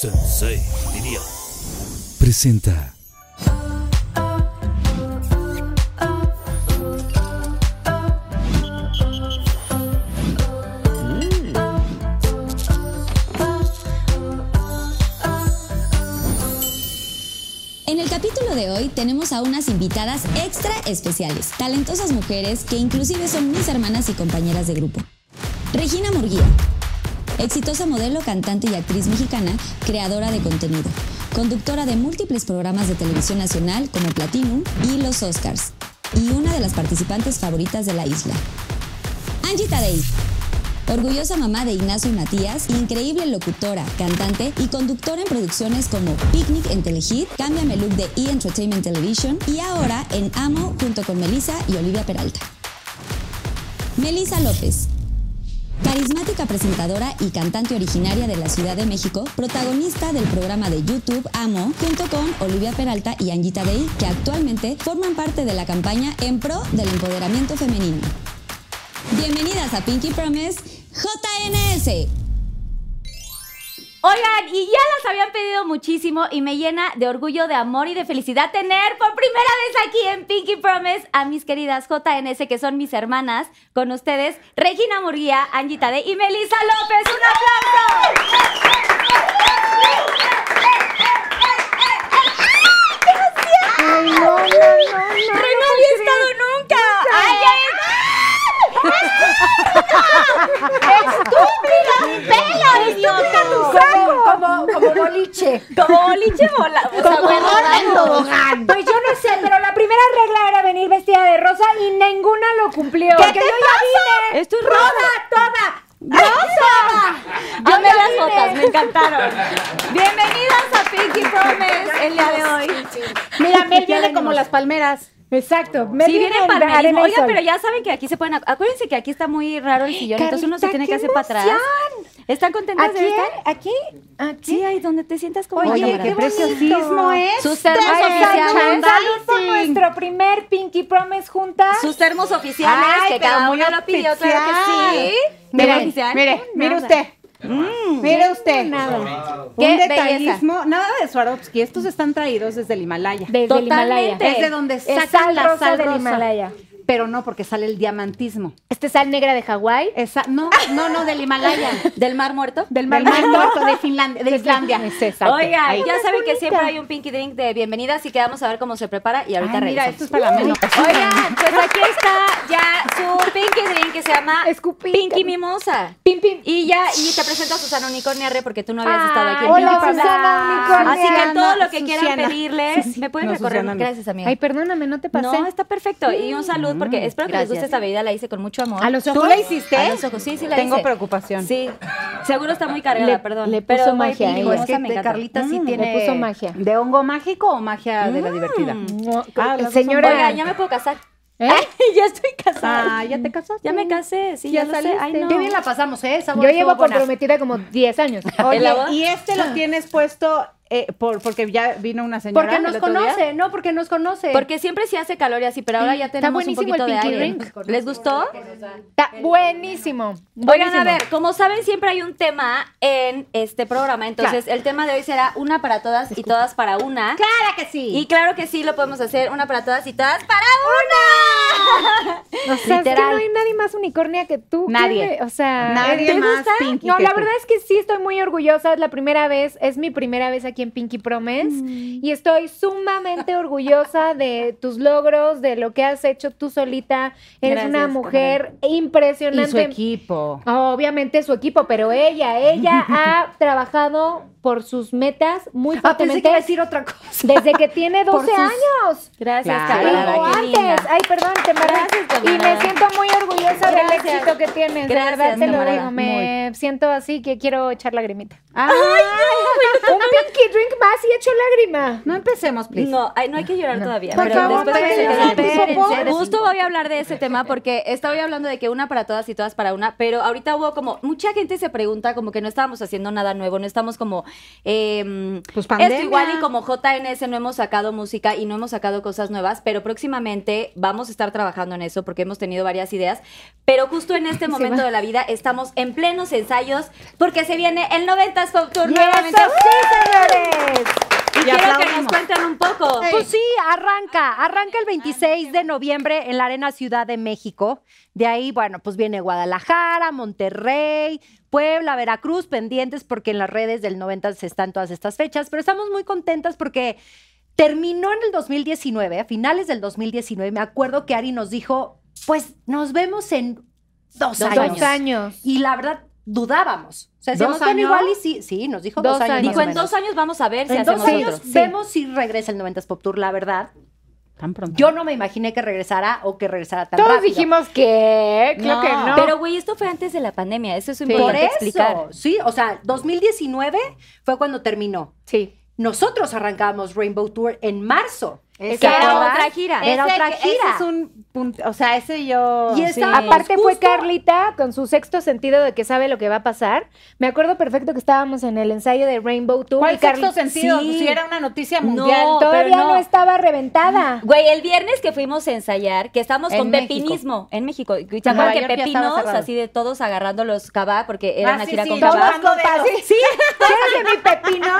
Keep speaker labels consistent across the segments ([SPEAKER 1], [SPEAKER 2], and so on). [SPEAKER 1] Sensei, diría.
[SPEAKER 2] presenta
[SPEAKER 3] En el capítulo de hoy tenemos a unas invitadas extra especiales, talentosas mujeres que inclusive son mis hermanas y compañeras de grupo. Regina Murguía, exitosa modelo, cantante y actriz mexicana, creadora de contenido, conductora de múltiples programas de televisión nacional como Platinum y los Oscars, y una de las participantes favoritas de la isla. Angie Tadei, Orgullosa mamá de Ignacio y Matías, increíble locutora, cantante y conductora en producciones como Picnic en Telehit, Cámbiame Look de E! Entertainment Television y ahora en Amo junto con Melissa y Olivia Peralta. Melissa López. Carismática presentadora y cantante originaria de la Ciudad de México, protagonista del programa de YouTube Amo, junto con Olivia Peralta y Angita Day, que actualmente forman parte de la campaña en pro del empoderamiento femenino. Bienvenidas a Pinky Promise JNS.
[SPEAKER 4] Oigan, y ya las habían pedido muchísimo y me llena de orgullo, de amor y de felicidad tener por primera vez aquí en Pinky Promise a mis queridas JNS, que son mis hermanas, con ustedes, Regina Murguía, Angie Tade y Melissa López. ¡Un aplauso! ¡Ay, no, no, no! ¡Re no había estado nunca! ¡Ay, ay! ¡Estúpida! ¡Pela, idiota!
[SPEAKER 5] Como, como, como boliche.
[SPEAKER 4] Como boliche vola. O sea, güey, volando.
[SPEAKER 5] Pues yo no sé, pero la primera regla era venir vestida de rosa y ninguna lo cumplió.
[SPEAKER 4] ¿Qué
[SPEAKER 5] Porque
[SPEAKER 4] te
[SPEAKER 5] yo ya vine.
[SPEAKER 4] Esto es
[SPEAKER 5] rosa.
[SPEAKER 4] rosa.
[SPEAKER 5] Toda,
[SPEAKER 4] Yo
[SPEAKER 5] Ay,
[SPEAKER 4] me las
[SPEAKER 5] vine.
[SPEAKER 4] botas, me encantaron. Bienvenidas a Pinky Promise el día de hoy.
[SPEAKER 5] Mira, Mel viene como las palmeras. Exacto. Mel
[SPEAKER 4] Sí, viene
[SPEAKER 5] en- arena
[SPEAKER 4] palmerismo.
[SPEAKER 5] y
[SPEAKER 4] Oigan,
[SPEAKER 5] sol.
[SPEAKER 4] pero ya saben que aquí se pueden. ac- Acuérdense que aquí está muy raro el sillón, entonces uno se
[SPEAKER 5] Carlita,
[SPEAKER 4] tiene que
[SPEAKER 5] qué
[SPEAKER 4] hacer para atrás.
[SPEAKER 5] emoción.
[SPEAKER 4] ¿Están contentas de
[SPEAKER 5] ¿Aquí?
[SPEAKER 4] estar?
[SPEAKER 5] ¿Aquí? ¿Aquí?
[SPEAKER 4] Sí, ahí donde te sientas como
[SPEAKER 5] Oye,
[SPEAKER 4] cámara.
[SPEAKER 5] qué preciosismo ¿eh? es.
[SPEAKER 4] Sus termos oficiales.
[SPEAKER 5] Salud, salud por nuestro primer Pinky Promise juntas.
[SPEAKER 4] Sus termos oficiales,
[SPEAKER 5] Ay,
[SPEAKER 4] que
[SPEAKER 5] pero
[SPEAKER 4] cada
[SPEAKER 5] muy
[SPEAKER 4] uno lo pidió, claro que sí. ¿Termo
[SPEAKER 6] Mire,
[SPEAKER 4] oficial?
[SPEAKER 6] mire,
[SPEAKER 4] Nada.
[SPEAKER 6] mire usted. Mm, Mire usted.
[SPEAKER 4] Qué
[SPEAKER 6] Un
[SPEAKER 4] belleza.
[SPEAKER 6] detallismo. Nada de Swarovski. Estos están traídos desde el Himalaya.
[SPEAKER 5] Desde el Himalaya.
[SPEAKER 4] Totalmente.
[SPEAKER 6] es de donde
[SPEAKER 5] Es
[SPEAKER 6] sacan
[SPEAKER 5] sal
[SPEAKER 6] la
[SPEAKER 5] rosa
[SPEAKER 6] sal
[SPEAKER 5] del
[SPEAKER 6] rosa.
[SPEAKER 5] Himalaya.
[SPEAKER 6] Pero no, porque sale el diamantismo.
[SPEAKER 7] Este sal negra de Hawái.
[SPEAKER 6] Esa, no, no, no, del Himalaya.
[SPEAKER 4] ¿Del Mar Muerto?
[SPEAKER 6] Del Mar Muerto, de Finlandia. De Islandia. Es exacto.
[SPEAKER 4] Oiga,
[SPEAKER 6] Ahí.
[SPEAKER 4] ya saben que siempre hay un pinky drink de bienvenidas y quedamos a ver cómo se prepara y ahorita
[SPEAKER 6] Ay, mira,
[SPEAKER 4] regresamos.
[SPEAKER 6] esto es para la mano.
[SPEAKER 4] Oigan, pues aquí está ya su pinky drink que se llama
[SPEAKER 5] Escupí,
[SPEAKER 4] Pinky
[SPEAKER 5] Carmen.
[SPEAKER 4] Mimosa.
[SPEAKER 5] Pim, pim.
[SPEAKER 4] Y ya, y te presento a Susana Unicornia R porque tú no habías estado aquí en
[SPEAKER 5] hola,
[SPEAKER 4] Pinky Promise.
[SPEAKER 5] Susana Unicornia.
[SPEAKER 4] Así que todo lo que
[SPEAKER 6] Susana.
[SPEAKER 4] quieran pedirles, me pueden
[SPEAKER 6] No,
[SPEAKER 4] recorrer.
[SPEAKER 6] Susana, no.
[SPEAKER 4] Gracias, amiga.
[SPEAKER 7] Ay, perdóname, no te pasé.
[SPEAKER 4] no, está perfecto. Y un salud porque espero que les guste
[SPEAKER 6] gracias.
[SPEAKER 4] esta bebida, la hice con mucho amor.
[SPEAKER 7] Mm, a los ojos.
[SPEAKER 6] ¿Tú la hiciste?
[SPEAKER 4] A los ojos, sí, sí la
[SPEAKER 6] Tengo
[SPEAKER 4] hice.
[SPEAKER 6] preocupación.
[SPEAKER 4] Sí, seguro está muy cargada,
[SPEAKER 7] Le-
[SPEAKER 4] perdón.
[SPEAKER 7] le
[SPEAKER 4] Pero,
[SPEAKER 7] puso
[SPEAKER 4] güey,
[SPEAKER 7] magia,
[SPEAKER 4] Pinky
[SPEAKER 7] ¿eh?
[SPEAKER 4] Mimosa
[SPEAKER 7] Es que
[SPEAKER 4] me
[SPEAKER 6] de
[SPEAKER 4] encanta.
[SPEAKER 6] Carlita sí
[SPEAKER 4] Mm.
[SPEAKER 6] tiene-
[SPEAKER 7] Le puso magia.
[SPEAKER 6] ¿De hongo mágico o magia de la divertida? Ah, las dos son
[SPEAKER 7] Señora.
[SPEAKER 4] Oiga, ya me puedo casar.
[SPEAKER 7] ¿Eh?
[SPEAKER 4] ya estoy casada.
[SPEAKER 6] Ah, ¿ya te casaste?
[SPEAKER 4] Ya me casé, sí, ya, lo sé. Ay, no.
[SPEAKER 5] Qué bien la pasamos, ¿eh? Esa
[SPEAKER 7] Yo
[SPEAKER 5] boda
[SPEAKER 7] llevo
[SPEAKER 5] estuvo buena.
[SPEAKER 7] comprometida como 10 años.
[SPEAKER 4] ¿El
[SPEAKER 6] Oye,
[SPEAKER 4] agua?
[SPEAKER 6] y este lo tienes puesto eh, por, porque ya vino una señora.
[SPEAKER 5] Porque
[SPEAKER 6] el
[SPEAKER 5] nos
[SPEAKER 6] otro día.
[SPEAKER 5] conoce, ¿no? Porque nos conoce.
[SPEAKER 4] Porque siempre sí hace calor y así, pero ahora ya
[SPEAKER 7] Está
[SPEAKER 4] tenemos un
[SPEAKER 7] buenísimo
[SPEAKER 4] poquito
[SPEAKER 7] el
[SPEAKER 4] de
[SPEAKER 7] Pinky
[SPEAKER 4] aire.
[SPEAKER 7] Drink.
[SPEAKER 4] ¿Les gustó?
[SPEAKER 7] Está buenísimo.
[SPEAKER 4] Oigan,
[SPEAKER 7] buenísimo.
[SPEAKER 4] a ver, como saben, siempre hay un tema en este programa. Entonces, el tema de hoy será una para todas y todas para una.
[SPEAKER 5] Claro que sí.
[SPEAKER 4] Y claro que sí, lo podemos hacer una para todas y todas para una.
[SPEAKER 7] O sea, es que
[SPEAKER 4] literal.
[SPEAKER 7] no hay nadie más unicornia que tú.
[SPEAKER 6] Nadie.
[SPEAKER 7] ¿Qué? O sea,
[SPEAKER 6] Nadie
[SPEAKER 7] ¿te
[SPEAKER 6] más
[SPEAKER 7] gusta?
[SPEAKER 6] Pinky
[SPEAKER 7] No,
[SPEAKER 6] que
[SPEAKER 7] la
[SPEAKER 6] tú.
[SPEAKER 7] verdad es que sí estoy muy orgullosa. Es la primera vez, es mi primera vez aquí en Pinky Promise. Y estoy sumamente orgullosa de tus logros, de lo que has hecho tú solita. Eres
[SPEAKER 4] Gracias,
[SPEAKER 7] una mujer impresionante.
[SPEAKER 6] Y su equipo.
[SPEAKER 7] Obviamente su equipo, pero ella, ella ha trabajado por sus metas muy
[SPEAKER 5] Ah, pensé
[SPEAKER 7] fuertemente
[SPEAKER 5] que iba a decir otra cosa.
[SPEAKER 7] desde que tiene 12
[SPEAKER 6] sus-
[SPEAKER 7] años.
[SPEAKER 4] Gracias,
[SPEAKER 6] Claro.
[SPEAKER 4] Tamara,
[SPEAKER 7] Digo,
[SPEAKER 4] qué
[SPEAKER 7] antes.
[SPEAKER 4] linda.
[SPEAKER 7] Ay, perdón, te embarré.
[SPEAKER 4] Gracias, Tamara.
[SPEAKER 7] Y me siento muy orgullosa del
[SPEAKER 4] Gracias.
[SPEAKER 7] éxito que tienes.
[SPEAKER 4] Gracias,
[SPEAKER 7] de verdad te
[SPEAKER 4] Tamara.
[SPEAKER 7] lo digo. Me siento así que quiero echar lagrimita.
[SPEAKER 6] Ah,
[SPEAKER 7] Un pinky drink más y echo lágrima.
[SPEAKER 6] no empecemos, please.
[SPEAKER 4] No, ay, no hay que llorar todavía.
[SPEAKER 6] Por
[SPEAKER 4] pero
[SPEAKER 6] favor,
[SPEAKER 4] después
[SPEAKER 6] espérense,
[SPEAKER 4] espérense,
[SPEAKER 6] espérense,
[SPEAKER 4] espérense.
[SPEAKER 6] espérense.
[SPEAKER 4] Justo voy a hablar de ese tema porque estaba hablando de que una para todas y todas para una, pero ahorita hubo como mucha gente se pregunta como que no estábamos haciendo nada nuevo, no estamos como eh,
[SPEAKER 6] Pues,
[SPEAKER 4] esto
[SPEAKER 6] pandemia.
[SPEAKER 4] igual y como JNS no hemos sacado música y no hemos sacado cosas nuevas, pero próximamente vamos a estar trabajando en eso porque hemos tenido varias ideas, pero justo en este momento de la vida estamos en plenos ensayos porque se viene el 90s Pop Tour
[SPEAKER 7] Y
[SPEAKER 4] nuevamente.
[SPEAKER 7] eso sí,
[SPEAKER 4] cuentan un poco.
[SPEAKER 1] Pues sí, arranca, arranca el 26 de noviembre en la Arena Ciudad de México. De ahí, bueno, pues viene Guadalajara, Monterrey, Puebla, Veracruz, pendientes porque en las redes del 90 se están todas estas fechas, pero estamos muy contentas porque terminó en el 2019, a finales del 2019, me acuerdo que Ari nos dijo, pues nos vemos en dos,
[SPEAKER 5] Dos años.
[SPEAKER 1] Y la verdad, dudábamos. O sea, decíamos,
[SPEAKER 6] ¿Dos
[SPEAKER 1] bueno,
[SPEAKER 6] años?
[SPEAKER 1] igual y sí, sí, nos dijo dos,
[SPEAKER 5] Dos
[SPEAKER 1] años.
[SPEAKER 5] años.
[SPEAKER 1] más o
[SPEAKER 4] Dijo, en
[SPEAKER 1] menos.
[SPEAKER 4] dos años vamos a ver si
[SPEAKER 1] En dos
[SPEAKER 4] hacemos
[SPEAKER 1] años
[SPEAKER 4] otro.
[SPEAKER 1] vemos si regresa el 90s Pop Tour, la verdad.
[SPEAKER 6] Tan pronto.
[SPEAKER 1] Yo no me imaginé que regresara o que regresara tan
[SPEAKER 5] Todos
[SPEAKER 1] rápido.
[SPEAKER 5] dijimos que, creo que no.
[SPEAKER 4] Pero, güey, esto fue antes de la pandemia. Eso es
[SPEAKER 1] por
[SPEAKER 4] importante
[SPEAKER 1] eso,
[SPEAKER 4] explicar.
[SPEAKER 1] sí, o sea, 2019 fue cuando terminó.
[SPEAKER 5] sí.
[SPEAKER 1] Nosotros arrancamos Rainbow Tour en marzo.
[SPEAKER 5] Exacto.
[SPEAKER 1] ¿Te
[SPEAKER 4] Era
[SPEAKER 1] acuerdas?
[SPEAKER 4] otra gira.
[SPEAKER 1] Era
[SPEAKER 6] Ese-
[SPEAKER 1] otra
[SPEAKER 6] ese
[SPEAKER 1] gira.
[SPEAKER 6] es un punto, o sea, ese yo...
[SPEAKER 1] Y
[SPEAKER 6] sí.
[SPEAKER 1] esa-
[SPEAKER 5] Aparte fue
[SPEAKER 1] justo-
[SPEAKER 5] Carlita con su sexto sentido de que sabe lo que va a pasar. Me acuerdo perfecto que estábamos en el ensayo de Rainbow Tour.
[SPEAKER 6] ¿Cuál
[SPEAKER 5] y Carli-
[SPEAKER 6] sexto sentido?
[SPEAKER 5] Sí.
[SPEAKER 6] Si era una noticia
[SPEAKER 4] No,
[SPEAKER 6] mundial.
[SPEAKER 4] pero
[SPEAKER 5] Todavía
[SPEAKER 4] no.
[SPEAKER 5] no. estaba reventada.
[SPEAKER 4] Güey, el viernes que fuimos a ensayar, que estábamos
[SPEAKER 6] En
[SPEAKER 4] con
[SPEAKER 6] México.
[SPEAKER 4] pepinismo en México. ¿Y ¿Se
[SPEAKER 6] En
[SPEAKER 4] acuerdan
[SPEAKER 6] Nueva
[SPEAKER 4] que
[SPEAKER 6] York ya estaba
[SPEAKER 4] pepinos,
[SPEAKER 6] cerrado.
[SPEAKER 4] así de todos agarrando los cabá, porque era
[SPEAKER 6] Ah,
[SPEAKER 4] una
[SPEAKER 6] sí,
[SPEAKER 4] gira
[SPEAKER 6] sí,
[SPEAKER 4] con
[SPEAKER 6] todos
[SPEAKER 4] cabá?
[SPEAKER 6] con dedos.
[SPEAKER 5] ¿Quieres de mi pepino?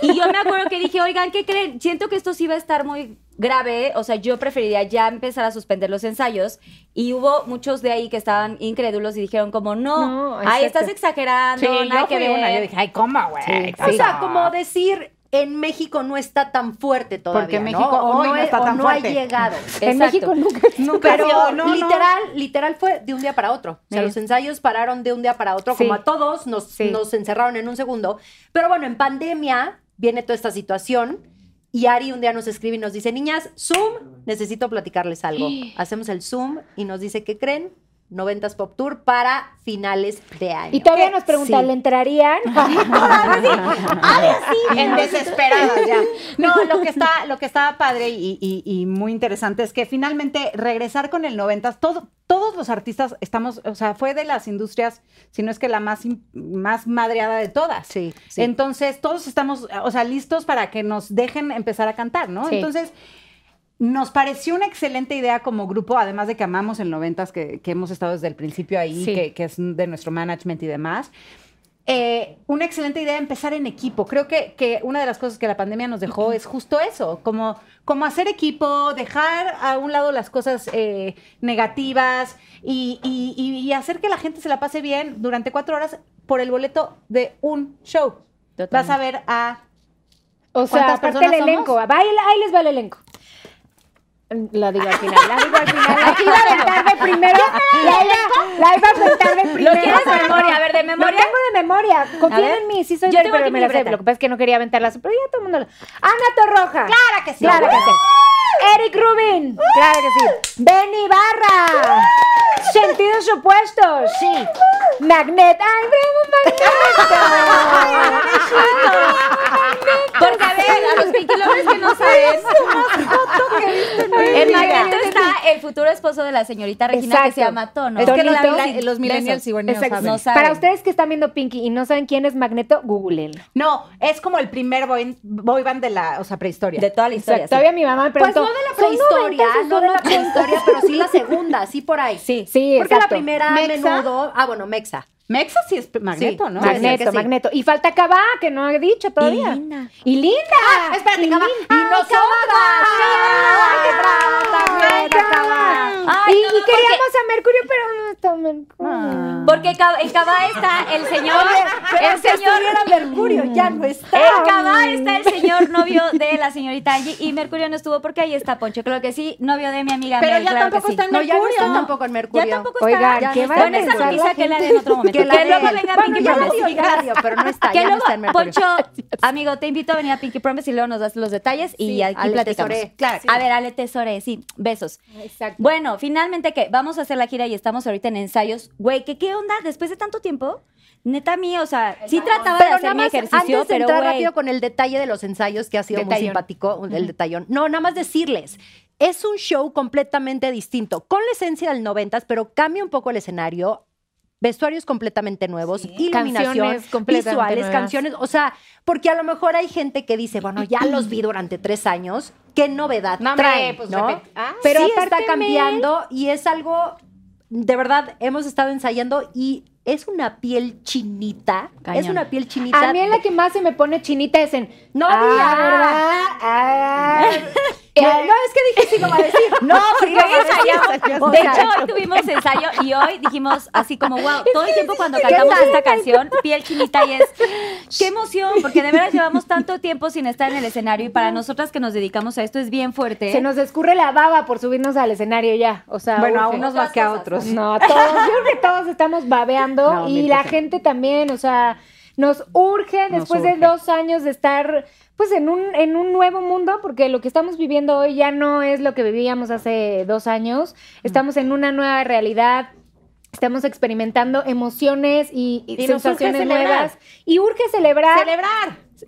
[SPEAKER 4] Y yo me acuerdo que dije, oigan, ¿qué creen? Siento que esto sí va a estar muy grave, o sea, yo preferiría ya empezar a suspender los ensayos. Y hubo muchos de ahí que estaban incrédulos y dijeron como, no,
[SPEAKER 5] No,
[SPEAKER 4] ay,
[SPEAKER 5] exacto.
[SPEAKER 4] estás exagerando,
[SPEAKER 6] Sí,
[SPEAKER 4] nada
[SPEAKER 6] yo
[SPEAKER 4] que
[SPEAKER 6] fui
[SPEAKER 4] ver.
[SPEAKER 6] una, yo dije, ay, ¿cómo, güey?
[SPEAKER 1] O sea, como decir, en México no está tan fuerte todavía.
[SPEAKER 6] Porque
[SPEAKER 1] ¿no?
[SPEAKER 6] México
[SPEAKER 1] O
[SPEAKER 6] hoy no
[SPEAKER 1] he-
[SPEAKER 6] está
[SPEAKER 1] o
[SPEAKER 6] tan
[SPEAKER 1] no
[SPEAKER 6] fuerte.
[SPEAKER 1] ha llegado.
[SPEAKER 5] En
[SPEAKER 4] Exacto.
[SPEAKER 5] México nunca.
[SPEAKER 6] Nunca
[SPEAKER 1] Pero
[SPEAKER 6] dio, no, no.
[SPEAKER 1] literal, literal fue de un día para otro. O sea,
[SPEAKER 5] Sí.
[SPEAKER 1] los ensayos pararon de un día para otro,
[SPEAKER 5] Sí.
[SPEAKER 1] como a todos, nos,
[SPEAKER 5] Sí.
[SPEAKER 1] nos encerraron en un segundo. Pero bueno, en pandemia viene toda esta situación y Ari un día nos escribe y nos dice, niñas, Zoom, necesito platicarles algo. Hacemos el Zoom y nos dice, ¿qué creen? 90s Pop Tour para finales de año.
[SPEAKER 5] Y todavía
[SPEAKER 1] ¿Qué?
[SPEAKER 5] nos preguntan,
[SPEAKER 1] Sí.
[SPEAKER 5] ¿le entrarían?
[SPEAKER 6] en desesperada ya. No, lo que está, lo que estaba padre y, y- y muy interesante es que finalmente regresar con el 90, todo, todos los artistas estamos, o sea, fue de las industrias, si no es que la más, im- más madreada de todas.
[SPEAKER 1] Sí, sí.
[SPEAKER 6] Entonces, todos estamos, o sea, listos para que nos dejen empezar a cantar, ¿no?
[SPEAKER 5] Sí.
[SPEAKER 6] Entonces, nos pareció una excelente idea como grupo, además de que amamos el 90s, que, que hemos estado desde el principio ahí,
[SPEAKER 5] Sí.
[SPEAKER 6] que, que es de nuestro management y demás. Eh, una excelente idea empezar en equipo. Creo que, que una de las cosas que la pandemia nos dejó es justo eso, como, como hacer equipo, dejar a un lado las cosas eh, negativas y, y- y- y hacer que la gente se la pase bien durante cuatro horas por el boleto de un show. Vas a ver a...
[SPEAKER 5] O sea,
[SPEAKER 6] ¿Cuántas
[SPEAKER 5] aparte el
[SPEAKER 6] personas
[SPEAKER 5] elenco.
[SPEAKER 6] somos?
[SPEAKER 5] Va, ahí, ahí les va el elenco. La digo al final, la digo al final. Aquí iba a aventar de primero. La iba, la iba a aventar de primero.
[SPEAKER 4] quieres de
[SPEAKER 5] pero
[SPEAKER 4] memoria? A ver, ¿de memoria?
[SPEAKER 5] Lo tengo de memoria. Confía en mí, sí soy
[SPEAKER 4] Yo
[SPEAKER 5] yo
[SPEAKER 4] tengo
[SPEAKER 5] pero
[SPEAKER 4] aquí
[SPEAKER 5] me
[SPEAKER 4] mi
[SPEAKER 5] la sé.
[SPEAKER 4] libreta.
[SPEAKER 5] Lo que pasa es que no quería aventarla, pero ya todo el mundo la... Ana Torroja. Claro que sí. Claro que sí. Eric Rubin. Claro que sí. Benny Barra. Sentidos opuestos. Sí. Magnet. Ay, bravo, Magneto.
[SPEAKER 6] "Ah,
[SPEAKER 4] Porque a ver, a los Pinky Lovers que no saben. En Magneto está el futuro esposo de la señorita Regina que
[SPEAKER 5] Exacto.
[SPEAKER 4] se llama Tono.
[SPEAKER 6] Es que los,
[SPEAKER 5] Tonito.
[SPEAKER 6] mila- los millennials igual ni lo
[SPEAKER 5] Exacto.
[SPEAKER 6] saben.
[SPEAKER 4] No saben.
[SPEAKER 5] Para ustedes que están viendo Pinky y no saben quién es Magneto, googleenlo.
[SPEAKER 6] No, es como el primer boy, boy band de la, o sea, prehistoria.
[SPEAKER 4] De toda la historia. sí.
[SPEAKER 5] Todavía mi mamá me
[SPEAKER 1] Pues
[SPEAKER 5] preguntó.
[SPEAKER 1] no de la
[SPEAKER 5] "¿Son
[SPEAKER 1] prehistoria,
[SPEAKER 5] noventas o
[SPEAKER 1] no
[SPEAKER 5] son
[SPEAKER 1] de la prehistoria, pero sí la segunda, sí por ahí.
[SPEAKER 4] Sí.
[SPEAKER 5] Sí,
[SPEAKER 1] Porque la
[SPEAKER 5] exacto.
[SPEAKER 1] primera,
[SPEAKER 6] ¿Mexa?
[SPEAKER 1] menudo. Ah, bueno, Mexa.
[SPEAKER 6] Mexa sí es magneto,
[SPEAKER 1] Sí,
[SPEAKER 6] ¿no?
[SPEAKER 1] Puede ser
[SPEAKER 5] Magneto,
[SPEAKER 1] que sí.
[SPEAKER 5] Magneto. Y falta Cabá, que no he dicho todavía. Y Linda. Y Linda.
[SPEAKER 1] Espérate, Cava. Y
[SPEAKER 5] Ay,
[SPEAKER 1] nosotras. Ah, ¡Ay, qué bravo también,
[SPEAKER 5] Cabá.
[SPEAKER 1] Cava!
[SPEAKER 4] Ay,
[SPEAKER 5] y,
[SPEAKER 4] no,
[SPEAKER 5] y
[SPEAKER 4] porque- Ah.
[SPEAKER 5] queríamos a Mercurio, pero no está Mercurio.
[SPEAKER 4] Porque Cab- en Cabá está el señor.
[SPEAKER 1] Pero
[SPEAKER 4] el
[SPEAKER 1] si
[SPEAKER 4] señor.
[SPEAKER 1] estuviera Mercurio, ya no está.
[SPEAKER 4] En Cabá está el señor novio de la señorita Angie y Mercurio no estuvo porque ahí está Poncho. Creo que sí, novio de mi amiga
[SPEAKER 6] Pero
[SPEAKER 4] Mel,
[SPEAKER 6] ya
[SPEAKER 4] claro que
[SPEAKER 6] tampoco
[SPEAKER 4] sí.
[SPEAKER 6] está en
[SPEAKER 1] No, ya no
[SPEAKER 6] Mercurio.
[SPEAKER 1] está tampoco en Mercurio.
[SPEAKER 4] Ya tampoco
[SPEAKER 5] Oigan,
[SPEAKER 4] está.
[SPEAKER 5] ¿qué
[SPEAKER 4] Bueno,
[SPEAKER 5] van a
[SPEAKER 4] esa
[SPEAKER 5] pensar la
[SPEAKER 4] noticia que la
[SPEAKER 5] gente?
[SPEAKER 4] den en otro momento.
[SPEAKER 1] Que
[SPEAKER 4] Que,
[SPEAKER 1] la den.
[SPEAKER 4] luego venga
[SPEAKER 1] Bueno,
[SPEAKER 4] Pinky
[SPEAKER 1] ya la
[SPEAKER 4] Promise.
[SPEAKER 1] dio, ya la dio, pero no está,
[SPEAKER 4] Que
[SPEAKER 1] ya no
[SPEAKER 4] luego,
[SPEAKER 1] está en Mercurio.
[SPEAKER 4] Poncho, amigo, te invito a venir a Pinky Promise y luego nos das los detalles y
[SPEAKER 1] Sí,
[SPEAKER 4] aquí
[SPEAKER 1] Ale
[SPEAKER 4] platicamos.
[SPEAKER 1] Tesoré, claro.
[SPEAKER 4] A ver, Ale Tesore, sí, besos.
[SPEAKER 5] Exacto.
[SPEAKER 4] Bueno, finalmente que vamos a hacer la gira y estamos ahorita en ensayos. Güey, ¿qué, qué onda? Después de tanto tiempo, neta mía, o sea, sí trataba de
[SPEAKER 1] Pero
[SPEAKER 4] hacer
[SPEAKER 1] nada
[SPEAKER 4] mi
[SPEAKER 1] más,
[SPEAKER 4] ejercicio,
[SPEAKER 1] antes de
[SPEAKER 4] pero
[SPEAKER 1] entrar
[SPEAKER 4] güey.
[SPEAKER 1] rápido con el detalle de los ensayos, que ha sido muy
[SPEAKER 5] Detallón.
[SPEAKER 1] simpático, el detallón. No, nada más decirles, es un show completamente distinto, con la esencia del 90, pero cambia un poco el escenario. Vestuarios completamente nuevos, iluminación,
[SPEAKER 5] Canciones completamente
[SPEAKER 1] visuales,
[SPEAKER 5] nuevas.
[SPEAKER 1] canciones. O sea, porque a lo mejor hay gente que dice, bueno, ya los vi durante tres años, qué novedad
[SPEAKER 6] No, hombre,
[SPEAKER 1] traen,
[SPEAKER 6] pues,
[SPEAKER 1] ¿no?
[SPEAKER 6] repet- Ah.
[SPEAKER 1] Pero
[SPEAKER 5] Sí,
[SPEAKER 1] está
[SPEAKER 5] aparte,
[SPEAKER 1] cambiando y es algo, de verdad, hemos estado ensayando y es una piel chinita.
[SPEAKER 4] Cañón.
[SPEAKER 1] Es una piel chinita.
[SPEAKER 5] A mí en la que más se me pone chinita es en.
[SPEAKER 1] No,
[SPEAKER 5] ah,
[SPEAKER 1] diga.
[SPEAKER 5] ¿verdad? Ah. Eh, no, es que dije sí, como a decir. No,
[SPEAKER 4] Porque hoy ensayamos. De hecho, hoy tuvimos ensayo y hoy dijimos así como, wow, todo el tiempo cuando cantamos esta canción, piel chinita y es, qué emoción, porque de veras llevamos tanto tiempo sin estar en el escenario y para nosotras que nos dedicamos a esto es bien fuerte.
[SPEAKER 5] Se nos escurre la baba por subirnos al escenario ya. O sea,
[SPEAKER 6] Bueno, a
[SPEAKER 5] urge.
[SPEAKER 6] unos más que a otros.
[SPEAKER 5] No, a todos. Yo creo que todos estamos babeando
[SPEAKER 6] No,
[SPEAKER 5] y
[SPEAKER 6] mil
[SPEAKER 5] la
[SPEAKER 6] por ciento.
[SPEAKER 5] gente también, o sea, nos urge
[SPEAKER 6] Nos
[SPEAKER 5] después
[SPEAKER 6] urge.
[SPEAKER 5] de dos años de estar pues en un, en un nuevo mundo, porque lo que estamos viviendo hoy ya no es lo que vivíamos hace dos años.
[SPEAKER 6] Mm.
[SPEAKER 5] Estamos en una nueva realidad. Estamos experimentando emociones y, y
[SPEAKER 6] Y nos urge
[SPEAKER 5] sensaciones
[SPEAKER 6] celebrar.
[SPEAKER 5] nuevas. Y urge celebrar.
[SPEAKER 6] ¡Celebrar!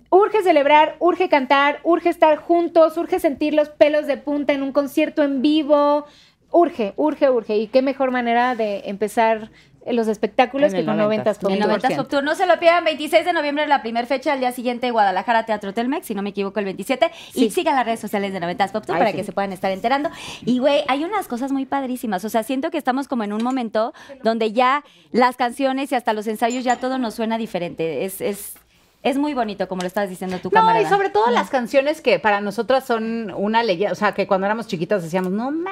[SPEAKER 5] Urge celebrar, urge cantar, urge estar juntos, urge sentir los pelos de punta en un concierto en vivo. Urge, urge, urge. Y qué mejor manera de empezar eh, los espectáculos
[SPEAKER 6] En
[SPEAKER 5] que
[SPEAKER 6] el
[SPEAKER 5] con
[SPEAKER 6] 90s,
[SPEAKER 5] 90
[SPEAKER 6] en
[SPEAKER 4] El 90 Subtour. No se lo pierdan, 26 de noviembre, la primera fecha, al día siguiente, Guadalajara Teatro Telmex, si no me equivoco, el 27. Y sigan las redes sociales de 90 Pop Tour
[SPEAKER 6] Ay,
[SPEAKER 4] para
[SPEAKER 6] sí.
[SPEAKER 4] que se puedan estar enterando. Y, güey, hay unas cosas muy padrísimas. O sea, siento que estamos como en un momento donde ya las canciones y hasta los ensayos ya todo nos suena diferente. Es, es, es muy bonito, como lo estabas diciendo tú,
[SPEAKER 6] No,
[SPEAKER 4] camarada.
[SPEAKER 6] y sobre todo las canciones que para nosotras son una leyenda, o sea, que cuando éramos chiquitas decíamos, no me,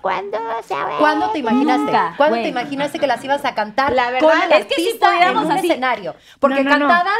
[SPEAKER 6] ¿cuándo se va?"
[SPEAKER 1] ¿Cuándo te imaginaste?
[SPEAKER 4] Nunca,
[SPEAKER 1] ¿Cuándo
[SPEAKER 4] güey.
[SPEAKER 1] te imaginaste que las ibas a cantar?
[SPEAKER 6] La verdad,
[SPEAKER 1] con el
[SPEAKER 4] es que si
[SPEAKER 1] artista
[SPEAKER 4] pudiéramos
[SPEAKER 1] en un
[SPEAKER 4] así.
[SPEAKER 1] escenario. Porque
[SPEAKER 5] no, no.
[SPEAKER 1] cantadas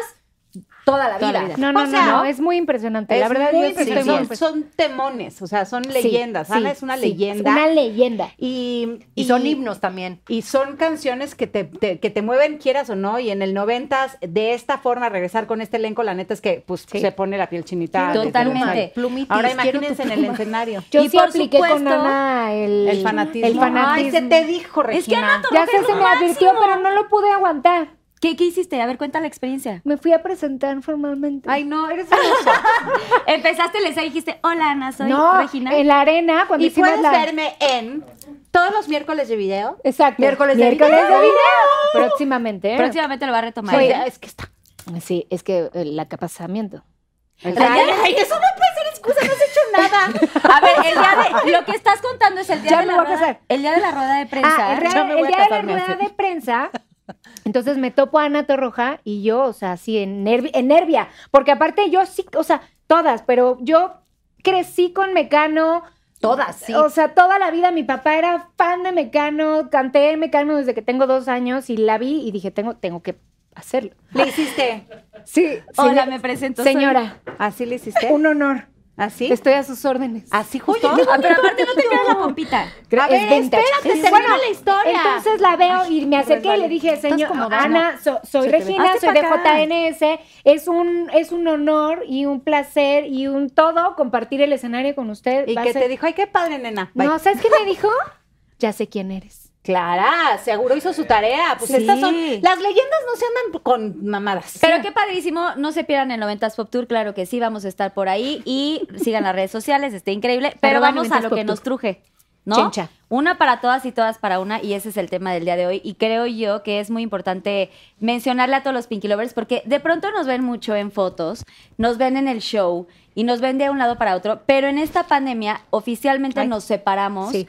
[SPEAKER 1] toda la
[SPEAKER 4] Toda la
[SPEAKER 1] vida.
[SPEAKER 4] vida.
[SPEAKER 5] No, no,
[SPEAKER 6] O sea,
[SPEAKER 5] no, no, es muy impresionante. la
[SPEAKER 6] Es
[SPEAKER 5] verdad,
[SPEAKER 6] muy
[SPEAKER 5] yo sí estoy
[SPEAKER 6] impresionante.
[SPEAKER 5] muy
[SPEAKER 6] Son- son temones, o sea, son leyendas.
[SPEAKER 5] Sí,
[SPEAKER 6] Ana es una
[SPEAKER 5] sí,
[SPEAKER 6] leyenda.
[SPEAKER 5] Una leyenda.
[SPEAKER 6] Y,
[SPEAKER 1] Y son himnos también.
[SPEAKER 6] Y son canciones que te, te- que te mueven, quieras o no, y en el 90 de esta forma regresar con este elenco, la neta es que pues se pone la piel chinita. desde el
[SPEAKER 4] Totalmente.
[SPEAKER 6] ensayo.
[SPEAKER 1] Plumitis,
[SPEAKER 6] Ahora
[SPEAKER 1] quiero tu
[SPEAKER 6] imagínense en el
[SPEAKER 1] pluma.
[SPEAKER 6] escenario.
[SPEAKER 5] Yo
[SPEAKER 4] Y
[SPEAKER 5] sí
[SPEAKER 4] por
[SPEAKER 5] apliqué con
[SPEAKER 4] supuesto,
[SPEAKER 5] Ana el,
[SPEAKER 6] El fanatismo.
[SPEAKER 5] El fanatismo.
[SPEAKER 6] Ay, se te dijo, Regina.
[SPEAKER 4] Es que Ana Torroja
[SPEAKER 5] ya sé,
[SPEAKER 4] es
[SPEAKER 5] se
[SPEAKER 4] lo
[SPEAKER 5] me advirtió,
[SPEAKER 4] máximo.
[SPEAKER 5] pero no lo pude aguantar.
[SPEAKER 4] ¿Qué, ¿Qué hiciste? A ver, cuenta la experiencia.
[SPEAKER 5] Me fui a presentar formalmente.
[SPEAKER 6] Ay, no, eres hermosa.
[SPEAKER 4] Empezaste, les ahí dijiste, hola Ana, soy
[SPEAKER 5] no,
[SPEAKER 4] Regina.
[SPEAKER 5] en la arena, cuando
[SPEAKER 6] y
[SPEAKER 5] hicimos
[SPEAKER 6] puedes
[SPEAKER 5] la...
[SPEAKER 6] verme en todos los miércoles de video.
[SPEAKER 5] Exacto.
[SPEAKER 1] Miércoles de video.
[SPEAKER 5] de video. Próximamente. ¿eh?
[SPEAKER 4] Próximamente lo va a retomar.
[SPEAKER 5] Oye,
[SPEAKER 6] Ya, es que está.
[SPEAKER 5] Sí, es que eh, el acapasamiento.
[SPEAKER 6] Ay, eso no puede ser excusa, no has hecho nada.
[SPEAKER 4] A ver, el día de, lo que estás contando es el día
[SPEAKER 5] Ya
[SPEAKER 4] de
[SPEAKER 5] me
[SPEAKER 4] la
[SPEAKER 5] voy a
[SPEAKER 4] rueda,
[SPEAKER 5] casar.
[SPEAKER 4] el día de la rueda de prensa.
[SPEAKER 5] Ah, el día,
[SPEAKER 6] Yo me voy
[SPEAKER 5] el
[SPEAKER 6] a
[SPEAKER 5] día de la
[SPEAKER 6] casarme
[SPEAKER 5] rueda
[SPEAKER 6] así.
[SPEAKER 5] de prensa. Entonces me topo a Ana Torroja y yo, o sea, así en, nervi- en nervia. Porque aparte yo sí, o sea, todas, pero yo crecí con Mecano.
[SPEAKER 1] Todas, sí.
[SPEAKER 5] O sea, toda la vida mi papá era fan de Mecano, canté en Mecano desde que tengo dos años y la vi y dije, tengo, tengo que hacerlo.
[SPEAKER 6] Le hiciste.
[SPEAKER 5] Sí,
[SPEAKER 4] Hola,
[SPEAKER 5] señor-
[SPEAKER 4] me presento. soy-
[SPEAKER 5] Señora,
[SPEAKER 6] ¿Así le hiciste?
[SPEAKER 5] un honor.
[SPEAKER 6] ¿Así?
[SPEAKER 5] Estoy a sus órdenes.
[SPEAKER 6] ¿Así justo?
[SPEAKER 4] Ah, pero aparte no te queda la pompita.
[SPEAKER 6] A ver,
[SPEAKER 5] es vintage.
[SPEAKER 6] espérate,
[SPEAKER 5] Sí.
[SPEAKER 6] termina
[SPEAKER 5] Bueno,
[SPEAKER 6] la historia.
[SPEAKER 5] Entonces la veo y me acerqué y
[SPEAKER 6] resbalé.
[SPEAKER 5] le dije,
[SPEAKER 6] pues Estás
[SPEAKER 5] señor,
[SPEAKER 6] como Dana.
[SPEAKER 5] Ana, so- soy
[SPEAKER 6] Se te ve.
[SPEAKER 5] Regina,
[SPEAKER 4] Hazte
[SPEAKER 5] soy de
[SPEAKER 4] pa' acá.
[SPEAKER 5] JNS. Es un, es un honor y un placer y un todo compartir el escenario con usted.
[SPEAKER 6] Y
[SPEAKER 5] Va a
[SPEAKER 6] que
[SPEAKER 5] ser-
[SPEAKER 6] te dijo, ay, qué padre, nena. Bye.
[SPEAKER 5] No, ¿sabes qué me dijo? Ya sé quién eres.
[SPEAKER 6] Clara, seguro hizo su tarea. Pues
[SPEAKER 4] Sí.
[SPEAKER 6] estas son. Las leyendas no se andan con mamadas.
[SPEAKER 4] Pero qué padrísimo, no se pierdan el 90s Pop Tour, claro que sí, vamos a estar por ahí y sigan las redes sociales, está increíble, pero
[SPEAKER 5] Arroba
[SPEAKER 4] vamos a
[SPEAKER 5] 90s
[SPEAKER 4] lo
[SPEAKER 5] Pop
[SPEAKER 4] que
[SPEAKER 5] Tour.
[SPEAKER 4] nos truje, ¿no?
[SPEAKER 5] Chencha.
[SPEAKER 4] Una para todas y todas para una y ese es el tema del día de hoy y creo yo que es muy importante mencionarle a todos los Pinky Lovers porque de pronto nos ven mucho en fotos, nos ven en el show y nos ven de un lado para otro, pero en esta pandemia oficialmente
[SPEAKER 6] Ay.
[SPEAKER 4] nos separamos.
[SPEAKER 6] Sí.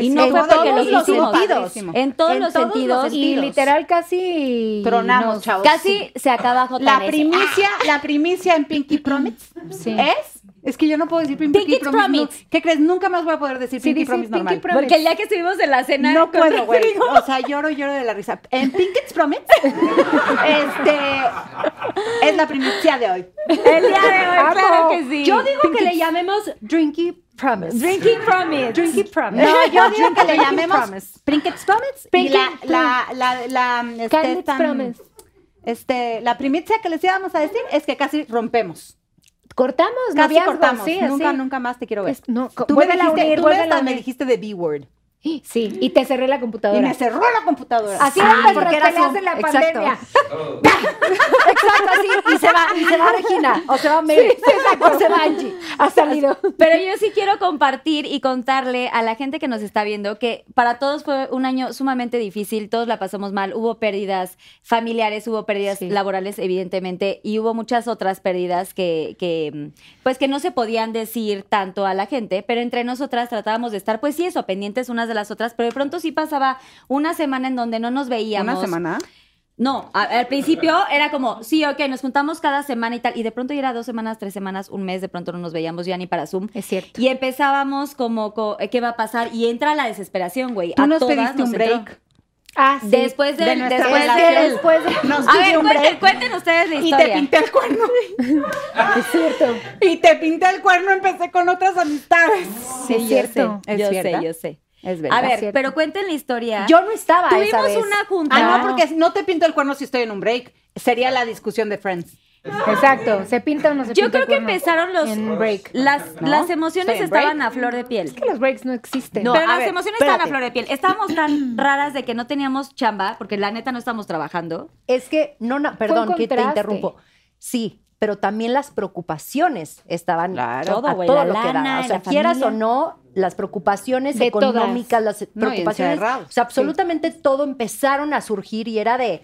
[SPEAKER 4] y no
[SPEAKER 6] en
[SPEAKER 4] fue porque
[SPEAKER 6] todos
[SPEAKER 4] lo
[SPEAKER 6] los
[SPEAKER 4] hicimos.
[SPEAKER 6] sentidos.
[SPEAKER 4] En todos
[SPEAKER 1] En
[SPEAKER 4] los
[SPEAKER 1] todos los
[SPEAKER 4] sentidos.
[SPEAKER 5] Y literal casi...
[SPEAKER 6] Tronamos,
[SPEAKER 5] nos-
[SPEAKER 6] chavos.
[SPEAKER 4] Casi se acaba JNS.
[SPEAKER 6] La primicia, la primicia en Pinky Promise
[SPEAKER 5] Ah. Sí.
[SPEAKER 6] es. Es que yo no puedo decir Pinky,
[SPEAKER 4] Pinky
[SPEAKER 6] Promise. no.
[SPEAKER 4] Promise.
[SPEAKER 6] ¿Qué crees? Nunca más voy a poder decir
[SPEAKER 5] Sí,
[SPEAKER 6] Pinky
[SPEAKER 5] dice
[SPEAKER 6] Promise
[SPEAKER 5] Pinky
[SPEAKER 6] normal.
[SPEAKER 5] Promise.
[SPEAKER 4] Porque el día que estuvimos en la cena
[SPEAKER 6] No
[SPEAKER 4] con
[SPEAKER 6] puedo, güey.
[SPEAKER 4] Rodrigo,
[SPEAKER 6] O sea, lloro, lloro de la risa. En Pinky Promise, este, es la primicia de hoy.
[SPEAKER 4] El día de hoy,
[SPEAKER 5] Amo.
[SPEAKER 4] claro que sí.
[SPEAKER 1] Yo digo que le llamemos Drinky Promise.
[SPEAKER 4] Drinking Promise.
[SPEAKER 1] Drinky Promise.
[SPEAKER 6] No, yo digo que le
[SPEAKER 1] Pinky
[SPEAKER 6] llamemos
[SPEAKER 1] Promise.
[SPEAKER 6] Prinkets Promise y
[SPEAKER 5] Pinky
[SPEAKER 6] la, la, la, la, este,
[SPEAKER 5] Candid
[SPEAKER 6] tan-
[SPEAKER 5] Promise.
[SPEAKER 6] Este, la primicia que les íbamos a decir es que casi rompemos.
[SPEAKER 5] Cortamos,
[SPEAKER 6] Casi
[SPEAKER 5] noviazgo,
[SPEAKER 6] cortamos.
[SPEAKER 5] sí, así.
[SPEAKER 6] nunca, nunca más te quiero ver.
[SPEAKER 5] Es- no, co-
[SPEAKER 6] tú me
[SPEAKER 5] vuélvela a
[SPEAKER 6] dijiste,
[SPEAKER 5] unir,
[SPEAKER 6] tú
[SPEAKER 5] vuélvela
[SPEAKER 6] hasta
[SPEAKER 5] a
[SPEAKER 6] me
[SPEAKER 5] unir.
[SPEAKER 6] dijiste de B-Word.
[SPEAKER 5] Sí, y te cerré la computadora.
[SPEAKER 6] Y me cerró la computadora.
[SPEAKER 5] Así
[SPEAKER 1] Sí,
[SPEAKER 5] eran nuestras
[SPEAKER 1] porque era
[SPEAKER 5] peleas
[SPEAKER 1] Zoom,
[SPEAKER 5] de la
[SPEAKER 1] exacto.
[SPEAKER 5] pandemia.
[SPEAKER 1] Exacto, así. Y se va, y se va Regina. O se va Mary. o se va Angie.
[SPEAKER 6] Ah,
[SPEAKER 5] Ha salido.
[SPEAKER 4] Pero yo sí quiero compartir y contarle a la gente que nos está viendo que para todos fue un año sumamente difícil, todos la pasamos mal, hubo pérdidas familiares, hubo pérdidas laborales, evidentemente, y hubo muchas otras pérdidas que, que, mm, pues que no se podían decir tanto a la gente, pero entre nosotras tratábamos de estar, pues sí, eso, pendientes unas de las otras, pero de pronto sí pasaba una semana en donde no nos veíamos.
[SPEAKER 6] ¿Una semana?
[SPEAKER 4] No, a- al principio era como, sí, ok, nos juntamos cada semana y tal, y de pronto ya era dos semanas, tres semanas, un mes, de pronto no nos veíamos ya ni para Zoom.
[SPEAKER 5] Es cierto.
[SPEAKER 4] Y empezábamos como, co- eh, ¿qué va a pasar? Y entra la desesperación, güey.
[SPEAKER 6] ¿Tú
[SPEAKER 4] A
[SPEAKER 6] nos
[SPEAKER 4] todas
[SPEAKER 6] pediste
[SPEAKER 4] nos
[SPEAKER 6] un
[SPEAKER 4] entró.
[SPEAKER 6] break?
[SPEAKER 5] Ah, sí.
[SPEAKER 4] Después del-
[SPEAKER 6] nuestra
[SPEAKER 4] después
[SPEAKER 5] Es que
[SPEAKER 6] relación.
[SPEAKER 4] del-
[SPEAKER 5] después
[SPEAKER 6] Nos
[SPEAKER 4] A
[SPEAKER 6] puse
[SPEAKER 4] ver,
[SPEAKER 6] un
[SPEAKER 4] cuenten,
[SPEAKER 6] break.
[SPEAKER 4] cuenten ustedes la
[SPEAKER 6] Y te
[SPEAKER 4] historia.
[SPEAKER 6] pinté el cuerno.
[SPEAKER 5] es cierto.
[SPEAKER 6] Y te pinté el cuerno, empecé con otras amistades.
[SPEAKER 5] es
[SPEAKER 4] yo
[SPEAKER 5] cierto.
[SPEAKER 4] sé,
[SPEAKER 6] Es
[SPEAKER 4] yo
[SPEAKER 6] cierto.
[SPEAKER 4] sé, yo sé.
[SPEAKER 6] Es
[SPEAKER 4] A ver,
[SPEAKER 5] cierto.
[SPEAKER 4] pero cuenten la historia.
[SPEAKER 5] Yo no estaba
[SPEAKER 4] Tuvimos
[SPEAKER 5] esa vez.
[SPEAKER 4] una junta.
[SPEAKER 6] Ah, no, porque no te pinto el cuerno si estoy en un break. Sería la discusión de Friends.
[SPEAKER 5] Exacto, se pinta o no se
[SPEAKER 4] Yo
[SPEAKER 5] pinta
[SPEAKER 4] creo
[SPEAKER 5] el
[SPEAKER 4] que
[SPEAKER 5] cuerno?
[SPEAKER 4] empezaron los
[SPEAKER 5] En break.
[SPEAKER 4] Las,
[SPEAKER 6] ¿No?
[SPEAKER 4] las emociones
[SPEAKER 6] Sí, en
[SPEAKER 4] estaban
[SPEAKER 6] break.
[SPEAKER 4] a flor de piel.
[SPEAKER 5] Que los breaks no existen.
[SPEAKER 4] pero
[SPEAKER 6] a
[SPEAKER 4] las
[SPEAKER 6] ver,
[SPEAKER 4] emociones
[SPEAKER 6] espérate.
[SPEAKER 4] estaban a flor de piel. Estábamos tan raras de que no teníamos chamba, porque la neta no estábamos trabajando.
[SPEAKER 1] Es que, no, no, perdón, que te
[SPEAKER 5] contraste.
[SPEAKER 1] interrumpo. Sí, pero también las preocupaciones estaban
[SPEAKER 6] Claro.
[SPEAKER 1] a
[SPEAKER 4] Todo, güey,
[SPEAKER 1] todo
[SPEAKER 4] la
[SPEAKER 1] lo que
[SPEAKER 4] lana,
[SPEAKER 1] da. O sea,
[SPEAKER 4] la
[SPEAKER 1] quieras
[SPEAKER 4] familia.
[SPEAKER 1] o no, las preocupaciones
[SPEAKER 5] De todas.
[SPEAKER 1] económicas, las
[SPEAKER 6] No, y
[SPEAKER 1] preocupaciones.
[SPEAKER 6] encerrados,
[SPEAKER 1] o sea, absolutamente todo empezaron a surgir y era de.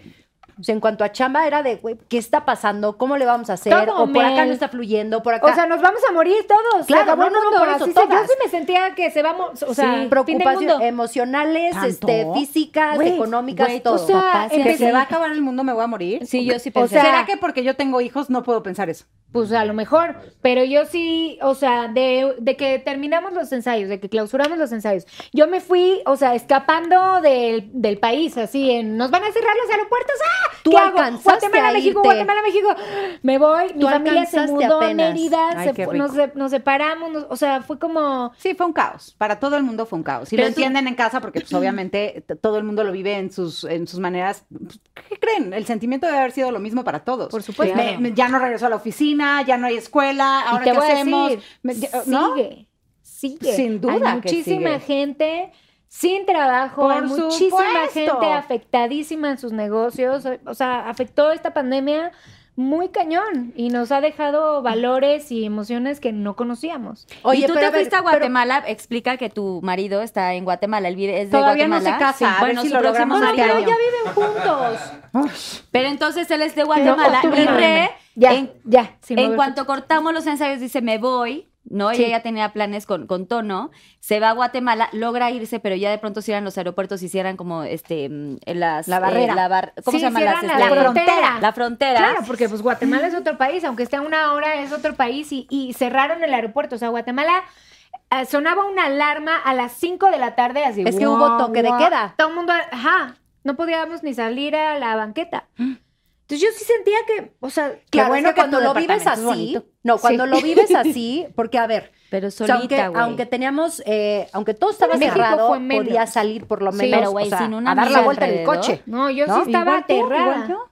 [SPEAKER 1] O sea, en cuanto a chamba, era de, güey, ¿qué está pasando? ¿Cómo le vamos a hacer?
[SPEAKER 5] Todo,
[SPEAKER 1] o por acá
[SPEAKER 5] Mel.
[SPEAKER 1] no está fluyendo, por acá.
[SPEAKER 5] O sea, nos vamos a morir todos.
[SPEAKER 1] Claro,
[SPEAKER 5] se acabó
[SPEAKER 1] no, no,
[SPEAKER 5] el
[SPEAKER 1] no,
[SPEAKER 5] mundo.
[SPEAKER 1] por eso,
[SPEAKER 5] Así se- yo
[SPEAKER 1] todas.
[SPEAKER 5] sí me sentía que se vamos, o sea,
[SPEAKER 1] Sí,
[SPEAKER 5] fin del
[SPEAKER 1] preocupaciones
[SPEAKER 5] mundo.
[SPEAKER 1] emocionales, este, físicas,
[SPEAKER 5] Güey,
[SPEAKER 1] económicas,
[SPEAKER 4] güey,
[SPEAKER 1] todo.
[SPEAKER 5] o sea,
[SPEAKER 4] Papás y
[SPEAKER 5] empecé-
[SPEAKER 6] ¿Que se va a acabar el mundo, me voy a morir?
[SPEAKER 4] Sí, yo sí
[SPEAKER 5] O
[SPEAKER 4] pensé.
[SPEAKER 5] sea,
[SPEAKER 6] ¿Será que porque yo tengo hijos no puedo pensar eso?
[SPEAKER 5] Pues a lo mejor, pero yo sí, o sea, de, de que terminamos los ensayos, de que clausuramos los ensayos, yo me fui, o sea, escapando del, del país, así, en, nos van a cerrar los aeropuertos, ¡ah!
[SPEAKER 1] Tú
[SPEAKER 5] ¿Qué hago?
[SPEAKER 1] alcanzaste
[SPEAKER 5] Guatemala,
[SPEAKER 1] a
[SPEAKER 5] México,
[SPEAKER 1] irte.
[SPEAKER 5] Guatemala, México, me voy, mi
[SPEAKER 1] Tú
[SPEAKER 5] familia se
[SPEAKER 1] alcanzaste
[SPEAKER 5] mudó
[SPEAKER 1] apenas.
[SPEAKER 5] a Mérida,
[SPEAKER 6] Ay,
[SPEAKER 5] se
[SPEAKER 6] qué
[SPEAKER 5] fu- nos,
[SPEAKER 6] rico.
[SPEAKER 5] se- nos separamos, nos- o sea, fue como...
[SPEAKER 6] Sí, fue un caos. Para todo el mundo fue un caos. Y lo
[SPEAKER 4] Pero tú-
[SPEAKER 6] entienden en casa porque, pues, obviamente, t- todo el mundo lo vive en sus, en sus maneras. Pues, ¿Qué creen? El sentimiento debe haber sido lo mismo para todos.
[SPEAKER 5] Por supuesto.
[SPEAKER 6] Me- me- ya no regreso a la oficina, ya no hay escuela,
[SPEAKER 5] Y
[SPEAKER 6] ahora
[SPEAKER 5] te
[SPEAKER 6] qué
[SPEAKER 5] voy a
[SPEAKER 6] hacemos.
[SPEAKER 5] decir,
[SPEAKER 6] Me- ya- ¿no?
[SPEAKER 5] Sigue, sigue.
[SPEAKER 6] Sin duda
[SPEAKER 5] Hay
[SPEAKER 6] que
[SPEAKER 5] muchísima
[SPEAKER 6] sigue.
[SPEAKER 5] gente sin trabajo, hay
[SPEAKER 6] Por
[SPEAKER 5] muchísima
[SPEAKER 6] supuesto.
[SPEAKER 5] gente afectadísima en sus negocios. O sea, afectó esta pandemia muy cañón y nos ha dejado valores y emociones que no conocíamos.
[SPEAKER 4] y tú
[SPEAKER 1] pero
[SPEAKER 4] te
[SPEAKER 1] a ver,
[SPEAKER 4] fuiste a
[SPEAKER 1] pero-
[SPEAKER 4] Guatemala, explica que tu marido está en Guatemala, él vive- es de
[SPEAKER 6] Todavía no
[SPEAKER 4] Guatemala.
[SPEAKER 6] se casa, a ver
[SPEAKER 4] bueno,
[SPEAKER 6] si
[SPEAKER 4] su
[SPEAKER 6] lo
[SPEAKER 4] próximo
[SPEAKER 6] logramos
[SPEAKER 4] marido.
[SPEAKER 6] este
[SPEAKER 5] Pero
[SPEAKER 6] año.
[SPEAKER 5] ya viven juntos.
[SPEAKER 4] Pero entonces él es de Guatemala
[SPEAKER 5] No,
[SPEAKER 4] y
[SPEAKER 5] octubre,
[SPEAKER 4] re,
[SPEAKER 5] Ya,
[SPEAKER 4] en,
[SPEAKER 5] ya. sin
[SPEAKER 4] en
[SPEAKER 5] moverse.
[SPEAKER 4] cuanto cortamos los ensayos dice, me voy, ¿no?
[SPEAKER 5] Sí.
[SPEAKER 4] Ella ya tenía planes con, con Tono, se va a Guatemala, logra irse, pero ya de pronto cierran los aeropuertos y cierran como este, mm, las...
[SPEAKER 1] La barrera.
[SPEAKER 4] la bar- ¿Cómo
[SPEAKER 5] Sí,
[SPEAKER 4] se llama?
[SPEAKER 5] cierran
[SPEAKER 4] Las,
[SPEAKER 5] la
[SPEAKER 4] este,
[SPEAKER 5] frontera.
[SPEAKER 4] La frontera.
[SPEAKER 5] Claro, porque pues Guatemala es otro país, aunque esté a una hora es otro país y, y cerraron el aeropuerto. O sea, Guatemala eh, sonaba una alarma a las 5 de la tarde así.
[SPEAKER 1] Es que hubo
[SPEAKER 5] guau,
[SPEAKER 1] toque de
[SPEAKER 5] guau.
[SPEAKER 1] queda.
[SPEAKER 5] Todo el mundo, ajá, no podíamos ni salir a la banqueta. Entonces yo sí sentía que, o sea,
[SPEAKER 1] Claro,
[SPEAKER 6] bueno
[SPEAKER 1] es que
[SPEAKER 6] que
[SPEAKER 1] cuando
[SPEAKER 6] tu
[SPEAKER 1] lo vives
[SPEAKER 6] departamento es
[SPEAKER 1] así,
[SPEAKER 6] bonito.
[SPEAKER 1] no, cuando
[SPEAKER 5] Sí.
[SPEAKER 1] lo vives así, porque a ver,
[SPEAKER 4] Pero
[SPEAKER 1] o sea,
[SPEAKER 4] solita,
[SPEAKER 1] aunque,
[SPEAKER 4] güey.
[SPEAKER 1] aunque teníamos, eh, aunque todo estaba
[SPEAKER 5] México
[SPEAKER 1] cerrado,
[SPEAKER 5] fue menos.
[SPEAKER 1] podía salir por lo
[SPEAKER 5] Sí.
[SPEAKER 1] menos
[SPEAKER 4] Pero, güey,
[SPEAKER 1] o sea,
[SPEAKER 4] sin una
[SPEAKER 1] a dar la
[SPEAKER 4] amiga
[SPEAKER 1] vuelta en el
[SPEAKER 4] alrededor.
[SPEAKER 1] coche.
[SPEAKER 5] no, yo
[SPEAKER 1] ¿No?
[SPEAKER 5] sí estaba
[SPEAKER 6] Igual tú,
[SPEAKER 5] aterrada.
[SPEAKER 6] igual yo.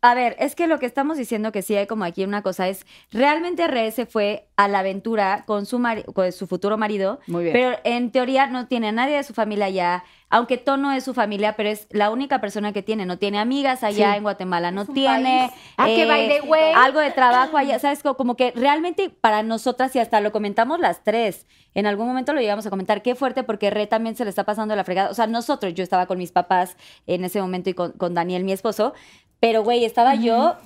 [SPEAKER 4] A ver, es que lo que estamos diciendo que sí hay como aquí una cosa es, realmente Re se fue a la aventura con su, mari- con su futuro marido,
[SPEAKER 6] Muy bien.
[SPEAKER 4] pero en teoría no tiene a nadie de su familia allá, aunque Tono es su familia, pero es la única persona que tiene, no tiene amigas allá en Guatemala, no tiene eh,
[SPEAKER 5] Ah, que by the way.
[SPEAKER 4] algo de trabajo allá, ¿sabes? Co- Como que realmente para nosotras, y hasta lo comentamos las tres, en algún momento lo llegamos a comentar, qué fuerte porque Re también se le está pasando la fregada, o sea, nosotros, yo estaba con mis papás en ese momento y con, con Daniel, mi esposo, pero, güey, estaba yo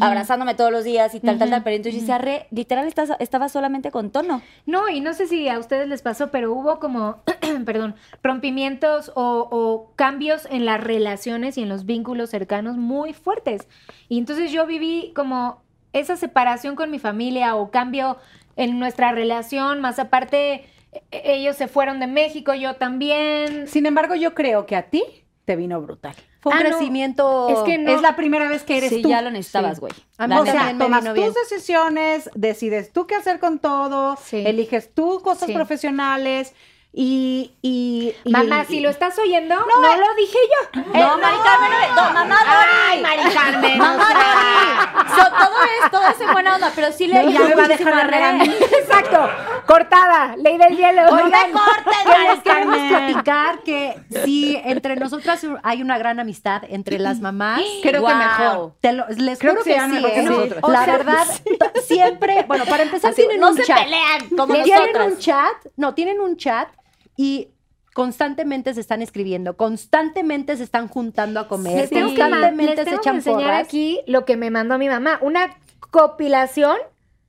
[SPEAKER 4] abrazándome todos los días y tal, tal, tal. Pero entonces yo decía, re, literal, estás- estaba solamente con tono.
[SPEAKER 5] No, y no sé si a ustedes les pasó, pero hubo como, perdón, rompimientos o, o cambios en las relaciones y en los vínculos cercanos muy fuertes. Y entonces yo viví como esa separación con mi familia o cambio en nuestra relación, más aparte e- ellos se fueron de México, yo también.
[SPEAKER 6] Sin embargo, yo creo que a ti te vino brutal.
[SPEAKER 1] Fue un
[SPEAKER 5] Ah, no.
[SPEAKER 1] crecimiento.
[SPEAKER 5] Es que no.
[SPEAKER 6] Es la primera vez que eres
[SPEAKER 4] sí,
[SPEAKER 6] tú.
[SPEAKER 4] ya lo necesitabas, güey.
[SPEAKER 1] A mí
[SPEAKER 4] La
[SPEAKER 6] o
[SPEAKER 4] neta.
[SPEAKER 6] sea,
[SPEAKER 1] también me
[SPEAKER 6] tomas
[SPEAKER 1] vino
[SPEAKER 6] tus
[SPEAKER 1] bien.
[SPEAKER 6] decisiones, decides tú qué hacer con todo,
[SPEAKER 5] Sí.
[SPEAKER 6] eliges tú cosas
[SPEAKER 5] Sí.
[SPEAKER 6] profesionales y... y, y-
[SPEAKER 5] Mamá,
[SPEAKER 6] y-
[SPEAKER 5] si lo estás oyendo, no, lo dije yo.
[SPEAKER 4] No, Mari Carmen, no, no, mamá Dori.
[SPEAKER 5] Maricarmen.
[SPEAKER 4] Mamá Dori. So, todo es, todo es en buena onda, pero sí le
[SPEAKER 6] No, ya me va a dejar hablar a mí.
[SPEAKER 5] Exacto. Cortada. Ley del hielo. Oigan.
[SPEAKER 1] Oye, les queremos
[SPEAKER 6] Carmen.
[SPEAKER 1] platicar que sí, entre nosotras hay una gran amistad entre las mamás.
[SPEAKER 6] Creo que
[SPEAKER 4] Guau.
[SPEAKER 6] mejor.
[SPEAKER 1] Te lo- les
[SPEAKER 6] Creo
[SPEAKER 1] juro
[SPEAKER 6] que
[SPEAKER 1] que,
[SPEAKER 6] sean
[SPEAKER 1] sí,
[SPEAKER 6] mejor que
[SPEAKER 1] ¿eh?
[SPEAKER 6] nosotras.
[SPEAKER 1] La
[SPEAKER 6] O sea,
[SPEAKER 1] verdad, t- siempre, bueno, para empezar
[SPEAKER 4] Así,
[SPEAKER 1] tienen
[SPEAKER 4] no
[SPEAKER 1] un
[SPEAKER 4] se
[SPEAKER 1] chat.
[SPEAKER 4] pelean como
[SPEAKER 1] tienen
[SPEAKER 4] nosotras.
[SPEAKER 1] un chat, no, tienen un chat y constantemente se están escribiendo, constantemente se están juntando a comer,
[SPEAKER 5] Les tengo que man-
[SPEAKER 1] constantemente
[SPEAKER 5] les tengo
[SPEAKER 1] se
[SPEAKER 5] que
[SPEAKER 1] echan
[SPEAKER 5] enseñar
[SPEAKER 1] porras.
[SPEAKER 5] aquí lo que me mandó mi mamá, una compilación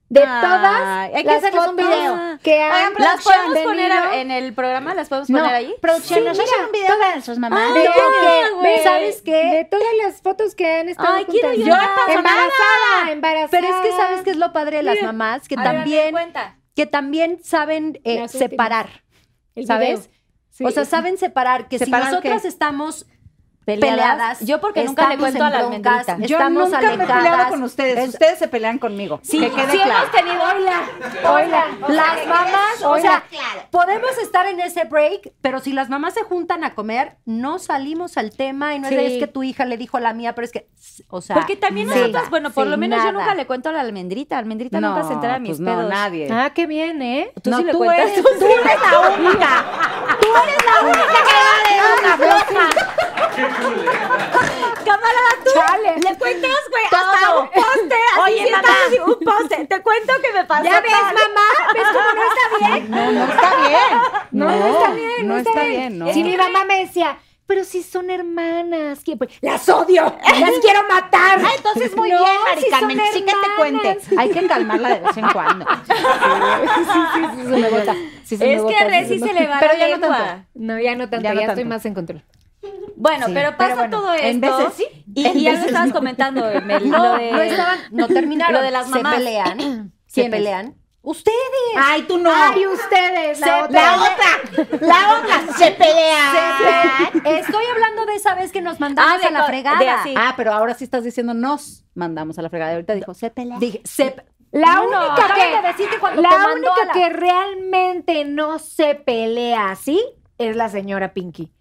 [SPEAKER 7] De
[SPEAKER 6] Ay,
[SPEAKER 7] todas
[SPEAKER 6] hay que
[SPEAKER 7] las
[SPEAKER 6] hacerles un
[SPEAKER 7] fotos
[SPEAKER 6] video.
[SPEAKER 7] que
[SPEAKER 6] Oigan,
[SPEAKER 7] han
[SPEAKER 4] ¿Las podemos
[SPEAKER 6] Producción,
[SPEAKER 4] poner
[SPEAKER 6] venido.
[SPEAKER 4] a- en el programa? ¿Las podemos
[SPEAKER 6] No,
[SPEAKER 4] poner ahí?
[SPEAKER 6] producción, nos
[SPEAKER 7] mira,
[SPEAKER 6] echan un video para sus mamás.
[SPEAKER 7] de todas,
[SPEAKER 4] güey.
[SPEAKER 7] de-
[SPEAKER 1] ¿Sabes qué?
[SPEAKER 7] De todas las fotos que han estado
[SPEAKER 4] Ay, quiero
[SPEAKER 7] juntas.
[SPEAKER 4] llorar. Yo he
[SPEAKER 7] embarazada, embarazada.
[SPEAKER 1] Pero es que sabes que es lo padre de las mamás, que
[SPEAKER 4] A ver, a ver,
[SPEAKER 1] también,
[SPEAKER 4] cuenta.
[SPEAKER 1] que también saben eh,
[SPEAKER 5] Las últimas.
[SPEAKER 1] separar,
[SPEAKER 5] El
[SPEAKER 1] ¿sabes?
[SPEAKER 5] video. Sí.
[SPEAKER 1] O sea, saben separar que
[SPEAKER 6] ¿Separar
[SPEAKER 1] si nosotras
[SPEAKER 6] qué?
[SPEAKER 1] estamos
[SPEAKER 4] Peleadas.
[SPEAKER 1] peleadas,
[SPEAKER 4] Yo porque nunca le
[SPEAKER 1] estamos
[SPEAKER 4] cuento
[SPEAKER 1] en
[SPEAKER 4] a la
[SPEAKER 1] broncas,
[SPEAKER 4] almendrita.
[SPEAKER 6] Ah, Yo
[SPEAKER 1] estamos
[SPEAKER 6] nunca me he
[SPEAKER 1] alejadas,
[SPEAKER 6] peleado con ustedes.
[SPEAKER 1] es-
[SPEAKER 6] Ustedes se pelean conmigo.
[SPEAKER 4] Sí,
[SPEAKER 6] que quede
[SPEAKER 4] sí
[SPEAKER 6] claro.
[SPEAKER 4] hemos tenido...
[SPEAKER 7] Oigan,
[SPEAKER 1] Las mamás, o
[SPEAKER 7] Oiga,
[SPEAKER 1] sea, podemos estar en ese break, pero si las mamás se juntan a comer, no salimos al tema y no es, de,
[SPEAKER 5] Sí.
[SPEAKER 1] "Es que tu hija le dijo a la mía, pero es que, o sea,
[SPEAKER 4] Porque también
[SPEAKER 1] nada.
[SPEAKER 4] nosotras, bueno, por
[SPEAKER 1] Sí,
[SPEAKER 4] lo menos yo
[SPEAKER 1] nada.
[SPEAKER 4] nunca le cuento a la almendrita. Almendrita
[SPEAKER 6] No,
[SPEAKER 4] nunca se entera de mis
[SPEAKER 6] pues
[SPEAKER 4] pedos.
[SPEAKER 6] no, nadie.
[SPEAKER 5] Ah, qué bien, ¿eh?
[SPEAKER 4] Tú
[SPEAKER 6] No,
[SPEAKER 4] sí le
[SPEAKER 6] tú
[SPEAKER 4] cuentas.
[SPEAKER 6] eres-
[SPEAKER 4] tú eres la única. Tú eres la única que va de una Cámara, tú le cuentas, güey, hasta un poste. Así Oye, un poste. Te cuento que me pasó
[SPEAKER 7] ¿Ya ves,
[SPEAKER 4] tal.
[SPEAKER 7] mamá? ¿Ves cómo no está bien?
[SPEAKER 6] No, no está bien.
[SPEAKER 7] No, no está bien, no, está, bien.
[SPEAKER 6] no.
[SPEAKER 7] Si mi mamá me decía, pero si son hermanas, que pues, las odio, las quiero matar.
[SPEAKER 6] Ah, entonces muy
[SPEAKER 7] No,
[SPEAKER 6] bien,
[SPEAKER 7] si
[SPEAKER 6] Maricarmen,
[SPEAKER 7] son
[SPEAKER 6] sí que te cuente.
[SPEAKER 7] hermanas.
[SPEAKER 6] Hay que calmarla de vez en cuando. Sí, sí, sí, se me bota. Sí, se me
[SPEAKER 4] Es
[SPEAKER 6] bota,
[SPEAKER 4] que a
[SPEAKER 6] sí,
[SPEAKER 4] Reci
[SPEAKER 6] no.
[SPEAKER 4] se le va
[SPEAKER 6] Pero
[SPEAKER 4] la
[SPEAKER 6] ya no tanto.
[SPEAKER 4] lengua.
[SPEAKER 5] No, ya no tanto,
[SPEAKER 6] Ya
[SPEAKER 5] ya,
[SPEAKER 6] no
[SPEAKER 5] estoy
[SPEAKER 6] tanto.
[SPEAKER 5] más en control.
[SPEAKER 4] Bueno, pero pasa
[SPEAKER 6] bueno,
[SPEAKER 4] todo esto.
[SPEAKER 6] en veces sí,
[SPEAKER 4] Y,
[SPEAKER 6] en
[SPEAKER 4] y ya lo
[SPEAKER 6] veces
[SPEAKER 4] estabas
[SPEAKER 6] no.
[SPEAKER 4] comentando, Mel,
[SPEAKER 1] No,
[SPEAKER 4] lo de-
[SPEAKER 1] no estaban, no terminaron.
[SPEAKER 4] lo de las mamás.
[SPEAKER 1] Se pelean. se
[SPEAKER 5] ¿Quiénes?
[SPEAKER 1] pelean. Ustedes.
[SPEAKER 6] Ay, tú no.
[SPEAKER 7] Ay, ustedes, la
[SPEAKER 1] Se-
[SPEAKER 7] otra.
[SPEAKER 6] otra. La otra se pelea.
[SPEAKER 1] Estoy hablando de esa vez que nos
[SPEAKER 4] Ah,
[SPEAKER 1] mandamos
[SPEAKER 4] de
[SPEAKER 1] a la
[SPEAKER 4] co- de
[SPEAKER 1] fregada.
[SPEAKER 4] así.
[SPEAKER 6] Ah, pero ahora sí estás diciendo nos mandamos a la fregada. Ahorita dijo, se pelea.
[SPEAKER 1] pues, Dije, se-
[SPEAKER 7] La
[SPEAKER 1] Uno,
[SPEAKER 7] única
[SPEAKER 1] acabas de
[SPEAKER 7] que
[SPEAKER 1] decir que cuando te
[SPEAKER 7] la
[SPEAKER 1] mandó a
[SPEAKER 7] única
[SPEAKER 1] la-
[SPEAKER 7] que realmente no se pelea así es la señora Pinky.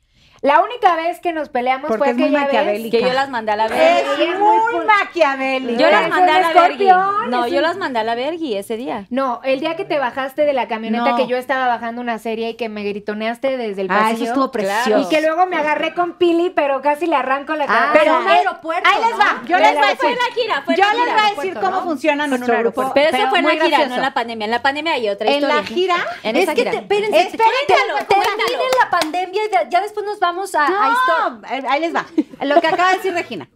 [SPEAKER 7] La única vez que nos peleamos
[SPEAKER 6] Porque
[SPEAKER 7] fue
[SPEAKER 6] es muy
[SPEAKER 7] aquella vez.
[SPEAKER 6] maquiavélica.
[SPEAKER 4] que yo las mandé a la verga.
[SPEAKER 6] Es muy maquiavélica.
[SPEAKER 4] Yo las
[SPEAKER 7] es
[SPEAKER 4] mandé
[SPEAKER 7] un
[SPEAKER 4] a la vergui.
[SPEAKER 7] escorpión,
[SPEAKER 4] No,
[SPEAKER 7] es
[SPEAKER 4] yo
[SPEAKER 7] un-
[SPEAKER 4] las mandé a la vergui ese día.
[SPEAKER 7] No, el día que te bajaste de la camioneta
[SPEAKER 6] No.
[SPEAKER 7] que yo estaba bajando una serie y que me gritoneaste desde el pasillo.
[SPEAKER 6] Ah, eso estuvo precioso.
[SPEAKER 7] Y que luego me agarré con Pili, pero casi le arranco
[SPEAKER 4] Ah,
[SPEAKER 7] la cabeza.
[SPEAKER 1] pero un
[SPEAKER 7] Eh,
[SPEAKER 1] aeropuerto,
[SPEAKER 7] Ahí les
[SPEAKER 1] ¿no?
[SPEAKER 7] va.
[SPEAKER 6] Yo
[SPEAKER 7] De
[SPEAKER 6] les
[SPEAKER 7] la
[SPEAKER 6] voy a
[SPEAKER 7] vecina.
[SPEAKER 4] Fue en la gira, fue en
[SPEAKER 6] Yo
[SPEAKER 4] la
[SPEAKER 6] les
[SPEAKER 4] gira.
[SPEAKER 6] voy a decir cómo funciona nuestro grupo.
[SPEAKER 4] Pero esa fue en la
[SPEAKER 6] muy
[SPEAKER 4] gira, no
[SPEAKER 6] gracioso.
[SPEAKER 4] en la pandemia. En la pandemia hay otra
[SPEAKER 6] En
[SPEAKER 4] historia.
[SPEAKER 6] la gira,
[SPEAKER 4] En
[SPEAKER 1] Es
[SPEAKER 4] esa
[SPEAKER 1] que
[SPEAKER 4] gira.
[SPEAKER 1] te, espérense,
[SPEAKER 6] Espérense,
[SPEAKER 1] te- te-
[SPEAKER 4] cuéntalo.
[SPEAKER 1] terminen la pandemia y de- ya después nos vamos a, a historia.
[SPEAKER 6] No, eh, ahí les va. Lo que acaba de decir Regina.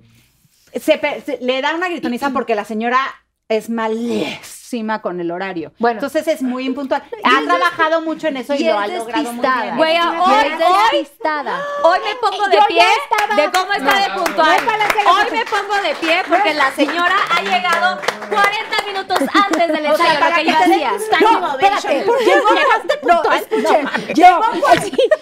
[SPEAKER 6] Se pe- se- le da una gritoniza porque la señora es malísima con el horario.
[SPEAKER 7] Bueno.
[SPEAKER 6] Entonces es muy impuntual. Ha trabajado mucho en eso y,
[SPEAKER 1] y
[SPEAKER 6] lo
[SPEAKER 1] es
[SPEAKER 6] ha logrado muy bien.
[SPEAKER 1] despistada.
[SPEAKER 4] Güey, hoy, hoy,
[SPEAKER 1] despistada.
[SPEAKER 4] hoy me pongo de
[SPEAKER 7] Yo ya
[SPEAKER 4] pie
[SPEAKER 7] estaba-
[SPEAKER 4] de cómo está de puntual. Hoy me pongo de pie porque la señora ha llegado 40 minutos antes del ensayo, lo que yo hacía.
[SPEAKER 6] No, espérate.
[SPEAKER 1] No, escuchen. Yo,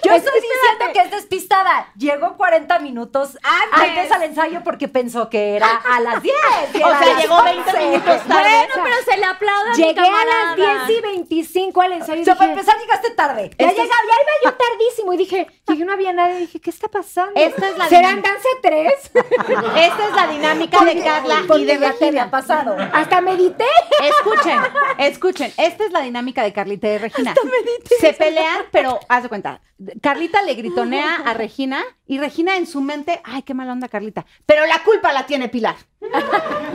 [SPEAKER 1] yo estoy diciendo que es despistada. Llegó 40 minutos
[SPEAKER 4] Ah,
[SPEAKER 6] Pues
[SPEAKER 1] antes al ensayo porque pensó que era a las 10. que
[SPEAKER 6] O
[SPEAKER 1] era a
[SPEAKER 6] sea,
[SPEAKER 1] las
[SPEAKER 6] llegó 20
[SPEAKER 1] 11.
[SPEAKER 6] minutos tarde.
[SPEAKER 4] Bueno, pero se le aplauda a mi
[SPEAKER 7] Llegué a
[SPEAKER 4] camarada.
[SPEAKER 7] las 10 y 25 al ensayo
[SPEAKER 1] O
[SPEAKER 7] y
[SPEAKER 1] sea, para
[SPEAKER 7] dije,
[SPEAKER 1] empezar llegaste tarde.
[SPEAKER 7] ya
[SPEAKER 1] Esto es-
[SPEAKER 7] llegaba, ya iba yo tardísimo y dije, llegué, no había nadie, dije, ¿qué está pasando?
[SPEAKER 6] Esta es la
[SPEAKER 7] ¿Serán
[SPEAKER 6] dinámica.
[SPEAKER 7] danza 3?
[SPEAKER 6] Esta es la dinámica de Carla y
[SPEAKER 1] porque
[SPEAKER 6] de
[SPEAKER 1] ya te
[SPEAKER 6] Regina.
[SPEAKER 1] había pasado.
[SPEAKER 7] Hasta medité.
[SPEAKER 6] Escuchen, escuchen. Esta es la dinámica de Carlita y de Regina. Se pelean, pero haz de cuenta. Carlita le gritonea a Regina y Regina en su mente, ay, qué mala onda Carlita. Pero la culpa la tiene Pilar.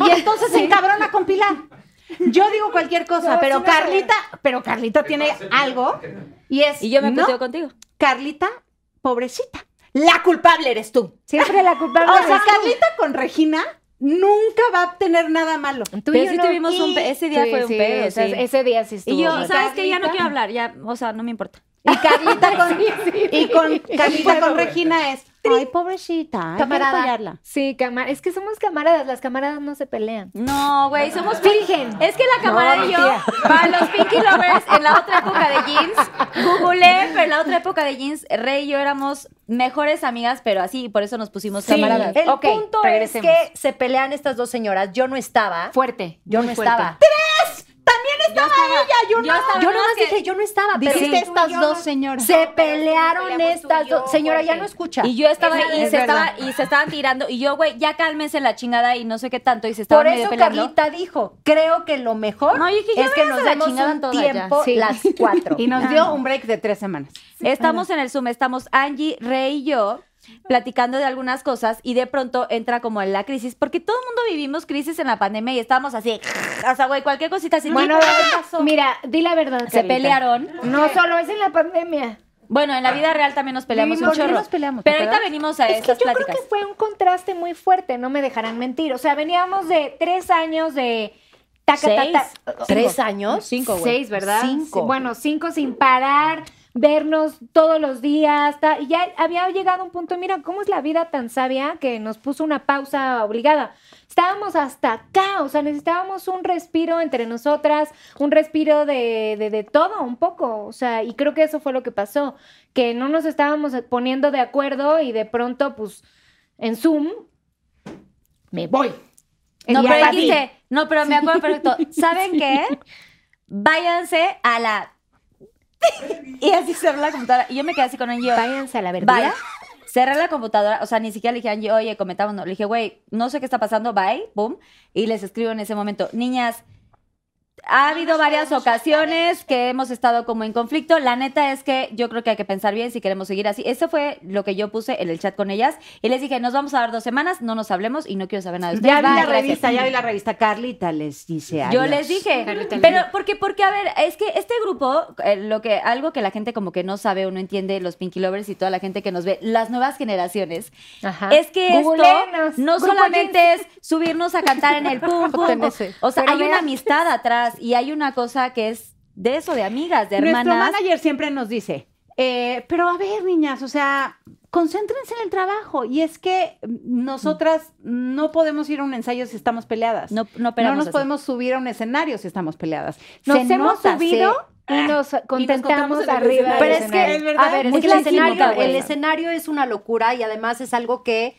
[SPEAKER 6] Y entonces se encabrona con Pilar. Yo digo cualquier cosa, pero Carlita, pero Carlita tiene algo y es
[SPEAKER 4] Y yo me
[SPEAKER 6] no,
[SPEAKER 4] puteo contigo.
[SPEAKER 6] Carlita, pobrecita. La culpable eres tú.
[SPEAKER 7] Siempre la culpable
[SPEAKER 6] O sea,
[SPEAKER 7] eres tú.
[SPEAKER 6] Carlita con Regina nunca va a tener nada malo.
[SPEAKER 7] Tú y
[SPEAKER 4] Pero
[SPEAKER 7] yo
[SPEAKER 4] sí
[SPEAKER 7] no.
[SPEAKER 4] tuvimos un pe- ese día
[SPEAKER 7] Sí,
[SPEAKER 4] fue un
[SPEAKER 7] sí,
[SPEAKER 4] pedo,
[SPEAKER 7] o sea,
[SPEAKER 4] sí.
[SPEAKER 7] Ese día sí estuvo.
[SPEAKER 4] Y yo,
[SPEAKER 7] mal.
[SPEAKER 4] ¿sabes qué? Ya no quiero hablar, ya, o sea, no me importa.
[SPEAKER 6] Y Carlita con, y con, Carlita con Regina es, ay, pobrecita, hay
[SPEAKER 7] Camarada.
[SPEAKER 6] que apoyarla.
[SPEAKER 7] Sí, cama- es que somos camaradas, las camaradas no se pelean.
[SPEAKER 4] No, güey, somos
[SPEAKER 7] Virgen.
[SPEAKER 4] Es que la cámara y yo, para los Pinky Lovers, en la otra época de jeans, googleé, pero en la otra época de jeans, Rey y yo éramos mejores amigas, pero así, y por eso nos pusimos camaradas.
[SPEAKER 1] El
[SPEAKER 7] Ok,
[SPEAKER 1] punto
[SPEAKER 7] regresemos.
[SPEAKER 1] es que se pelean estas dos señoras. Yo no estaba.
[SPEAKER 7] Fuerte.
[SPEAKER 1] yo no
[SPEAKER 7] muy fuerte.
[SPEAKER 1] estaba.
[SPEAKER 6] También estaba, ella, yo
[SPEAKER 4] yo
[SPEAKER 6] no.
[SPEAKER 4] estaba-
[SPEAKER 1] Yo
[SPEAKER 4] No,
[SPEAKER 1] nomás
[SPEAKER 4] es que-
[SPEAKER 1] dije, yo no estaba. Pero
[SPEAKER 6] Dijiste estas dos señoras.
[SPEAKER 1] Se pelearon estas dos. Señora, ya no escucha.
[SPEAKER 4] Y yo estaba
[SPEAKER 6] Esa
[SPEAKER 4] y
[SPEAKER 6] es
[SPEAKER 4] se
[SPEAKER 6] verdad.
[SPEAKER 4] estaba y se estaban tirando y yo, güey, ya cálmense la chingada y no sé qué tanto y se estaban
[SPEAKER 1] Por
[SPEAKER 4] medio
[SPEAKER 1] eso
[SPEAKER 4] peleando.
[SPEAKER 1] Carlita dijo, creo que lo mejor
[SPEAKER 4] No, yo dije, ya
[SPEAKER 1] es que
[SPEAKER 4] váyanse
[SPEAKER 1] nos
[SPEAKER 4] a la
[SPEAKER 1] demos
[SPEAKER 4] chingada
[SPEAKER 1] un
[SPEAKER 4] todas ya.
[SPEAKER 1] tiempo
[SPEAKER 7] Sí.
[SPEAKER 1] las cuatro.
[SPEAKER 6] Y nos dio un break de tres semanas.
[SPEAKER 4] Estamos en el Zoom, estamos Angie, Rey y yo platicando de algunas cosas y de pronto entra como en la crisis, porque todo el mundo vivimos crisis en la pandemia y estábamos así, o sea, güey, cualquier cosita así.
[SPEAKER 7] Bueno,
[SPEAKER 4] ¿qué pasó?
[SPEAKER 7] mira, di la verdad.
[SPEAKER 4] se
[SPEAKER 7] Carlita.
[SPEAKER 4] pelearon.
[SPEAKER 7] No solo es en la pandemia.
[SPEAKER 4] Bueno, en la vida real también nos peleamos un
[SPEAKER 6] Vivimos-
[SPEAKER 4] chorro.
[SPEAKER 6] ¿por qué nos peleamos?
[SPEAKER 4] Pero
[SPEAKER 6] ¿Te
[SPEAKER 4] ahorita
[SPEAKER 6] acuerdas?
[SPEAKER 4] venimos a
[SPEAKER 7] Es que yo
[SPEAKER 4] estas pláticas.
[SPEAKER 7] creo que fue un contraste muy fuerte, no me dejarán mentir. O sea, veníamos de tres años de
[SPEAKER 5] taca, taca.
[SPEAKER 1] ¿Tres años?
[SPEAKER 6] Cinco, güey.
[SPEAKER 5] Seis, ¿verdad?
[SPEAKER 1] Cinco.
[SPEAKER 5] Sí, Bueno, cinco sin parar, vernos todos los días. ta- y ya había llegado un punto, mira, cómo es la vida tan sabia que nos puso una pausa obligada. Estábamos hasta acá, o sea, necesitábamos un respiro entre nosotras, un respiro de, de, de todo, un poco. O sea, y creo que eso fue lo que pasó, que no nos estábamos poniendo de acuerdo y de pronto, pues, en Zoom, me voy.
[SPEAKER 4] No,
[SPEAKER 5] Y
[SPEAKER 4] pero
[SPEAKER 5] ahí-
[SPEAKER 4] dijiste, no, pero me acuerdo perfecto. ¿Saben qué? Váyanse a la. y así cerré la computadora. Y yo me quedé así con un yo.
[SPEAKER 5] Váyanse a la verdad.
[SPEAKER 4] Bye. Cerré la computadora. O sea, ni siquiera le dije a Angie, oye, comentamos. No. Le dije, güey, no sé qué está pasando. Bye. Boom. Y les escribo en ese momento. Niñas, ha habido varias ocasiones que hemos estado como en conflicto. La neta es que yo creo que hay que pensar bien si queremos seguir así. Eso fue lo que yo puse en el chat con ellas. Y les dije, nos vamos a dar dos semanas, no nos hablemos y no quiero saber nada de ustedes.
[SPEAKER 6] Ya vi
[SPEAKER 4] Bye,
[SPEAKER 6] la
[SPEAKER 4] gracias".
[SPEAKER 6] revista, ya vi la revista. Carlita les dice
[SPEAKER 4] Yo
[SPEAKER 6] adiós.
[SPEAKER 4] les dije,
[SPEAKER 5] Carlita,
[SPEAKER 4] pero porque porque a ver, es que este grupo eh, lo que algo que la gente como que no sabe o no entiende los Pinky Lovers y toda la gente que nos ve, las nuevas generaciones,
[SPEAKER 5] Ajá.
[SPEAKER 4] es que esto
[SPEAKER 5] Googleenos.
[SPEAKER 4] no
[SPEAKER 5] Grupo
[SPEAKER 4] solamente es subirnos a cantar en el pum pum, pum.
[SPEAKER 1] ese.
[SPEAKER 4] o sea,
[SPEAKER 5] Pero
[SPEAKER 4] hay una
[SPEAKER 5] vean-
[SPEAKER 4] amistad atrás y hay una cosa que es de eso de amigas, de
[SPEAKER 6] Nuestro
[SPEAKER 4] hermanas.
[SPEAKER 6] manager siempre nos dice, eh, pero a ver, niñas, o sea, concéntrense en el trabajo. Y es que mm, nosotras no podemos ir a un ensayo si estamos peleadas.
[SPEAKER 4] No no,
[SPEAKER 6] No
[SPEAKER 4] operamos
[SPEAKER 6] nos
[SPEAKER 4] así.
[SPEAKER 6] podemos subir a un escenario si estamos peleadas.
[SPEAKER 5] Nos
[SPEAKER 6] Se
[SPEAKER 5] hemos
[SPEAKER 6] nota,
[SPEAKER 5] subido
[SPEAKER 6] se-
[SPEAKER 5] y nos
[SPEAKER 6] encontramos
[SPEAKER 5] contentamos
[SPEAKER 6] en el
[SPEAKER 5] arriba.
[SPEAKER 6] escenario.
[SPEAKER 1] Pero
[SPEAKER 5] del
[SPEAKER 1] es
[SPEAKER 5] escenario.
[SPEAKER 1] que,
[SPEAKER 6] verdad,
[SPEAKER 1] a ver, es
[SPEAKER 4] muy
[SPEAKER 1] que el
[SPEAKER 4] clasista,
[SPEAKER 1] escenario,
[SPEAKER 4] güey.
[SPEAKER 1] el escenario es una locura y además es algo que,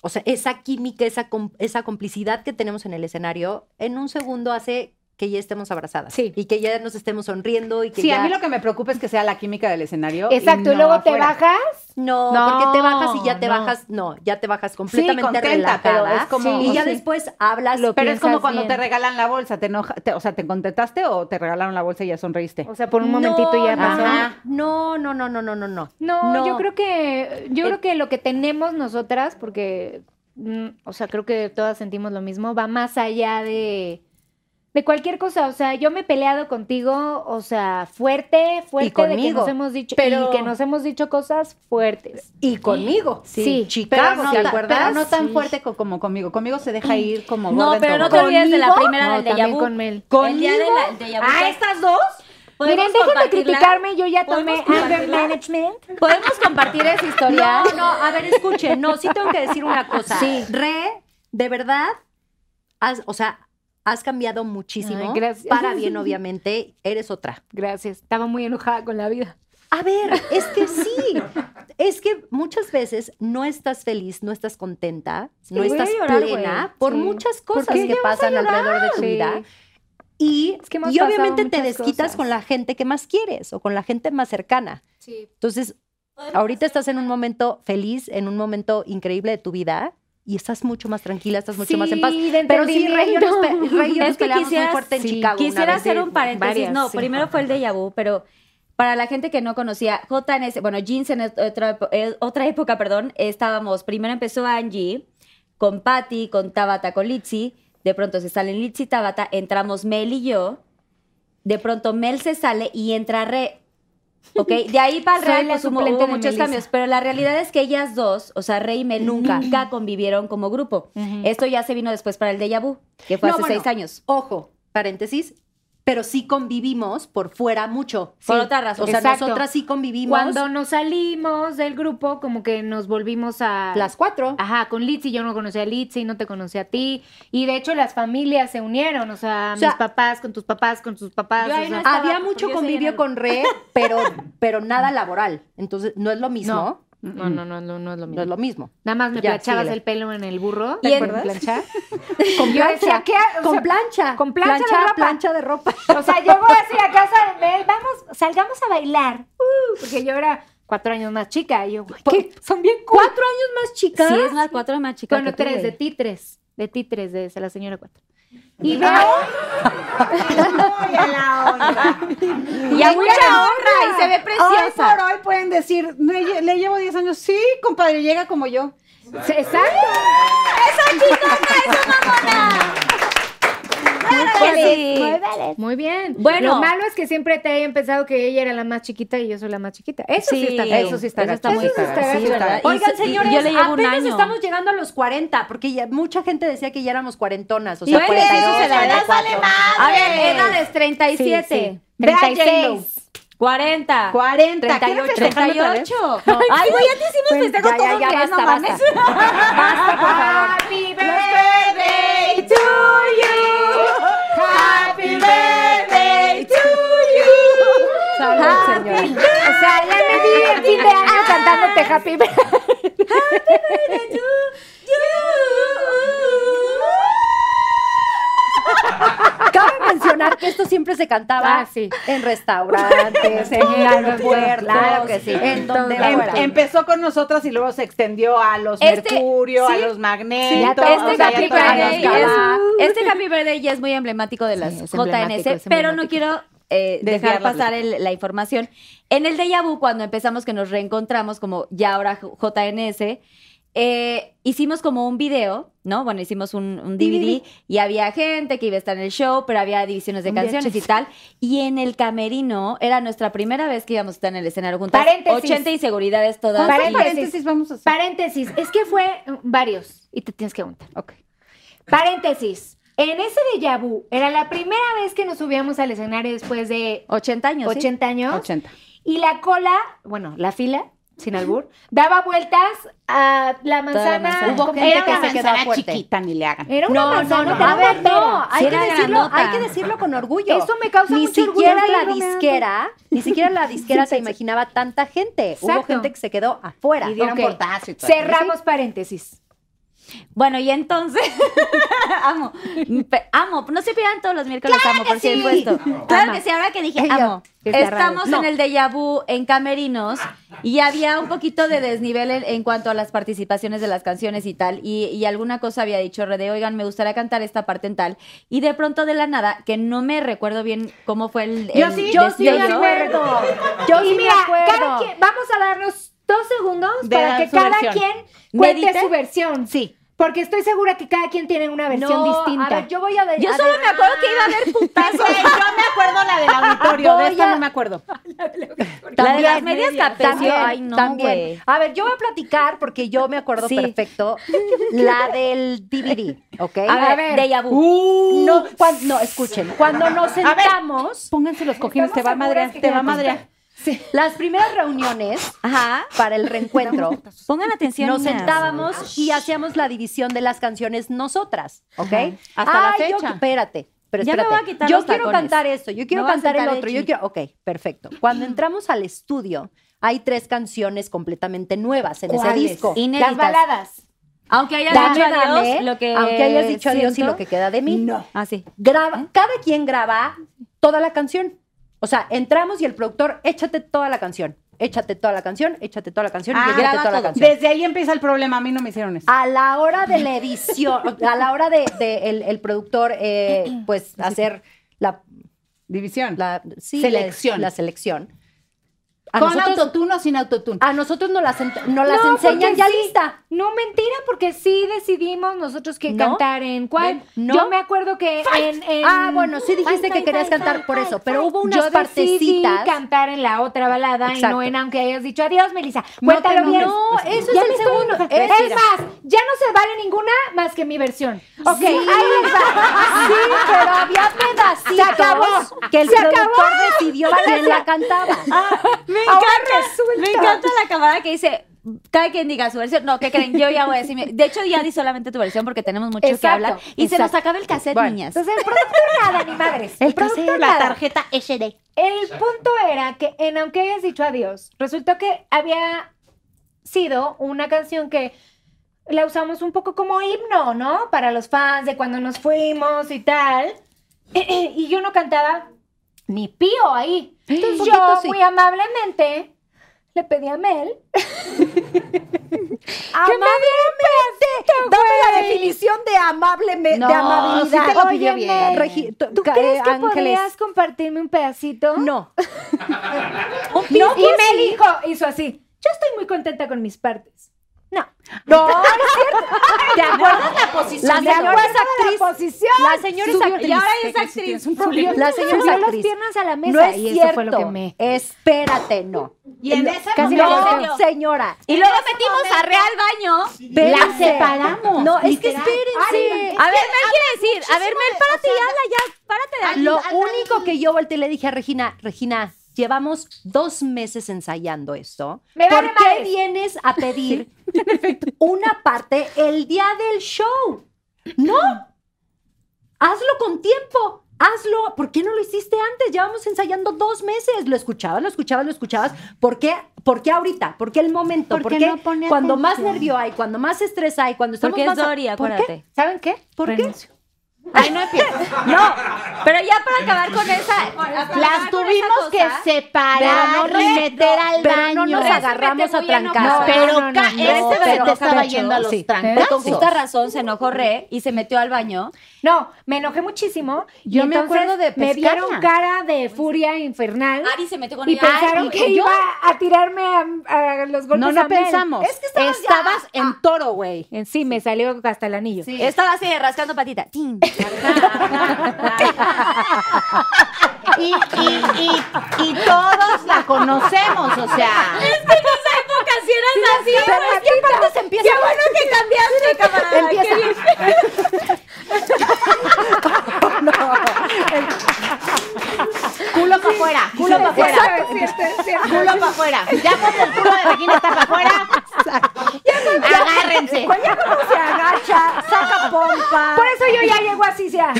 [SPEAKER 1] o sea, esa química, esa, com- esa complicidad que tenemos en el escenario, en un segundo hace que ya estemos abrazadas
[SPEAKER 5] Sí.
[SPEAKER 1] y que ya nos estemos sonriendo y que
[SPEAKER 6] Sí,
[SPEAKER 1] ya...
[SPEAKER 6] a mí lo que me preocupa es que sea la química del escenario.
[SPEAKER 5] Exacto, y
[SPEAKER 6] no
[SPEAKER 5] luego te
[SPEAKER 6] afuera.
[SPEAKER 5] bajas.
[SPEAKER 1] No,
[SPEAKER 5] No,
[SPEAKER 1] porque te bajas y ya te
[SPEAKER 5] no.
[SPEAKER 1] bajas, no, ya te bajas
[SPEAKER 6] Sí,
[SPEAKER 1] completamente
[SPEAKER 6] contenta, pero
[SPEAKER 1] relajada.
[SPEAKER 6] es como...
[SPEAKER 1] y ya
[SPEAKER 6] sí.
[SPEAKER 1] después hablas,
[SPEAKER 5] Lo
[SPEAKER 1] pero
[SPEAKER 6] Pero es como
[SPEAKER 5] piensas
[SPEAKER 6] cuando
[SPEAKER 5] bien.
[SPEAKER 6] te regalan la bolsa, te enoja, te- o sea, ¿te contentaste o te regalaron la bolsa y ya sonreíste?
[SPEAKER 5] O sea, por un momentito
[SPEAKER 1] no,
[SPEAKER 5] ya pasó.
[SPEAKER 1] ajá. No, no, no, no, no, no, no.
[SPEAKER 5] No,
[SPEAKER 1] No.
[SPEAKER 5] yo creo que yo
[SPEAKER 1] Eh,
[SPEAKER 5] creo que lo que tenemos nosotras, porque, mm, o sea, creo que todas sentimos lo mismo, va más allá de de cualquier cosa. O sea, yo me he peleado contigo, o sea, fuerte, fuerte, de que
[SPEAKER 1] conmigo,
[SPEAKER 5] nos hemos dicho y
[SPEAKER 1] pero-
[SPEAKER 5] que nos hemos dicho cosas fuertes.
[SPEAKER 1] Y conmigo,
[SPEAKER 5] Sí.
[SPEAKER 1] Chicago,
[SPEAKER 6] no
[SPEAKER 1] ¿te
[SPEAKER 6] ta-
[SPEAKER 1] acuerdas?
[SPEAKER 6] pero no tan
[SPEAKER 5] Sí.
[SPEAKER 6] fuerte co- como conmigo. Conmigo se deja ir como
[SPEAKER 4] Mm. No,
[SPEAKER 6] gorda en
[SPEAKER 4] pero no te
[SPEAKER 6] tobogán.
[SPEAKER 4] olvides de la
[SPEAKER 5] ¿Conmigo?
[SPEAKER 4] primera del
[SPEAKER 5] No,
[SPEAKER 4] déjà
[SPEAKER 5] también
[SPEAKER 4] vu.
[SPEAKER 5] con Mel. Ah,
[SPEAKER 4] El día de la- del déjà vu.
[SPEAKER 1] Ah,
[SPEAKER 6] ¿A estas dos?
[SPEAKER 4] ¿Podemos
[SPEAKER 5] Miren, dejen de
[SPEAKER 4] compartirla?
[SPEAKER 5] criticarme, yo ya tomé
[SPEAKER 4] ¿Podemos
[SPEAKER 5] anger
[SPEAKER 4] compartirla?
[SPEAKER 5] management.
[SPEAKER 4] Podemos compartir esa historia.
[SPEAKER 1] No, no, a ver, escuchen, no, sí tengo que decir una cosa. Re, de verdad, has- o sea, has cambiado muchísimo.
[SPEAKER 5] Ay, gracias.
[SPEAKER 1] Para bien, obviamente, eres otra.
[SPEAKER 5] Gracias, estaba muy enojada con la vida.
[SPEAKER 1] A ver, es que sí. Es que muchas veces no estás feliz, no estás contenta, no
[SPEAKER 5] voy a
[SPEAKER 1] estás
[SPEAKER 5] llorar,
[SPEAKER 1] plena
[SPEAKER 5] güey.
[SPEAKER 1] por
[SPEAKER 5] Sí.
[SPEAKER 1] muchas
[SPEAKER 5] ¿Por
[SPEAKER 1] cosas
[SPEAKER 5] qué ya
[SPEAKER 1] que
[SPEAKER 5] vas a
[SPEAKER 1] pasan alrededor de tu
[SPEAKER 5] Sí.
[SPEAKER 1] vida. Y,
[SPEAKER 5] Es que hemos
[SPEAKER 1] y obviamente
[SPEAKER 5] pasado
[SPEAKER 1] te
[SPEAKER 5] muchas
[SPEAKER 1] desquitas
[SPEAKER 5] cosas.
[SPEAKER 1] con la gente que más quieres o con la gente más cercana. Entonces, ahorita estás en un momento feliz, en un momento increíble de tu vida y estás mucho más tranquila, estás mucho más en paz.
[SPEAKER 5] Sí, de
[SPEAKER 1] Pero sí, Rey, yo nos, pe-
[SPEAKER 5] entendimiento.
[SPEAKER 1] Rey y yo
[SPEAKER 4] Es
[SPEAKER 1] nos
[SPEAKER 4] que
[SPEAKER 1] peleamos muy
[SPEAKER 4] quisieras-
[SPEAKER 1] fuerte en
[SPEAKER 5] sí,
[SPEAKER 1] Chicago. una
[SPEAKER 4] Quisiera
[SPEAKER 1] vez
[SPEAKER 4] hacer
[SPEAKER 1] de-
[SPEAKER 4] un paréntesis.
[SPEAKER 5] varias,
[SPEAKER 4] no,
[SPEAKER 5] sí.
[SPEAKER 4] primero fue el de vu, pero para la gente que no conocía, JNS, bueno, Jeans en et- otra, epo- eh, otra época, perdón, estábamos, primero empezó Angie con Patty, con Tabata, con Litsi, de pronto se salen Litsi y Tabata, entramos Mel y yo, de pronto Mel se sale y entra Re. Ok, de ahí para el
[SPEAKER 5] Soy
[SPEAKER 4] Real
[SPEAKER 5] la
[SPEAKER 4] pues, hubo,
[SPEAKER 5] suplente
[SPEAKER 4] hubo
[SPEAKER 5] de
[SPEAKER 4] muchos
[SPEAKER 5] Melissa.
[SPEAKER 4] cambios, pero la realidad es que ellas dos, o sea, Rey y Mel, nunca, convivieron como grupo. Esto ya se vino después para el Deja Vu, que fue
[SPEAKER 1] No,
[SPEAKER 4] hace
[SPEAKER 1] bueno,
[SPEAKER 4] seis años.
[SPEAKER 1] Ojo, paréntesis, pero sí convivimos por fuera mucho.
[SPEAKER 4] Por
[SPEAKER 1] Sí.
[SPEAKER 4] otra razón.
[SPEAKER 1] O sea,
[SPEAKER 5] Exacto.
[SPEAKER 1] nosotras sí convivimos
[SPEAKER 5] Cuando nos salimos del grupo, como que nos volvimos a...
[SPEAKER 1] las cuatro.
[SPEAKER 5] Ajá, con Litsi, yo no conocía a Litsi, no te conocía a ti. Y de hecho las familias se unieron, o sea,
[SPEAKER 1] O sea,
[SPEAKER 5] mis papás con tus papás, con tus
[SPEAKER 1] Ah,
[SPEAKER 5] papás.
[SPEAKER 4] yo
[SPEAKER 5] o
[SPEAKER 4] ahí
[SPEAKER 5] sea, ah,
[SPEAKER 4] no estaba,
[SPEAKER 1] Había
[SPEAKER 4] porque
[SPEAKER 1] mucho
[SPEAKER 4] yo soy en
[SPEAKER 1] convivio
[SPEAKER 4] el-
[SPEAKER 1] con Re, pero, pero nada laboral. Entonces, no es lo mismo. No,
[SPEAKER 5] no, no, no, no, no es lo mismo.
[SPEAKER 1] es lo mismo.
[SPEAKER 5] Nada más me
[SPEAKER 1] Ya,
[SPEAKER 5] planchabas
[SPEAKER 1] síguele.
[SPEAKER 5] el pelo en el burro.
[SPEAKER 4] Y
[SPEAKER 5] ¿Te
[SPEAKER 4] en-
[SPEAKER 5] acuerdas? planchar?
[SPEAKER 1] Con
[SPEAKER 5] Yo
[SPEAKER 1] plancha.
[SPEAKER 5] decía, ¿qué? O
[SPEAKER 1] con
[SPEAKER 5] sea,
[SPEAKER 1] plancha.
[SPEAKER 5] con plancha de ropa.
[SPEAKER 1] plancha de ropa.
[SPEAKER 5] O sea, llego así a casa de Mel, vamos, salgamos a bailar. Uh, porque yo era cuatro años más chica. Y yo, güey, ¿qué? Son bien cool.
[SPEAKER 1] ¿Cuatro años más chica?
[SPEAKER 4] Sí, es más cuatro más chica.
[SPEAKER 5] Bueno,
[SPEAKER 4] que tú,
[SPEAKER 5] tres, de
[SPEAKER 4] güey.
[SPEAKER 5] titres. De titres, de esa, la señora cuatro. Y veo...
[SPEAKER 6] Ay, a la honra.
[SPEAKER 4] Y a mucha honra y se ve
[SPEAKER 6] Hoy
[SPEAKER 4] preciosa.
[SPEAKER 6] por hoy pueden decir, "Me lle- le llevo 10 años. Sí, compadre, llega como yo.
[SPEAKER 5] Sí, Exacto.
[SPEAKER 4] Porque Sí.
[SPEAKER 5] Muy bien.
[SPEAKER 4] Bueno.
[SPEAKER 5] Lo malo es que siempre te hayan pensado que ella era la más chiquita y yo soy la más chiquita. Eso sí, está feo.
[SPEAKER 6] Eso sí está
[SPEAKER 5] Eso
[SPEAKER 6] gacho.
[SPEAKER 5] está muy
[SPEAKER 6] Eso sí
[SPEAKER 5] gacho.
[SPEAKER 6] está
[SPEAKER 5] Sí,
[SPEAKER 6] gacho.
[SPEAKER 5] ¿verdad?
[SPEAKER 6] Y-
[SPEAKER 1] Oigan,
[SPEAKER 4] y-
[SPEAKER 1] señores,
[SPEAKER 4] y yo le llevo un
[SPEAKER 1] apenas
[SPEAKER 4] año.
[SPEAKER 1] estamos llegando a los 40, porque ya mucha gente decía que ya éramos cuarentonas, o sea,
[SPEAKER 4] Bueno,
[SPEAKER 1] 42,
[SPEAKER 4] eso se la da
[SPEAKER 1] 44.
[SPEAKER 4] A ver, edades 37.
[SPEAKER 6] Ve a
[SPEAKER 5] 36.
[SPEAKER 4] 40.
[SPEAKER 6] 40. ¿Quieren
[SPEAKER 4] 38.
[SPEAKER 6] festejarlo otra vez?
[SPEAKER 4] 38. Ay, güey, Pues ya te hicimos
[SPEAKER 1] Bueno,
[SPEAKER 4] festejo
[SPEAKER 1] ya, ya,
[SPEAKER 4] todo
[SPEAKER 1] ya,
[SPEAKER 4] un mes,
[SPEAKER 1] basta,
[SPEAKER 4] no mames.
[SPEAKER 1] Basta, por favor.
[SPEAKER 5] Happy birthday to you. Happy birthday to
[SPEAKER 1] Salud, señor.
[SPEAKER 7] O sea, ya me vi el fin de año cantándote Happy Birthday.
[SPEAKER 1] Cabe mencionar que esto siempre se cantaba
[SPEAKER 5] Ah, sí.
[SPEAKER 1] en restaurantes, en aeropuertos,
[SPEAKER 5] Claro que sí.
[SPEAKER 1] en donde
[SPEAKER 5] Entonces,
[SPEAKER 6] Em-
[SPEAKER 1] fuera.
[SPEAKER 6] empezó con nosotras y luego se extendió a los
[SPEAKER 4] Este-
[SPEAKER 6] Mercurio,
[SPEAKER 4] sí.
[SPEAKER 6] a los Magnetos.
[SPEAKER 5] Sí, a todo.
[SPEAKER 6] o
[SPEAKER 4] Este
[SPEAKER 6] sea, ya
[SPEAKER 4] Happy
[SPEAKER 6] todas las
[SPEAKER 4] Birthday
[SPEAKER 6] caras.
[SPEAKER 4] es- este Happy Birthday ya es muy emblemático de las
[SPEAKER 5] es
[SPEAKER 4] JNS,
[SPEAKER 5] emblemático, es
[SPEAKER 4] pero no
[SPEAKER 5] emblemático.
[SPEAKER 4] quiero eh, dejar
[SPEAKER 6] Desviarnos.
[SPEAKER 4] pasar el- la información. En el Deja Vu, cuando empezamos que nos reencontramos como ya ahora JNS, eh, hicimos como un video, ¿no? Bueno, hicimos un, un DVD y había gente que iba a estar en el show, pero había divisiones de canciones y tal. Y en el camerino era nuestra primera vez que íbamos a estar en el escenario juntas.
[SPEAKER 5] Paréntesis.
[SPEAKER 4] 80 inseguridades todas.
[SPEAKER 5] Paréntesis.
[SPEAKER 4] Y-
[SPEAKER 6] Paréntesis, vamos a hacer.
[SPEAKER 5] Paréntesis, es que fue mm, varios y te tienes que juntar.
[SPEAKER 6] Ok.
[SPEAKER 5] Paréntesis, en ese déjà vu era la primera vez que nos subíamos al escenario después de
[SPEAKER 4] 80 años. ¿sí?
[SPEAKER 5] 80 años
[SPEAKER 6] 80.
[SPEAKER 5] y la cola, bueno, la fila, sin albur, daba vueltas a la
[SPEAKER 4] la
[SPEAKER 5] manzana.
[SPEAKER 4] manzana.
[SPEAKER 6] Hubo
[SPEAKER 5] como-
[SPEAKER 6] gente
[SPEAKER 5] era
[SPEAKER 6] que
[SPEAKER 5] una
[SPEAKER 6] se
[SPEAKER 5] manzana
[SPEAKER 6] quedaba
[SPEAKER 5] chiquita.
[SPEAKER 6] chiquita, ni le hagan.
[SPEAKER 5] Era una
[SPEAKER 4] No, no,
[SPEAKER 5] manzana.
[SPEAKER 4] no,
[SPEAKER 5] a ver, no,
[SPEAKER 1] no, hay
[SPEAKER 4] Sí
[SPEAKER 1] que,
[SPEAKER 4] era
[SPEAKER 1] decirlo,
[SPEAKER 4] grandota.
[SPEAKER 1] hay que decirlo con orgullo.
[SPEAKER 5] Eso me causa
[SPEAKER 1] ni
[SPEAKER 5] mucho orgullo,
[SPEAKER 1] siquiera
[SPEAKER 5] estoy
[SPEAKER 1] la
[SPEAKER 5] bromeando.
[SPEAKER 1] disquera, ni siquiera la disquera se imaginaba tanta gente. Hubo
[SPEAKER 5] Exacto.
[SPEAKER 1] gente que se quedó afuera.
[SPEAKER 6] Y dieron
[SPEAKER 5] Ok.
[SPEAKER 6] portazo y todo.
[SPEAKER 5] Cerramos paréntesis.
[SPEAKER 4] Bueno, y entonces, amo, pe- amo, no se pierdan todos los miércoles, amo, por supuesto. Claro
[SPEAKER 5] Amo.
[SPEAKER 4] que sí, ahora que dije,
[SPEAKER 5] Ella,
[SPEAKER 4] amo.
[SPEAKER 5] que está raro.
[SPEAKER 4] Estamos en el déjà vu en Camerinos y había un poquito de desnivel en, en cuanto a las participaciones de las canciones y tal. Y, y alguna cosa había dicho Rede, oigan, me gustaría cantar esta parte en tal. Y de pronto, de la nada, que no me recuerdo bien cómo fue el.
[SPEAKER 6] Yo
[SPEAKER 4] el
[SPEAKER 6] sí,
[SPEAKER 5] Yo sí me
[SPEAKER 4] destello.
[SPEAKER 5] acuerdo. Yo
[SPEAKER 1] Y
[SPEAKER 5] sí me
[SPEAKER 1] mira,
[SPEAKER 5] acuerdo.
[SPEAKER 1] cada
[SPEAKER 5] quien- vamos a darnos dos segundos
[SPEAKER 6] De
[SPEAKER 5] para
[SPEAKER 6] dar
[SPEAKER 5] que
[SPEAKER 6] su
[SPEAKER 5] cada
[SPEAKER 6] versión.
[SPEAKER 5] quien cuente
[SPEAKER 4] ¿Medite?
[SPEAKER 5] su versión.
[SPEAKER 6] Sí.
[SPEAKER 5] Porque estoy segura que cada quien tiene una versión
[SPEAKER 1] No,
[SPEAKER 5] distinta.
[SPEAKER 1] a ver, yo voy a ver.
[SPEAKER 4] Yo
[SPEAKER 1] a
[SPEAKER 4] solo
[SPEAKER 1] ver.
[SPEAKER 4] me acuerdo que iba a haber
[SPEAKER 6] Yo
[SPEAKER 4] putazos.
[SPEAKER 6] me acuerdo la del auditorio, de esta no me acuerdo.
[SPEAKER 4] La de las
[SPEAKER 1] También,
[SPEAKER 4] medias capecio.
[SPEAKER 1] También,
[SPEAKER 4] Ay, no,
[SPEAKER 1] también.
[SPEAKER 4] güey.
[SPEAKER 1] A ver, yo voy a platicar porque yo me acuerdo
[SPEAKER 4] Sí.
[SPEAKER 1] perfecto la del DVD, ¿ok? Uh.
[SPEAKER 4] A ver, déjà vu.
[SPEAKER 6] Uh.
[SPEAKER 1] no, cuan- no, escuchen, cuando nos
[SPEAKER 6] A ver.
[SPEAKER 1] sentamos,
[SPEAKER 6] Pónganse los cojines, te va a madrear, te va a madrear.
[SPEAKER 1] las primeras reuniones
[SPEAKER 4] Ajá.
[SPEAKER 1] para el reencuentro,
[SPEAKER 4] Pongan atención.
[SPEAKER 1] nos
[SPEAKER 4] niñas.
[SPEAKER 1] sentábamos y hacíamos la división de las canciones nosotras, ¿ok?
[SPEAKER 6] Hasta la
[SPEAKER 1] Ay, yo-
[SPEAKER 6] fecha.
[SPEAKER 1] espérate. Pero
[SPEAKER 4] Ya me voy
[SPEAKER 1] espérate.
[SPEAKER 4] a quitar
[SPEAKER 1] yo
[SPEAKER 4] los
[SPEAKER 1] quiero
[SPEAKER 4] tacones.
[SPEAKER 1] cantar esto, yo quiero
[SPEAKER 4] Me voy a
[SPEAKER 1] cantar el
[SPEAKER 4] sentar de
[SPEAKER 1] otro, yo
[SPEAKER 4] chi.
[SPEAKER 1] quiero. Ok, perfecto. Cuando entramos al estudio, hay tres canciones completamente nuevas en ese
[SPEAKER 5] ¿Cuáles?
[SPEAKER 1] disco.
[SPEAKER 4] Inéditas.
[SPEAKER 5] Las baladas.
[SPEAKER 4] Aunque hayas
[SPEAKER 1] Dame,
[SPEAKER 4] dicho adiós,
[SPEAKER 1] dame,
[SPEAKER 4] lo que
[SPEAKER 1] aunque hayas dicho adiós y
[SPEAKER 4] siento-
[SPEAKER 1] lo que queda de mí. No.
[SPEAKER 4] Ah, sí.
[SPEAKER 1] Graba, cada quien graba toda la canción. O sea, entramos y el productor, échate toda la canción, échate toda la canción, échate toda la canción, y
[SPEAKER 6] Ah,
[SPEAKER 1] échate toda la
[SPEAKER 6] todo.
[SPEAKER 1] canción.
[SPEAKER 6] Desde ahí empieza el problema, a mí no me hicieron eso.
[SPEAKER 1] A la hora de la edición, a la hora de, de el, el productor, eh, pues hacer la,
[SPEAKER 6] División.
[SPEAKER 1] la- sí,
[SPEAKER 6] Selección.
[SPEAKER 1] la, selección. A
[SPEAKER 6] ¿Con
[SPEAKER 1] nosotros,
[SPEAKER 6] autotune o sin autotune?
[SPEAKER 1] a nosotros nos las, ent- nos las
[SPEAKER 5] No,
[SPEAKER 1] enseñan
[SPEAKER 5] porque
[SPEAKER 1] ya
[SPEAKER 5] sí.
[SPEAKER 1] lista.
[SPEAKER 5] No, mentira, porque sí decidimos nosotros que
[SPEAKER 1] ¿No?
[SPEAKER 5] cantar en cuál.
[SPEAKER 1] Ven, ¿no?
[SPEAKER 5] Yo me acuerdo que en, en-
[SPEAKER 1] Ah, bueno, sí dijiste que
[SPEAKER 5] fight,
[SPEAKER 1] querías
[SPEAKER 5] fight,
[SPEAKER 1] cantar
[SPEAKER 5] fight,
[SPEAKER 1] por
[SPEAKER 5] fight,
[SPEAKER 1] eso,
[SPEAKER 5] fight.
[SPEAKER 1] pero hubo unas
[SPEAKER 5] Yo decidí
[SPEAKER 1] partecitas.
[SPEAKER 5] cantar en la otra balada y
[SPEAKER 1] Exacto.
[SPEAKER 5] no en aunque hayas dicho adiós, Melissa.
[SPEAKER 6] No
[SPEAKER 5] Cuéntalo
[SPEAKER 6] te
[SPEAKER 5] bien.
[SPEAKER 6] enojes. No,
[SPEAKER 1] eso
[SPEAKER 5] Ya
[SPEAKER 1] es
[SPEAKER 5] me
[SPEAKER 1] el
[SPEAKER 5] estoy
[SPEAKER 1] segundo.
[SPEAKER 5] enojando.
[SPEAKER 1] Es-
[SPEAKER 5] Es más, ya no se vale ninguna más que mi versión. Ok,
[SPEAKER 1] Sí.
[SPEAKER 5] ahí les va.
[SPEAKER 1] Sí, pero había pedacitos
[SPEAKER 5] Se acabó.
[SPEAKER 1] que el
[SPEAKER 5] Se
[SPEAKER 1] productor
[SPEAKER 5] acabó.
[SPEAKER 1] decidió quién la cantaba.
[SPEAKER 4] Ah, Me encanta, me encanta la camarada que dice, cada quien diga su versión. No, ¿qué creen? Yo ya voy a decir. mi- De hecho, ya di solamente tu versión porque tenemos mucho que
[SPEAKER 5] Exacto,
[SPEAKER 4] hablar. Y se nos
[SPEAKER 5] exacto.
[SPEAKER 4] acaba el cassette, niñas.
[SPEAKER 5] Entonces, el productor nada, ni madres. El productor
[SPEAKER 6] la
[SPEAKER 5] nada.
[SPEAKER 6] tarjeta SD.
[SPEAKER 5] El punto era que en Aunque hayas dicho adiós, resultó que había sido una canción que la usamos un poco como himno, ¿no? Para los fans de cuando nos fuimos y tal. Y yo no cantaba ni pío ahí. Entonces
[SPEAKER 1] Poquito
[SPEAKER 5] yo
[SPEAKER 1] sí.
[SPEAKER 5] muy amablemente le pedí a Mel.
[SPEAKER 1] Que me dieron Dame la definición de amable, me-
[SPEAKER 6] No,
[SPEAKER 1] de amabilidad.
[SPEAKER 6] sí te lo
[SPEAKER 1] Oye,
[SPEAKER 6] pidió bien.
[SPEAKER 1] Regi- tú-
[SPEAKER 5] ¿Tú
[SPEAKER 1] ca-
[SPEAKER 5] crees
[SPEAKER 1] eh,
[SPEAKER 5] que
[SPEAKER 1] Ángeles,
[SPEAKER 5] podrías compartirme un pedacito?
[SPEAKER 1] No.
[SPEAKER 5] No, y Mel dijo, hizo así. Yo estoy muy contenta con mis partes. No.
[SPEAKER 1] No, no es cierto. ¿Te acuerdas?
[SPEAKER 6] La posición.
[SPEAKER 1] La
[SPEAKER 5] La
[SPEAKER 1] señora es
[SPEAKER 5] de la
[SPEAKER 1] actriz.
[SPEAKER 5] posición.
[SPEAKER 1] La señora es
[SPEAKER 5] Subió-
[SPEAKER 1] actriz.
[SPEAKER 4] Y ahora ella es actriz.
[SPEAKER 5] Subió,
[SPEAKER 1] La señora es
[SPEAKER 5] subió las
[SPEAKER 1] actriz.
[SPEAKER 5] piernas a la mesa
[SPEAKER 1] No es
[SPEAKER 5] y
[SPEAKER 1] cierto.
[SPEAKER 5] eso fue lo que me...
[SPEAKER 1] Espérate, no.
[SPEAKER 6] Y en ese
[SPEAKER 5] Casi
[SPEAKER 6] momento-
[SPEAKER 5] la
[SPEAKER 1] No, señora.
[SPEAKER 4] Y luego este metimos a Real Baño.
[SPEAKER 1] Espérense.
[SPEAKER 6] separamos,
[SPEAKER 1] No, es que
[SPEAKER 6] literal.
[SPEAKER 1] espérense.
[SPEAKER 4] A ver, Mel quiere decir. A ver, Mel, párate y habla ya. Párate de
[SPEAKER 1] Lo único que yo volteé y le dije a Regina, Regina, llevamos dos meses ensayando esto.
[SPEAKER 5] Me
[SPEAKER 1] ¿Por
[SPEAKER 5] vale
[SPEAKER 1] qué
[SPEAKER 5] madres.
[SPEAKER 1] vienes a pedir una parte el día del show? No. Hazlo con tiempo. Hazlo. ¿Por qué no lo hiciste antes? Llevamos ensayando dos meses. Lo escuchabas, lo escuchabas, lo escuchabas. ¿Por qué? ¿Por qué ahorita? ¿Por qué el momento?
[SPEAKER 5] Porque
[SPEAKER 1] ¿Por qué
[SPEAKER 5] no pone
[SPEAKER 1] cuando más
[SPEAKER 5] atención.
[SPEAKER 1] nervio hay, cuando más estrés hay, cuando estamos
[SPEAKER 4] Porque es
[SPEAKER 1] más a-
[SPEAKER 4] Dory,
[SPEAKER 1] ¿Por qué?
[SPEAKER 4] acuérdate.
[SPEAKER 5] ¿Saben qué?
[SPEAKER 1] ¿Por qué?
[SPEAKER 5] Ay, no empiezo.
[SPEAKER 4] No, pero ya para acabar con esa.
[SPEAKER 5] Las tuvimos que separar
[SPEAKER 1] Pero no
[SPEAKER 5] y
[SPEAKER 1] nos-
[SPEAKER 5] meter al
[SPEAKER 1] pero
[SPEAKER 5] baño.
[SPEAKER 1] no nos agarramos a
[SPEAKER 4] Muy enojada.
[SPEAKER 1] trancar.
[SPEAKER 4] No,
[SPEAKER 5] pero ca-
[SPEAKER 4] este
[SPEAKER 1] pero
[SPEAKER 4] se te estaba
[SPEAKER 1] cacho,
[SPEAKER 4] yendo a los
[SPEAKER 1] sí.
[SPEAKER 5] trancazos.
[SPEAKER 4] Con justa razón se enojó Re y se metió al baño.
[SPEAKER 5] No, me enojé muchísimo. y
[SPEAKER 6] Yo me
[SPEAKER 5] entonces
[SPEAKER 6] acuerdo de
[SPEAKER 5] Me
[SPEAKER 6] pescarla.
[SPEAKER 5] vieron cara de furia infernal.
[SPEAKER 4] Ari se metió con
[SPEAKER 5] Y
[SPEAKER 4] ella.
[SPEAKER 5] pensaron
[SPEAKER 4] Ay,
[SPEAKER 5] que
[SPEAKER 4] yo-
[SPEAKER 5] iba a tirarme a, a los golpes.
[SPEAKER 6] No,
[SPEAKER 5] a
[SPEAKER 6] no
[SPEAKER 5] Mel.
[SPEAKER 6] pensamos.
[SPEAKER 5] Es que
[SPEAKER 6] estabas, en toro, güey.
[SPEAKER 5] Eh, Sí, me salió hasta el anillo.
[SPEAKER 4] Estaba así rascando patita. Tin.
[SPEAKER 6] Y, y, y, y todos la conocemos, o sea.
[SPEAKER 4] Casi eras así.
[SPEAKER 1] Pero aquí aparte se empieza. Qué bueno que cambiaste, camarada. Empieza.
[SPEAKER 6] Culo para afuera, culo para afuera.
[SPEAKER 5] Exacto, es cierto, es cierto.
[SPEAKER 6] Culo para afuera. Ya cuando el culo de Regina está para afuera, agárrense.
[SPEAKER 5] Pues ya como se agacha, saca pompa. Por eso yo ya llego así, ya.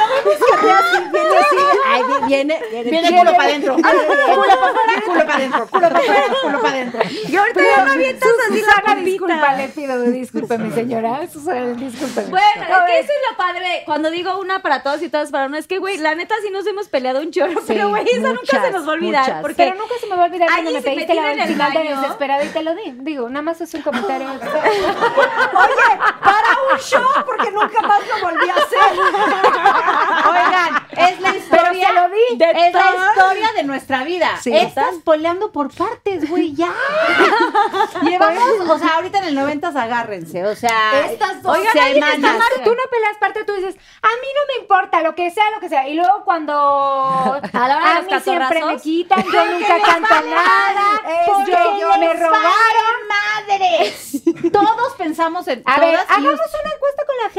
[SPEAKER 1] Viene así. Ahí vi- viene, viene.
[SPEAKER 6] Viene culo para adentro. Culo para afuera, culo para adentro. Culo para afuera, culo para adentro.
[SPEAKER 5] Y ahorita ya no avientas así la Disculpa, le pido, discúlpeme, señora. Susana, discúlpeme.
[SPEAKER 4] Bueno, es que eso es lo padre. Cuando digo una para todos y todas para uno, es que, güey, la neta sí nos hemos peleado un chorro, pero, güey, eso nunca
[SPEAKER 1] muchas,
[SPEAKER 4] se nos va a olvidar.
[SPEAKER 1] muchas.
[SPEAKER 4] Porque
[SPEAKER 5] Pero nunca se me va a olvidar
[SPEAKER 4] Ahí
[SPEAKER 5] cuando me
[SPEAKER 4] se
[SPEAKER 5] pediste la
[SPEAKER 4] metieron en el
[SPEAKER 5] original de
[SPEAKER 4] baño.
[SPEAKER 5] desesperada y te lo di. Digo, nada más es un comentario.
[SPEAKER 1] Para un show, porque nunca más lo volví a hacer.
[SPEAKER 6] Oigan, es la historia.
[SPEAKER 5] se lo di.
[SPEAKER 6] de
[SPEAKER 5] De
[SPEAKER 6] es la
[SPEAKER 5] todo.
[SPEAKER 6] historia de nuestra vida.
[SPEAKER 1] Sí.
[SPEAKER 6] Estás poleando por partes, güey, ya. Llevamos, o sea, ahorita en el 90 agárrense, o
[SPEAKER 1] Pues,
[SPEAKER 6] sea,
[SPEAKER 5] Estas dos
[SPEAKER 6] oigan,
[SPEAKER 5] alguien
[SPEAKER 6] semanas.
[SPEAKER 5] está mal, tú no peleas parte, tú dices, a mí no me importa, lo que sea, lo que sea. Y luego cuando a,
[SPEAKER 4] hora de los
[SPEAKER 5] mí siempre
[SPEAKER 4] catorrazos.
[SPEAKER 5] me quitan, yo nunca canto nada, porque me robaron.
[SPEAKER 6] madres. Todos pensamos en
[SPEAKER 5] A
[SPEAKER 6] todas
[SPEAKER 5] ver,
[SPEAKER 6] y
[SPEAKER 5] hagamos una encuesta con la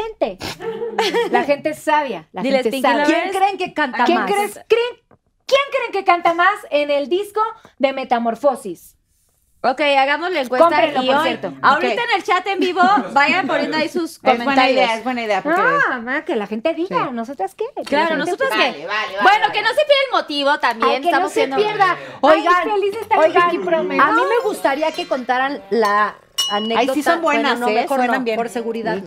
[SPEAKER 5] gente. La gente es sabia, la
[SPEAKER 4] Diles,
[SPEAKER 5] gente es
[SPEAKER 4] Pinky
[SPEAKER 5] sabia.
[SPEAKER 4] Lovers.
[SPEAKER 1] ¿Quién creen que canta
[SPEAKER 5] ¿Quién,
[SPEAKER 1] más?
[SPEAKER 5] crees- creen- ¿Quién creen que canta más en el disco de Metamorfosis?
[SPEAKER 4] Ok, hagamos la encuesta
[SPEAKER 5] Cómprenlo,
[SPEAKER 4] y
[SPEAKER 5] por
[SPEAKER 4] hoy-
[SPEAKER 5] cierto.
[SPEAKER 4] Ahorita
[SPEAKER 6] Ok.
[SPEAKER 4] en el chat en vivo, vayan poniendo ahí sus
[SPEAKER 6] Es buena idea,
[SPEAKER 4] comentarios.
[SPEAKER 6] es buena idea. Porque...
[SPEAKER 5] Ah, ma, que la gente diga, ¿nosotras qué? Que la
[SPEAKER 4] Claro,
[SPEAKER 5] gente-
[SPEAKER 4] nosotros
[SPEAKER 6] Vale,
[SPEAKER 4] que.
[SPEAKER 6] vale, vale,
[SPEAKER 4] bueno,
[SPEAKER 6] vale.
[SPEAKER 4] que no se pierda el motivo también.
[SPEAKER 5] Ay, que
[SPEAKER 4] estamos
[SPEAKER 5] no se
[SPEAKER 4] siendo-
[SPEAKER 5] pierda.
[SPEAKER 1] Oigan,
[SPEAKER 5] Ay, feliz de estar
[SPEAKER 1] oigan,
[SPEAKER 5] aquí, promes.
[SPEAKER 1] a mí me gustaría que contaran la anécdota.
[SPEAKER 6] Ay, sí son buenas,
[SPEAKER 1] bueno, no,
[SPEAKER 6] ¿eh?
[SPEAKER 1] mejor
[SPEAKER 6] Suenan
[SPEAKER 1] no,
[SPEAKER 6] bien.
[SPEAKER 1] por seguridad.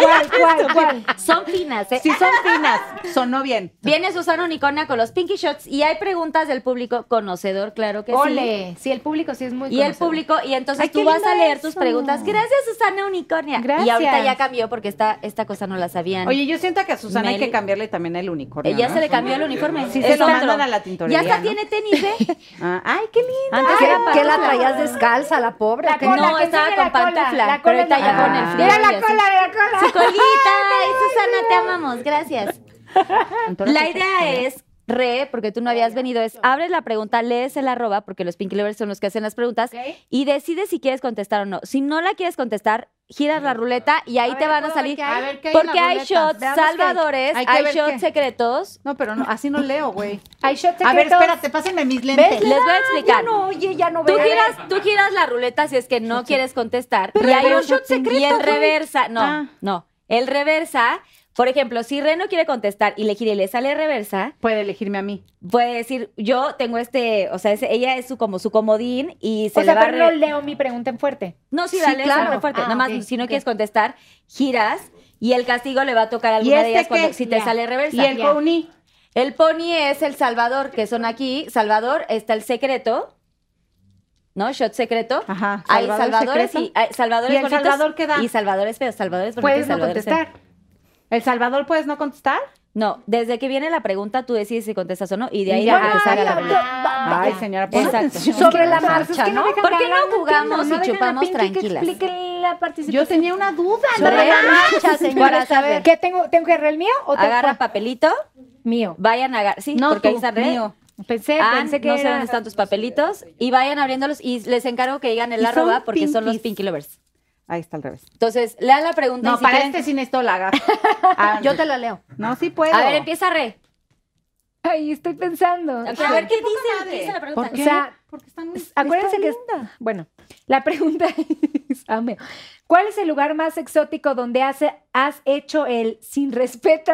[SPEAKER 5] ¿Cuál, cuál, cuál?
[SPEAKER 4] Son finas, ¿eh?
[SPEAKER 6] Sí son finas, sonó bien.
[SPEAKER 4] Viene Susana Unicona con los Pinky Shots y hay preguntas del público conocedor, claro que sí.
[SPEAKER 5] Ole, sí, el público sí es muy
[SPEAKER 4] Y el
[SPEAKER 5] conocedor.
[SPEAKER 4] público, y entonces
[SPEAKER 5] Ay,
[SPEAKER 4] tú
[SPEAKER 5] qué
[SPEAKER 4] vas
[SPEAKER 5] lindo
[SPEAKER 4] a leer
[SPEAKER 5] eso.
[SPEAKER 4] tus preguntas. Gracias, Susana Unicornia.
[SPEAKER 5] Gracias.
[SPEAKER 4] Y ahorita ya cambió porque esta, esta cosa no la sabían.
[SPEAKER 6] Oye, yo siento que a Susana hay
[SPEAKER 4] Meli.
[SPEAKER 6] que cambiarle también el unicornio.
[SPEAKER 4] Ella
[SPEAKER 6] ¿no?
[SPEAKER 4] Eh, se le cambió el uniforme.
[SPEAKER 6] Sí,
[SPEAKER 4] Es
[SPEAKER 6] se lo
[SPEAKER 4] otro.
[SPEAKER 6] mandan a la tintorería.
[SPEAKER 4] Ya hasta
[SPEAKER 6] ¿no?
[SPEAKER 4] tiene tenis, ¿eh?
[SPEAKER 6] Ah, ay, qué linda.
[SPEAKER 4] Antes
[SPEAKER 1] ¿Qué,
[SPEAKER 4] era para
[SPEAKER 1] qué la traías descalza, la pobre? o
[SPEAKER 5] La
[SPEAKER 1] qué?
[SPEAKER 5] cola,
[SPEAKER 4] No,
[SPEAKER 5] que
[SPEAKER 4] estaba
[SPEAKER 5] enseñe la
[SPEAKER 4] con
[SPEAKER 5] cola,
[SPEAKER 4] pantufla,
[SPEAKER 5] la
[SPEAKER 4] pero
[SPEAKER 5] cola
[SPEAKER 4] ahorita ya
[SPEAKER 5] no.
[SPEAKER 6] con el
[SPEAKER 5] Ah.
[SPEAKER 6] frío
[SPEAKER 5] Mira
[SPEAKER 4] y
[SPEAKER 5] la
[SPEAKER 4] así.
[SPEAKER 5] cola, mira la cola.
[SPEAKER 4] Su colita. Ay, Susana, te amamos. Gracias. Ah, La idea es, re, porque tú no habías venido, es abres la pregunta, lees el arroba, porque los Pinky Lovers son los que hacen las preguntas, y decides si quieres contestar o no. Si no la quieres contestar, giras la ruleta y ahí te van a salir.
[SPEAKER 6] hay. A ver, ¿qué hay en
[SPEAKER 4] Porque
[SPEAKER 6] la
[SPEAKER 4] hay
[SPEAKER 6] ruleta?
[SPEAKER 4] shots
[SPEAKER 6] Veamos qué hay.
[SPEAKER 4] salvadores,
[SPEAKER 6] Hay
[SPEAKER 4] hay,
[SPEAKER 6] que ver
[SPEAKER 4] shots
[SPEAKER 6] qué.
[SPEAKER 4] secretos.
[SPEAKER 6] No, pero no, así no leo, güey.
[SPEAKER 5] Hay shots secretos.
[SPEAKER 6] A ver, espérate, pásenme mis lentes.
[SPEAKER 4] Les voy a explicar.
[SPEAKER 1] oye, ya no
[SPEAKER 4] Tú
[SPEAKER 1] veo.
[SPEAKER 4] giras, tú giras la ruleta si es que no quieres contestar. y hay un shot secreto. Y el reversa, no,
[SPEAKER 6] Ah.
[SPEAKER 4] no. El reversa, por ejemplo, si Re no quiere contestar y le gira y le sale reversa,
[SPEAKER 6] Puede elegirme a mí.
[SPEAKER 4] puede decir, yo tengo este, o sea, ese- ella es su como su comodín y se
[SPEAKER 5] O
[SPEAKER 4] le
[SPEAKER 5] sea,
[SPEAKER 4] va a
[SPEAKER 5] pero no
[SPEAKER 4] re-
[SPEAKER 5] leo mi pregunta en fuerte.
[SPEAKER 4] No, sí,
[SPEAKER 1] Sí,
[SPEAKER 4] dale,
[SPEAKER 1] claro.
[SPEAKER 4] claro. fuerte.
[SPEAKER 5] Ah,
[SPEAKER 4] Nada más,
[SPEAKER 5] ok,
[SPEAKER 4] si no
[SPEAKER 5] ok.
[SPEAKER 4] quieres contestar, giras y el castigo le va a tocar a
[SPEAKER 6] ¿Y
[SPEAKER 4] alguna de
[SPEAKER 6] este
[SPEAKER 4] ellas cuando-
[SPEAKER 6] qué?
[SPEAKER 4] si te
[SPEAKER 5] Ya.
[SPEAKER 4] sale reversa.
[SPEAKER 6] Y el
[SPEAKER 5] Ya.
[SPEAKER 6] Couni.
[SPEAKER 4] El pony es el Salvador, que son aquí. Salvador, está el secreto. ¿No? Shot secreto.
[SPEAKER 6] Ajá,
[SPEAKER 4] Hay
[SPEAKER 6] Salvador
[SPEAKER 4] salvadores
[SPEAKER 6] secreto.
[SPEAKER 4] y hay salvadores
[SPEAKER 6] ¿Y el
[SPEAKER 4] bonitos
[SPEAKER 6] Salvador qué da?
[SPEAKER 4] Y salvadores feos, salvadores bonitos.
[SPEAKER 5] Puedes no
[SPEAKER 4] salvadores
[SPEAKER 5] contestar.
[SPEAKER 6] ¿El Salvador puedes no contestar?
[SPEAKER 4] feos. No, desde que viene la pregunta tú decides si contestas o no y de ahí
[SPEAKER 5] ya,
[SPEAKER 4] ya,
[SPEAKER 5] ah,
[SPEAKER 4] sale
[SPEAKER 5] ya,
[SPEAKER 4] la pregunta.
[SPEAKER 6] Ay, señora,
[SPEAKER 1] pues,
[SPEAKER 6] pon
[SPEAKER 4] Exacto.
[SPEAKER 6] atención.
[SPEAKER 5] Sobre la
[SPEAKER 6] O sea,
[SPEAKER 5] marcha, ¿no? dejan
[SPEAKER 4] ¿Por qué
[SPEAKER 5] hablar,
[SPEAKER 4] no jugamos
[SPEAKER 5] entiendo,
[SPEAKER 4] y
[SPEAKER 5] dejan a
[SPEAKER 4] chupamos
[SPEAKER 5] Pinky que
[SPEAKER 4] tranquilas?
[SPEAKER 5] explique la participación.
[SPEAKER 4] pues,
[SPEAKER 6] Yo tenía una duda.
[SPEAKER 4] Sobre
[SPEAKER 6] nada
[SPEAKER 4] la
[SPEAKER 6] más.
[SPEAKER 4] marcha, señora, saber.
[SPEAKER 5] ¿Qué tengo? ¿Tengo que agarrar el mío o tengo
[SPEAKER 4] Agarra
[SPEAKER 5] que-
[SPEAKER 4] papelito,
[SPEAKER 5] mío?
[SPEAKER 4] vayan a agarrar, sí,
[SPEAKER 6] No,
[SPEAKER 4] porque ahí
[SPEAKER 6] tú,
[SPEAKER 4] está red.
[SPEAKER 6] mío.
[SPEAKER 5] Pensé,
[SPEAKER 4] Ah,
[SPEAKER 5] Eh, pensé que
[SPEAKER 4] no sé
[SPEAKER 5] era-
[SPEAKER 4] dónde están tus papelitos y vayan abriéndolos y les encargo que digan el
[SPEAKER 6] Y son
[SPEAKER 4] arroba porque son los
[SPEAKER 6] pinkies.
[SPEAKER 4] Pinky Lovers.
[SPEAKER 6] Ahí está al revés.
[SPEAKER 4] Entonces, lean la pregunta y
[SPEAKER 6] No,
[SPEAKER 4] si
[SPEAKER 6] para
[SPEAKER 4] quieren-
[SPEAKER 6] este sí necesito la agarra. Ah, Yo te la leo. No, sí puedo.
[SPEAKER 4] A ver, empieza Re.
[SPEAKER 5] Ay, estoy pensando.
[SPEAKER 4] A ver, ¿qué dice? ¿Qué dice la pregunta?
[SPEAKER 6] ¿Por qué?
[SPEAKER 5] O sea,
[SPEAKER 6] Porque están muy...
[SPEAKER 5] Acuérdense
[SPEAKER 6] está
[SPEAKER 5] que
[SPEAKER 6] linda.
[SPEAKER 5] Bueno, la pregunta es, ame, ¿cuál es el lugar más exótico donde hace- has hecho el sin respeto?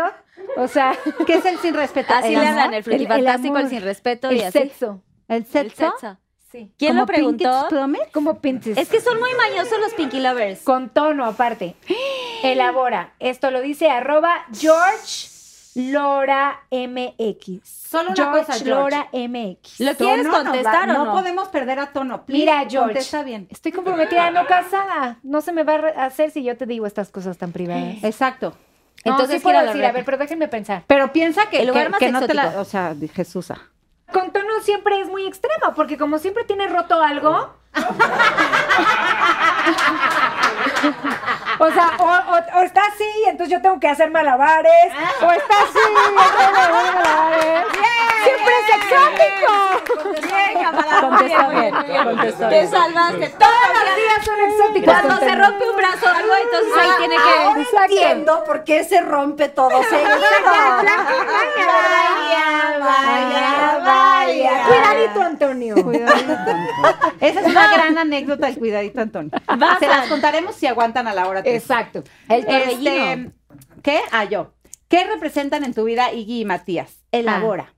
[SPEAKER 5] O sea,
[SPEAKER 6] ¿Qué es el sin respetar?
[SPEAKER 4] Así
[SPEAKER 6] el,
[SPEAKER 4] le
[SPEAKER 6] amor?
[SPEAKER 4] hablan el frutifantástico,
[SPEAKER 5] amor,
[SPEAKER 4] el, sin respeto y
[SPEAKER 5] el
[SPEAKER 4] así.
[SPEAKER 5] sexo.
[SPEAKER 6] ¿El
[SPEAKER 4] El
[SPEAKER 6] sexo?
[SPEAKER 4] sexo.
[SPEAKER 5] Sí.
[SPEAKER 4] ¿Quién
[SPEAKER 6] ¿Como
[SPEAKER 4] lo preguntó?
[SPEAKER 6] Pinky Promise?
[SPEAKER 5] Como pintes.
[SPEAKER 4] Es que son muy mañosos los Pinky Lovers.
[SPEAKER 5] con tono aparte. Elabora. Esto lo dice arroba George Lora MX.
[SPEAKER 6] Solo una
[SPEAKER 5] George
[SPEAKER 6] cosa, George.
[SPEAKER 5] Lora MX.
[SPEAKER 4] ¿Lo quieres
[SPEAKER 6] Tono nos
[SPEAKER 4] contestar
[SPEAKER 6] va-
[SPEAKER 4] o no?
[SPEAKER 6] No podemos perder a tono. please,
[SPEAKER 5] Mira, George.
[SPEAKER 6] Contesta bien.
[SPEAKER 5] Estoy comprometida, no casada. No se me va a re- hacer si yo te digo estas cosas tan privadas.
[SPEAKER 6] Exacto.
[SPEAKER 5] Entonces
[SPEAKER 4] Entonces, quiero
[SPEAKER 5] quiero
[SPEAKER 4] la
[SPEAKER 5] decir, a
[SPEAKER 4] reta.
[SPEAKER 5] ver, pero déjenme pensar.
[SPEAKER 6] Pero piensa que,
[SPEAKER 4] El lugar
[SPEAKER 6] que-
[SPEAKER 4] más
[SPEAKER 6] que no te la...
[SPEAKER 4] exótico.
[SPEAKER 6] O sea, de ah. Jesusa.
[SPEAKER 5] Con tono siempre es muy extremo, porque como siempre tiene roto algo. O sea, o, o- o está así, entonces yo tengo que hacer malabares. O está así, yo tengo que hacer malabares. ¡Siempre es exótico!
[SPEAKER 4] Contestó bien, contestó bien. Te salvaste todos los días.
[SPEAKER 5] Todos son exóticos.
[SPEAKER 6] Pues
[SPEAKER 4] Cuando se
[SPEAKER 5] Contenido.
[SPEAKER 4] rompe un brazo o algo, entonces
[SPEAKER 5] Pues
[SPEAKER 6] Ah,
[SPEAKER 4] ahí tiene
[SPEAKER 5] ahora
[SPEAKER 4] que...
[SPEAKER 5] Exacto.
[SPEAKER 1] entiendo por qué se rompe todo seguido.
[SPEAKER 5] Vaya,
[SPEAKER 1] vaya, vaya.
[SPEAKER 5] Cuidadito, Antonio.
[SPEAKER 6] Cuidadito, Antonio. Esa es una gran anécdota, el cuidadito, Antonio. Se las contaremos si aguantan a la hora. tres.
[SPEAKER 5] Exacto.
[SPEAKER 4] El torbellino.
[SPEAKER 6] Este, ¿Qué? Ah, yo. ¿Qué representan en tu vida Iggy y Matías? Elabora.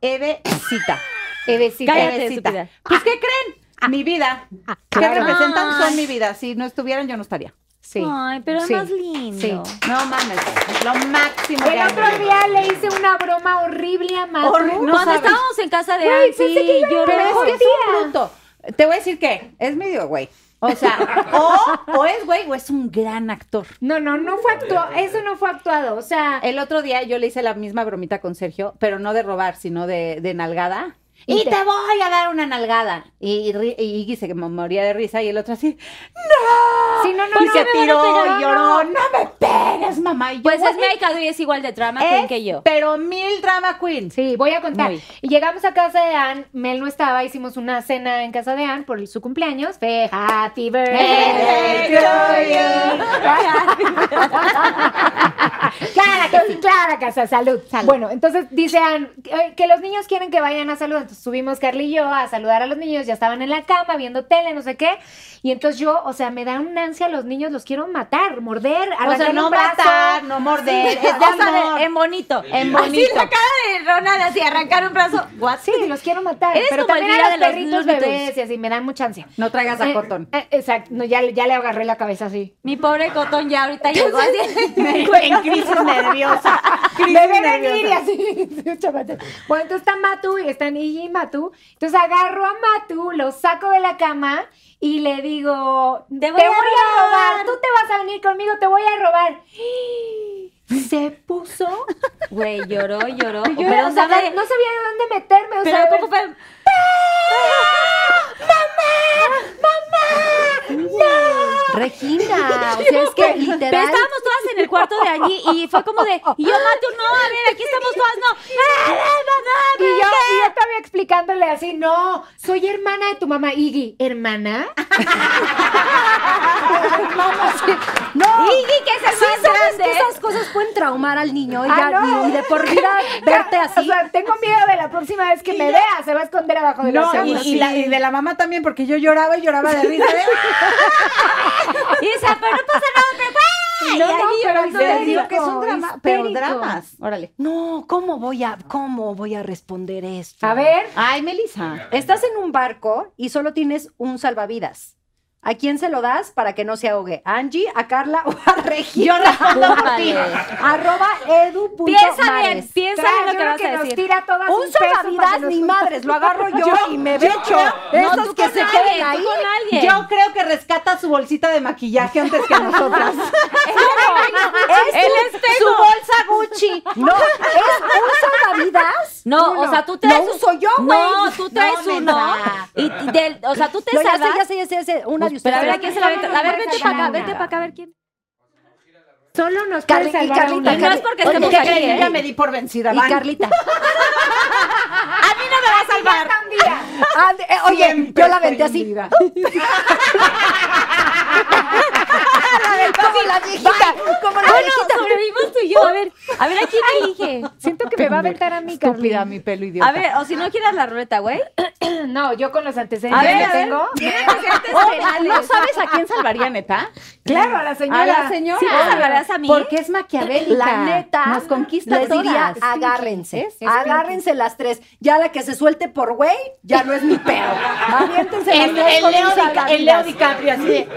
[SPEAKER 6] Eve cita.
[SPEAKER 5] Ah. Evecita. Ah.
[SPEAKER 4] Cállate,
[SPEAKER 6] Evecita.
[SPEAKER 4] estúpida.
[SPEAKER 6] Pues, ¿qué creen? Mi vida. ¿Qué
[SPEAKER 5] claro.
[SPEAKER 6] representan?
[SPEAKER 4] Ay.
[SPEAKER 6] Son mi vida. Si no estuvieran, yo no estaría.
[SPEAKER 5] Sí.
[SPEAKER 4] Ay, pero es
[SPEAKER 5] Sí.
[SPEAKER 4] más lindo.
[SPEAKER 5] Sí.
[SPEAKER 6] No mames. Lo máximo. que
[SPEAKER 5] El
[SPEAKER 6] hay.
[SPEAKER 5] otro día le hice una broma horrible a Matu.
[SPEAKER 6] Horri- No
[SPEAKER 4] Cuando
[SPEAKER 6] sabes.
[SPEAKER 4] estábamos en casa de
[SPEAKER 5] Güey, pensé que
[SPEAKER 4] Ansi,
[SPEAKER 5] yo era
[SPEAKER 4] yo
[SPEAKER 6] Pero es
[SPEAKER 5] mejor
[SPEAKER 6] que es un
[SPEAKER 5] tía.
[SPEAKER 6] bruto. Te voy a decir que es medio güey. O sea, o, o es güey o es un gran actor.
[SPEAKER 5] No, no, no fue actuado. Eso no fue actuado. O sea,
[SPEAKER 6] El otro día yo le hice la misma bromita con Sergio, pero no de robar, sino de, de nalgada. Y te voy a dar una nalgada. Y, ri- y Iggy se mo- moría de risa y el otro así, ¡No!
[SPEAKER 5] Sí, no, no,
[SPEAKER 6] y
[SPEAKER 5] no
[SPEAKER 6] se
[SPEAKER 5] me van a
[SPEAKER 6] tiró
[SPEAKER 5] pegar,
[SPEAKER 6] y
[SPEAKER 5] no,
[SPEAKER 6] lloró, ¡No me pegues, mamá! Y yo,
[SPEAKER 4] Pues es
[SPEAKER 6] "Güey,
[SPEAKER 4] Mary Cadu y es igual de drama
[SPEAKER 6] es,
[SPEAKER 4] queen que yo.
[SPEAKER 6] Pero mil drama queen.
[SPEAKER 5] Sí, voy a contar.
[SPEAKER 6] Muy.
[SPEAKER 5] Y llegamos a casa de Ann, Mel no estaba, hicimos una cena en casa de Ann por su cumpleaños. Fue Happy Birthday to you. Clara que sí, Clara casa, salud. Bueno, entonces dice Ann eh, que los niños quieren que vayan a saludar. Entonces subimos Carly y yo a saludar a los niños, ya estaban en la cama viendo tele, no sé qué. Y entonces yo, o sea, me da un ansia a los niños, los quiero matar, morder,
[SPEAKER 6] O sea,
[SPEAKER 5] arrancarle
[SPEAKER 6] no
[SPEAKER 5] un brazo.
[SPEAKER 6] matar, no morder, es de
[SPEAKER 4] O sea,
[SPEAKER 6] amor.
[SPEAKER 4] de- en bonito. En
[SPEAKER 6] bonito.
[SPEAKER 4] Así la cara de Ronald así, arrancar un brazo. What?
[SPEAKER 5] Sí, Pues, los quiero matar.
[SPEAKER 4] Eres
[SPEAKER 5] pero
[SPEAKER 4] como el
[SPEAKER 5] también
[SPEAKER 4] día
[SPEAKER 5] a los
[SPEAKER 4] de los
[SPEAKER 5] perritos
[SPEAKER 4] Beatles.
[SPEAKER 5] bebés y así, me dan mucha ansia.
[SPEAKER 6] No traigas a Cotton.
[SPEAKER 5] Eh, eh, exacto, no, ya, le- ya le agarré la cabeza así.
[SPEAKER 4] Mi pobre Cotón ya ahorita llegó así.
[SPEAKER 6] en crisis nerviosa. Crisis
[SPEAKER 5] Me ve venir y
[SPEAKER 6] nerviosa.
[SPEAKER 5] así. chamate. bueno, entonces está Matu y están Iggy y Matu. Entonces agarro a Matu, lo saco de la cama y le digo, te voy, a robar, tú te vas a venir conmigo, te voy a robar. Se puso.
[SPEAKER 4] Güey, lloró, lloró.
[SPEAKER 5] Yo
[SPEAKER 4] pero
[SPEAKER 5] era- o sea,
[SPEAKER 4] sabe-
[SPEAKER 5] no sabía de dónde meterme.
[SPEAKER 4] pero
[SPEAKER 5] O sea,
[SPEAKER 4] ¿cómo fue?
[SPEAKER 1] Regina, o sea, es que
[SPEAKER 4] Pero
[SPEAKER 1] literal.
[SPEAKER 4] estábamos todas en el cuarto de allí y fue como de, y yo Matu, no, a ver, aquí estamos todas, no. Ah,
[SPEAKER 5] Y yo, y yo todavía explicándole así, no, soy hermana de tu mamá, Iggy. ¿Hermana?
[SPEAKER 1] No,
[SPEAKER 4] Iggy, "Oh, que es el
[SPEAKER 1] sí
[SPEAKER 4] más
[SPEAKER 1] sabes que
[SPEAKER 4] grande.
[SPEAKER 1] esas cosas pueden traumar al niño y,
[SPEAKER 5] Ah,
[SPEAKER 1] ya-
[SPEAKER 5] no.
[SPEAKER 1] y de por vida verte
[SPEAKER 5] O
[SPEAKER 1] así.
[SPEAKER 5] sea, tengo miedo de la próxima vez que me vea, se va a esconder abajo de la
[SPEAKER 6] No,
[SPEAKER 5] cama.
[SPEAKER 6] y, y la- y de la mamá también, porque yo lloraba y lloraba de risa.
[SPEAKER 4] Y dice, pero no pasa nada, pero ¡ah!
[SPEAKER 5] No,
[SPEAKER 4] y
[SPEAKER 5] no,
[SPEAKER 4] allí
[SPEAKER 5] pero
[SPEAKER 4] llorando
[SPEAKER 5] en
[SPEAKER 4] de
[SPEAKER 5] serio.
[SPEAKER 4] risa.
[SPEAKER 6] que son dramas, pero
[SPEAKER 5] histérico.
[SPEAKER 6] dramas. Órale.
[SPEAKER 1] No, ¿cómo voy a, cómo voy a responder esto?
[SPEAKER 5] A ver,
[SPEAKER 6] Ay, Melissa.
[SPEAKER 1] Estás en un barco y solo tienes un salvavidas. ¿A quién se lo das para que no se ahogue? ¿A Angie, a Carla o a Regina?
[SPEAKER 4] Cúpale.
[SPEAKER 1] Arroba edu punto
[SPEAKER 4] Piensa bien,
[SPEAKER 1] mares.
[SPEAKER 4] piensa
[SPEAKER 5] Claro,
[SPEAKER 4] bien lo
[SPEAKER 5] yo
[SPEAKER 4] que
[SPEAKER 5] creo
[SPEAKER 4] vas
[SPEAKER 5] que
[SPEAKER 4] a
[SPEAKER 5] nos
[SPEAKER 4] decir.
[SPEAKER 5] tira todas
[SPEAKER 1] Un
[SPEAKER 5] un peso para
[SPEAKER 1] salvavidas,
[SPEAKER 5] que nos-
[SPEAKER 1] ni madres, lo agarro yo, y me
[SPEAKER 6] yo
[SPEAKER 1] becho.
[SPEAKER 6] creo-
[SPEAKER 1] Esos
[SPEAKER 4] tú
[SPEAKER 1] que
[SPEAKER 4] con
[SPEAKER 1] se
[SPEAKER 4] alguien,
[SPEAKER 1] queden
[SPEAKER 4] tú
[SPEAKER 1] ahí.
[SPEAKER 4] con alguien.
[SPEAKER 6] Yo creo que rescata su bolsita de maquillaje antes que nosotras.
[SPEAKER 1] Es
[SPEAKER 4] El
[SPEAKER 1] un-
[SPEAKER 4] espejo.
[SPEAKER 6] su bolsa Gucci
[SPEAKER 7] mariachi.
[SPEAKER 1] No, es un salvavidas.
[SPEAKER 4] No, o sea, tú traes.
[SPEAKER 1] Lo
[SPEAKER 4] un-
[SPEAKER 1] uso yo, güey.
[SPEAKER 4] No, Ah. tú traes
[SPEAKER 6] me
[SPEAKER 4] uno.
[SPEAKER 6] va.
[SPEAKER 4] Y del- o sea, tú te
[SPEAKER 1] No, ya sé,
[SPEAKER 4] salvas.
[SPEAKER 1] ya sé, ya sé, ya sé. Una de
[SPEAKER 4] Pues, Pero
[SPEAKER 1] ustedes.
[SPEAKER 4] a ver, ¿a quién se la aventa? A ver, vete para acá, vete para acá, a ver quién.
[SPEAKER 5] Solo nos
[SPEAKER 1] Carli-
[SPEAKER 5] puede
[SPEAKER 1] y
[SPEAKER 5] salvar a
[SPEAKER 1] Carlita,
[SPEAKER 5] una.
[SPEAKER 4] Y no es porque
[SPEAKER 1] Oye,
[SPEAKER 4] estemos
[SPEAKER 1] ¿qué
[SPEAKER 4] aquí,
[SPEAKER 1] creen?
[SPEAKER 4] ¿eh?
[SPEAKER 6] Ya me di por vencida,
[SPEAKER 1] Y
[SPEAKER 6] van.
[SPEAKER 1] Carlita.
[SPEAKER 4] A mí no me va a salvar.
[SPEAKER 1] Ah, eh, oye,
[SPEAKER 6] Siempre
[SPEAKER 1] yo la
[SPEAKER 6] estoy
[SPEAKER 1] aventé así.
[SPEAKER 6] hundida.
[SPEAKER 1] Como la viejita. Como la
[SPEAKER 4] Ah,
[SPEAKER 1] viejita.
[SPEAKER 4] no, sobrevivimos tú y yo. A ver, a ver, ¿a quién elige?
[SPEAKER 5] Siento que me va a aventar a mí, Carlita.
[SPEAKER 6] Estúpida, mi pelo idiota.
[SPEAKER 4] A ver, o si no quieras la ruleta, güey.
[SPEAKER 5] No, yo con los
[SPEAKER 4] A
[SPEAKER 5] antecedentes
[SPEAKER 4] ver,
[SPEAKER 1] ¿eh?
[SPEAKER 5] que
[SPEAKER 4] a ver.
[SPEAKER 5] tengo.
[SPEAKER 6] Oye, ¿No sabes a quién salvaría, neta?
[SPEAKER 5] Claro, a la señora.
[SPEAKER 6] A la señora.
[SPEAKER 4] ¿Sí me salvarás a mí?
[SPEAKER 6] Porque es maquiavélica.
[SPEAKER 1] La neta,
[SPEAKER 6] Nos conquista
[SPEAKER 1] les
[SPEAKER 6] todas.
[SPEAKER 1] diría, agárrense,
[SPEAKER 6] Es- es
[SPEAKER 1] agárrense las tres. Ya la que se suelte por güey, ya no es mi pedo. Aviéntense las tres con un salvavidas.
[SPEAKER 6] DiCaprio, así de,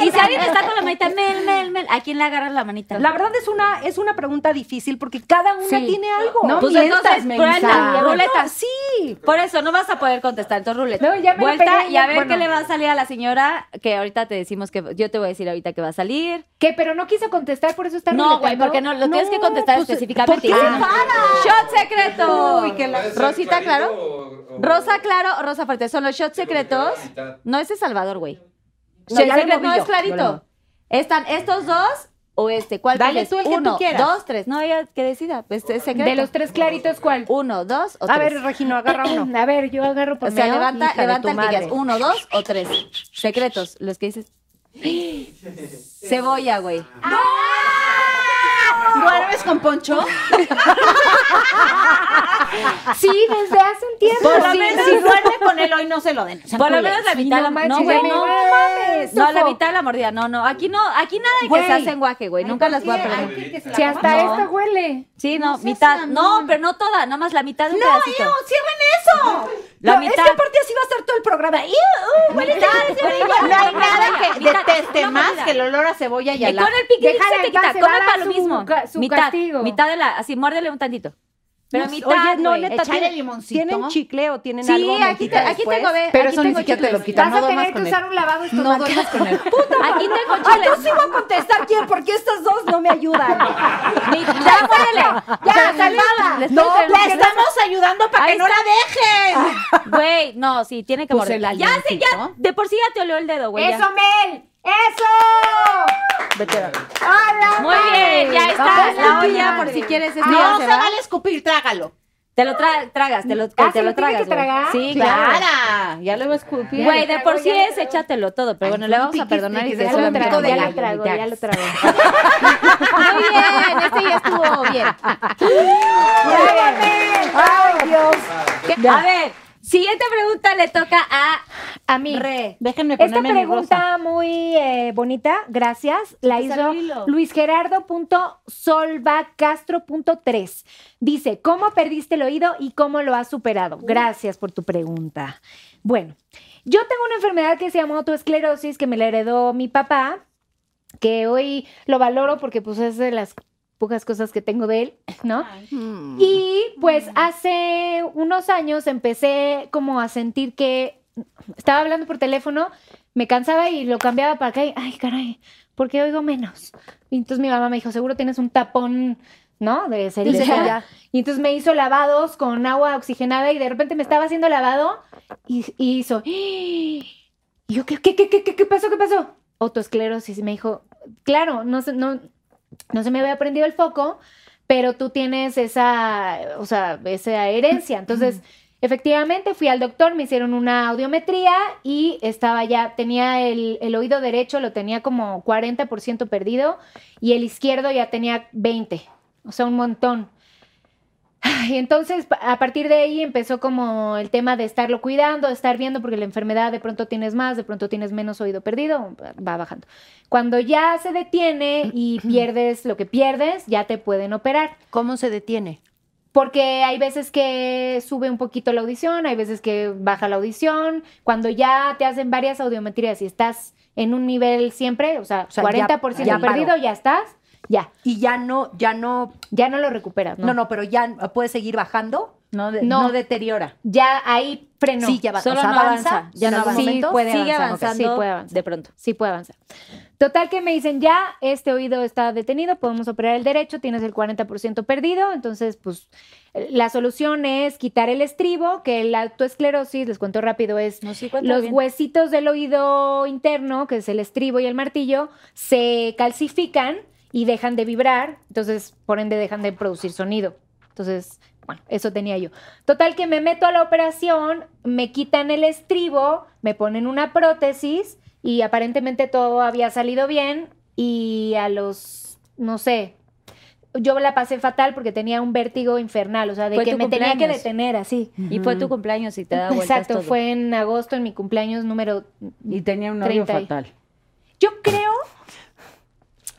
[SPEAKER 4] Y si alguien está con la manita, mel, mel, mel, ¿a quién le agarras la manita?
[SPEAKER 1] La verdad es una, es una pregunta difícil porque cada una
[SPEAKER 6] Sí.
[SPEAKER 1] tiene algo.
[SPEAKER 6] No
[SPEAKER 4] Pues
[SPEAKER 6] mientas,
[SPEAKER 4] entonces,
[SPEAKER 6] Melissa.
[SPEAKER 4] prueba, ruleta.
[SPEAKER 1] sí.
[SPEAKER 4] Por eso no vas a poder contestar, entonces ruleta.
[SPEAKER 5] No, ya me lo
[SPEAKER 4] Vuelta
[SPEAKER 5] pegué,
[SPEAKER 4] y a
[SPEAKER 5] ya-
[SPEAKER 4] ver
[SPEAKER 5] bueno.
[SPEAKER 4] qué le va a salir a la señora, que ahorita te decimos que yo te voy a decir ahorita que va a salir.
[SPEAKER 5] Que pero no quiso contestar, por eso está
[SPEAKER 4] No, güey,
[SPEAKER 5] ruletando.
[SPEAKER 4] porque no, lo tienes que contestar
[SPEAKER 1] pues,
[SPEAKER 4] específicamente.
[SPEAKER 1] ¿por qué
[SPEAKER 4] Ah. ¡Shot secreto!
[SPEAKER 6] Uy, que la-
[SPEAKER 8] ¿Puede ser
[SPEAKER 4] Rosita,
[SPEAKER 8] clarito
[SPEAKER 4] claro.
[SPEAKER 8] o- o-
[SPEAKER 4] Rosa, claro, o Rosa Fuerte. Son los shots
[SPEAKER 8] Creo que queda
[SPEAKER 4] secretos.
[SPEAKER 8] la mitad.
[SPEAKER 4] No es de Salvador, güey.
[SPEAKER 1] No,
[SPEAKER 4] Shot
[SPEAKER 1] ya lo
[SPEAKER 4] secreto
[SPEAKER 1] moví
[SPEAKER 4] no
[SPEAKER 1] yo,
[SPEAKER 4] es clarito. Están estos dos o este. ¿Cuál
[SPEAKER 6] Dale
[SPEAKER 4] quieres?
[SPEAKER 6] tú el que tú
[SPEAKER 4] Uno,
[SPEAKER 6] quieras.
[SPEAKER 4] dos, tres. No, ella que decida. Pues es secreto.
[SPEAKER 5] De los tres claritos, ¿cuál?
[SPEAKER 4] Uno, dos o
[SPEAKER 1] A
[SPEAKER 4] tres.
[SPEAKER 1] ver, Regino, agarra uno.
[SPEAKER 5] A ver, yo agarro por
[SPEAKER 4] o sea,
[SPEAKER 5] medio,
[SPEAKER 4] levanta,
[SPEAKER 5] hija de
[SPEAKER 4] levanta
[SPEAKER 5] tu
[SPEAKER 4] el que
[SPEAKER 5] madre.
[SPEAKER 4] quieras. Uno, dos o tres. Secretos, los que dices. Cebolla, güey.
[SPEAKER 6] ¿Duermes con Poncho?
[SPEAKER 4] Ah.
[SPEAKER 5] Sí, desde hace un tiempo.
[SPEAKER 6] Por lo menos si duerme con él hoy no se lo den. O sea,
[SPEAKER 4] Por lo
[SPEAKER 6] tú le-
[SPEAKER 4] menos la mitad la
[SPEAKER 5] manches,
[SPEAKER 4] No, güey,
[SPEAKER 5] ya me-
[SPEAKER 4] no.
[SPEAKER 5] no mames,
[SPEAKER 4] No, la
[SPEAKER 5] Sofo.
[SPEAKER 4] mitad de la mordida. No, no. Aquí no, aquí nada de que
[SPEAKER 1] Güey.
[SPEAKER 4] se hacen guaje, güey. Nunca las voy a perder.
[SPEAKER 5] Si hasta
[SPEAKER 4] No.
[SPEAKER 5] esta huele.
[SPEAKER 4] Sí, no, mitad. No, pero no toda, nada más la mitad de un pedacito.
[SPEAKER 6] ¡No, cierren eso!
[SPEAKER 4] La
[SPEAKER 1] No,
[SPEAKER 4] mitad.
[SPEAKER 1] Es que aparte así va a estar todo el programa. uh, ¡Iu!
[SPEAKER 6] No hay nada que
[SPEAKER 4] Mitad,
[SPEAKER 6] deteste
[SPEAKER 4] una
[SPEAKER 6] más
[SPEAKER 4] mordida.
[SPEAKER 6] que el olor a cebolla y
[SPEAKER 4] Y
[SPEAKER 6] a
[SPEAKER 4] con
[SPEAKER 6] la...
[SPEAKER 4] el piquín
[SPEAKER 5] Déjala
[SPEAKER 4] se te
[SPEAKER 5] en paz,
[SPEAKER 4] quita,
[SPEAKER 5] se
[SPEAKER 4] come
[SPEAKER 5] va a dar
[SPEAKER 4] para lo
[SPEAKER 5] su
[SPEAKER 4] mismo.
[SPEAKER 5] ca- su
[SPEAKER 4] mitad,
[SPEAKER 5] castigo.
[SPEAKER 4] mitad de la, así, muérdele un tantito. Pero
[SPEAKER 1] No,
[SPEAKER 4] mitad,
[SPEAKER 1] Oye, no,
[SPEAKER 4] güey.
[SPEAKER 1] neta,
[SPEAKER 6] Échale
[SPEAKER 1] ¿tienen-
[SPEAKER 6] limoncito.
[SPEAKER 1] ¿tienen chicle o tienen algo?
[SPEAKER 4] Sí, aquí, te-
[SPEAKER 1] montita
[SPEAKER 4] aquí
[SPEAKER 1] después?
[SPEAKER 4] tengo, ve,
[SPEAKER 6] Pero
[SPEAKER 4] aquí
[SPEAKER 6] eso ni
[SPEAKER 4] tengo
[SPEAKER 6] siquiera te lo
[SPEAKER 4] chiles.
[SPEAKER 6] quita.
[SPEAKER 5] Vas
[SPEAKER 6] No
[SPEAKER 5] a
[SPEAKER 6] duermas
[SPEAKER 5] tener que
[SPEAKER 6] con él.
[SPEAKER 5] usar un lavado
[SPEAKER 6] No
[SPEAKER 5] estomacal.
[SPEAKER 6] duermas con él.
[SPEAKER 4] Aquí tengo
[SPEAKER 1] Ay,
[SPEAKER 4] chiles.
[SPEAKER 1] yo Ah, sí voy a contestar quién, porque estas dos no me ayudan.
[SPEAKER 4] Mi- Ya, muérdele. Ya, salvada. Les
[SPEAKER 1] No,
[SPEAKER 4] estoy
[SPEAKER 1] la
[SPEAKER 4] diciendo-
[SPEAKER 6] Estamos ayudando para
[SPEAKER 4] Ahí
[SPEAKER 6] que no
[SPEAKER 4] está.
[SPEAKER 6] la dejen.
[SPEAKER 4] Güey, no, sí, tiene que
[SPEAKER 6] Pues
[SPEAKER 4] morderla.
[SPEAKER 6] el
[SPEAKER 4] Ya, sí, ya.
[SPEAKER 6] aliencito.
[SPEAKER 4] De por sí ya te olió el dedo, güey. ya.
[SPEAKER 5] ¡Eso, Mel! ¡Eso! ¡Hola!
[SPEAKER 4] Muy bien, ya está.
[SPEAKER 5] Vamos,
[SPEAKER 4] La
[SPEAKER 5] mi
[SPEAKER 4] olla, por
[SPEAKER 5] madre.
[SPEAKER 4] si quieres.
[SPEAKER 1] Ah,
[SPEAKER 4] es mía,
[SPEAKER 6] No se
[SPEAKER 4] va.
[SPEAKER 6] vale escupir, trágalo.
[SPEAKER 4] Te lo tra- tragas, te lo,
[SPEAKER 5] Ah,
[SPEAKER 4] te
[SPEAKER 5] ¿se
[SPEAKER 4] lo
[SPEAKER 5] lo tiene que
[SPEAKER 4] tragas. güey.
[SPEAKER 5] tragar?
[SPEAKER 4] Sí, claro.
[SPEAKER 6] Clara, ya lo iba a escupir.
[SPEAKER 4] Güey, de por sí
[SPEAKER 5] ya le
[SPEAKER 4] es échatelo todo, pero bueno, le vamos a perdonar y
[SPEAKER 5] Ya
[SPEAKER 4] se
[SPEAKER 5] lo
[SPEAKER 4] solamente
[SPEAKER 5] trago,
[SPEAKER 4] con
[SPEAKER 5] ya
[SPEAKER 4] el
[SPEAKER 5] lo trago,
[SPEAKER 4] mitad.
[SPEAKER 5] ya lo trago.
[SPEAKER 4] Muy bien, este ya estuvo bien.
[SPEAKER 1] Ay, Dios.
[SPEAKER 4] ¿Qué? A ver, siguiente pregunta le toca a
[SPEAKER 5] A mí.
[SPEAKER 4] Re.
[SPEAKER 6] Déjenme
[SPEAKER 5] Esta
[SPEAKER 6] ponerme nerviosa.
[SPEAKER 5] pregunta muy eh, bonita, gracias, la
[SPEAKER 4] Te salió
[SPEAKER 5] hizo
[SPEAKER 4] el hilo.
[SPEAKER 5] luisgerardo.solvacastro.3. Dice, ¿cómo perdiste el oído y cómo lo has superado? Gracias por tu pregunta. Bueno, yo tengo una enfermedad que se llama autoesclerosis que me la heredó mi papá, que hoy lo valoro porque pues es de las pocas cosas que tengo de él, ¿no?
[SPEAKER 1] Mm. Hmm.
[SPEAKER 5] Y pues hace unos años empecé como a sentir que estaba hablando por teléfono, me cansaba y lo cambiaba para acá y, ay, caray, ¿por qué oigo menos? Y entonces mi mamá me dijo, seguro tienes un tapón, ¿no? De
[SPEAKER 1] Dice
[SPEAKER 5] cerilla.
[SPEAKER 1] ya.
[SPEAKER 5] Y entonces me hizo lavados con agua oxigenada y de repente me estaba haciendo lavado y, y hizo, "Ah". Y yo, ¿qué, qué, qué, qué, qué, qué pasó? ¿Qué pasó? Autoesclerosis. Y me dijo, claro, no, se- no, no se me había prendido el foco, pero tú tienes esa, o sea, esa herencia. Entonces, efectivamente, fui al doctor, me hicieron una audiometría y estaba ya, tenía el, el oído derecho, lo tenía como 40% perdido y el izquierdo ya tenía 20, o sea, un montón. Y entonces, pa- a partir de ahí empezó como el tema de estarlo cuidando, de estar viendo, porque la enfermedad de pronto tienes más, de pronto tienes menos oído perdido, va bajando. Cuando ya se detiene y pierdes lo que pierdes, ya te pueden operar.
[SPEAKER 1] ¿Cómo se detiene?
[SPEAKER 5] Porque hay veces que sube un poquito la audición, hay veces que baja la audición. Cuando ya te hacen varias audiometrías y estás en un nivel siempre, o sea,
[SPEAKER 1] O sea, ya-
[SPEAKER 5] 40%
[SPEAKER 1] ya paró.
[SPEAKER 5] perdido, ya estás, ya,
[SPEAKER 1] Y ya no, ya no,
[SPEAKER 5] ya no lo recuperas, ¿no?
[SPEAKER 1] no, no, pero ya puede seguir bajando.
[SPEAKER 6] No, de-
[SPEAKER 5] No.
[SPEAKER 6] no deteriora.
[SPEAKER 5] Ya ahí frenó.
[SPEAKER 1] Sí, ya va-
[SPEAKER 4] Solo
[SPEAKER 1] o sea,
[SPEAKER 4] no avanza, ya
[SPEAKER 1] en
[SPEAKER 4] no
[SPEAKER 1] algún
[SPEAKER 4] avanza.
[SPEAKER 5] Sí,
[SPEAKER 1] momento.
[SPEAKER 5] puede
[SPEAKER 4] Sigue
[SPEAKER 5] avanzar, ok,
[SPEAKER 4] avanzando
[SPEAKER 5] sí puede avanzar.
[SPEAKER 4] de pronto.
[SPEAKER 5] sí puede avanzar. Total que me dicen, ya, este oído está detenido, podemos operar el derecho, tienes el 40% perdido, entonces pues la solución es quitar el estribo, que la autoesclerosis, les cuento rápido, es los huesitos del oído interno, que es el estribo y el martillo, se calcifican y dejan de vibrar, entonces por ende dejan de producir sonido. Entonces, bueno, eso tenía yo. Total que me meto a la operación, me quitan el estribo, me ponen una prótesis y aparentemente todo había salido bien y a los, no sé, yo la pasé fatal porque tenía un vértigo infernal, o sea, de
[SPEAKER 4] Fue
[SPEAKER 5] que
[SPEAKER 4] tu
[SPEAKER 5] me tenía que
[SPEAKER 4] cumpleaños.
[SPEAKER 5] detener así.
[SPEAKER 4] Y fue tu cumpleaños y te da vueltas
[SPEAKER 5] Exacto,
[SPEAKER 4] todo.
[SPEAKER 5] fue en agosto, en mi cumpleaños número...
[SPEAKER 6] Y tenía un novio
[SPEAKER 5] 30 y-
[SPEAKER 6] fatal.
[SPEAKER 5] Yo creo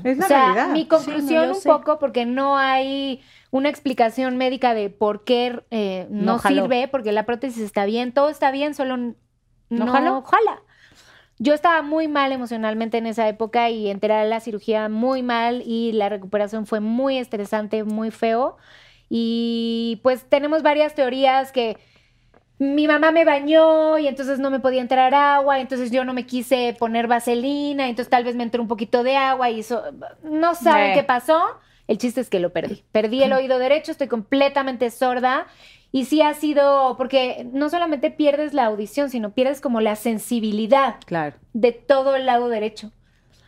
[SPEAKER 6] Es la
[SPEAKER 5] o sea,
[SPEAKER 6] realidad.
[SPEAKER 5] mi conclusión
[SPEAKER 4] Sí, no, yo
[SPEAKER 5] un
[SPEAKER 4] sé.
[SPEAKER 5] poco, porque no hay una explicación médica de por qué eh, no,
[SPEAKER 6] No jaló.
[SPEAKER 5] sirve, porque la prótesis está bien, todo está bien, solo n- no,
[SPEAKER 6] jaló?
[SPEAKER 5] jala. Yo estaba muy mal emocionalmente en esa época y entré a la cirugía muy mal y la recuperación fue muy estresante, muy feo. Y pues tenemos varias teorías que mi mamá me bañó y entonces no me podía entrar agua, entonces yo no me quise poner vaselina, entonces tal vez me entró un poquito de agua y eso, no saben
[SPEAKER 6] Eh.
[SPEAKER 5] qué pasó. El chiste es que lo perdí. Perdí el oído derecho, estoy completamente sorda y sí ha sido, porque no solamente pierdes la audición, sino pierdes como la sensibilidad
[SPEAKER 6] Claro.
[SPEAKER 5] de todo el lado derecho.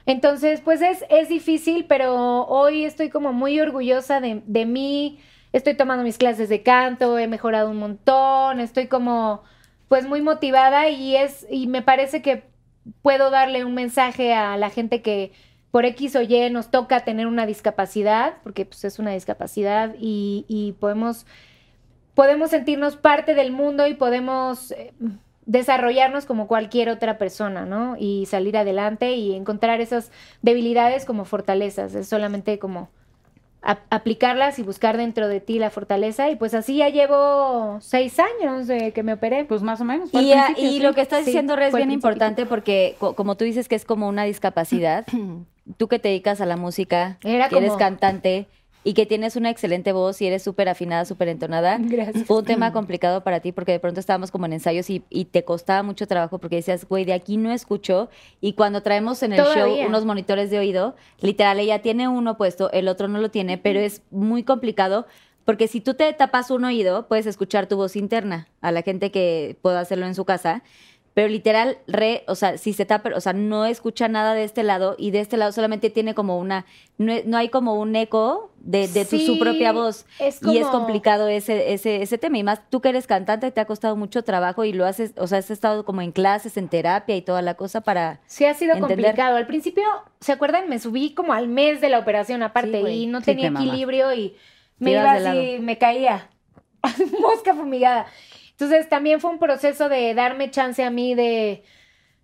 [SPEAKER 5] Entonces, pues es, es difícil, pero hoy estoy como muy orgullosa de, de mí. Estoy tomando mis clases de canto, he mejorado un montón, estoy como pues muy motivada y es y me parece que puedo darle un mensaje a la gente que por X o Y nos toca tener una discapacidad, porque pues es una discapacidad y, y podemos podemos sentirnos parte del mundo y podemos eh, desarrollarnos como cualquier otra persona, ¿no? Y salir adelante y encontrar esas debilidades como fortalezas. Es solamente como a- aplicarlas y buscar dentro de ti la fortaleza. Y pues así ya llevo seis años de que me operé.
[SPEAKER 6] Pues más o menos. fue al
[SPEAKER 4] Y, a-
[SPEAKER 6] principio,
[SPEAKER 4] y
[SPEAKER 6] sí.
[SPEAKER 4] lo que estás
[SPEAKER 5] Sí,
[SPEAKER 4] diciendo Re, es
[SPEAKER 5] fue al
[SPEAKER 4] bien
[SPEAKER 5] principio.
[SPEAKER 4] importante porque, co- como tú dices que es como una discapacidad, tú que te dedicas a la música,
[SPEAKER 5] Era
[SPEAKER 4] que eres
[SPEAKER 5] como-
[SPEAKER 4] cantante y que tienes una excelente voz y eres súper afinada, súper entonada,
[SPEAKER 5] Gracias.
[SPEAKER 4] fue un tema complicado para ti porque de pronto estábamos como en ensayos y, y te costaba mucho trabajo porque decías, güey, de aquí no escucho. Y cuando traemos en el
[SPEAKER 5] Todavía.
[SPEAKER 4] show unos monitores de oído, literal, ella tiene uno puesto, el otro no lo tiene, pero es muy complicado. Porque si tú te tapas un oído, puedes escuchar tu voz interna a la gente que pueda hacerlo en su casa. Pero literal, re, o sea, si se tapa, o sea, no escucha nada de este lado y de este lado solamente tiene como una, no, no hay como un eco de, de tu- su
[SPEAKER 5] Sí,
[SPEAKER 4] propia voz.
[SPEAKER 5] es
[SPEAKER 4] Y es
[SPEAKER 5] como-
[SPEAKER 4] complicado ese, ese, ese tema. Y más tú que eres cantante, te ha costado mucho trabajo y lo haces, o sea, has estado como en clases, en terapia y toda la cosa para...
[SPEAKER 5] Sí, ha sido
[SPEAKER 4] Entender.
[SPEAKER 5] complicado. Al principio, ¿se acuerdan? Me subí como al mes de la operación aparte
[SPEAKER 4] Sí, güey.
[SPEAKER 5] y no
[SPEAKER 6] Sí,
[SPEAKER 5] tenía
[SPEAKER 6] te mamaste.
[SPEAKER 5] equilibrio y
[SPEAKER 4] Te
[SPEAKER 5] me iba
[SPEAKER 4] ibas de
[SPEAKER 5] así, me caía. Mosca fumigada. Entonces también fue un proceso de darme chance a mí de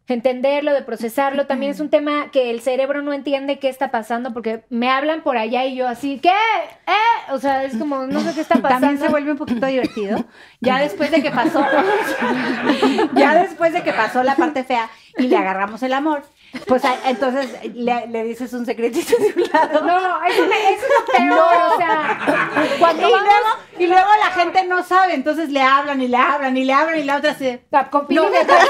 [SPEAKER 5] entenderlo, de procesarlo. También es un tema que el cerebro no entiende qué está pasando porque me hablan por allá y yo así, ¿qué? ¿Eh? O sea, es como, no sé qué está
[SPEAKER 6] También se
[SPEAKER 5] pasando.
[SPEAKER 6] vuelve un poquito divertido. Ya después de que pasó. ya después de que pasó la parte fea y le agarramos el amor. Pues ah, entonces le, le dices un secretito de un lado.
[SPEAKER 5] No, eso, me- eso es lo peor, o sea,
[SPEAKER 6] Y
[SPEAKER 5] cuando vamos
[SPEAKER 6] luego, y luego la gente no sabe, entonces le hablan y le hablan y le hablan y la otra se.
[SPEAKER 5] a Copino
[SPEAKER 6] No,
[SPEAKER 5] le pasa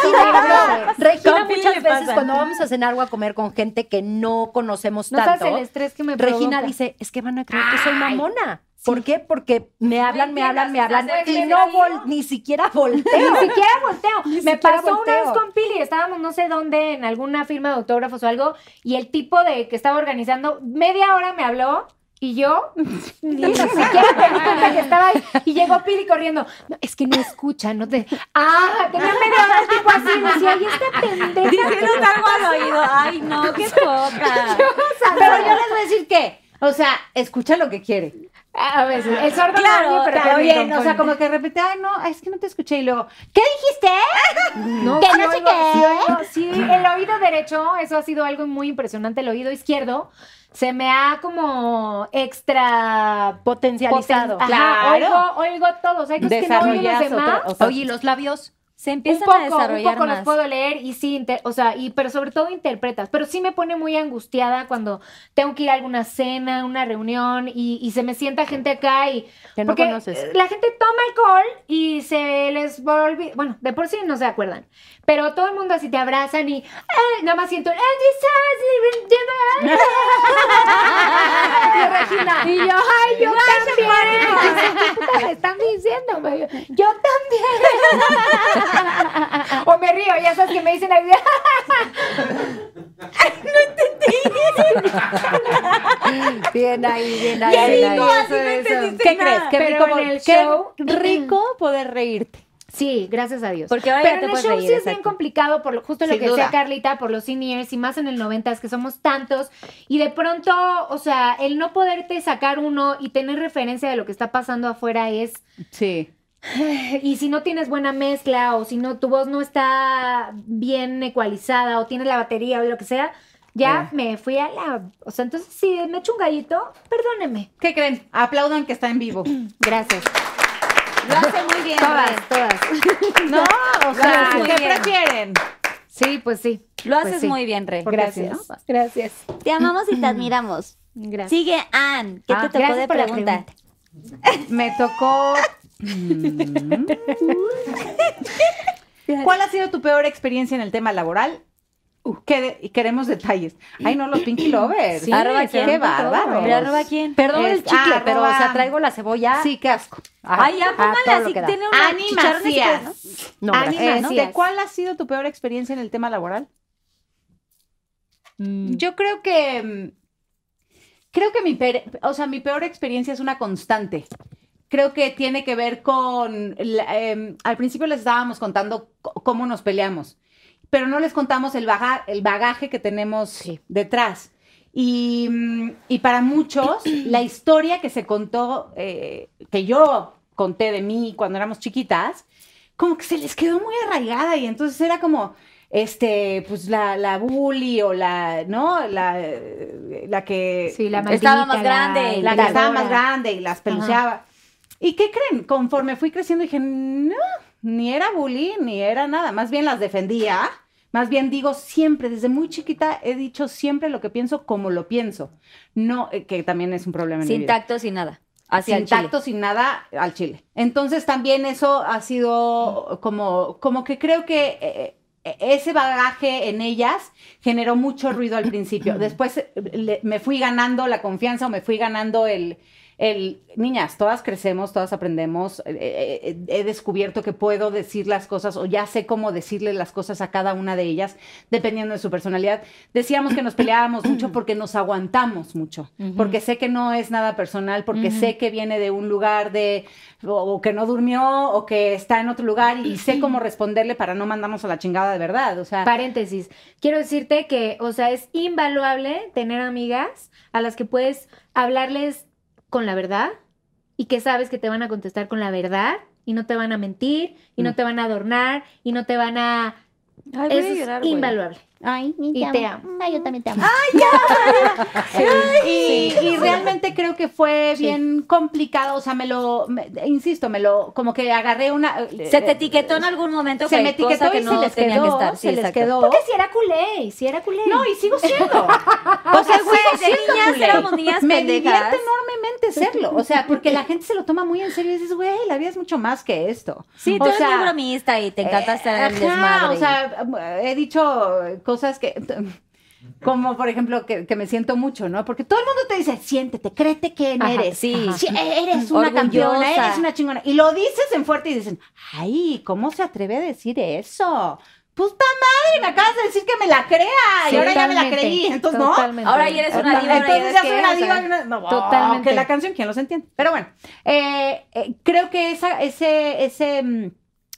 [SPEAKER 5] algo.
[SPEAKER 1] Regina,
[SPEAKER 6] Con Pili
[SPEAKER 1] muchas
[SPEAKER 6] le
[SPEAKER 1] veces
[SPEAKER 6] pasa.
[SPEAKER 1] cuando vamos a cenar o a comer con gente que no conocemos
[SPEAKER 5] No sabes
[SPEAKER 1] tanto,
[SPEAKER 5] el estrés que me
[SPEAKER 1] Regina
[SPEAKER 5] provoca.
[SPEAKER 1] dice, es que van a creer que soy mamona. ¿Por qué? Porque me hablan, me hablan, me hablan
[SPEAKER 4] entiendas,
[SPEAKER 1] y
[SPEAKER 4] estás
[SPEAKER 1] no
[SPEAKER 4] defendido.
[SPEAKER 1] vol- ni siquiera volteo.
[SPEAKER 5] Ni siquiera volteo. me
[SPEAKER 1] siquiera
[SPEAKER 5] pasó
[SPEAKER 1] volteo.
[SPEAKER 5] una vez con Pili, estábamos no sé dónde, en alguna firma de autógrafos o algo, y el tipo de que estaba organizando, media hora me habló. Y yo ni siquiera me di cuenta que estaba ahí. Y llegó Pili corriendo. "No, es que no escucha, no te. Ah, tenía media hora el tipo así. Decía, y esta pendeja.
[SPEAKER 4] Diciéndote algo al oído. Ay, no, qué poca.
[SPEAKER 6] Pero yo les voy a decir que, o sea, escucha lo que quiere.
[SPEAKER 5] A veces, el sordo
[SPEAKER 6] Claro,
[SPEAKER 5] no oye, pero
[SPEAKER 6] está
[SPEAKER 5] que me
[SPEAKER 6] bien. O sea,
[SPEAKER 5] compone.
[SPEAKER 6] como que repite, ay, no, es que no te escuché. Y luego, ¿qué dijiste?
[SPEAKER 5] No,
[SPEAKER 6] Que
[SPEAKER 5] sí
[SPEAKER 6] no sé
[SPEAKER 5] oigo,
[SPEAKER 6] qué.
[SPEAKER 5] sí oigo, Sí, el oído derecho, eso ha sido algo muy impresionante. El oído izquierdo se me ha como extra
[SPEAKER 1] Potencializado.
[SPEAKER 5] poten- Ajá,
[SPEAKER 6] Claro.
[SPEAKER 5] oigo, oigo todo. O sea, hay cosas que no oigo los
[SPEAKER 6] Desarrollas otra-
[SPEAKER 5] demás.
[SPEAKER 6] o sea,
[SPEAKER 1] Oye, ¿y los labios?
[SPEAKER 4] Se
[SPEAKER 5] un
[SPEAKER 4] empiezan
[SPEAKER 5] poco,
[SPEAKER 4] a desarrollar
[SPEAKER 5] un poco
[SPEAKER 4] más.
[SPEAKER 5] los puedo leer y sí, inter- o sea, y, pero sobre todo interpretas. Pero sí me pone muy angustiada cuando tengo que ir a alguna cena, una reunión y, y se me sienta gente acá y...
[SPEAKER 1] Que no
[SPEAKER 5] porque,
[SPEAKER 1] conoces.
[SPEAKER 5] eh, La gente toma alcohol y se les olvida. Bueno, de por sí no se acuerdan. Pero todo el mundo así te abrazan y... "Ay", nada más siento... "Ay, this is- Y yo, ay, yo también. ¿Qué puta me están diciendo? güey? Yo también. o me río, ya sabes que me dicen ahí.
[SPEAKER 1] Bien ahí, bien ahí.
[SPEAKER 6] Qué
[SPEAKER 1] bien
[SPEAKER 6] rico,
[SPEAKER 1] ahí.
[SPEAKER 6] así no entendiste ¿Qué crees? Qué
[SPEAKER 5] Pero
[SPEAKER 6] rico,
[SPEAKER 5] en el
[SPEAKER 6] qué
[SPEAKER 5] show-
[SPEAKER 6] rico poder reírte.
[SPEAKER 5] Sí, gracias a Dios.
[SPEAKER 4] Porque ahora
[SPEAKER 5] Pero
[SPEAKER 4] ya te
[SPEAKER 5] en el
[SPEAKER 4] puedes
[SPEAKER 5] show
[SPEAKER 4] reír,
[SPEAKER 5] sí es bien
[SPEAKER 4] exacto.
[SPEAKER 5] complicado, por lo, justo lo
[SPEAKER 6] Sin
[SPEAKER 5] que
[SPEAKER 6] duda.
[SPEAKER 5] decía Carlita, por los seniors y más en el 90 es que somos tantos y de pronto, o sea, el no poderte sacar uno y tener referencia de lo que está pasando afuera es
[SPEAKER 6] Sí.
[SPEAKER 5] Y si no tienes buena mezcla o si no tu voz no está bien ecualizada o tienes la batería o lo que sea, ya me fui a la... O sea, entonces si me echo un gallito, perdóneme.
[SPEAKER 6] ¿Qué creen? Aplaudan que está en vivo.
[SPEAKER 5] Gracias.
[SPEAKER 4] Lo hace muy bien, Ray.
[SPEAKER 5] Todas, todas.
[SPEAKER 6] No, o sea,
[SPEAKER 4] haces muy
[SPEAKER 6] ¿qué
[SPEAKER 4] bien.
[SPEAKER 6] prefieren?
[SPEAKER 5] Sí, pues sí.
[SPEAKER 4] Lo
[SPEAKER 5] Pues
[SPEAKER 4] haces
[SPEAKER 5] sí.
[SPEAKER 4] muy bien, Rey.
[SPEAKER 5] Gracias. Gracias.
[SPEAKER 4] Te amamos y te admiramos.
[SPEAKER 5] Gracias.
[SPEAKER 4] Sigue, Ann. ¿Qué
[SPEAKER 5] Ah,
[SPEAKER 4] te tocó
[SPEAKER 5] gracias
[SPEAKER 4] de
[SPEAKER 5] por la
[SPEAKER 4] pregunta?
[SPEAKER 5] pregunta.
[SPEAKER 6] Me tocó. Mm. ¿Cuál ha sido tu peor experiencia en el tema laboral? Uh, que de- queremos detalles. Ay, no, los Pinky Lovers.
[SPEAKER 5] Sí,
[SPEAKER 6] Arroba
[SPEAKER 5] se
[SPEAKER 6] qué
[SPEAKER 5] van con todo,
[SPEAKER 6] bárbaro.
[SPEAKER 4] ¿Pero arroba quién?
[SPEAKER 1] Perdón el
[SPEAKER 6] Es-
[SPEAKER 1] chicle,
[SPEAKER 6] ah,
[SPEAKER 1] pero o
[SPEAKER 6] arroba.
[SPEAKER 1] sea, traigo la cebolla.
[SPEAKER 6] Sí, qué asco.
[SPEAKER 4] Ay, ya póngala si tiene una
[SPEAKER 6] Ani
[SPEAKER 4] chicharrones y
[SPEAKER 6] Macías.
[SPEAKER 4] todo, ¿no?
[SPEAKER 1] No,
[SPEAKER 5] Ani
[SPEAKER 1] gracias.
[SPEAKER 5] Macías.
[SPEAKER 6] Este, ¿Cuál ha sido tu peor experiencia en el tema laboral? Yo creo que mm, creo que mi per- o sea, mi peor experiencia es una constante. Creo que tiene que ver con la- em, al principio les estábamos contando c- cómo nos peleamos, pero no les contamos el baga- el bagaje que tenemos detrás. Y, mm, y para muchos, la historia que se contó, eh, que yo conté de mí cuando éramos chiquitas, como que se les quedó muy arraigada y entonces era como, este, pues la, la bully o la, ¿no? La, eh, la que
[SPEAKER 5] Sí, la maldita,
[SPEAKER 4] Estaba más grande,
[SPEAKER 6] la que
[SPEAKER 4] Tal.
[SPEAKER 6] estaba
[SPEAKER 5] grande.
[SPEAKER 6] más grande y las peluceaba. ¿Y qué creen? Conforme fui creciendo dije, no, ni era bullying, ni era nada, más bien las defendía. Más bien digo siempre, desde muy chiquita he dicho siempre lo que pienso como lo pienso. No, eh, que también es un problema en mi
[SPEAKER 4] Sin
[SPEAKER 6] vida
[SPEAKER 4] tacto, sin nada. Así
[SPEAKER 6] sin tacto, sin nada al Chile. Entonces también eso ha sido como, como que creo que eh, eh, ese bagaje en ellas generó mucho ruido al principio. Después eh, le- me fui ganando la confianza o me fui ganando el... El, niñas, todas crecemos, todas aprendemos. eh, eh, eh, he descubierto que puedo decir las cosas o ya sé cómo decirle las cosas a cada una de ellas, dependiendo de su personalidad. Decíamos que nos peleábamos mucho porque nos aguantamos mucho, porque sé que no es nada personal, porque sé que viene de un lugar de, o, o que no durmió, o que está en otro lugar y sé cómo responderle para no mandarnos a la chingada de verdad. O sea,
[SPEAKER 5] Paréntesis. Quiero decirte que, o sea, es invaluable tener amigas a las que puedes hablarles con la verdad y que sabes que te van a contestar con la verdad y no te van a mentir y no te van a adornar y no te van a... Eso es invaluable.
[SPEAKER 6] ay,
[SPEAKER 5] Y te amo.
[SPEAKER 8] Ay, yo también te amo.
[SPEAKER 6] Y, y realmente creo que fue bien complicado, o sea, me lo, me- insisto, me lo, como que agarré una...
[SPEAKER 4] Se te etiquetó en algún momento
[SPEAKER 6] se
[SPEAKER 4] que
[SPEAKER 6] me
[SPEAKER 4] cosa
[SPEAKER 6] etiquetó
[SPEAKER 4] que
[SPEAKER 6] y
[SPEAKER 4] no
[SPEAKER 6] se les
[SPEAKER 4] tenía
[SPEAKER 6] quedó,
[SPEAKER 4] que estar. Sí,
[SPEAKER 6] se les
[SPEAKER 4] exacto.
[SPEAKER 6] quedó.
[SPEAKER 5] Que si era culé, si era culé.
[SPEAKER 6] No, y sigo siendo. O sea,
[SPEAKER 4] güey, de
[SPEAKER 6] sigo siendo
[SPEAKER 4] niñas
[SPEAKER 6] culé.
[SPEAKER 4] éramos niñas
[SPEAKER 6] Me
[SPEAKER 4] pendejas.
[SPEAKER 6] divierte enormemente serlo. O sea, porque la gente se lo toma muy en serio y dices, güey, la vida es mucho más que esto.
[SPEAKER 4] Sí, tú
[SPEAKER 6] O
[SPEAKER 4] eres
[SPEAKER 6] sea, eh,
[SPEAKER 4] muy bromista y te encanta estar en el
[SPEAKER 6] Ajá,
[SPEAKER 4] desmadre.
[SPEAKER 6] O sea, he dicho cosas que. Como por ejemplo, que, que me siento mucho, ¿no? Porque todo el mundo te dice, siéntete, créete quién
[SPEAKER 4] Ajá,
[SPEAKER 6] eres.
[SPEAKER 4] sí.
[SPEAKER 6] Sí, e-, Eres una
[SPEAKER 4] Orgullosa.
[SPEAKER 6] campeona, eres una chingona. Y lo dices en fuerte y dicen, ay, ¿cómo se atreve a decir eso? Pues, Puta madre, me acabas de decir que me la crea. y ahora ya me la
[SPEAKER 5] Totalmente,
[SPEAKER 6] creí. Entonces, ¿no? pues,
[SPEAKER 5] totalmente.
[SPEAKER 4] Ahora ya eres una diva,
[SPEAKER 6] Entonces ya soy
[SPEAKER 5] que,
[SPEAKER 6] una
[SPEAKER 5] o sea,
[SPEAKER 6] diva. y una- no,
[SPEAKER 5] totalmente.
[SPEAKER 6] Que la canción, ¿quién los entiende? Pero bueno, eh, eh, creo que esa, ese, ese, mm,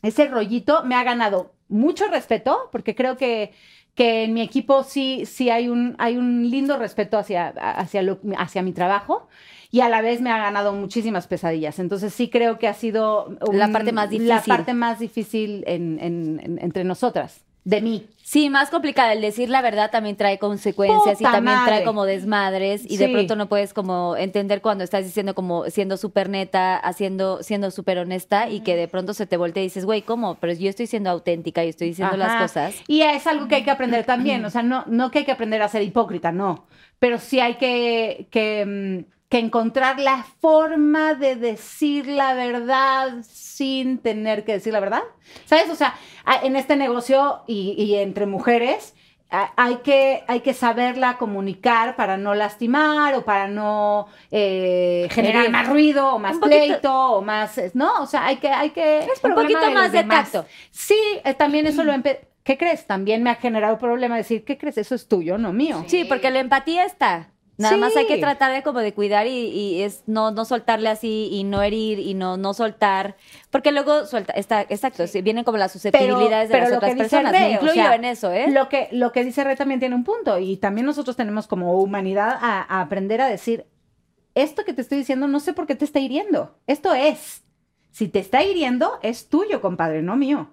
[SPEAKER 6] ese rollito me ha ganado mucho respeto, porque creo que, que en mi equipo sí, sí hay, un, hay un lindo respeto hacia, hacia, lo- hacia mi trabajo. Y a la vez me ha ganado muchísimas pesadillas. Entonces sí creo que ha sido
[SPEAKER 4] La parte más
[SPEAKER 6] la
[SPEAKER 4] difícil.
[SPEAKER 6] parte más difícil en- en- en- entre nosotras, de mí.
[SPEAKER 4] Sí, más complicado. El decir la verdad también trae consecuencias y
[SPEAKER 6] Puta
[SPEAKER 4] también trae
[SPEAKER 6] madre.
[SPEAKER 4] como desmadres y de
[SPEAKER 6] Sí.
[SPEAKER 4] pronto no puedes como entender cuando estás diciendo como siendo súper neta, haciendo, siendo súper honesta y que de pronto se te voltea y dices, güey, ¿cómo? Pero yo estoy siendo auténtica y estoy diciendo las
[SPEAKER 6] Ajá.
[SPEAKER 4] cosas.
[SPEAKER 6] Y es algo que hay que aprender también. O sea, no, no que hay que aprender a ser hipócrita, no. Pero sí hay que, que, mm, que encontrar la forma de decir la verdad sin tener que decir la verdad. ¿Sabes? O sea, a- en este negocio y, y entre mujeres. a- Hay que, hay que saberla comunicar para no lastimar o para no eh, generar
[SPEAKER 4] Herir.
[SPEAKER 6] más ruido o más
[SPEAKER 4] Un poquito-
[SPEAKER 6] pleito o más... No, o sea, hay que... Hay que
[SPEAKER 4] Un poquito más de tacto.
[SPEAKER 6] Sí, eh, también eso lo empe- ¿Qué crees? También me ha generado problema decir, ¿qué crees? Eso es tuyo, no mío.
[SPEAKER 4] Sí, porque la empatía está. Nada
[SPEAKER 6] Sí.
[SPEAKER 4] más hay que tratar de como de cuidar y, y es no, no soltarle así y no herir y no, no soltar. Porque luego suelta, está, exacto, sí, vienen como las susceptibilidades de las otras personas.
[SPEAKER 6] Rey,
[SPEAKER 4] Me
[SPEAKER 6] o
[SPEAKER 4] incluyo
[SPEAKER 6] sea,
[SPEAKER 4] en eso, ¿eh?
[SPEAKER 6] Lo que, lo que dice Rey también tiene un punto. Y también nosotros tenemos como humanidad a, a aprender a decir, esto que te estoy diciendo no sé por qué te está hiriendo. Esto es. Si te está hiriendo, es tuyo, compadre, no mío.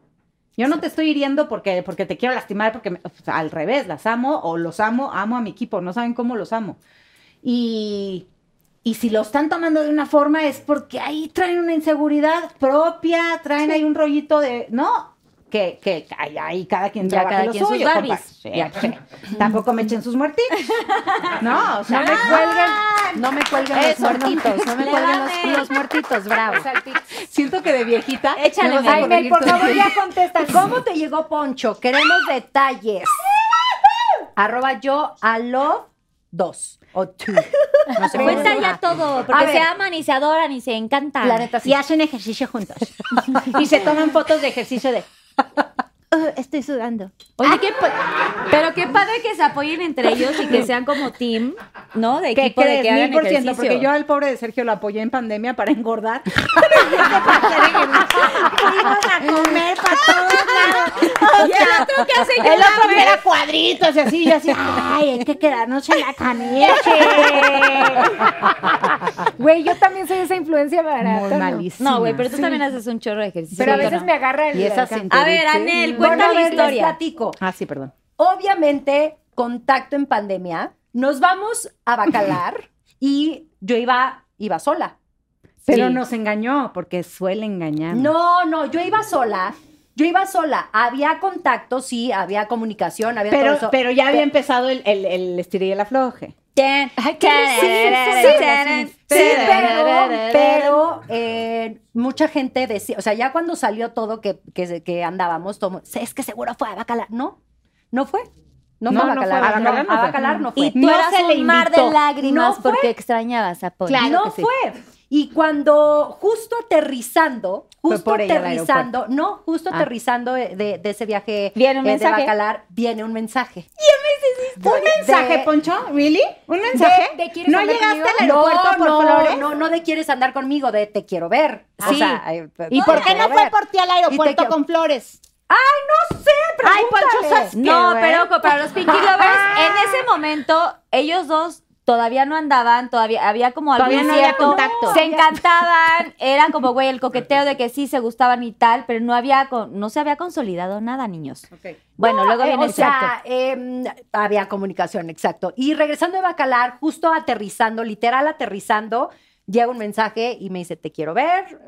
[SPEAKER 6] Yo no te estoy hiriendo porque, porque te quiero lastimar, porque me- o sea, al revés, las amo o los amo, amo a mi equipo, no saben cómo los amo. Y, y si lo están tomando de una forma es porque ahí traen una inseguridad propia, traen ahí un rollito de, ¿no? Que, que ahí, ahí cada quien
[SPEAKER 4] Ya
[SPEAKER 6] trabaja
[SPEAKER 4] cada
[SPEAKER 6] lo
[SPEAKER 4] quien sus
[SPEAKER 6] suyo,
[SPEAKER 4] Barbies.
[SPEAKER 6] compa. Sí,
[SPEAKER 4] Ya.
[SPEAKER 6] sí. Tampoco me echen sus muertitos. No, o sea,
[SPEAKER 1] No me cuelguen, no me cuelguen los
[SPEAKER 6] Eso.
[SPEAKER 1] muertitos, no me
[SPEAKER 6] Le
[SPEAKER 1] cuelguen
[SPEAKER 6] vale.
[SPEAKER 1] los, los muertitos, bravo.
[SPEAKER 6] siento que de viejita.
[SPEAKER 4] Échale,
[SPEAKER 6] me vas a
[SPEAKER 4] Mel.
[SPEAKER 1] Ay,
[SPEAKER 6] corregir
[SPEAKER 1] Mel, por
[SPEAKER 6] todo.
[SPEAKER 1] favor, ya contesta. ¿Cómo te llegó Poncho? Queremos detalles. Arroba yo a love 2 o 2. No sé cómo
[SPEAKER 4] Cuenta ya
[SPEAKER 1] se llama.
[SPEAKER 4] todo,
[SPEAKER 1] A
[SPEAKER 4] porque
[SPEAKER 1] ver.
[SPEAKER 4] se aman y se adoran y se encantan.
[SPEAKER 1] La neta sí.
[SPEAKER 6] Ah, Y hacen ejercicio juntos. y se toman fotos de ejercicio de. "Uh, estoy sudando.
[SPEAKER 4] Oye, qué pa- pero qué padre que se apoyen entre ellos y que sean como team, ¿no? De
[SPEAKER 6] ¿Qué
[SPEAKER 4] equipo, de
[SPEAKER 6] crees?
[SPEAKER 4] que
[SPEAKER 6] Mil
[SPEAKER 4] hagan
[SPEAKER 6] por ciento,
[SPEAKER 4] ejercicio.
[SPEAKER 6] porque yo al pobre de Sergio lo apoyé en pandemia para engordar. Fuimos a comer para todos lados.
[SPEAKER 4] Y el otro que hace
[SPEAKER 6] El otro que era cuadritos y así, yo así, ay, hay que quedarnos en la caneche.
[SPEAKER 5] Güey, yo también soy esa influencia barata.
[SPEAKER 6] Muy
[SPEAKER 5] ¿no?
[SPEAKER 6] malísimo.
[SPEAKER 4] No, güey, pero tú también haces un chorro de ejercicio.
[SPEAKER 5] Pero a
[SPEAKER 4] ¿no?
[SPEAKER 5] veces me agarra el...
[SPEAKER 6] Y esas
[SPEAKER 5] acá.
[SPEAKER 4] A ver, Anel, cuenta
[SPEAKER 1] Bueno, a
[SPEAKER 4] la
[SPEAKER 1] ver, les
[SPEAKER 4] historia.
[SPEAKER 1] platico.
[SPEAKER 6] Ah, sí, perdón.
[SPEAKER 1] Obviamente, contacto en pandemia. Nos vamos a Bacalar y yo iba, iba sola.
[SPEAKER 6] Pero
[SPEAKER 1] Sí.
[SPEAKER 6] nos engañó, porque suele engañar.
[SPEAKER 1] No, no, yo iba sola. Yo iba sola. Había contacto, sí, había comunicación, había todo
[SPEAKER 6] Pero,
[SPEAKER 1] eso.
[SPEAKER 6] pero ya había empezado el, el, el estiré y el afloje.
[SPEAKER 4] Ten-
[SPEAKER 1] Sí, pero, pero eh, mucha gente decía, o sea, ya cuando salió todo que, que, que andábamos, todo, mundo, es que seguro fue a Bacalar. No, no fue. No,
[SPEAKER 6] No,
[SPEAKER 1] fue a
[SPEAKER 6] no fue
[SPEAKER 1] Bacalar.
[SPEAKER 6] a Bacalar,
[SPEAKER 1] no,
[SPEAKER 6] no
[SPEAKER 1] a
[SPEAKER 6] fue.
[SPEAKER 1] Bacalar no fue.
[SPEAKER 4] Y tú
[SPEAKER 6] No
[SPEAKER 4] eras
[SPEAKER 6] se le
[SPEAKER 4] un mar de
[SPEAKER 6] invitó.
[SPEAKER 4] lágrimas
[SPEAKER 1] No fue.
[SPEAKER 4] porque extrañabas a Poli.
[SPEAKER 6] Claro.
[SPEAKER 1] no
[SPEAKER 6] que sí.
[SPEAKER 1] fue. Y cuando justo aterrizando,
[SPEAKER 6] Fue
[SPEAKER 1] justo
[SPEAKER 6] por ella al
[SPEAKER 1] aterrizando, no, justo
[SPEAKER 6] Ah.
[SPEAKER 1] aterrizando eh, de, de ese viaje
[SPEAKER 6] Viene un
[SPEAKER 1] eh, de
[SPEAKER 6] mensaje.
[SPEAKER 1] Bacalar, viene un mensaje.
[SPEAKER 6] ¿Un mensaje, Poncho? ¿Really? ¿Un mensaje?
[SPEAKER 5] de quieres
[SPEAKER 6] ¿No
[SPEAKER 5] hablar
[SPEAKER 6] llegaste
[SPEAKER 5] conmigo?
[SPEAKER 6] al aeropuerto por
[SPEAKER 1] no,
[SPEAKER 6] colores?
[SPEAKER 1] no, no de quieres andar conmigo, de te quiero ver. O
[SPEAKER 4] Sí.
[SPEAKER 1] sea, eh,
[SPEAKER 6] ¿Y por qué no
[SPEAKER 1] quiero
[SPEAKER 6] fue
[SPEAKER 1] ver.
[SPEAKER 6] por ti al
[SPEAKER 1] Y te
[SPEAKER 6] aeropuerto
[SPEAKER 1] que-
[SPEAKER 6] con flores?
[SPEAKER 1] No sé,
[SPEAKER 6] Ay, Poncho,
[SPEAKER 1] pregúntale.
[SPEAKER 6] ¿sabes
[SPEAKER 4] No,
[SPEAKER 6] qué, güey?
[SPEAKER 4] pero co- para los Pinky Lovers, en ese momento, ellos dos todavía no andaban, todavía había como algo
[SPEAKER 6] Todavía no había
[SPEAKER 4] incierto,
[SPEAKER 6] contacto.
[SPEAKER 4] se encantaban, era como, güey, el coqueteo de que sí se gustaban y tal, pero no había, con- no se había consolidado nada, niños. Bueno, luego
[SPEAKER 1] Eh,
[SPEAKER 4] viene
[SPEAKER 1] o
[SPEAKER 4] el
[SPEAKER 1] sea, em, había comunicación, exacto. Y regresando de Bacalar, justo aterrizando, literal aterrizando, llega un mensaje y me dice, te quiero ver.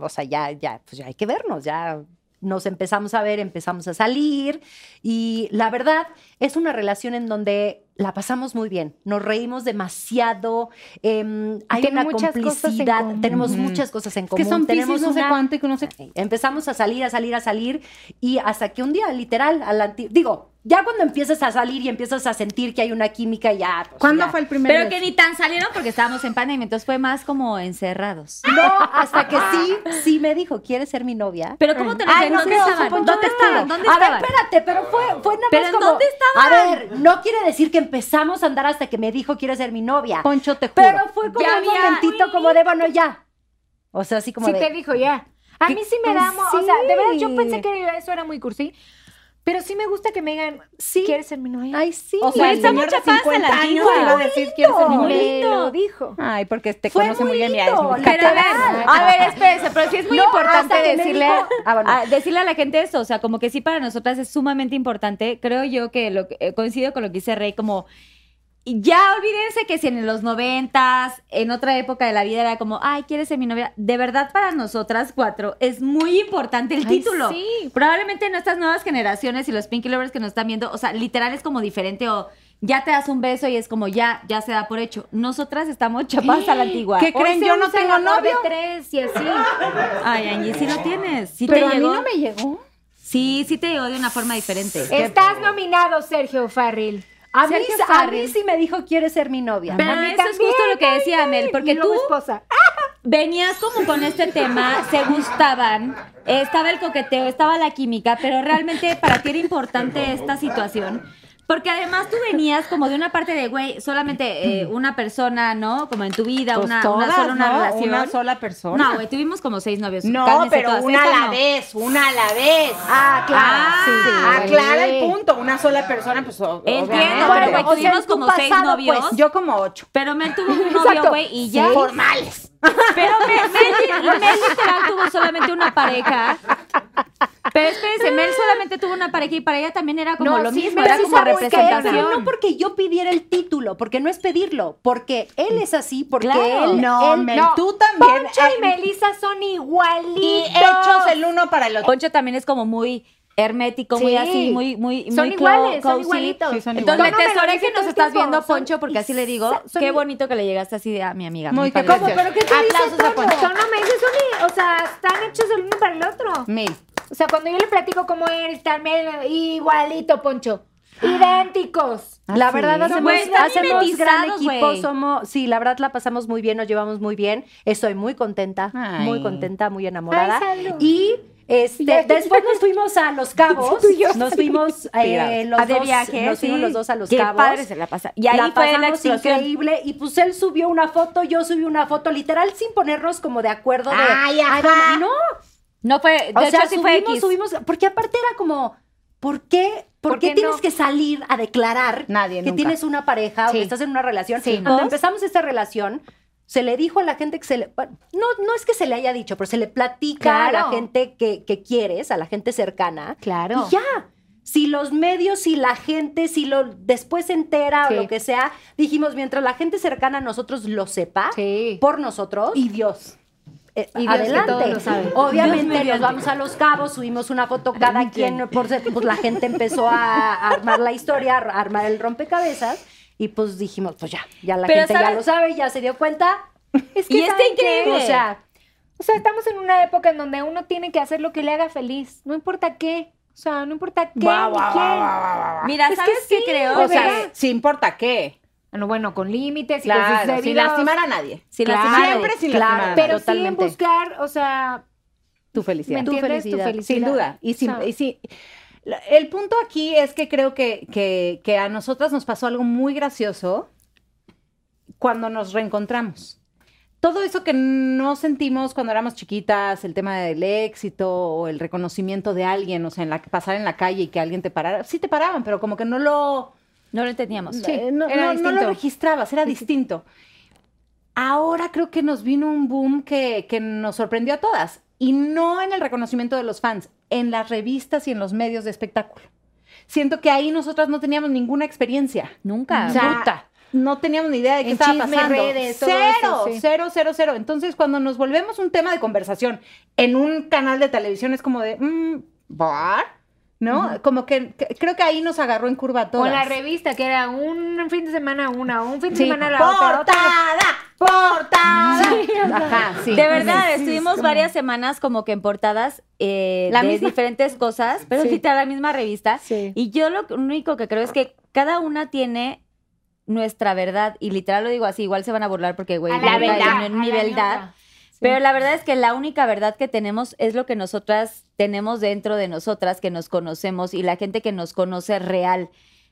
[SPEAKER 1] O sea, ya, ya, pues ya hay que vernos, ya nos empezamos a ver, empezamos a salir. Y la verdad, es una relación en donde la pasamos muy bien, nos reímos demasiado, em, hay
[SPEAKER 5] Tienen
[SPEAKER 1] una
[SPEAKER 5] muchas cosas en
[SPEAKER 1] complicidad,
[SPEAKER 5] común.
[SPEAKER 1] tenemos
[SPEAKER 6] Ujú.
[SPEAKER 1] muchas cosas en
[SPEAKER 6] Es que
[SPEAKER 1] común.
[SPEAKER 6] son
[SPEAKER 1] tenemos
[SPEAKER 6] piscis, no sé
[SPEAKER 1] una-
[SPEAKER 6] cuánto y que no sé
[SPEAKER 1] Ok, Empezamos a salir, a salir, a salir y hasta que un día, literal, al anti- digo, ya cuando empiezas a salir y empiezas a sentir que hay una química ya. pues,
[SPEAKER 6] ¿Cuándo
[SPEAKER 1] ya.
[SPEAKER 6] fue el primer
[SPEAKER 4] Pero
[SPEAKER 6] beso?
[SPEAKER 4] que ni tan salieron porque estábamos en pandemia, entonces fue más como encerrados.
[SPEAKER 1] No, hasta que sí, sí me dijo, ¿quieres ser mi novia?
[SPEAKER 4] Pero ¿cómo te lo
[SPEAKER 1] Ay, no
[SPEAKER 4] ¿Dónde
[SPEAKER 1] creo,
[SPEAKER 4] estaban?
[SPEAKER 1] Poncho,
[SPEAKER 4] ¿Dónde
[SPEAKER 1] no.
[SPEAKER 4] estaban? ¿Dónde
[SPEAKER 1] a
[SPEAKER 4] estaban?
[SPEAKER 1] ver, espérate, pero fue, fue nada
[SPEAKER 4] ¿Pero
[SPEAKER 1] más
[SPEAKER 4] en
[SPEAKER 1] como,
[SPEAKER 4] dónde
[SPEAKER 1] A
[SPEAKER 4] estaban?
[SPEAKER 1] ver, no quiere decir que empezamos a andar hasta que me dijo, ¿quieres ser mi novia?
[SPEAKER 6] Poncho, te juro.
[SPEAKER 1] Pero fue como
[SPEAKER 4] Ya
[SPEAKER 1] un
[SPEAKER 4] había-
[SPEAKER 1] momentito como de, bueno, ya. O sea, así como
[SPEAKER 5] Sí
[SPEAKER 1] de,
[SPEAKER 5] te dijo ya. A mí sí me da, mo- o sea, de verdad yo pensé que eso era muy cursi, Pero sí me gusta que me digan,
[SPEAKER 1] Sí.
[SPEAKER 5] ¿quieres ser mi novia?
[SPEAKER 1] Ay, sí.
[SPEAKER 6] O sea,
[SPEAKER 4] Güey,
[SPEAKER 6] el
[SPEAKER 4] está
[SPEAKER 6] señor
[SPEAKER 4] mucha
[SPEAKER 6] de
[SPEAKER 4] paz a la
[SPEAKER 6] 50 años
[SPEAKER 4] antigua.
[SPEAKER 6] te iba a decir quién es
[SPEAKER 5] me
[SPEAKER 6] el
[SPEAKER 4] Muy lindo.
[SPEAKER 5] lo dijo.
[SPEAKER 6] Ay, porque te
[SPEAKER 1] Fue
[SPEAKER 6] conoce
[SPEAKER 1] muy
[SPEAKER 6] muy bien. mira,
[SPEAKER 1] lindo,
[SPEAKER 6] es muy-
[SPEAKER 1] la
[SPEAKER 4] Pero a ver,
[SPEAKER 1] Catedral.
[SPEAKER 4] Ah, a ver, espérense, pero sí es muy
[SPEAKER 1] No, hasta
[SPEAKER 4] importante
[SPEAKER 1] que me
[SPEAKER 4] decirle,
[SPEAKER 1] dijo- Ah, bueno.
[SPEAKER 4] a- decirle a la gente esto, o sea, como que sí para nosotras es sumamente importante, creo yo que lo que- eh, coincido con lo que dice Rey, como ya olvídense que si en los noventas, en otra época de la vida era como, ay, ¿quieres ser mi novia? De verdad para nosotras cuatro es muy importante el
[SPEAKER 5] Ay,
[SPEAKER 4] título.
[SPEAKER 5] sí.
[SPEAKER 4] Probablemente en estas nuevas generaciones y los Pinky Lovers que nos están viendo, o sea, literal es como diferente o ya te das un beso y es como ya, ya se da por hecho. Nosotras estamos chapadas a la antigua.
[SPEAKER 6] ¿Qué creen? Yo no tengo novio.
[SPEAKER 5] tres y así.
[SPEAKER 4] Ay, Angie, sí lo tienes. Sí
[SPEAKER 5] Pero
[SPEAKER 4] te
[SPEAKER 5] a mí
[SPEAKER 4] llegó.
[SPEAKER 5] no me llegó.
[SPEAKER 4] Sí, sí te llegó de una forma diferente.
[SPEAKER 5] Estás nominado, Sergio Farril.
[SPEAKER 1] A mí,
[SPEAKER 5] Sergio
[SPEAKER 1] a
[SPEAKER 5] Farril.
[SPEAKER 1] mí sí me dijo, ¿quieres ser mi novia?
[SPEAKER 4] Pero
[SPEAKER 5] mí
[SPEAKER 4] eso es justo lo que decía Mel, porque
[SPEAKER 5] Y luego
[SPEAKER 4] tú
[SPEAKER 5] esposa.
[SPEAKER 4] venías como con este tema, se gustaban, estaba el coqueteo, estaba la química, pero realmente para ti era importante esta situación. Porque además tú venías como de una parte de, güey, solamente eh, una persona, ¿no? Como en tu vida,
[SPEAKER 6] Pues
[SPEAKER 4] una, una
[SPEAKER 6] todas,
[SPEAKER 4] sola una
[SPEAKER 6] ¿no?
[SPEAKER 4] relación.
[SPEAKER 6] Una sola persona.
[SPEAKER 4] No, güey, tuvimos como seis novios.
[SPEAKER 6] No,
[SPEAKER 4] cálmense
[SPEAKER 6] pero
[SPEAKER 4] todas,
[SPEAKER 6] una a
[SPEAKER 4] esta
[SPEAKER 6] la
[SPEAKER 4] no.
[SPEAKER 6] vez, una a la vez.
[SPEAKER 5] Ah, claro.
[SPEAKER 4] Ah,
[SPEAKER 5] sí.
[SPEAKER 6] Aclara
[SPEAKER 5] Sí.
[SPEAKER 6] el punto, una sola persona, pues o-
[SPEAKER 4] Entiendo,
[SPEAKER 6] obviamente.
[SPEAKER 4] pero güey,
[SPEAKER 6] O sea,
[SPEAKER 4] tuvimos
[SPEAKER 6] tú
[SPEAKER 4] como seis
[SPEAKER 6] pasado,
[SPEAKER 4] novios.
[SPEAKER 6] pues, yo como ocho.
[SPEAKER 4] Pero Mel tuvo un novio, güey, y ya.
[SPEAKER 6] Formales.
[SPEAKER 4] Pero Mel, Mel- Mel literal tuvo solamente una pareja. Pero espérense, Mel solamente tuvo una pareja y para ella también era como
[SPEAKER 5] No,
[SPEAKER 4] lo
[SPEAKER 5] sí,
[SPEAKER 4] mismo,
[SPEAKER 5] pero
[SPEAKER 4] era
[SPEAKER 5] sí
[SPEAKER 4] como
[SPEAKER 5] sabes que-
[SPEAKER 4] representación.
[SPEAKER 1] Pero no porque yo pidiera el título, porque no es pedirlo, porque él es así, porque
[SPEAKER 4] Claro.
[SPEAKER 1] él...
[SPEAKER 6] No,
[SPEAKER 1] él-
[SPEAKER 6] Mel,
[SPEAKER 5] No,
[SPEAKER 6] tú también.
[SPEAKER 5] Poncho y
[SPEAKER 6] eh,
[SPEAKER 5] Melissa son igualitos.
[SPEAKER 6] y hechos el uno para el otro.
[SPEAKER 4] Poncho también es como muy hermético, muy
[SPEAKER 5] Sí.
[SPEAKER 4] así, muy, muy,
[SPEAKER 5] Son
[SPEAKER 4] muy clo-
[SPEAKER 5] iguales, son
[SPEAKER 4] cozy.
[SPEAKER 5] igualitos.
[SPEAKER 6] Sí, son
[SPEAKER 4] Entonces, me
[SPEAKER 5] iguales. Yo no me lo
[SPEAKER 4] tesoré
[SPEAKER 5] hice
[SPEAKER 4] que
[SPEAKER 5] todo
[SPEAKER 4] nos
[SPEAKER 5] el
[SPEAKER 4] estás
[SPEAKER 5] tiempo,
[SPEAKER 4] viendo,
[SPEAKER 5] son
[SPEAKER 4] Poncho, porque así le digo,
[SPEAKER 5] exa- son
[SPEAKER 4] qué
[SPEAKER 5] igual-
[SPEAKER 4] bonito que le llegaste así de a mi amiga.
[SPEAKER 6] Muy
[SPEAKER 4] mi
[SPEAKER 6] que-
[SPEAKER 4] pareja.
[SPEAKER 6] ¿Cómo? ¿Pero qué te dice
[SPEAKER 5] Aplausos a
[SPEAKER 6] todo?
[SPEAKER 5] Poncho. Son no me dices un- o sea, están hechos el uno para el otro.
[SPEAKER 6] Mil.
[SPEAKER 5] O sea, cuando yo le platico cómo él también igualito, Poncho. Idénticos.
[SPEAKER 1] La verdad
[SPEAKER 6] ¿sí?
[SPEAKER 1] hacemos,
[SPEAKER 4] Ah, Güey, están
[SPEAKER 1] hacemos gran
[SPEAKER 4] mimetizados,
[SPEAKER 1] equipo,
[SPEAKER 4] güey.
[SPEAKER 1] somos, sí, la verdad la pasamos muy bien, nos llevamos muy bien, estoy muy contenta,
[SPEAKER 6] Ay.
[SPEAKER 1] muy contenta, muy enamorada.
[SPEAKER 5] Ay, salud.
[SPEAKER 1] y este,
[SPEAKER 5] Ya.
[SPEAKER 1] después nos fuimos a Los Cabos,
[SPEAKER 5] Tú y yo,
[SPEAKER 1] nos fuimos eh, los
[SPEAKER 4] Ah, de
[SPEAKER 1] dos,
[SPEAKER 4] viaje,
[SPEAKER 1] nos fuimos
[SPEAKER 4] sí.
[SPEAKER 1] los dos a Los
[SPEAKER 4] Qué
[SPEAKER 1] Cabos.
[SPEAKER 4] padre se la pasa. Y ahí
[SPEAKER 1] la
[SPEAKER 4] fue la
[SPEAKER 1] pasamos
[SPEAKER 4] explosión.
[SPEAKER 1] increíble y pues él subió una foto, yo subí una foto, literal sin ponernos como de acuerdo de
[SPEAKER 6] Ay, ajá.
[SPEAKER 1] vamos- no,
[SPEAKER 4] No fue, de
[SPEAKER 1] o
[SPEAKER 4] hecho,
[SPEAKER 1] sea,
[SPEAKER 4] sí fue
[SPEAKER 1] subimos,
[SPEAKER 4] X.
[SPEAKER 1] subimos, porque aparte era como, ¿por qué? ¿Por,
[SPEAKER 5] ¿Por
[SPEAKER 1] qué,
[SPEAKER 5] qué
[SPEAKER 1] tienes
[SPEAKER 5] no?
[SPEAKER 1] que salir a declarar
[SPEAKER 6] Nadie,
[SPEAKER 1] que
[SPEAKER 6] nunca.
[SPEAKER 1] tienes una pareja o
[SPEAKER 5] Sí.
[SPEAKER 1] que estás en una relación?
[SPEAKER 5] Sí.
[SPEAKER 1] Cuando
[SPEAKER 5] ¿Vos?
[SPEAKER 1] empezamos esta relación, se le dijo a la gente que se le. bueno, no, no es que se le haya dicho, pero se le platica a la
[SPEAKER 5] Claro.
[SPEAKER 1] gente que, que quieres, a la gente cercana.
[SPEAKER 5] Claro.
[SPEAKER 1] Y ya. Si los medios, si la gente, si lo después se entera
[SPEAKER 5] Sí.
[SPEAKER 1] o lo que sea, dijimos, mientras la gente cercana a nosotros lo sepa,
[SPEAKER 5] Sí.
[SPEAKER 1] por nosotros,
[SPEAKER 6] Y Dios.
[SPEAKER 1] eh,
[SPEAKER 5] Y Dios que
[SPEAKER 1] adelante.
[SPEAKER 5] todo lo sabe.
[SPEAKER 1] Obviamente nos vamos a los cabos, subimos una foto cada quien, por ser- pues la gente empezó a armar la historia, a armar el rompecabezas y pues dijimos, pues ya, ya la
[SPEAKER 4] Pero
[SPEAKER 1] gente ya
[SPEAKER 4] ¿sabes?
[SPEAKER 1] lo sabe, ya se dio cuenta.
[SPEAKER 5] Es
[SPEAKER 4] Y está
[SPEAKER 5] ¿saben qué?
[SPEAKER 4] increíble.
[SPEAKER 5] O sea, o sea, estamos en una época en donde uno tiene que hacer lo que le haga feliz. No importa qué. O sea, no importa qué ni quién.
[SPEAKER 4] Mira,
[SPEAKER 5] Es que
[SPEAKER 4] ¿sabes qué
[SPEAKER 5] sí,
[SPEAKER 4] creo?
[SPEAKER 5] de
[SPEAKER 6] O sea,
[SPEAKER 5] verdad.
[SPEAKER 6] si importa qué.
[SPEAKER 5] Bueno, bueno, con límites y con
[SPEAKER 6] Claro,
[SPEAKER 5] sus
[SPEAKER 6] sin
[SPEAKER 5] debidos-
[SPEAKER 6] lastimar a nadie.
[SPEAKER 4] Sí,
[SPEAKER 5] Claro.
[SPEAKER 4] lastimaron.
[SPEAKER 6] Siempre sin
[SPEAKER 1] claro,
[SPEAKER 6] lastimar a nadie.
[SPEAKER 5] Pero sí en
[SPEAKER 1] Totalmente.
[SPEAKER 5] buscar, o sea,
[SPEAKER 6] Tu
[SPEAKER 5] ¿me
[SPEAKER 6] felicidad.
[SPEAKER 5] entiendes?
[SPEAKER 1] felicidad.
[SPEAKER 5] Tu felicidad.
[SPEAKER 6] Sin duda. Y sin-
[SPEAKER 5] O sea,
[SPEAKER 6] y sin- la- el punto aquí es que creo que, que- que a nosotras nos pasó algo muy gracioso cuando nos reencontramos. Todo eso que no sentimos cuando éramos chiquitas, el tema del éxito o el reconocimiento de alguien, o sea, en la, pasar en la calle y que alguien te parara. Sí te paraban, pero como que no lo...
[SPEAKER 4] No lo entendíamos.
[SPEAKER 6] Eh, no,
[SPEAKER 5] era
[SPEAKER 6] no- no
[SPEAKER 5] distinto.
[SPEAKER 6] lo registrabas, era distinto. Ahora creo que nos vino un boom que, que nos sorprendió a todas. Y no en el reconocimiento de los fans, en las revistas y en los medios de espectáculo. Siento que ahí nosotras no teníamos ninguna experiencia.
[SPEAKER 4] Nunca.
[SPEAKER 5] O sea,
[SPEAKER 6] Puta. No teníamos ni idea de qué
[SPEAKER 5] En
[SPEAKER 6] estaba
[SPEAKER 5] chisme,
[SPEAKER 6] pasando.
[SPEAKER 5] redes, todo
[SPEAKER 6] cero,
[SPEAKER 5] eso, sí.
[SPEAKER 6] cero, cero, cero. Entonces, cuando nos volvemos un tema de conversación en un canal de televisión, es como de, mm, ¿bar? ¿No? Como que, que- creo que ahí nos agarró en curva a
[SPEAKER 5] O
[SPEAKER 6] todas.
[SPEAKER 5] la revista, que era un fin de semana una, un fin de
[SPEAKER 6] Sí.
[SPEAKER 5] semana la otra. otra.
[SPEAKER 6] portada, portada. Ajá, sí.
[SPEAKER 4] de verdad, estuvimos varias semanas como que en portadas eh,
[SPEAKER 6] La
[SPEAKER 4] de
[SPEAKER 6] misma.
[SPEAKER 4] diferentes cosas, pero
[SPEAKER 5] Sí.
[SPEAKER 4] literal la misma revista.
[SPEAKER 5] Sí.
[SPEAKER 4] Y yo lo único que creo es que cada una tiene nuestra verdad y literal lo digo así, igual se van a burlar porque güey,
[SPEAKER 5] A
[SPEAKER 4] yo
[SPEAKER 5] verdad,
[SPEAKER 4] no-
[SPEAKER 5] a
[SPEAKER 4] mi
[SPEAKER 5] la
[SPEAKER 4] verdad.
[SPEAKER 5] nota.
[SPEAKER 4] Pero la verdad es que la única verdad que tenemos es lo que nosotras tenemos dentro de nosotras, que nos conocemos y la gente que nos conoce real.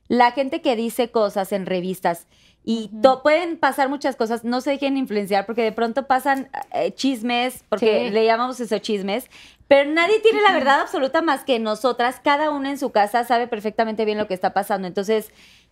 [SPEAKER 4] la gente que dice cosas en revistas y to- pueden pasar muchas cosas, no se dejen influenciar porque de pronto pasan eh, chismes, porque
[SPEAKER 5] Sí.
[SPEAKER 4] le llamamos eso chismes, pero nadie tiene la verdad absoluta más que nosotras, cada una en su casa sabe perfectamente bien lo que está pasando, entonces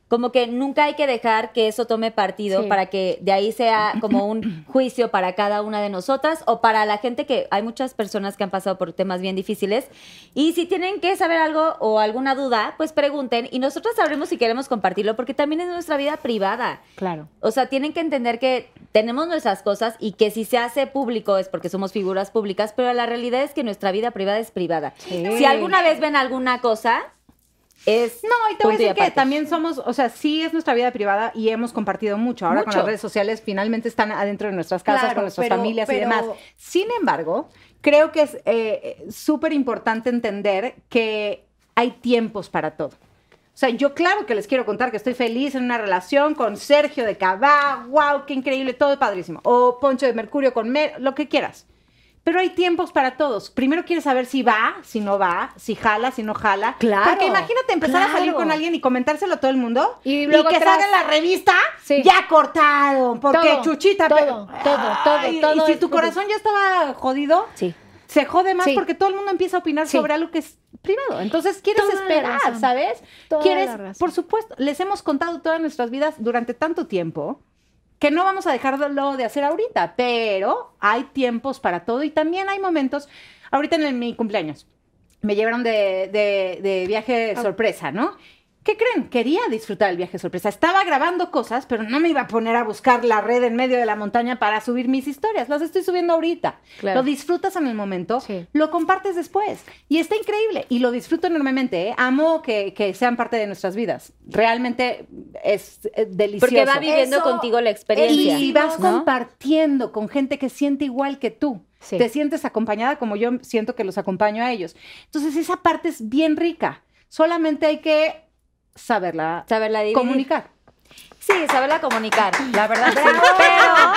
[SPEAKER 4] como que nunca hay que dejar que eso tome partido
[SPEAKER 5] Sí.
[SPEAKER 4] para que de ahí sea como un juicio para cada una de nosotras o para la gente que hay muchas personas que han pasado por temas bien difíciles y si tienen que saber algo o alguna duda, pues pregunten y nosotras sabremos si queremos compartirlo porque también es nuestra vida privada.
[SPEAKER 5] Claro.
[SPEAKER 4] O sea, tienen que entender que tenemos nuestras cosas y que si se hace público es porque somos figuras públicas, pero la realidad es que nuestra vida privada es privada. Si alguna vez ven alguna cosa, es...
[SPEAKER 6] No, y te
[SPEAKER 4] punto y
[SPEAKER 6] voy a decir que
[SPEAKER 4] aparte.
[SPEAKER 6] también somos, o sea, sí es nuestra vida privada y hemos compartido mucho. Ahora con
[SPEAKER 4] Mucho.
[SPEAKER 6] las redes sociales finalmente están adentro de nuestras casas,
[SPEAKER 7] Claro,
[SPEAKER 6] con nuestras
[SPEAKER 7] pero-
[SPEAKER 6] familias y
[SPEAKER 7] pero-
[SPEAKER 6] demás. Sin embargo, creo que es eh, súper importante entender que hay tiempos para todo. O sea, yo claro que les quiero contar que estoy feliz en una relación con Sergio de Cabá, wow, qué increíble, todo padrísimo. O Poncho de Mercurio con Mer, lo que quieras. Pero hay tiempos para todos. Primero quieres saber si va, si no va, si jala, si no jala.
[SPEAKER 1] Claro,
[SPEAKER 6] Porque imagínate empezar a salir
[SPEAKER 1] claro.
[SPEAKER 6] con alguien y comentárselo a todo el mundo
[SPEAKER 5] Y luego
[SPEAKER 6] que
[SPEAKER 5] atrás-
[SPEAKER 6] salga en la revista
[SPEAKER 5] Sí.
[SPEAKER 6] ya cortaron. Porque
[SPEAKER 5] Todo,
[SPEAKER 6] chuchita.
[SPEAKER 5] todo,
[SPEAKER 6] pe-
[SPEAKER 5] todo, todo,
[SPEAKER 6] Ay,
[SPEAKER 5] todo
[SPEAKER 6] Y si
[SPEAKER 5] es
[SPEAKER 6] tu
[SPEAKER 5] correcto.
[SPEAKER 6] corazón ya estaba jodido,
[SPEAKER 5] Sí.
[SPEAKER 6] se jode más
[SPEAKER 5] Sí.
[SPEAKER 6] porque todo el mundo empieza a opinar
[SPEAKER 5] Sí.
[SPEAKER 6] sobre algo que es privado. Entonces quieres
[SPEAKER 5] Toda la
[SPEAKER 6] esperar,
[SPEAKER 5] razón.
[SPEAKER 6] ¿sabes?
[SPEAKER 5] Toda
[SPEAKER 6] quieres,
[SPEAKER 5] la razón.
[SPEAKER 6] por supuesto, les hemos contado todas nuestras vidas durante tanto tiempo que no vamos a dejarlo de hacer ahorita, pero hay tiempos para todo y también hay momentos. Ahorita en el- mi cumpleaños me llevaron de, de- de viaje sorpresa, ¿no? ¿Qué creen? Quería disfrutar el viaje sorpresa. Estaba grabando cosas, pero no me iba a poner a buscar la red en medio de la montaña para subir mis historias. Las estoy subiendo ahorita.
[SPEAKER 5] Claro.
[SPEAKER 6] Lo disfrutas en el momento,
[SPEAKER 5] Sí.
[SPEAKER 6] lo compartes después. Y está increíble. Y lo disfruto enormemente. ¿eh? Amo que, que sean parte de nuestras vidas. Realmente es eh, delicioso.
[SPEAKER 4] Porque va viviendo
[SPEAKER 7] Eso
[SPEAKER 4] contigo la experiencia.
[SPEAKER 6] Y vas
[SPEAKER 4] ¿no?
[SPEAKER 6] compartiendo con gente que siente igual que tú.
[SPEAKER 5] Sí.
[SPEAKER 6] Te sientes acompañada como yo siento que los acompaño a ellos. Entonces esa parte es bien rica. Solamente hay que saberla
[SPEAKER 4] Saberla dividir.
[SPEAKER 6] comunicar.
[SPEAKER 4] Sí, saberla comunicar,
[SPEAKER 1] Ah.
[SPEAKER 4] la verdad. sí.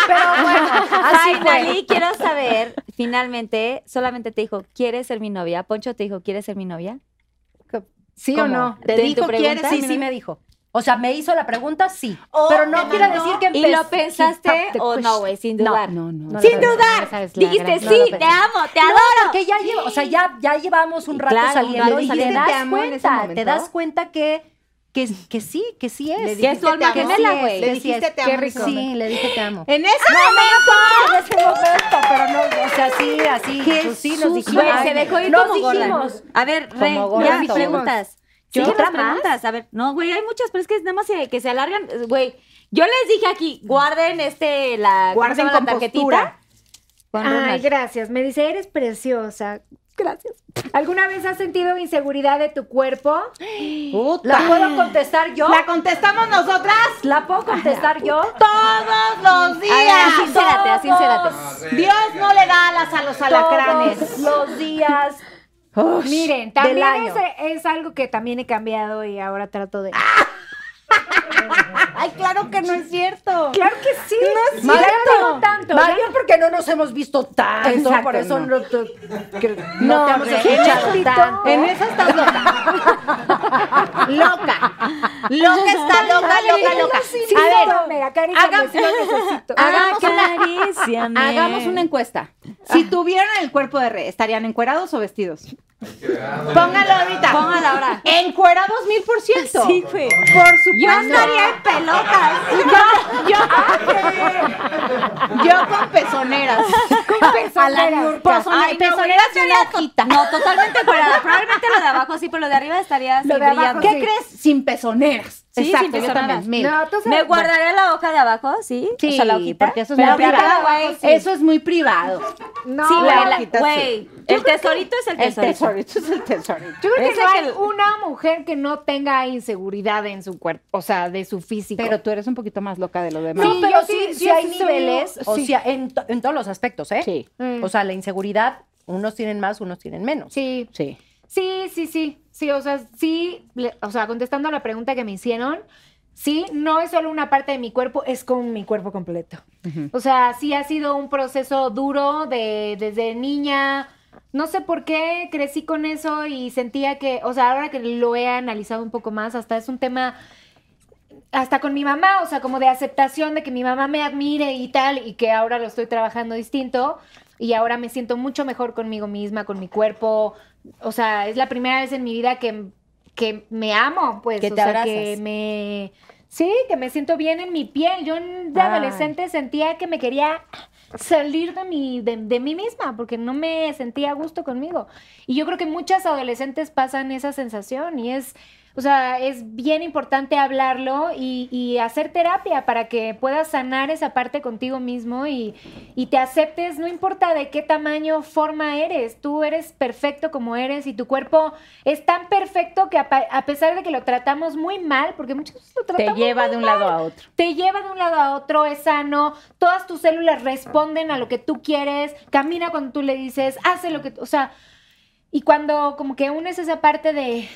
[SPEAKER 7] Pero bueno, así fue.
[SPEAKER 4] Finally, quiero saber, finalmente, solamente te dijo, ¿quieres ser mi novia? Poncho te dijo, ¿quieres ser mi novia?
[SPEAKER 6] ¿Sí o
[SPEAKER 4] ¿Cómo?
[SPEAKER 6] no?
[SPEAKER 4] ¿Te-
[SPEAKER 6] ¿Te,
[SPEAKER 4] tu
[SPEAKER 6] dijo
[SPEAKER 4] pregunta?
[SPEAKER 6] quieres?
[SPEAKER 4] Sí,
[SPEAKER 1] Sí, sí me dijo. O sea, me hizo la pregunta, sí.
[SPEAKER 6] Oh,
[SPEAKER 1] pero no
[SPEAKER 6] no,
[SPEAKER 1] quiere
[SPEAKER 6] no.
[SPEAKER 1] decir que
[SPEAKER 4] ¿Y lo
[SPEAKER 1] empezó- pues,
[SPEAKER 4] pensaste
[SPEAKER 1] que-
[SPEAKER 4] o no, güey? Sin dudar.
[SPEAKER 6] No, no.
[SPEAKER 5] No lo
[SPEAKER 4] Sin
[SPEAKER 5] pensé,
[SPEAKER 4] dudar.
[SPEAKER 5] no sabes la
[SPEAKER 4] Dijiste,
[SPEAKER 5] gran-
[SPEAKER 4] sí,
[SPEAKER 5] no lo
[SPEAKER 4] te
[SPEAKER 5] pensé.
[SPEAKER 4] amo, te
[SPEAKER 1] No,
[SPEAKER 4] adoro.
[SPEAKER 1] porque ya lleva, o sea, ya, ya llevamos un rato
[SPEAKER 4] Claro, un
[SPEAKER 1] saliendo
[SPEAKER 4] rato
[SPEAKER 1] y te
[SPEAKER 4] saliendo.
[SPEAKER 1] das
[SPEAKER 6] Te amo en ese
[SPEAKER 1] cuenta, te
[SPEAKER 6] momento.
[SPEAKER 1] das cuenta que, que, que sí, que sí es.
[SPEAKER 4] Que es tu alma gemela, güey.
[SPEAKER 1] Le
[SPEAKER 6] Le
[SPEAKER 1] dijiste,
[SPEAKER 6] dijiste te
[SPEAKER 5] qué
[SPEAKER 6] amo.
[SPEAKER 5] rico.
[SPEAKER 1] Sí, le dije te amo.
[SPEAKER 6] En ese
[SPEAKER 1] Eh, En ese momento, pero no, o sea, sí, así, pues sí, nos dijimos.
[SPEAKER 4] Güey, se dejó ir
[SPEAKER 1] nos
[SPEAKER 4] como gorda.
[SPEAKER 1] dijimos.
[SPEAKER 4] A ver, Rey,
[SPEAKER 1] Como gorda
[SPEAKER 4] ya,
[SPEAKER 1] nos
[SPEAKER 4] preguntas.
[SPEAKER 1] dijimos.
[SPEAKER 4] Sí,
[SPEAKER 1] ¿Otra
[SPEAKER 4] otras
[SPEAKER 1] más?
[SPEAKER 4] preguntas. A ver, no, güey, hay muchas, pero es que nada más se- que se alargan. eh, Güey, yo les dije aquí, guarden este, la, ¿cómo se
[SPEAKER 6] Guarden
[SPEAKER 4] llama? la
[SPEAKER 6] compostura.
[SPEAKER 4] tarjetita. Con
[SPEAKER 5] Ay,
[SPEAKER 4] Ronald.
[SPEAKER 5] gracias. Me dice, eres preciosa. Gracias. ¿Alguna vez has sentido inseguridad de tu cuerpo?
[SPEAKER 6] Puta.
[SPEAKER 1] ¿La puedo contestar yo?
[SPEAKER 6] ¿La contestamos nosotras?
[SPEAKER 1] ¿La puedo contestar yo?
[SPEAKER 6] Todos los
[SPEAKER 4] A ver,
[SPEAKER 6] días.
[SPEAKER 4] sincérate, sincérate.
[SPEAKER 6] Dios no le da alas a los alacranes.
[SPEAKER 1] Todos los días.
[SPEAKER 5] Miren,
[SPEAKER 1] del
[SPEAKER 5] también
[SPEAKER 1] año.
[SPEAKER 5] es, es algo que también he cambiado y ahora trato de...
[SPEAKER 6] Ay, claro que no es cierto.
[SPEAKER 5] Claro que sí.
[SPEAKER 1] Más
[SPEAKER 5] Ya
[SPEAKER 1] bien
[SPEAKER 5] no
[SPEAKER 1] no-
[SPEAKER 5] tengo tanto.
[SPEAKER 1] más
[SPEAKER 5] ya
[SPEAKER 1] bien porque no nos hemos visto tanto,
[SPEAKER 6] Exacto,
[SPEAKER 1] por eso no,
[SPEAKER 6] no.
[SPEAKER 1] te, que- no te hemos
[SPEAKER 6] Rey,
[SPEAKER 1] escuchado tanto.
[SPEAKER 6] En esa estás loca. loca. Loca está loca, loca, loca.
[SPEAKER 5] Sí,
[SPEAKER 6] A ver,
[SPEAKER 5] no, mira, Cari,
[SPEAKER 6] haga-
[SPEAKER 5] sí lo necesito.
[SPEAKER 6] hagamos una,
[SPEAKER 4] Acaríciame.
[SPEAKER 6] hagamos una encuesta. Si tuvieran el cuerpo de rey, ¿estarían encuerados o vestidos? Póngalo ahorita.
[SPEAKER 4] Póngala ahora.
[SPEAKER 6] Encuerados mil por ciento.
[SPEAKER 4] Sí, güey.
[SPEAKER 6] Por supuesto.
[SPEAKER 4] Yo andaría en pelotas.
[SPEAKER 6] Yo con pezoneras.
[SPEAKER 1] A la ñurca.
[SPEAKER 6] Pozone- pezoneras y una hojita.
[SPEAKER 4] No, totalmente encuerada. Probablemente lo de abajo sí, pero lo de arriba estaría así
[SPEAKER 5] Lo de abajo,
[SPEAKER 4] brillando.
[SPEAKER 6] ¿Qué
[SPEAKER 5] Sí.
[SPEAKER 6] crees? Sin pezoneras.
[SPEAKER 4] Sí,
[SPEAKER 6] Exacto,
[SPEAKER 4] sin
[SPEAKER 6] yo
[SPEAKER 4] pezoneras.
[SPEAKER 6] también, mil.
[SPEAKER 5] No, tú sabes-
[SPEAKER 4] Me guardaré la hoja de abajo, ¿sí?
[SPEAKER 6] Sí,
[SPEAKER 4] o sea, la hojita.
[SPEAKER 6] porque eso es
[SPEAKER 4] Pero
[SPEAKER 6] muy
[SPEAKER 4] ahorita,
[SPEAKER 6] privado.
[SPEAKER 4] güey, sí.
[SPEAKER 6] Eso es muy privado.
[SPEAKER 5] No,
[SPEAKER 4] Sí, güey,
[SPEAKER 5] la-
[SPEAKER 4] la-
[SPEAKER 6] hojita, sí.
[SPEAKER 4] güey, El tesorito es el
[SPEAKER 6] El
[SPEAKER 4] tesorito.
[SPEAKER 6] tesorito es el tesorito.
[SPEAKER 5] Yo creo que
[SPEAKER 4] Ese
[SPEAKER 5] no
[SPEAKER 4] que
[SPEAKER 5] hay
[SPEAKER 4] el-
[SPEAKER 5] una mujer que no tenga inseguridad en su cuerpo, o sea, de su físico.
[SPEAKER 6] Pero tú eres un poquito más loca de lo demás.
[SPEAKER 1] No,
[SPEAKER 5] Sí,
[SPEAKER 1] pero
[SPEAKER 5] yo
[SPEAKER 1] sí, sí,
[SPEAKER 5] sí- yo
[SPEAKER 1] hay
[SPEAKER 5] sí soy-
[SPEAKER 1] niveles, o
[SPEAKER 5] sí.
[SPEAKER 1] sea, en, to- en todos los aspectos, ¿eh?
[SPEAKER 6] Sí.
[SPEAKER 5] Mm.
[SPEAKER 1] O sea, la inseguridad, unos tienen más, unos tienen menos.
[SPEAKER 5] sí,
[SPEAKER 6] Sí.
[SPEAKER 5] sí, sí, sí, sí, o sea, sí, le- o sea, contestando a la pregunta que me hicieron, sí, no es solo una parte de mi cuerpo, es con mi cuerpo completo. O sea, sí ha sido un proceso duro de desde niña, No sé por qué crecí con eso y sentía que, o sea, ahora que lo he analizado un poco más, hasta es un tema, hasta con mi mamá, o sea, como de aceptación de que mi mamá me admire y tal, y que ahora lo estoy trabajando distinto, y ahora me siento mucho mejor conmigo misma, con mi cuerpo, o sea, es la primera vez en mi vida que, que me amo, pues,
[SPEAKER 4] Que
[SPEAKER 5] o
[SPEAKER 4] te
[SPEAKER 5] sea,
[SPEAKER 4] abrazas.
[SPEAKER 5] que me... Sí, que me siento bien en mi piel. Yo de
[SPEAKER 4] Ay.
[SPEAKER 5] adolescente sentía que me quería salir de, mi, de, de mí misma porque no me sentía a gusto conmigo. Y yo creo que muchas adolescentes pasan esa sensación y es, o sea, es bien importante hablarlo y, y hacer terapia para que puedas sanar esa parte contigo mismo y, y te aceptes, no importa de qué tamaño, forma eres, tú eres perfecto como eres y tu cuerpo es tan perfecto que a, pa- a pesar de que lo tratamos muy mal, porque muchas veces lo
[SPEAKER 6] Te
[SPEAKER 5] tratamos
[SPEAKER 6] lleva
[SPEAKER 5] muy
[SPEAKER 6] de un
[SPEAKER 5] mal,
[SPEAKER 6] lado a otro.
[SPEAKER 5] te lleva de un lado a otro, es sano, todas tus células responden a lo que tú quieres, camina cuando tú le dices, hace lo que, o sea, y cuando como que unes esa parte de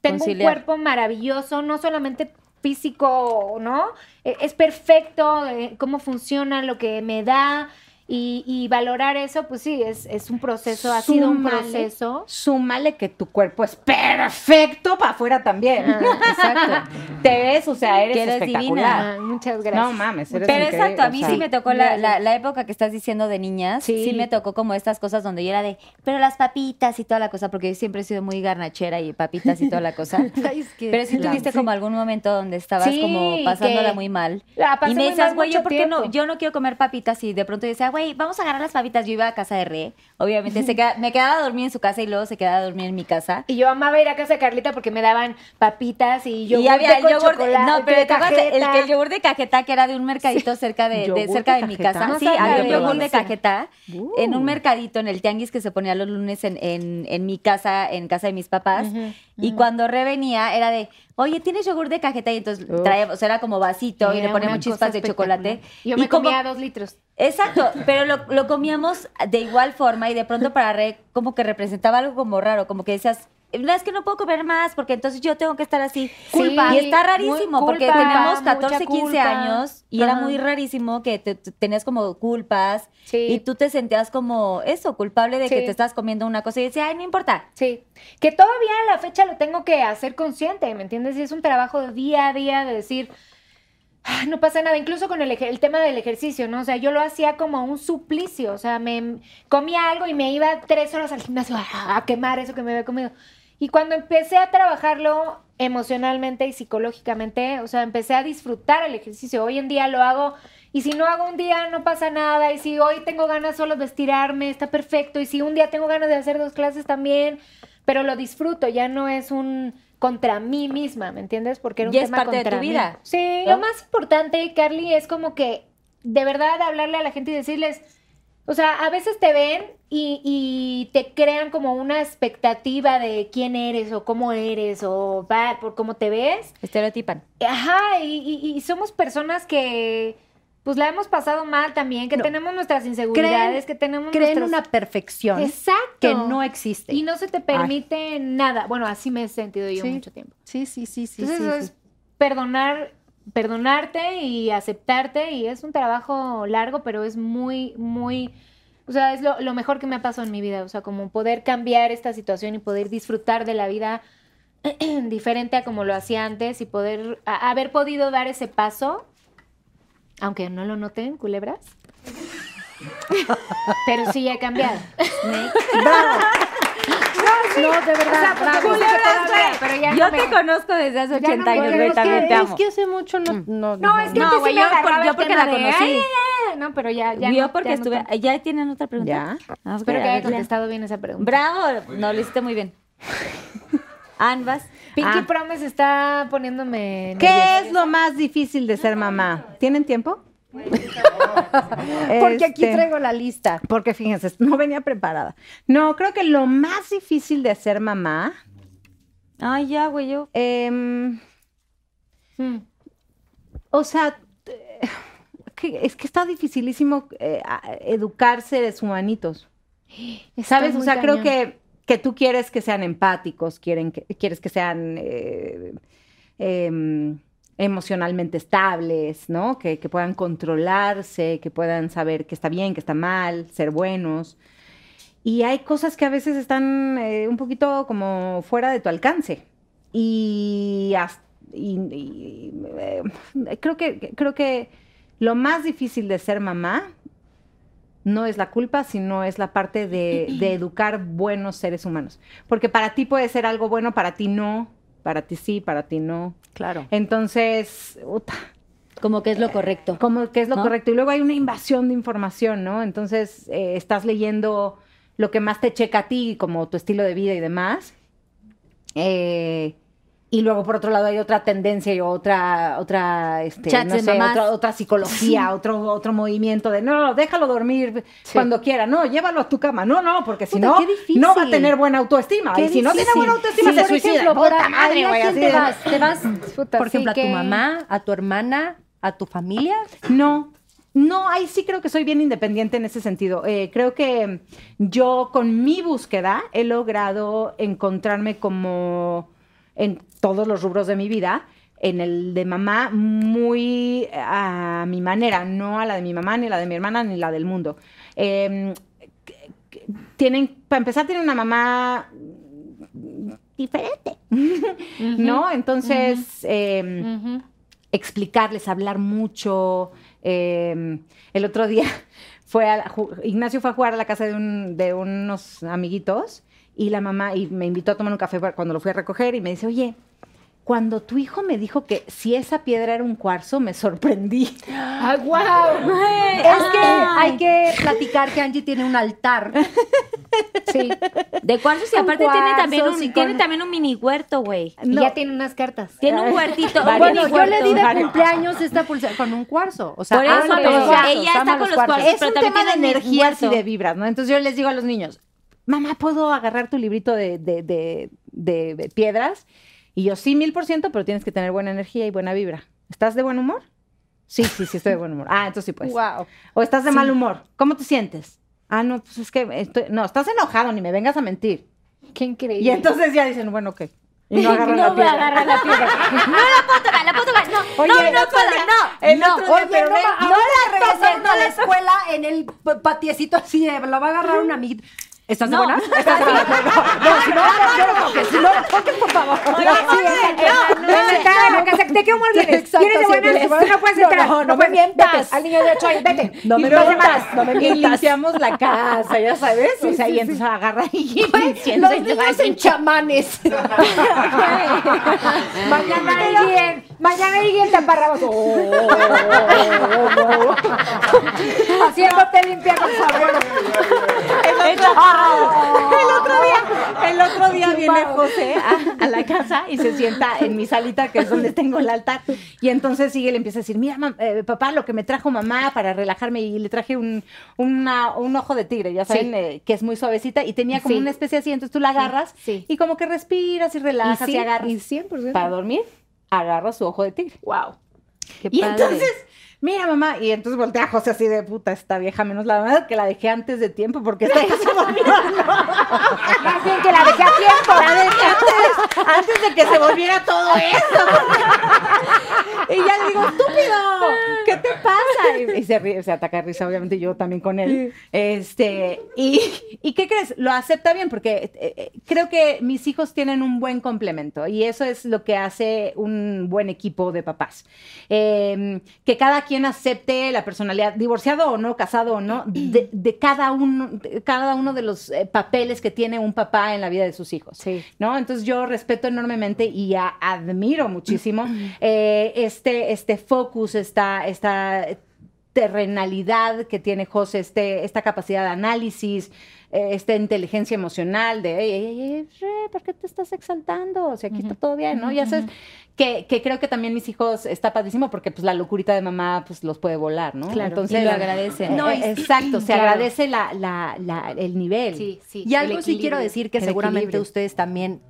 [SPEAKER 5] tengo
[SPEAKER 6] Conciliar.
[SPEAKER 5] un cuerpo maravilloso, no solamente físico, ¿no? E- Es perfecto, eh, cómo funciona, lo que me da y, y valorar eso, pues sí, es, es un proceso, ha sido un
[SPEAKER 6] Súmale.
[SPEAKER 5] proceso.
[SPEAKER 6] Súmale que tu cuerpo es perfecto para afuera también. exacto. Te ves, o sea, eres,
[SPEAKER 4] Que eres
[SPEAKER 6] espectacular.
[SPEAKER 5] Ah, muchas gracias.
[SPEAKER 6] No mames, eres
[SPEAKER 4] Pero
[SPEAKER 6] increíble,
[SPEAKER 4] exacto, a
[SPEAKER 6] o
[SPEAKER 4] mí
[SPEAKER 6] sea.
[SPEAKER 4] sí me tocó la, la- la época que estás diciendo de niñas. Sí.
[SPEAKER 5] Sí.
[SPEAKER 4] me tocó como estas cosas donde yo era de, pero las papitas y toda la cosa, porque yo siempre he sido muy garnachera y papitas y toda la cosa. pero sí tuviste como algún momento donde estabas
[SPEAKER 5] Sí,
[SPEAKER 4] como pasándola
[SPEAKER 5] que
[SPEAKER 4] muy mal.
[SPEAKER 5] la pasé
[SPEAKER 4] y me
[SPEAKER 5] muy
[SPEAKER 4] decías,
[SPEAKER 5] mal
[SPEAKER 4] güey, yo
[SPEAKER 5] mucho
[SPEAKER 4] por qué no,
[SPEAKER 5] tiempo".
[SPEAKER 4] yo no quiero comer papitas y de pronto yo decía, güey, vamos a agarrar las papitas. Yo iba a casa de re, obviamente, se queda- me quedaba a dormir en su casa y luego se quedaba a dormir en mi casa.
[SPEAKER 5] Y yo amaba ir a casa de Carlita porque me daban papitas y yo
[SPEAKER 4] y había el yogur de, no, pero ¿te acuerdas el, que el yogur de cajeta que era de un mercadito cerca de, de-
[SPEAKER 6] ¿Yogur de
[SPEAKER 4] cerca de, mi
[SPEAKER 6] cajeta?
[SPEAKER 4] casa.
[SPEAKER 5] No
[SPEAKER 4] sí,
[SPEAKER 5] sabía,
[SPEAKER 4] había un
[SPEAKER 5] pero
[SPEAKER 4] yogur de
[SPEAKER 5] buenísimo.
[SPEAKER 4] cajeta en un mercadito en el tianguis que se ponía los lunes en, en- en mi casa, en casa de mis papás. Y cuando revenía era de, oye, ¿tienes yogur de cajeta? Y entonces traía, o sea, era como vasito y le poníamos chispas de chocolate.
[SPEAKER 5] Yo me
[SPEAKER 4] y como-
[SPEAKER 5] comía dos litros.
[SPEAKER 4] Exacto, pero lo, lo comíamos de igual forma y de pronto para Re como que representaba algo como raro, como que decías, no, es que no puedo comer más porque entonces yo tengo que estar así.
[SPEAKER 5] Culpa.
[SPEAKER 4] Y está
[SPEAKER 5] Muy
[SPEAKER 4] rarísimo
[SPEAKER 5] culpa,
[SPEAKER 4] porque teníamos
[SPEAKER 5] mucha
[SPEAKER 4] 14, 15
[SPEAKER 5] culpa.
[SPEAKER 4] años y era
[SPEAKER 5] Ajá.
[SPEAKER 4] muy rarísimo que te- te- tenías como culpas
[SPEAKER 5] Sí.
[SPEAKER 4] y tú te sentías como eso, culpable de que
[SPEAKER 5] Sí.
[SPEAKER 4] te estás comiendo una cosa y decías, ay, no importa.
[SPEAKER 5] Sí, que todavía a la fecha lo tengo que hacer consciente, ¿me entiendes? Y es un trabajo de día a día de decir, "Ah, no pasa nada, incluso con el, ejer- el tema del ejercicio, ¿no? O sea, yo lo hacía como un suplicio, o sea, me comía algo y me iba tres horas al gimnasio a, a quemar eso que me había comido. Y cuando empecé a trabajarlo emocionalmente y psicológicamente, o sea, empecé a disfrutar el ejercicio. Hoy en día lo hago y si no hago un día no pasa nada y si hoy tengo ganas solo de estirarme, está perfecto y si un día tengo ganas de hacer dos clases también, pero lo disfruto, ya no es un contra mí misma, ¿me entiendes? Porque era un
[SPEAKER 4] Ya es
[SPEAKER 5] tema
[SPEAKER 4] parte de
[SPEAKER 5] contra
[SPEAKER 4] tu
[SPEAKER 5] mí.
[SPEAKER 4] vida,
[SPEAKER 5] Sí,
[SPEAKER 4] ¿no?
[SPEAKER 5] lo más importante, Carly, es como que de verdad hablarle a la gente y decirles, o sea, a veces te ven y, y te crean como una expectativa de quién eres o cómo eres o va por cómo te ves.
[SPEAKER 4] Estereotipan.
[SPEAKER 5] Ajá, y, y- y somos personas que pues la hemos pasado mal también, que
[SPEAKER 1] No.
[SPEAKER 5] tenemos nuestras inseguridades, que tenemos
[SPEAKER 1] Creen una
[SPEAKER 5] nuestras-
[SPEAKER 1] perfección
[SPEAKER 5] Exacto.
[SPEAKER 1] que no existe.
[SPEAKER 5] Y no se te permite nada. Bueno, así me he sentido yo
[SPEAKER 1] Sí.
[SPEAKER 5] mucho tiempo.
[SPEAKER 1] Sí, sí, sí, sí.
[SPEAKER 5] Entonces
[SPEAKER 1] sí,
[SPEAKER 5] es perdonar, perdonarte y aceptarte y es un trabajo largo, pero es muy, muy, o sea, es lo, lo mejor que me ha pasado en mi vida, o sea, como poder cambiar esta situación y poder disfrutar de la vida diferente a como lo hacía antes y poder a- haber podido dar ese paso, aunque no lo noten, culebras. Pero sí he cambiado.
[SPEAKER 1] sí. No, de verdad.
[SPEAKER 5] Ah,
[SPEAKER 1] bravo.
[SPEAKER 5] pues, Culebras, güey, pero ya
[SPEAKER 4] yo
[SPEAKER 5] no
[SPEAKER 4] te
[SPEAKER 5] me-
[SPEAKER 4] conozco desde hace
[SPEAKER 5] Ya no
[SPEAKER 4] 80 años,
[SPEAKER 5] me-
[SPEAKER 4] güey,
[SPEAKER 5] es
[SPEAKER 4] también
[SPEAKER 5] que-
[SPEAKER 4] te
[SPEAKER 5] es
[SPEAKER 4] amo.
[SPEAKER 7] que hace mucho no.
[SPEAKER 1] Mm.
[SPEAKER 7] No,
[SPEAKER 5] No, es que
[SPEAKER 4] No,
[SPEAKER 5] antes
[SPEAKER 4] güey,
[SPEAKER 5] sí me
[SPEAKER 4] yo por-
[SPEAKER 5] agarraba
[SPEAKER 4] yo
[SPEAKER 5] el
[SPEAKER 4] porque
[SPEAKER 5] tema
[SPEAKER 4] la
[SPEAKER 5] de,
[SPEAKER 4] conocí.
[SPEAKER 5] "Ay, ay, ay". No, pero ya, ya.
[SPEAKER 4] yo
[SPEAKER 5] no-
[SPEAKER 4] porque
[SPEAKER 5] ya no
[SPEAKER 4] estuve.
[SPEAKER 5] tanto.
[SPEAKER 4] ¿Ya tienen otra pregunta? Ah,
[SPEAKER 5] Espero que
[SPEAKER 4] espera,
[SPEAKER 5] haya
[SPEAKER 4] a ver, ya.
[SPEAKER 5] contestado bien esa pregunta.
[SPEAKER 4] Bravo, no lo hiciste muy bien. Ambas.
[SPEAKER 5] Pinky
[SPEAKER 6] Ah.
[SPEAKER 5] Promise está poniéndome.
[SPEAKER 6] ¿Qué
[SPEAKER 5] nerviosa.
[SPEAKER 6] es
[SPEAKER 1] Este,
[SPEAKER 6] lo más difícil de ser mamá? ¿Tienen tiempo?
[SPEAKER 1] Porque aquí
[SPEAKER 6] Este,
[SPEAKER 1] traigo la lista.
[SPEAKER 6] Porque fíjense, no venía preparada. No, creo que lo más difícil de ser mamá.
[SPEAKER 4] Ay, ya, güey, yo.
[SPEAKER 6] em,
[SPEAKER 5] Mm.
[SPEAKER 6] o sea, eh, que- es que está dificilísimo eh, a- educarse de humanitos.
[SPEAKER 5] Está
[SPEAKER 6] ¿Sabes? O
[SPEAKER 5] muy
[SPEAKER 6] sea, creo
[SPEAKER 5] cañón.
[SPEAKER 6] que, que tú quieres que sean empáticos, quieren que, quieres que sean eh, em, emocionalmente estables, ¿no? Que, que puedan controlarse, que puedan saber qué está bien, qué está mal, ser buenos. Y hay cosas que a veces están eh, un poquito como fuera de tu alcance. Y, as- y- y, eh, creo, que, creo que lo más difícil de ser mamá no es la culpa, sino es la parte de, de educar buenos seres humanos. Porque para ti puede ser algo bueno, para ti no, para ti sí, para ti no.
[SPEAKER 1] Claro.
[SPEAKER 6] Entonces, uta,
[SPEAKER 4] Como que es lo correcto.
[SPEAKER 6] como que es lo
[SPEAKER 4] ¿No?
[SPEAKER 6] correcto. Y luego hay una invasión de información, ¿no? Entonces, eh, estás leyendo lo que más te checa a ti, como tu estilo de vida y demás. Eh, y luego, por otro lado, hay otra tendencia y otra, otra, este,
[SPEAKER 4] Chats
[SPEAKER 6] no
[SPEAKER 4] de
[SPEAKER 6] sé,
[SPEAKER 4] mamás.
[SPEAKER 6] otra, otra psicología, otro, otro movimiento de no, no, déjalo dormir cuando quiera, no, llévalo a tu cama, no, no, porque si
[SPEAKER 1] Puta,
[SPEAKER 6] no,
[SPEAKER 1] qué difícil.
[SPEAKER 6] no va a tener buena autoestima.
[SPEAKER 1] Qué
[SPEAKER 6] Y si no tiene
[SPEAKER 1] difícil.
[SPEAKER 6] buena autoestima,
[SPEAKER 1] Sí,
[SPEAKER 6] se
[SPEAKER 1] por
[SPEAKER 6] suicida.
[SPEAKER 1] ejemplo, por
[SPEAKER 6] Puta
[SPEAKER 1] a-
[SPEAKER 6] madre,
[SPEAKER 1] ¿a
[SPEAKER 6] güey,
[SPEAKER 1] quién
[SPEAKER 6] así
[SPEAKER 1] te
[SPEAKER 6] de-
[SPEAKER 1] vas? ¿Te vas,
[SPEAKER 5] Puta,
[SPEAKER 1] por
[SPEAKER 5] sí
[SPEAKER 1] ejemplo, a
[SPEAKER 5] que-
[SPEAKER 1] tu mamá, a tu hermana, a tu familia?
[SPEAKER 6] No, no, ahí sí creo que soy bien independiente en ese sentido. Eh, creo que yo con mi búsqueda he logrado encontrarme como en todos los rubros de mi vida, en el de mamá muy a mi manera, no a la de mi mamá, ni la de mi hermana, ni la del mundo. Eh, tienen, para empezar, tienen una mamá diferente, ¿no? Entonces... em, explicarles, hablar mucho. Eh, el otro día fue a la- ju- Ignacio fue a jugar a la casa de, un- de unos amiguitos y la mamá y me invitó a tomar un café pa- cuando lo fui a recoger y me dice, oye, cuando tu hijo me dijo que si esa piedra era un cuarzo, me sorprendí.
[SPEAKER 5] ¡Ay, wow!
[SPEAKER 1] Es que Ah, hay que platicar que Angie tiene un altar.
[SPEAKER 5] Sí.
[SPEAKER 4] De cuarzos y
[SPEAKER 5] Con
[SPEAKER 4] aparte tiene también
[SPEAKER 5] cuarzos
[SPEAKER 4] un,
[SPEAKER 5] y con-
[SPEAKER 4] tiene también un mini huerto, güey.
[SPEAKER 5] Y ya tiene unas cartas.
[SPEAKER 4] Tiene un huertito. un
[SPEAKER 6] Varios.
[SPEAKER 4] mini
[SPEAKER 1] Bueno, yo le di de
[SPEAKER 4] huerto.
[SPEAKER 1] cumpleaños esta pulsera con un cuarzo. O sea,
[SPEAKER 4] Por eso,
[SPEAKER 1] ama
[SPEAKER 4] pero
[SPEAKER 1] los
[SPEAKER 4] ella
[SPEAKER 1] cuarzos,
[SPEAKER 4] está
[SPEAKER 1] ama
[SPEAKER 4] con los cuarzos.
[SPEAKER 6] es
[SPEAKER 4] pero
[SPEAKER 6] un
[SPEAKER 4] también
[SPEAKER 6] tema de
[SPEAKER 4] tienen
[SPEAKER 6] energías y
[SPEAKER 4] huerto.
[SPEAKER 6] de vibras, ¿no? Entonces yo les digo a los niños, mamá, ¿puedo agarrar tu librito de, de- de- de- de piedras? Y yo, sí, mil por ciento, pero tienes que tener buena energía y buena vibra. ¿Estás de buen humor? Sí, sí, sí, estoy de buen humor. Ah, entonces sí, pues.
[SPEAKER 5] Wow.
[SPEAKER 6] ¿O estás de mal humor? ¿Cómo te sientes? Ah, no, pues es que estoy... No, estás enojado, ni me vengas a mentir.
[SPEAKER 5] Qué increíble.
[SPEAKER 6] Y entonces ya dicen, bueno, ok. Y no agarran la
[SPEAKER 4] voy a
[SPEAKER 6] piedra.
[SPEAKER 4] agarrar la piedra. No la puedo tocar, la puedo tocar. No,
[SPEAKER 6] Oye,
[SPEAKER 4] no,
[SPEAKER 6] el
[SPEAKER 4] no
[SPEAKER 6] otro
[SPEAKER 4] puedo,
[SPEAKER 6] día-
[SPEAKER 4] no.
[SPEAKER 6] el
[SPEAKER 4] no.
[SPEAKER 6] otro día, pero
[SPEAKER 1] no,
[SPEAKER 6] ve-
[SPEAKER 1] ma- ahora regresando a la escuela en el p- patiecito así, de, lo va a agarrar una amiguita. ¿Estás de
[SPEAKER 4] No.
[SPEAKER 1] buenas?
[SPEAKER 5] en la casa. ¿De qué humor vienes?
[SPEAKER 1] Exacto,
[SPEAKER 5] ¿Vienes de
[SPEAKER 1] sí,
[SPEAKER 5] buena?
[SPEAKER 1] vienes de
[SPEAKER 5] Tú no puedes entrar.
[SPEAKER 1] No, no, no me
[SPEAKER 5] puedes- vete.
[SPEAKER 1] mientas.
[SPEAKER 5] Al niño de 8 años, vete.
[SPEAKER 1] No me
[SPEAKER 5] Y vas de
[SPEAKER 1] mientas,
[SPEAKER 5] malas.
[SPEAKER 1] no me
[SPEAKER 6] Y limpiamos la casa, ya sabes. o sea, y entonces agarra y enciende
[SPEAKER 1] Los niños en chamanes.
[SPEAKER 5] Mañana alguien, mañana alguien taparrabos. Oh, oh. Haciéndote limpia con favor.
[SPEAKER 6] El otro día, el otro día viene José a, a la casa y se sienta en mi salita, que es donde tengo el altar. Y entonces sigue, le empieza a decir, mira, mam- eh, papá, lo que me trajo mamá para relajarme. Y le traje un, una- un ojo de tigre, ya saben, eh, que es muy suavecita. Y tenía como
[SPEAKER 5] Sí.
[SPEAKER 6] una especie así, entonces tú la agarras
[SPEAKER 5] sí.
[SPEAKER 6] y como que respiras y relajas y,
[SPEAKER 5] sí,
[SPEAKER 6] agarras.
[SPEAKER 5] y 100%.
[SPEAKER 6] Para dormir, agarra su ojo de tigre.
[SPEAKER 5] Wow.
[SPEAKER 6] Y entonces, mira mamá, y entonces voltea a José así de puta, esta vieja, menos la verdad que la dejé antes de tiempo porque esta ya se volvió
[SPEAKER 5] Más bien que la dejé a tiempo.
[SPEAKER 6] La dejé antes, antes de que se volviera todo eso. Y ya le digo, estúpido, ¿qué te pasa? Y, y se ríe, se ataca de risa, obviamente yo también con él. Este, y, ¿y qué crees? Lo acepta bien porque eh, eh, creo que mis hijos tienen un buen complemento y eso es lo que hace un buen equipo de papás. Eh, que cada quien acepte la personalidad, divorciado o no, casado o no, de, de cada, uno, de cada uno de los eh, papeles que tiene un papá en la vida de sus hijos.
[SPEAKER 5] Sí.
[SPEAKER 6] ¿no? Entonces yo respeto enormemente y a- admiro muchísimo eh, este, este focus, esta, esta terrenalidad que tiene José, este, esta capacidad de análisis, eh, esta inteligencia emocional de, "Ey, ey, ey, re, ¿por qué te estás exaltando? O sea, aquí está todo bien, ¿no? Ya sabes, que, que creo que también mis hijos está padrísimo porque pues la locurita de mamá pues los puede volar, ¿no?
[SPEAKER 5] Claro,
[SPEAKER 6] Entonces,
[SPEAKER 4] y lo agradecen.
[SPEAKER 6] No,
[SPEAKER 1] No, y-
[SPEAKER 6] exacto, se
[SPEAKER 5] claro.
[SPEAKER 6] agradece la, la- la- el nivel.
[SPEAKER 5] sí.
[SPEAKER 1] Y algo sí quiero decir que
[SPEAKER 6] el
[SPEAKER 1] seguramente
[SPEAKER 6] equilibrio.
[SPEAKER 1] ustedes también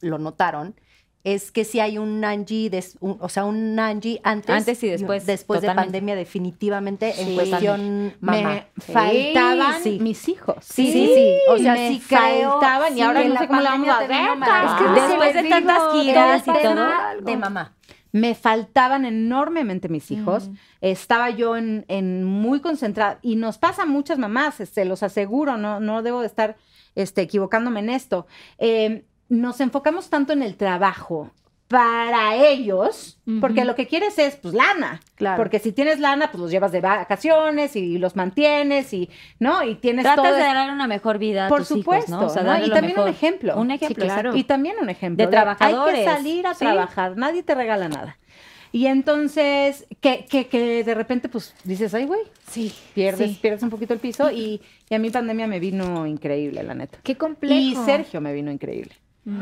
[SPEAKER 1] lo notaron, es que sí hay un Angie, des- un- o sea, un Angie antes,
[SPEAKER 4] Antes y después,
[SPEAKER 1] después de
[SPEAKER 4] totalmente.
[SPEAKER 1] pandemia definitivamente en
[SPEAKER 4] Sí.
[SPEAKER 1] cuestión mamá.
[SPEAKER 6] Me faltaban
[SPEAKER 1] sí.
[SPEAKER 6] mis hijos.
[SPEAKER 1] Sí, sí, sí. O sea,
[SPEAKER 6] me
[SPEAKER 1] sí creo,
[SPEAKER 6] faltaban y
[SPEAKER 1] sí,
[SPEAKER 6] ahora
[SPEAKER 1] que
[SPEAKER 6] no sé cómo la
[SPEAKER 1] pandemia
[SPEAKER 6] vamos a
[SPEAKER 1] te vino
[SPEAKER 6] hacer,
[SPEAKER 1] mal.
[SPEAKER 6] cabrón.
[SPEAKER 1] Es que
[SPEAKER 4] Ah, Después
[SPEAKER 5] les
[SPEAKER 4] de tantas
[SPEAKER 5] digo,
[SPEAKER 1] era
[SPEAKER 4] giras
[SPEAKER 1] el
[SPEAKER 4] y todo.
[SPEAKER 1] tema de mamá.
[SPEAKER 6] Me faltaban enormemente mis hijos. Estaba yo en, en muy concentrada. Y nos pasa a muchas mamás, se los aseguro, no, no debo de estar este, equivocándome en esto. Eh, nos enfocamos tanto en el trabajo para ellos, porque lo que quieres es, pues, lana.
[SPEAKER 5] Claro.
[SPEAKER 6] Porque si tienes lana, pues los llevas de vacaciones y los mantienes y, ¿no? Y tienes
[SPEAKER 4] Tratas
[SPEAKER 6] todo
[SPEAKER 4] de
[SPEAKER 6] este-
[SPEAKER 4] darle una mejor vida a
[SPEAKER 6] por
[SPEAKER 4] tus
[SPEAKER 6] supuesto,
[SPEAKER 4] hijos, ¿no? O sea,
[SPEAKER 6] ¿no?
[SPEAKER 4] darle
[SPEAKER 6] Y
[SPEAKER 4] lo
[SPEAKER 6] también un
[SPEAKER 4] mejor.
[SPEAKER 6] ejemplo.
[SPEAKER 4] Un ejemplo,
[SPEAKER 6] Sí, claro.
[SPEAKER 4] exacto.
[SPEAKER 6] Y también un ejemplo.
[SPEAKER 4] De trabajadores,
[SPEAKER 6] Hay que salir a
[SPEAKER 4] ¿sí?
[SPEAKER 6] trabajar, nadie te regala nada. Y entonces, que, que, que de repente, pues, dices, ay, güey,
[SPEAKER 5] Sí.
[SPEAKER 6] pierdes,
[SPEAKER 5] sí.
[SPEAKER 6] pierdes un poquito el piso. Y, y a mí pandemia me vino increíble, la neta.
[SPEAKER 5] Qué complejo.
[SPEAKER 6] Y Sergio me vino increíble.
[SPEAKER 4] Mm.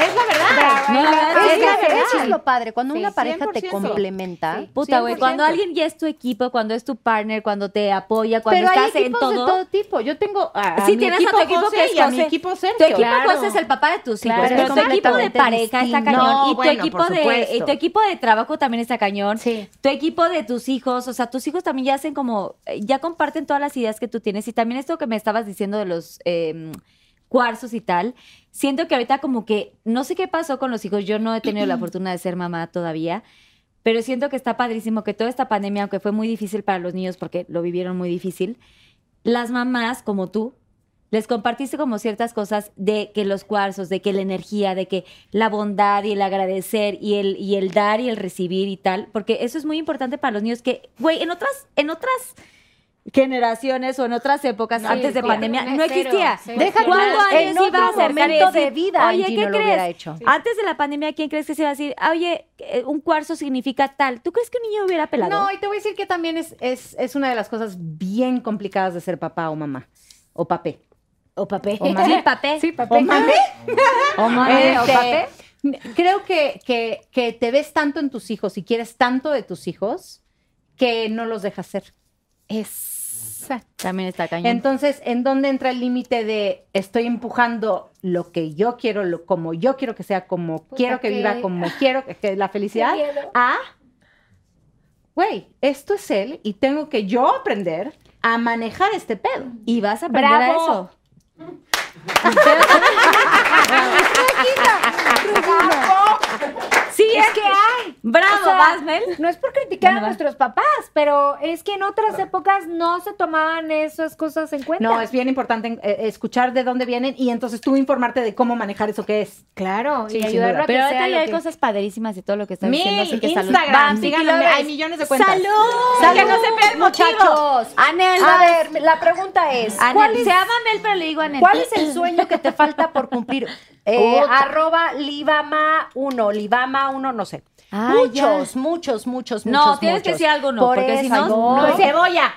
[SPEAKER 4] Es la verdad.
[SPEAKER 1] No, la verdad
[SPEAKER 4] es
[SPEAKER 1] es que
[SPEAKER 4] la verdad.
[SPEAKER 1] eso es lo padre. Cuando
[SPEAKER 6] Sí,
[SPEAKER 1] una pareja te
[SPEAKER 6] 100%.
[SPEAKER 1] complementa,
[SPEAKER 6] Sí.
[SPEAKER 4] Puta, güey,
[SPEAKER 6] 100%.
[SPEAKER 4] cuando alguien ya es tu equipo, cuando es tu partner, cuando te apoya, cuando
[SPEAKER 6] Pero
[SPEAKER 4] estás
[SPEAKER 6] hay
[SPEAKER 4] en
[SPEAKER 6] equipos
[SPEAKER 4] todo.
[SPEAKER 6] de todo tipo. Yo tengo a, a
[SPEAKER 4] Sí,
[SPEAKER 6] mi
[SPEAKER 4] tienes a
[SPEAKER 6] equipo
[SPEAKER 4] tu equipo
[SPEAKER 6] José
[SPEAKER 4] que es
[SPEAKER 6] y a mi
[SPEAKER 4] José.
[SPEAKER 6] equipo
[SPEAKER 4] Tu
[SPEAKER 6] Sergio.
[SPEAKER 4] equipo
[SPEAKER 5] Claro.
[SPEAKER 4] José es el papá de tus hijos,
[SPEAKER 5] Claro,
[SPEAKER 4] pero
[SPEAKER 5] es
[SPEAKER 4] tu equipo de
[SPEAKER 1] completamente
[SPEAKER 4] pareja está
[SPEAKER 1] distinto.
[SPEAKER 4] cañón
[SPEAKER 6] No,
[SPEAKER 4] y tu
[SPEAKER 6] bueno,
[SPEAKER 4] equipo
[SPEAKER 6] por
[SPEAKER 4] de
[SPEAKER 6] supuesto.
[SPEAKER 4] y tu equipo de trabajo también está cañón.
[SPEAKER 5] Sí.
[SPEAKER 4] Tu equipo de tus hijos, o sea, tus hijos también ya hacen como eh, ya comparten todas las ideas que tú tienes y también esto que me estabas diciendo de los eh, cuarzos y tal. Siento que ahorita como que no sé qué pasó con los hijos, yo no he tenido la fortuna de ser mamá todavía. Pero siento que está padrísimo que toda esta pandemia, aunque fue muy difícil para los niños porque lo vivieron muy difícil, las mamás como tú les compartiste como ciertas cosas de que los cuarzos, de que la energía, de que la bondad y el agradecer y el, y el dar y el recibir y tal, porque eso es muy importante para los niños que, güey, en otras, en otras generaciones o en otras épocas antes de
[SPEAKER 5] sí,
[SPEAKER 4] pandemia
[SPEAKER 5] claro,
[SPEAKER 4] no
[SPEAKER 5] cero,
[SPEAKER 4] existía.
[SPEAKER 5] cero.
[SPEAKER 1] Deja tú
[SPEAKER 4] ¿Cuándo
[SPEAKER 1] en
[SPEAKER 4] alguien iba a
[SPEAKER 1] otro
[SPEAKER 4] aceptar y
[SPEAKER 1] momento de
[SPEAKER 4] decir,
[SPEAKER 1] vida,
[SPEAKER 4] Oye,
[SPEAKER 1] Angie
[SPEAKER 4] ¿qué
[SPEAKER 1] no lo hubiera
[SPEAKER 4] crees?
[SPEAKER 1] hecho.
[SPEAKER 4] Antes de la pandemia, ¿quién crees que se iba a decir? Oye, eh, un cuarzo significa tal. ¿Tú crees que un niño hubiera pelado?
[SPEAKER 6] No, y te voy a decir que también es, es, es una de las cosas bien complicadas de ser papá o mamá. O papé.
[SPEAKER 4] O papé.
[SPEAKER 6] O mamá.
[SPEAKER 4] Sí, papé.
[SPEAKER 5] Sí, papel.
[SPEAKER 6] ¿O mamé?
[SPEAKER 4] O
[SPEAKER 6] Este,
[SPEAKER 4] mamá.
[SPEAKER 6] Creo que, que, que te ves tanto en tus hijos y quieres tanto de tus hijos que no los dejas ser.
[SPEAKER 5] Exacto.
[SPEAKER 4] También está cañón.
[SPEAKER 6] Entonces, ¿en dónde entra el límite de estoy empujando lo que yo quiero, lo, como yo quiero que sea, como quiero que
[SPEAKER 5] qué-
[SPEAKER 6] viva, como quiero que, que la felicidad?
[SPEAKER 5] Qué miedo.
[SPEAKER 6] A, güey, esto es él y tengo que yo aprender a manejar este pedo.
[SPEAKER 4] y vas a aprender a
[SPEAKER 5] Bravo.
[SPEAKER 4] eso. Sí,
[SPEAKER 5] Es que hay.
[SPEAKER 4] Bravo,
[SPEAKER 5] O sea,
[SPEAKER 4] vas, Mel.
[SPEAKER 5] No es por criticar
[SPEAKER 4] Bueno,
[SPEAKER 5] a
[SPEAKER 4] va.
[SPEAKER 5] nuestros papás, pero es que en otras épocas no se tomaban esas cosas en cuenta.
[SPEAKER 6] No, es bien importante eh, escuchar de dónde vienen y entonces tú informarte de cómo manejar eso que es.
[SPEAKER 5] claro,
[SPEAKER 6] Sí,
[SPEAKER 5] y
[SPEAKER 6] sin
[SPEAKER 5] ayudarlo
[SPEAKER 6] duda.
[SPEAKER 5] a que
[SPEAKER 4] Pero
[SPEAKER 5] sea
[SPEAKER 4] ahorita
[SPEAKER 5] lo
[SPEAKER 4] ya hay
[SPEAKER 5] que-
[SPEAKER 4] cosas padrísimas y todo lo que están
[SPEAKER 6] Mil,
[SPEAKER 4] diciendo. Así que salud.
[SPEAKER 6] Instagram,
[SPEAKER 4] Bam,
[SPEAKER 6] síganme,
[SPEAKER 4] Piqui
[SPEAKER 6] hay
[SPEAKER 4] Lovers.
[SPEAKER 6] millones de cuentas.
[SPEAKER 4] ¡Salud!
[SPEAKER 6] ¡Salud,
[SPEAKER 4] Que no se pierda el motivo.
[SPEAKER 1] Muchachos, a ver, la pregunta es, ¿cuál
[SPEAKER 4] Anel,
[SPEAKER 1] es
[SPEAKER 4] se llama Mel, pero le digo Anel.
[SPEAKER 1] ¿Cuál es el sueño que te falta por cumplir? Eh, arroba Libama1, Libama1, no sé.
[SPEAKER 4] Ah,
[SPEAKER 1] muchos, muchos, muchos, muchos.
[SPEAKER 4] No, tienes que
[SPEAKER 1] muchos.
[SPEAKER 4] decir algo, no,
[SPEAKER 1] Por
[SPEAKER 4] porque
[SPEAKER 1] eso
[SPEAKER 4] si no,
[SPEAKER 1] voy.
[SPEAKER 4] no.
[SPEAKER 6] ¡Cebolla!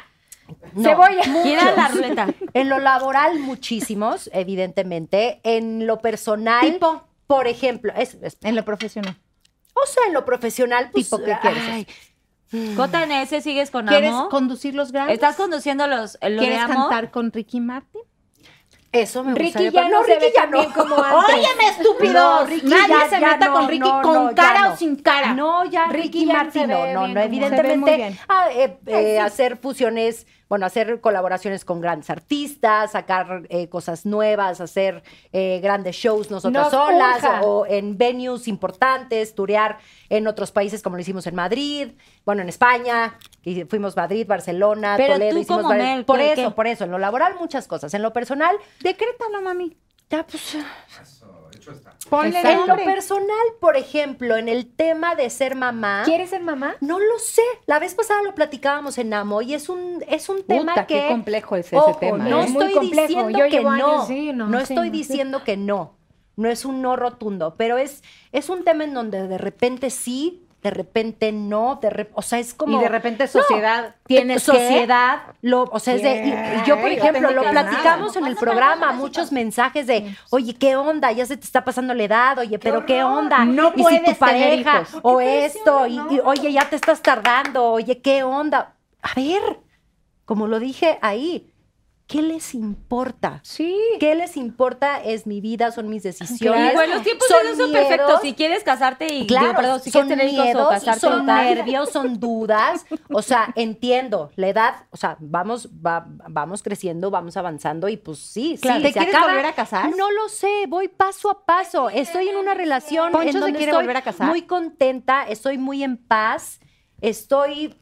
[SPEAKER 1] No,
[SPEAKER 5] Cebolla.
[SPEAKER 1] muchos.
[SPEAKER 4] Gira la ruleta.
[SPEAKER 1] En lo laboral, muchísimos, evidentemente. En lo personal.
[SPEAKER 6] Tipo.
[SPEAKER 1] Por ejemplo, es- es-
[SPEAKER 6] En lo profesional.
[SPEAKER 1] o sea, en lo profesional, pues,
[SPEAKER 6] Tipo, ¿qué quieres?
[SPEAKER 1] ay,
[SPEAKER 4] JNS, ¿sigues con
[SPEAKER 6] ¿Quieres
[SPEAKER 4] Amo?
[SPEAKER 6] conducir los grandes?
[SPEAKER 4] ¿Estás conduciendo los, eh, lo de
[SPEAKER 6] ¿Quieres
[SPEAKER 4] Amo?
[SPEAKER 6] cantar con Ricky Martin?
[SPEAKER 1] eso me gusta.
[SPEAKER 5] Ricky ya no, se ve tan bien como antes.
[SPEAKER 1] estúpido. Ricky,
[SPEAKER 6] Nadie
[SPEAKER 1] ya-
[SPEAKER 6] se
[SPEAKER 1] ya
[SPEAKER 6] meta
[SPEAKER 1] no,
[SPEAKER 6] con Ricky
[SPEAKER 1] no,
[SPEAKER 6] con
[SPEAKER 1] no, ya
[SPEAKER 6] cara
[SPEAKER 1] no.
[SPEAKER 6] o sin cara.
[SPEAKER 1] No, ya Ricky,
[SPEAKER 5] Ricky ya
[SPEAKER 1] Martin,
[SPEAKER 5] se ve
[SPEAKER 1] no, no,
[SPEAKER 5] bien
[SPEAKER 1] no,
[SPEAKER 5] como-
[SPEAKER 6] Se ve muy
[SPEAKER 1] evidentemente
[SPEAKER 6] bien.
[SPEAKER 1] ah, eh, eh, hacer fusiones, bueno, hacer colaboraciones con grandes artistas, sacar eh, cosas nuevas, hacer eh, grandes shows nosotras
[SPEAKER 5] Nos
[SPEAKER 1] solas
[SPEAKER 5] urge.
[SPEAKER 1] o en venues importantes, turear en otros países como lo hicimos en Madrid, bueno, en España, y fuimos Madrid, Barcelona,
[SPEAKER 4] Pero
[SPEAKER 1] Toledo,
[SPEAKER 4] tú
[SPEAKER 1] hicimos
[SPEAKER 4] como
[SPEAKER 1] varias-
[SPEAKER 4] Mel,
[SPEAKER 1] por
[SPEAKER 4] ¿qué-
[SPEAKER 1] eso,
[SPEAKER 4] qué?
[SPEAKER 1] por eso, en lo laboral muchas cosas, en lo personal,
[SPEAKER 6] Decrétalo, mami.
[SPEAKER 1] ya pues
[SPEAKER 6] Ponle
[SPEAKER 1] en lo
[SPEAKER 6] nombre.
[SPEAKER 1] personal, por ejemplo, en el tema de ser mamá,
[SPEAKER 5] ¿Quieres ser mamá?
[SPEAKER 1] no lo sé. La vez pasada lo platicábamos en Amo y es un, es un tema
[SPEAKER 6] Puta,
[SPEAKER 1] que.
[SPEAKER 6] qué complejo es ese
[SPEAKER 1] Ojo,
[SPEAKER 6] tema,
[SPEAKER 1] No
[SPEAKER 6] ¿eh?
[SPEAKER 5] Muy
[SPEAKER 1] estoy
[SPEAKER 5] complejo.
[SPEAKER 1] diciendo
[SPEAKER 5] Yo
[SPEAKER 1] que
[SPEAKER 5] llevo años,
[SPEAKER 1] no.
[SPEAKER 5] sí,
[SPEAKER 1] no.
[SPEAKER 5] no, sí,
[SPEAKER 1] estoy
[SPEAKER 5] no.
[SPEAKER 1] diciendo que no. No es un no rotundo, pero es, es un tema en donde de repente sí, de repente no, de re- o sea, es como.
[SPEAKER 6] Y de repente sociedad
[SPEAKER 1] tiene
[SPEAKER 6] tiene
[SPEAKER 1] sociedad, lo, o sea, es de, y- y yo por
[SPEAKER 6] Bien.
[SPEAKER 1] ejemplo
[SPEAKER 6] Yo
[SPEAKER 1] lo
[SPEAKER 6] pensé que
[SPEAKER 1] platicamos en el programa, muchos mensajes de, oye, ¿qué onda? Ya se te está pasando la edad, oye, pero ¿qué onda?
[SPEAKER 6] No
[SPEAKER 1] y si
[SPEAKER 6] puedes
[SPEAKER 1] tu
[SPEAKER 6] tener
[SPEAKER 1] pareja
[SPEAKER 6] hijos.
[SPEAKER 1] o esto, y, y, oye, ya te estás tardando, oye, ¿qué onda? A ver, como lo dije ahí, ¿qué les importa?
[SPEAKER 5] Sí.
[SPEAKER 1] ¿Qué les importa? Es mi vida, son mis decisiones.
[SPEAKER 4] Y bueno, los tiempos
[SPEAKER 1] son
[SPEAKER 4] de Dios son
[SPEAKER 1] miedos.
[SPEAKER 4] perfectos. Si quieres casarte y.
[SPEAKER 1] Claro,
[SPEAKER 4] digo, perdón, si
[SPEAKER 1] son
[SPEAKER 4] quieres tener hijos o
[SPEAKER 1] miedos,
[SPEAKER 4] casarte o
[SPEAKER 1] son
[SPEAKER 4] tal.
[SPEAKER 1] nervios, son dudas. O sea, entiendo, la edad, o sea, vamos, va- vamos creciendo, vamos avanzando y pues sí,
[SPEAKER 6] Claro.
[SPEAKER 1] sí.
[SPEAKER 6] ¿Te
[SPEAKER 1] se
[SPEAKER 6] quieres
[SPEAKER 1] acaba.
[SPEAKER 6] volver a casar?
[SPEAKER 1] No lo sé, voy paso a paso. Estoy en una relación
[SPEAKER 6] ¿Poncho
[SPEAKER 1] en
[SPEAKER 6] se
[SPEAKER 1] donde
[SPEAKER 6] quiere
[SPEAKER 1] estoy
[SPEAKER 6] volver a casar?
[SPEAKER 1] muy contenta, estoy muy en paz, estoy
[SPEAKER 6] Ah.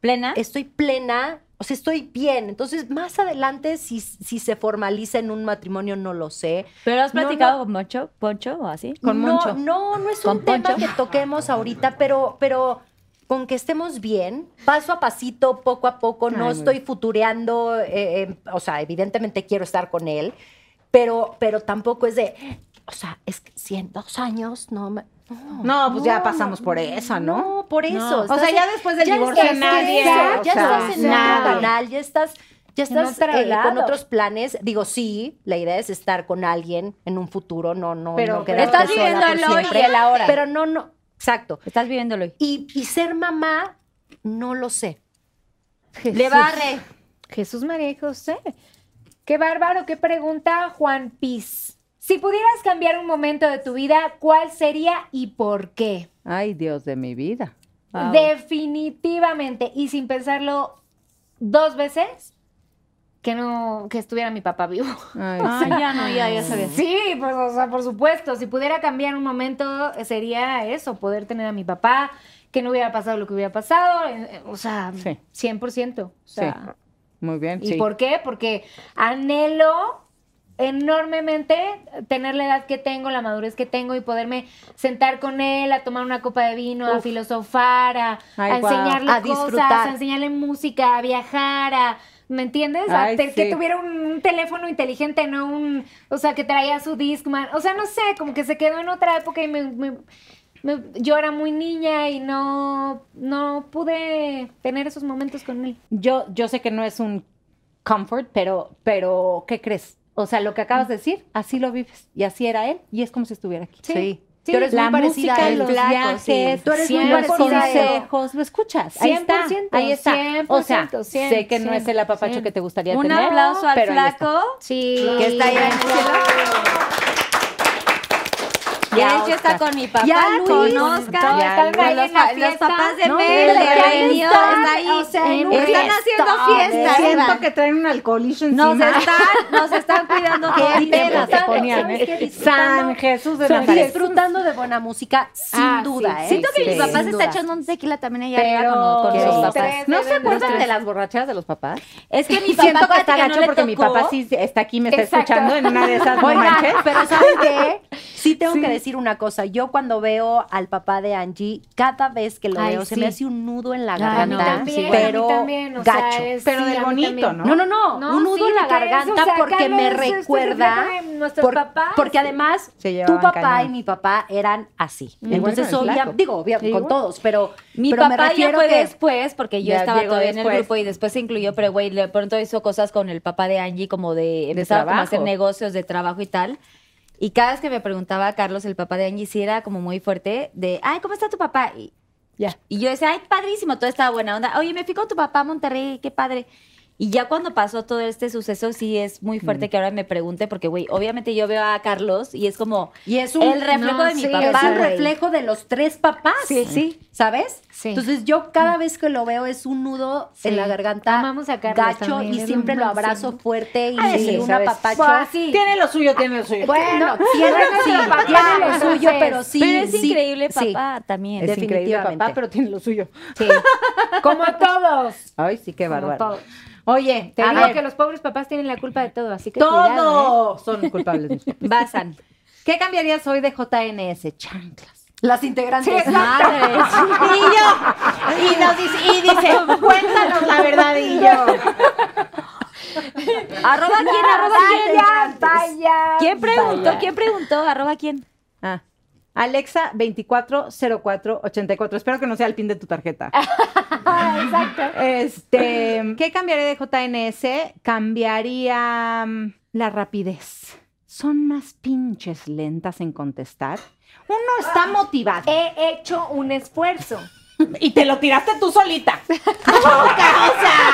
[SPEAKER 4] ¿Plena?
[SPEAKER 1] estoy plena, o sea, estoy bien. Entonces, más adelante, si, si se formaliza en un matrimonio, no lo sé.
[SPEAKER 4] ¿Pero has
[SPEAKER 1] No,
[SPEAKER 4] platicado con Moncho? ¿Poncho o así?
[SPEAKER 6] Con
[SPEAKER 1] no,
[SPEAKER 6] Moncho.
[SPEAKER 1] No, no es
[SPEAKER 4] Con
[SPEAKER 1] un tema
[SPEAKER 4] Poncho.
[SPEAKER 1] que toquemos ahorita, pero, pero con que estemos bien, paso a pasito, poco a poco, no
[SPEAKER 6] Ay, muy
[SPEAKER 1] estoy futureando, eh, eh, o sea, evidentemente quiero estar con él, pero, pero tampoco es de, o sea, es que si en dos años no me...
[SPEAKER 6] No, pues ya pasamos por esa, ¿no?
[SPEAKER 1] por eso.
[SPEAKER 6] O sea,
[SPEAKER 1] estás
[SPEAKER 6] ya
[SPEAKER 1] en-
[SPEAKER 6] después del
[SPEAKER 1] ya
[SPEAKER 6] divorcio
[SPEAKER 1] estás-
[SPEAKER 6] nadie,
[SPEAKER 1] ya
[SPEAKER 6] o
[SPEAKER 1] ya
[SPEAKER 6] sea,
[SPEAKER 1] estás en otro
[SPEAKER 5] nadie.
[SPEAKER 1] canal, ya estás, ya
[SPEAKER 5] En
[SPEAKER 1] estás
[SPEAKER 5] otro
[SPEAKER 1] eh, con
[SPEAKER 5] lado.
[SPEAKER 1] otros planes. Digo, sí, la idea es estar con alguien en un futuro, no, no,
[SPEAKER 6] Pero-
[SPEAKER 1] no
[SPEAKER 6] pero
[SPEAKER 1] quedarte
[SPEAKER 4] estás
[SPEAKER 1] sola
[SPEAKER 4] viviendo
[SPEAKER 1] por
[SPEAKER 4] el hoy y
[SPEAKER 1] siempre.
[SPEAKER 4] el ahora.
[SPEAKER 1] Pero no, no, exacto.
[SPEAKER 4] Estás viviéndolo hoy.
[SPEAKER 1] Y, y ser mamá, no lo sé.
[SPEAKER 4] Le barre.
[SPEAKER 5] Jesús María y José. Qué bárbaro, qué pregunta, Juan Piz. Si pudieras cambiar un momento de tu vida, ¿cuál sería y por qué?
[SPEAKER 6] Ay, Dios de mi vida.
[SPEAKER 4] Wow.
[SPEAKER 5] Definitivamente, y sin pensarlo dos veces, que no, que estuviera mi papá vivo.
[SPEAKER 6] Ay,
[SPEAKER 4] Ay, ya no, ya, ya sabes.
[SPEAKER 5] Sí, pues, o sea, por supuesto, si pudiera cambiar un momento, eh, sería eso, poder tener a mi papá, que no hubiera pasado lo que hubiera pasado, eh, eh, o sea,
[SPEAKER 6] Sí.
[SPEAKER 5] 100%. O
[SPEAKER 6] sí.
[SPEAKER 5] sea,
[SPEAKER 6] Muy bien,
[SPEAKER 5] ¿Y
[SPEAKER 6] sí.
[SPEAKER 5] por qué? Porque anhelo enormemente tener la edad que tengo, la madurez que tengo y poderme sentar con él, a tomar una copa de vino, a filosofar, a,
[SPEAKER 6] Ay,
[SPEAKER 5] a
[SPEAKER 6] guau.
[SPEAKER 5] enseñarle
[SPEAKER 1] A
[SPEAKER 5] cosas,
[SPEAKER 1] disfrutar.
[SPEAKER 5] a enseñarle música, a viajar, a... ¿Me entiendes? A
[SPEAKER 6] Ay,
[SPEAKER 5] te- Que
[SPEAKER 6] sí.
[SPEAKER 5] tuviera un, un teléfono inteligente, no un... O sea, que traía su Discman. O sea, no sé, como que se quedó en otra época y me... me- me- yo era muy niña y no, no pude tener esos momentos con él.
[SPEAKER 6] Yo, yo sé que no es un comfort, pero, pero, ¿qué crees? O sea, lo que acabas de decir, así lo vives. Y así era él, y es como si estuviera aquí.
[SPEAKER 1] Sí.
[SPEAKER 5] sí.
[SPEAKER 1] Tú eres
[SPEAKER 6] la
[SPEAKER 1] muy parecida a
[SPEAKER 6] música,
[SPEAKER 1] él.
[SPEAKER 6] los
[SPEAKER 1] Flaco,
[SPEAKER 6] viajes,
[SPEAKER 1] sí. Tú eres muy
[SPEAKER 6] los
[SPEAKER 1] parecida a él.
[SPEAKER 6] consejos, lo escuchas. Ahí está,
[SPEAKER 5] 100%,
[SPEAKER 6] ahí está. o sea,
[SPEAKER 5] 100%,
[SPEAKER 6] sé que no es el apapacho
[SPEAKER 5] 100%.
[SPEAKER 6] que te gustaría
[SPEAKER 4] Un
[SPEAKER 6] tener.
[SPEAKER 4] aplauso al
[SPEAKER 6] pero ahí está.
[SPEAKER 4] flaco.
[SPEAKER 5] Sí.
[SPEAKER 4] Que está ahí en el cielo. Y él ya está con mi papá,
[SPEAKER 1] Ya,
[SPEAKER 4] con
[SPEAKER 1] Luis.
[SPEAKER 4] Oscar,
[SPEAKER 5] Ya,
[SPEAKER 4] con
[SPEAKER 5] Luis.
[SPEAKER 4] los,
[SPEAKER 5] en la
[SPEAKER 4] pa- los
[SPEAKER 5] fiesta.
[SPEAKER 4] papás de
[SPEAKER 5] No,
[SPEAKER 4] Mel,
[SPEAKER 5] pero
[SPEAKER 4] de
[SPEAKER 5] ya
[SPEAKER 4] Benio,
[SPEAKER 5] están,
[SPEAKER 4] está ahí.
[SPEAKER 5] o sea, en un
[SPEAKER 4] están haciendo fiesta. Eva.
[SPEAKER 6] traen un alcoholismo
[SPEAKER 4] Nos están, nos están cuidando
[SPEAKER 1] Qué
[SPEAKER 4] todito.
[SPEAKER 1] pedas se ponían,
[SPEAKER 6] ¿sabes
[SPEAKER 1] ¿eh?
[SPEAKER 6] qué?
[SPEAKER 1] Disfrutando-
[SPEAKER 6] San Jesús de
[SPEAKER 1] San
[SPEAKER 6] Nazaret.
[SPEAKER 1] Disfrutando de buena música, sin
[SPEAKER 5] Ah,
[SPEAKER 1] duda,
[SPEAKER 5] sí.
[SPEAKER 1] ¿eh?
[SPEAKER 4] Siento que
[SPEAKER 6] Sí.
[SPEAKER 4] mi papá se
[SPEAKER 1] Sin
[SPEAKER 4] está
[SPEAKER 1] duda.
[SPEAKER 4] echando un tequila también allá arriba
[SPEAKER 6] Pero,
[SPEAKER 4] con, con
[SPEAKER 1] Qué
[SPEAKER 4] sus
[SPEAKER 1] rico.
[SPEAKER 4] papás.
[SPEAKER 6] ¿no se acuerdan
[SPEAKER 5] Tres.
[SPEAKER 6] de las borracheras de los papás?
[SPEAKER 4] Es que mi papá
[SPEAKER 6] Siento que está
[SPEAKER 4] acuérdate no
[SPEAKER 6] gacho
[SPEAKER 4] le
[SPEAKER 6] porque mi
[SPEAKER 4] tocó.
[SPEAKER 6] papá sí está aquí, me está
[SPEAKER 5] Exacto.
[SPEAKER 6] escuchando en una de esas no
[SPEAKER 1] Oigan,
[SPEAKER 6] manches.
[SPEAKER 1] pero ¿saben qué? Sí tengo que decir una cosa. Yo cuando veo al papá de Angie, cada vez que lo
[SPEAKER 5] Ay,
[SPEAKER 1] veo se
[SPEAKER 5] sí.
[SPEAKER 1] me hace un nudo en la
[SPEAKER 5] A mí
[SPEAKER 1] garganta.
[SPEAKER 5] también, a mí
[SPEAKER 1] pero
[SPEAKER 5] también, o sea,
[SPEAKER 1] gacho.
[SPEAKER 5] es-
[SPEAKER 6] Pero
[SPEAKER 5] sí,
[SPEAKER 6] del
[SPEAKER 5] a mí
[SPEAKER 6] bonito,
[SPEAKER 5] también.
[SPEAKER 6] ¿no?
[SPEAKER 1] No, no, no,
[SPEAKER 5] No,
[SPEAKER 1] un nudo
[SPEAKER 5] sí,
[SPEAKER 1] en la
[SPEAKER 5] lo que es,
[SPEAKER 1] garganta
[SPEAKER 5] o sea,
[SPEAKER 1] porque
[SPEAKER 5] Carlos,
[SPEAKER 1] me
[SPEAKER 5] esto es
[SPEAKER 1] recuerda.
[SPEAKER 5] reflejo de nuestros papás.
[SPEAKER 1] Porque además,
[SPEAKER 6] Se
[SPEAKER 1] tu
[SPEAKER 6] llevaban
[SPEAKER 1] papá
[SPEAKER 6] cañón.
[SPEAKER 1] y mi papá eran así.
[SPEAKER 6] Igual
[SPEAKER 1] Entonces,
[SPEAKER 6] con el
[SPEAKER 1] obvia-
[SPEAKER 6] flaco.
[SPEAKER 1] digo, obvia-
[SPEAKER 6] Igual.
[SPEAKER 1] con todos, pero,
[SPEAKER 4] Mi
[SPEAKER 1] pero me
[SPEAKER 4] papá ya
[SPEAKER 1] refiero
[SPEAKER 4] fue
[SPEAKER 1] que
[SPEAKER 4] después, porque yo
[SPEAKER 6] Ya
[SPEAKER 4] estaba
[SPEAKER 6] llegó
[SPEAKER 4] todavía en el
[SPEAKER 6] después.
[SPEAKER 4] grupo y después se incluyó, pero güey, de pronto hizo cosas con el papá de Angie, como de empezar a
[SPEAKER 6] trabajo.
[SPEAKER 4] hacer negocios de trabajo y tal. Y cada vez que me preguntaba a Carlos, el papá de Angie, sí era como muy fuerte, de, ay, ¿cómo está tu papá? Y,
[SPEAKER 6] Ya.
[SPEAKER 4] y yo decía, ay, padrísimo, todo estaba buena onda. Oye, me fui con tu papá a Monterrey, qué padre. Y ya cuando pasó todo este suceso, sí es muy fuerte que ahora me pregunte, porque, güey, obviamente yo veo a Carlos y es como
[SPEAKER 1] Y es un,
[SPEAKER 4] el reflejo
[SPEAKER 5] no,
[SPEAKER 4] de mi
[SPEAKER 5] sí,
[SPEAKER 4] papá.
[SPEAKER 1] es un
[SPEAKER 4] güey.
[SPEAKER 1] reflejo de los tres papás.
[SPEAKER 4] Sí, sí.
[SPEAKER 1] ¿Sabes?
[SPEAKER 5] Sí.
[SPEAKER 1] Entonces yo cada vez que lo veo es un nudo
[SPEAKER 5] Sí.
[SPEAKER 1] en la garganta
[SPEAKER 5] Amamos a Carlos
[SPEAKER 1] gacho
[SPEAKER 5] también,
[SPEAKER 1] y
[SPEAKER 5] es
[SPEAKER 1] siempre
[SPEAKER 5] lo
[SPEAKER 1] lo abrazo
[SPEAKER 5] máximo.
[SPEAKER 1] fuerte y,
[SPEAKER 6] Ah,
[SPEAKER 1] y
[SPEAKER 6] sí,
[SPEAKER 1] un
[SPEAKER 6] ¿sabes?
[SPEAKER 1] apapacho.
[SPEAKER 5] sí.
[SPEAKER 6] Tiene lo suyo, tiene lo suyo.
[SPEAKER 1] Bueno, tiene, sí, tiene lo suyo, pero sí.
[SPEAKER 4] Pero es
[SPEAKER 1] sí,
[SPEAKER 4] increíble
[SPEAKER 1] sí.
[SPEAKER 4] papá también.
[SPEAKER 1] Es
[SPEAKER 6] increíble papá,
[SPEAKER 1] definitivamente.
[SPEAKER 6] pero tiene lo suyo.
[SPEAKER 5] Como todos.
[SPEAKER 6] Ay, sí, qué
[SPEAKER 5] Como
[SPEAKER 6] bárbaro.
[SPEAKER 5] todos.
[SPEAKER 6] Oye,
[SPEAKER 5] Te
[SPEAKER 6] a
[SPEAKER 5] digo
[SPEAKER 6] ver,
[SPEAKER 5] que los pobres papás tienen la culpa de todo, así que cuidado. ¿eh?
[SPEAKER 6] todos son culpables. mis papás.
[SPEAKER 4] Basan.
[SPEAKER 6] ¿Qué cambiarías hoy de JNS? Chanclas.
[SPEAKER 1] Las integrantes.
[SPEAKER 4] Madres.
[SPEAKER 6] Y Ah, yo, y, nos dice, y dice, cuéntanos la verdad, y yo.
[SPEAKER 4] Arroba quién, arroba quién.
[SPEAKER 5] Vaya, vaya.
[SPEAKER 4] ¿Quién preguntó? ¿Quién preguntó? Arroba quién.
[SPEAKER 6] Ah, Alexa 240484. Espero que no sea el pin de tu tarjeta.
[SPEAKER 4] Ah.
[SPEAKER 6] Exacto. Este, ¿qué cambiaría de JNS? Cambiaría mm, la rapidez. Son más pinches
[SPEAKER 5] ¿eh?
[SPEAKER 6] lentas en contestar. Uno está motivado.
[SPEAKER 5] He hecho un esfuerzo.
[SPEAKER 8] Y te lo tiraste tú solita.
[SPEAKER 6] o sea,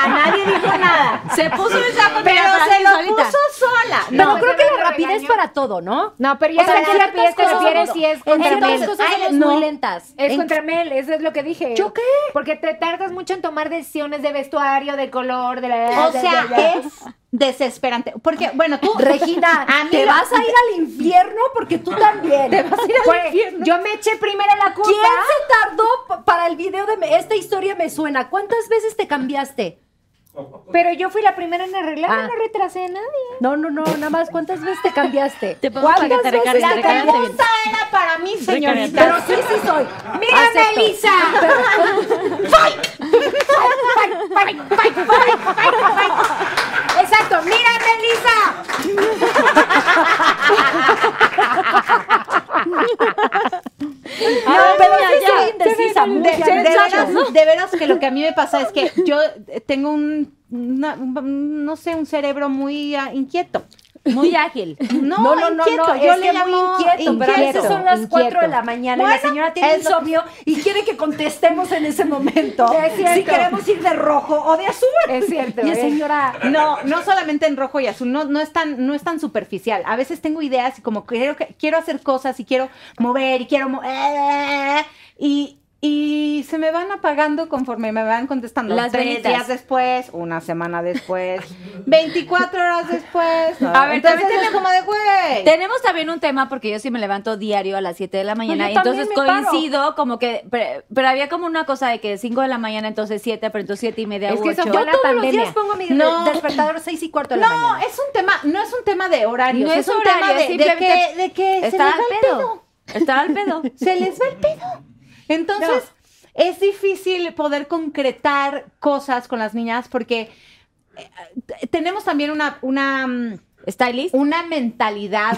[SPEAKER 6] nadie dijo nada.
[SPEAKER 4] Se puso el saco
[SPEAKER 6] Pero
[SPEAKER 4] para
[SPEAKER 6] se
[SPEAKER 4] ti
[SPEAKER 6] lo
[SPEAKER 4] solita.
[SPEAKER 6] puso sola.
[SPEAKER 1] Pero
[SPEAKER 5] No,
[SPEAKER 1] creo
[SPEAKER 5] yo
[SPEAKER 1] que
[SPEAKER 5] no
[SPEAKER 1] la
[SPEAKER 5] lo
[SPEAKER 1] rapidez
[SPEAKER 5] regaño.
[SPEAKER 1] para todo, ¿no?
[SPEAKER 5] No, pero ya
[SPEAKER 1] O sea,
[SPEAKER 5] sabes que
[SPEAKER 1] en
[SPEAKER 5] la
[SPEAKER 1] ciertas
[SPEAKER 5] pides te
[SPEAKER 1] cosas-
[SPEAKER 5] refieres si es
[SPEAKER 1] En
[SPEAKER 5] contra
[SPEAKER 1] ciertas
[SPEAKER 5] Mel.
[SPEAKER 1] cosas
[SPEAKER 5] Ay,
[SPEAKER 1] somos
[SPEAKER 5] no.
[SPEAKER 1] muy lentas.
[SPEAKER 5] Es
[SPEAKER 1] En-
[SPEAKER 5] contra Mel, eso es lo que dije.
[SPEAKER 1] ¿Yo qué?
[SPEAKER 5] Porque te tardas mucho en tomar decisiones de vestuario, de color, de la...
[SPEAKER 6] O sea,
[SPEAKER 1] ¿eh?
[SPEAKER 6] es desesperante. Porque, bueno, tú.
[SPEAKER 1] Regina,
[SPEAKER 6] A mí
[SPEAKER 1] te
[SPEAKER 6] la-
[SPEAKER 1] vas a ir al infierno porque tú también.
[SPEAKER 5] Pues, yo me eché primero la culpa.
[SPEAKER 1] ¿Quién se tardó p- para el video de me- esta historia me suena? ¿Cuántas veces te cambiaste?
[SPEAKER 5] Pero yo fui la primera en arreglarme,
[SPEAKER 1] Ah.
[SPEAKER 5] no retrasé a nadie.
[SPEAKER 1] No, no, no, nada más, ¿cuántas veces te cambiaste?
[SPEAKER 4] Te pongo para que te
[SPEAKER 1] ¿Cuántas veces
[SPEAKER 4] recargues,
[SPEAKER 1] te
[SPEAKER 4] recargate
[SPEAKER 1] cambiaste?
[SPEAKER 4] bien.
[SPEAKER 6] era para mí,
[SPEAKER 4] señorita.
[SPEAKER 1] Pero sí, sí soy.
[SPEAKER 5] ¡Mira,
[SPEAKER 1] Acepto.
[SPEAKER 5] Melissa! ¡Fight! ¡Fight! ¡Fight! ¡Fight! Exacto, mira, Melissa.
[SPEAKER 1] No, pero sí soy indecisa,
[SPEAKER 6] De,
[SPEAKER 1] muy
[SPEAKER 6] de
[SPEAKER 1] bien.
[SPEAKER 6] veras, de veras que lo que a mí me pasa es que yo eh, tengo un, una- un- no sé, un cerebro muy ah, inquieto.
[SPEAKER 4] Muy ágil.
[SPEAKER 6] No,
[SPEAKER 1] No, no, no,
[SPEAKER 6] inquieto.
[SPEAKER 1] no,
[SPEAKER 6] yo
[SPEAKER 1] es
[SPEAKER 6] le
[SPEAKER 1] que
[SPEAKER 6] llamo
[SPEAKER 1] muy inquieto, pero a veces
[SPEAKER 6] inquieto.
[SPEAKER 1] son las
[SPEAKER 5] inquieto.
[SPEAKER 1] 4 de la mañana y la
[SPEAKER 6] Bueno,
[SPEAKER 1] señora tiene
[SPEAKER 6] es-
[SPEAKER 1] insomnio y quiere que contestemos en ese momento
[SPEAKER 5] Es cierto.
[SPEAKER 1] si queremos ir de rojo o de azul.
[SPEAKER 5] Es cierto,
[SPEAKER 1] Y
[SPEAKER 5] es-
[SPEAKER 1] señora,
[SPEAKER 6] No, no solamente en rojo y azul, no, no, es tan, no es tan superficial. A veces tengo ideas y como quiero, que- quiero hacer cosas y quiero mover y quiero... mo- eh, y, y se me van apagando conforme me van contestando.
[SPEAKER 4] Las
[SPEAKER 6] Tres
[SPEAKER 4] velitas.
[SPEAKER 6] días después, una semana después, 24 horas después. ¿no?
[SPEAKER 4] A ver,
[SPEAKER 6] entonces
[SPEAKER 4] también
[SPEAKER 6] es como de güey.
[SPEAKER 4] Tenemos también un tema porque yo sí me levanto diario a las 7 de la mañana.
[SPEAKER 1] yo
[SPEAKER 4] y
[SPEAKER 1] también
[SPEAKER 4] entonces
[SPEAKER 1] me paro.
[SPEAKER 4] coincido como que. Pero, pero había como una cosa de que 5 de la mañana, entonces 7, pero entonces 7 y media.
[SPEAKER 5] Es que eso
[SPEAKER 4] ocho.
[SPEAKER 5] fue
[SPEAKER 1] yo
[SPEAKER 5] la
[SPEAKER 1] todos los
[SPEAKER 5] pandemia.
[SPEAKER 1] días pongo mi
[SPEAKER 6] No.
[SPEAKER 1] de- despertador 6 y cuarto de la
[SPEAKER 6] No,
[SPEAKER 1] mañana.
[SPEAKER 6] es un tema, no es un tema de horarios,
[SPEAKER 4] No
[SPEAKER 6] es,
[SPEAKER 4] es
[SPEAKER 6] un
[SPEAKER 4] horario,
[SPEAKER 6] tema de,
[SPEAKER 4] es
[SPEAKER 6] de
[SPEAKER 4] simplemente
[SPEAKER 6] que, de que se les
[SPEAKER 4] Estaba
[SPEAKER 6] va
[SPEAKER 4] al
[SPEAKER 6] el
[SPEAKER 4] pedo.
[SPEAKER 6] pedo.
[SPEAKER 4] Estaba al pedo.
[SPEAKER 6] se les va el pedo. Entonces, es difícil poder concretar cosas con las niñas porque eh, t- tenemos también una, una, mm,
[SPEAKER 4] ¿Stylist?
[SPEAKER 6] una mentalidad.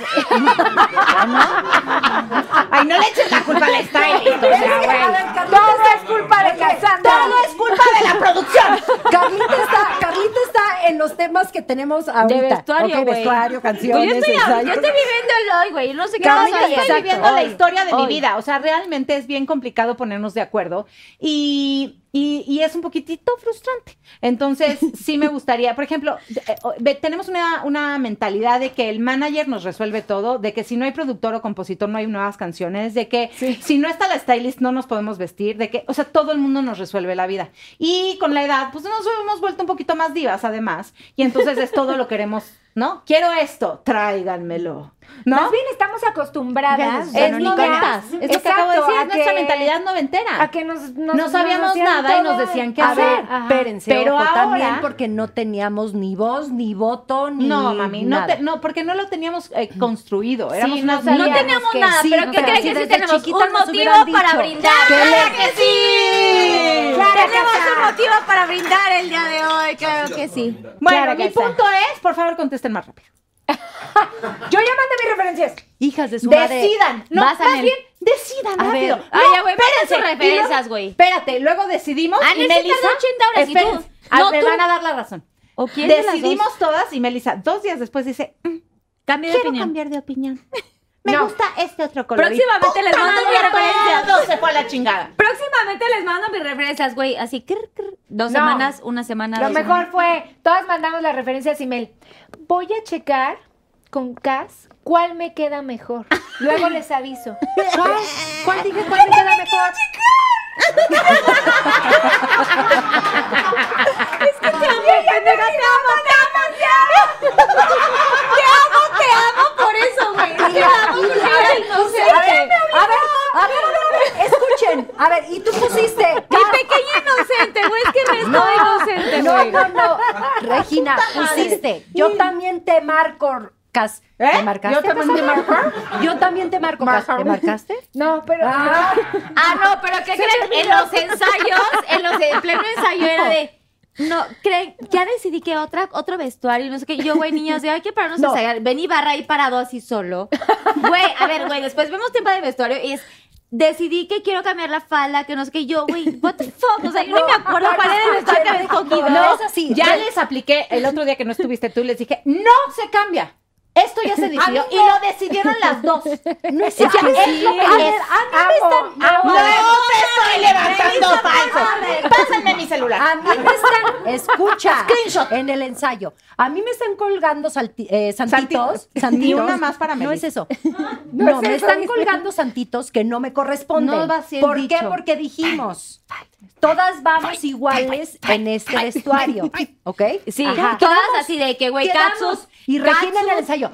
[SPEAKER 6] Ay, no le eches la culpa al stylist. o sea,
[SPEAKER 1] A
[SPEAKER 6] güey.
[SPEAKER 1] ver, Carlita,
[SPEAKER 5] es culpa de Cassandra.
[SPEAKER 6] Todo es culpa de la producción.
[SPEAKER 1] Carlita está, Carlita está en los temas que tenemos ahorita.
[SPEAKER 4] De vestuario,
[SPEAKER 1] Ok,
[SPEAKER 4] güey.
[SPEAKER 1] vestuario,
[SPEAKER 4] Pues
[SPEAKER 1] canciones,
[SPEAKER 4] yo, estoy, yo
[SPEAKER 1] ensayo.
[SPEAKER 4] estoy viviendo el hoy, güey. No sé qué
[SPEAKER 6] Cada
[SPEAKER 4] pasa
[SPEAKER 6] día
[SPEAKER 4] ahí.
[SPEAKER 6] estoy viviendo la
[SPEAKER 4] Hoy,
[SPEAKER 6] historia de mi
[SPEAKER 4] hoy.
[SPEAKER 6] vida. O sea, realmente es bien complicado ponernos de acuerdo y, y- y es un poquitito frustrante. Entonces, sí me gustaría, por ejemplo, de- eh, o- ve- tenemos una, una mentalidad de que el manager nos resuelve todo, de que si no hay productor o compositor no hay nuevas canciones, de que si no está la stylist no nos podemos vestir, de que, o sea, todo el mundo nos resuelve la vida. Y con la edad, pues nos hemos vuelto un poquito más divas además. Y entonces es todo lo queremos, ¿no? Quiero esto, tráiganmelo. ¿No?
[SPEAKER 5] Más bien estamos acostumbradas.
[SPEAKER 6] Es
[SPEAKER 5] niñas,
[SPEAKER 6] noventas. Es lo que acabo de
[SPEAKER 5] exacto,
[SPEAKER 6] decir,
[SPEAKER 5] a
[SPEAKER 6] es nuestra
[SPEAKER 5] que-
[SPEAKER 6] mentalidad noventera.
[SPEAKER 5] A que nos, nos-
[SPEAKER 6] no sabíamos
[SPEAKER 5] hacían
[SPEAKER 6] nada
[SPEAKER 5] todo.
[SPEAKER 6] y nos decían qué
[SPEAKER 1] A ver,
[SPEAKER 6] hacer.
[SPEAKER 5] Ajá.
[SPEAKER 1] espérense,
[SPEAKER 6] Pero
[SPEAKER 1] ojo,
[SPEAKER 6] ahora-
[SPEAKER 1] también porque no teníamos ni voz, ni voto, ni
[SPEAKER 6] No, mami, no,
[SPEAKER 1] nada.
[SPEAKER 6] te- no, porque no lo teníamos eh, construido.
[SPEAKER 5] no
[SPEAKER 6] Éramos unas
[SPEAKER 5] sabíamos.
[SPEAKER 4] No
[SPEAKER 6] niñas.
[SPEAKER 4] teníamos
[SPEAKER 1] que
[SPEAKER 4] nada,
[SPEAKER 1] sí,
[SPEAKER 4] pero ¿qué
[SPEAKER 1] pero
[SPEAKER 4] crees
[SPEAKER 1] si
[SPEAKER 4] que sí
[SPEAKER 1] desde
[SPEAKER 4] tenemos
[SPEAKER 1] chiquitas
[SPEAKER 4] un
[SPEAKER 1] nos
[SPEAKER 4] motivo
[SPEAKER 1] hubieran
[SPEAKER 4] para
[SPEAKER 1] dicho
[SPEAKER 4] brindar?
[SPEAKER 1] que
[SPEAKER 4] ¡Claro
[SPEAKER 1] le-
[SPEAKER 4] que sí!
[SPEAKER 5] Claro que
[SPEAKER 4] tenemos
[SPEAKER 5] sí.
[SPEAKER 4] un motivo para brindar el día de hoy, claro que sí.
[SPEAKER 6] Bueno,
[SPEAKER 5] Claro que
[SPEAKER 6] mi
[SPEAKER 5] está.
[SPEAKER 6] punto es, por favor, contesten más rápido.
[SPEAKER 5] Yo ya mandé mis referencias.
[SPEAKER 1] Hijas de su madre.
[SPEAKER 6] Decidan. No,
[SPEAKER 4] vas a
[SPEAKER 6] más
[SPEAKER 4] ver.
[SPEAKER 6] bien, decidan
[SPEAKER 4] A
[SPEAKER 6] rápido.
[SPEAKER 4] ver, ah, ya, güey, pongan sus referencias, güey.
[SPEAKER 6] Espérate, luego decidimos
[SPEAKER 4] Ah,
[SPEAKER 6] y
[SPEAKER 4] no, sí
[SPEAKER 6] Melissa...
[SPEAKER 4] tardó 80 horas, ¿y tú?
[SPEAKER 6] Espérense, ah,
[SPEAKER 4] No,
[SPEAKER 6] me
[SPEAKER 4] tú.
[SPEAKER 6] van a dar la razón.
[SPEAKER 4] ¿O quién de las dos?
[SPEAKER 6] Decidimos todas y Melissa dos días después dice, "Mm,
[SPEAKER 4] Cambio de
[SPEAKER 6] quiero
[SPEAKER 4] opinión.
[SPEAKER 6] cambiar de opinión. Me
[SPEAKER 5] No.
[SPEAKER 6] gusta este otro color.
[SPEAKER 4] Próximamente les mando mis referencias.
[SPEAKER 6] Todo se fue a la chingada.
[SPEAKER 4] Próximamente les mando mis referencias, güey. Así, crr, crr. dos
[SPEAKER 5] No.
[SPEAKER 4] semanas, una semana.
[SPEAKER 5] Lo
[SPEAKER 4] dos
[SPEAKER 5] mejor
[SPEAKER 4] semanas.
[SPEAKER 5] fue, todas mandamos las referencias email. Voy a checar con Cas cuál me queda mejor. Luego les aviso. ¿Cuál? ¿Cuál dije cuál me queda mejor?
[SPEAKER 4] Por eso, güey. Te amo,
[SPEAKER 1] Y-
[SPEAKER 4] porque
[SPEAKER 1] a ver,
[SPEAKER 4] eres inocente.
[SPEAKER 1] a ver, a ver, a ver, a ver, escuchen. A ver, y tú pusiste.
[SPEAKER 4] Mi pequeña inocente, güey. Es que me estoy inocente,
[SPEAKER 1] No,
[SPEAKER 4] güey. Ah,
[SPEAKER 1] no, no. Regina, pusiste. Yo también te marco. Cas. ¿Te marcaste?
[SPEAKER 6] ¿Eh? ¿Yo también te
[SPEAKER 1] marco? Yo también te marco. Cas. ¿Te marcaste?
[SPEAKER 5] No, pero.
[SPEAKER 4] Ah, no, pero ¿qué creen? En los ensayos, en los en pleno ensayo era de. No, creen, ya decidí que otra, otro vestuario, y no sé qué. Yo, güey, niñas, de hay que pararnos a ensayar. Ven y barra ahí parado así solo. Güey, a ver, güey, después vemos tema de vestuario y es. Decidí que quiero cambiar la falda, que no sé qué. Yo, güey, what the fuck. O sea, yo ni me acuerdo cuál era el vestuario que había escogido.
[SPEAKER 1] No, es así.
[SPEAKER 6] Ya les apliqué el otro día que no estuviste tú, les dije, no se cambia. Esto ya se decidió y lo decidieron las dos.
[SPEAKER 1] Oh, No es así. A ver, a mí me están.
[SPEAKER 6] No te estoy levantando
[SPEAKER 1] A mí me están, escucha, en el ensayo, a mí me están colgando salti- eh, santitos,
[SPEAKER 6] Santi-
[SPEAKER 1] santitos.
[SPEAKER 6] Ni una más para
[SPEAKER 1] No
[SPEAKER 6] Meli.
[SPEAKER 1] es eso. No, me están colgando santitos que no me corresponden.
[SPEAKER 6] No va a ser
[SPEAKER 1] ¿Por
[SPEAKER 6] dicho.
[SPEAKER 1] qué? Porque dijimos, todas vamos iguales en este vestuario, ¿ok?
[SPEAKER 4] Sí,
[SPEAKER 1] Ajá.
[SPEAKER 4] todas así de que, güey,
[SPEAKER 1] Quedamos.
[SPEAKER 4] Katsus.
[SPEAKER 1] Y Regina en el
[SPEAKER 4] Katsus.
[SPEAKER 1] ensayo.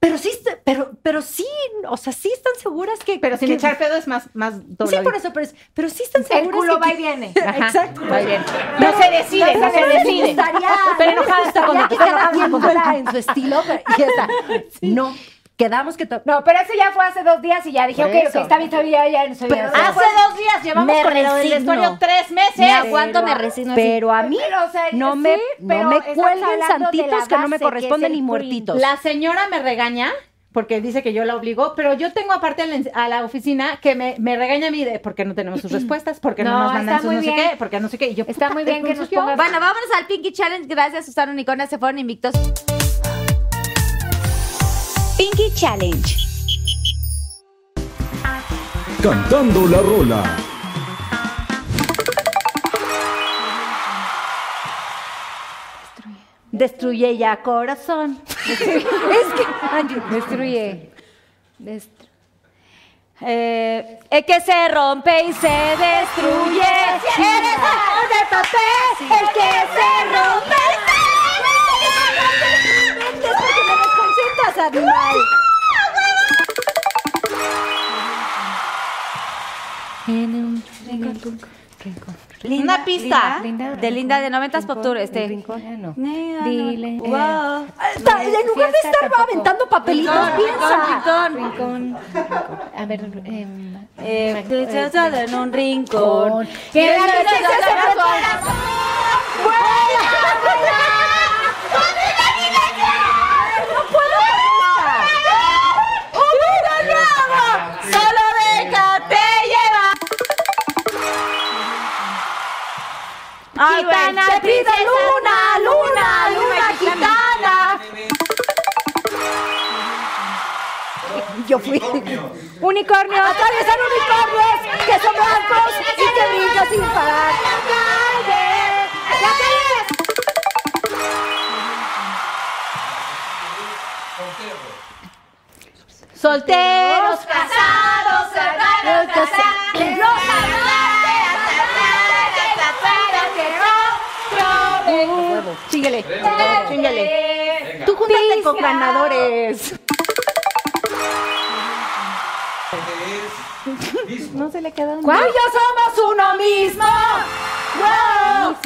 [SPEAKER 1] Pero sí, est- pero, pero sí, o sea, sí están seguras que.
[SPEAKER 6] Pero sin
[SPEAKER 1] que-
[SPEAKER 6] echar pedo es más, más doble.
[SPEAKER 1] Sí, por eso, pero, es- pero sí están seguras
[SPEAKER 5] El culo
[SPEAKER 1] que-
[SPEAKER 5] va y viene.
[SPEAKER 6] Ajá,
[SPEAKER 1] Exacto.
[SPEAKER 6] Muy bien. No se decide, no se decide.
[SPEAKER 1] Estoy enojada, está con que cada quien fuera en su estilo. pero- y ya está. No, quedamos que... to-
[SPEAKER 5] No, pero eso ya fue hace dos días y ya dije,
[SPEAKER 1] Por
[SPEAKER 5] ok, ok,
[SPEAKER 1] eso.
[SPEAKER 5] está bien, está bien, ya, ya, no soy
[SPEAKER 1] Pero-
[SPEAKER 6] Ah,
[SPEAKER 5] así.
[SPEAKER 8] Hace dos días llevamos
[SPEAKER 4] Me
[SPEAKER 8] con el del
[SPEAKER 4] resigno.
[SPEAKER 8] vestuario tres meses.
[SPEAKER 4] Me aguanto, me resigno. así.
[SPEAKER 1] Pero a mí
[SPEAKER 5] Pero, o sea,
[SPEAKER 1] no
[SPEAKER 5] sí,
[SPEAKER 1] me,
[SPEAKER 5] pero
[SPEAKER 1] no me
[SPEAKER 5] estamos
[SPEAKER 1] cuelguen
[SPEAKER 5] hablando de la
[SPEAKER 1] santitos que no
[SPEAKER 5] base,
[SPEAKER 1] me
[SPEAKER 5] que es
[SPEAKER 1] corresponden
[SPEAKER 5] el
[SPEAKER 1] ni
[SPEAKER 5] print.
[SPEAKER 1] muertitos.
[SPEAKER 6] La señora me regaña porque dice que yo la obligo, pero yo tengo aparte a la, a la oficina que me, me regaña a mí de por qué no tenemos sus respuestas, por qué no,
[SPEAKER 5] No,
[SPEAKER 6] nos mandan
[SPEAKER 5] está
[SPEAKER 6] sus
[SPEAKER 5] muy
[SPEAKER 6] no sé
[SPEAKER 5] bien.
[SPEAKER 6] qué, porque no sé qué. Y yo,
[SPEAKER 5] Está
[SPEAKER 6] puta,
[SPEAKER 5] muy bien que nos
[SPEAKER 6] entonces yo-
[SPEAKER 5] pongas.
[SPEAKER 4] Bueno, vámonos al Pinky Challenge. Gracias, Susana Unicornia. Se fueron invictos.
[SPEAKER 3] Pinky Challenge.
[SPEAKER 2] Cantando la rola.
[SPEAKER 6] Destruye ya corazón.
[SPEAKER 5] Destruye. Destru-
[SPEAKER 4] Eh, eh, que se rompe y se destruye. Eres amor de papel, el que se rompe. Linda pista de Linda de 90s Pop Tour. Este. Nena, no.
[SPEAKER 5] Dile.
[SPEAKER 4] Wow.
[SPEAKER 1] Está- en lugar de
[SPEAKER 5] Fiesta
[SPEAKER 1] estar
[SPEAKER 5] tampoco.
[SPEAKER 1] aventando papelitos,
[SPEAKER 4] Rincón,
[SPEAKER 1] piensa.
[SPEAKER 4] rincón, rincón.
[SPEAKER 5] A ver, em,
[SPEAKER 4] Eh, que se halla
[SPEAKER 1] este.
[SPEAKER 4] en un rincón.
[SPEAKER 5] Que la
[SPEAKER 4] se
[SPEAKER 5] princesa
[SPEAKER 4] halla
[SPEAKER 5] se
[SPEAKER 4] en un
[SPEAKER 5] fue.
[SPEAKER 4] corazón. ¡Ay,
[SPEAKER 5] Gitana,
[SPEAKER 4] güey, se
[SPEAKER 5] princesa,
[SPEAKER 4] pide luna, luna, luna gitana!
[SPEAKER 1] Yo fui.
[SPEAKER 5] unicornio.
[SPEAKER 1] Atraviesan unicornios que son blancos y que brillan sin parar.
[SPEAKER 6] Solteros.
[SPEAKER 4] Uh,
[SPEAKER 6] Chíngale. Chíngale. Tú júntate con ganadores. No se le queda un...
[SPEAKER 5] ¿Cuál?
[SPEAKER 6] somos uno mismo! ¡Wow!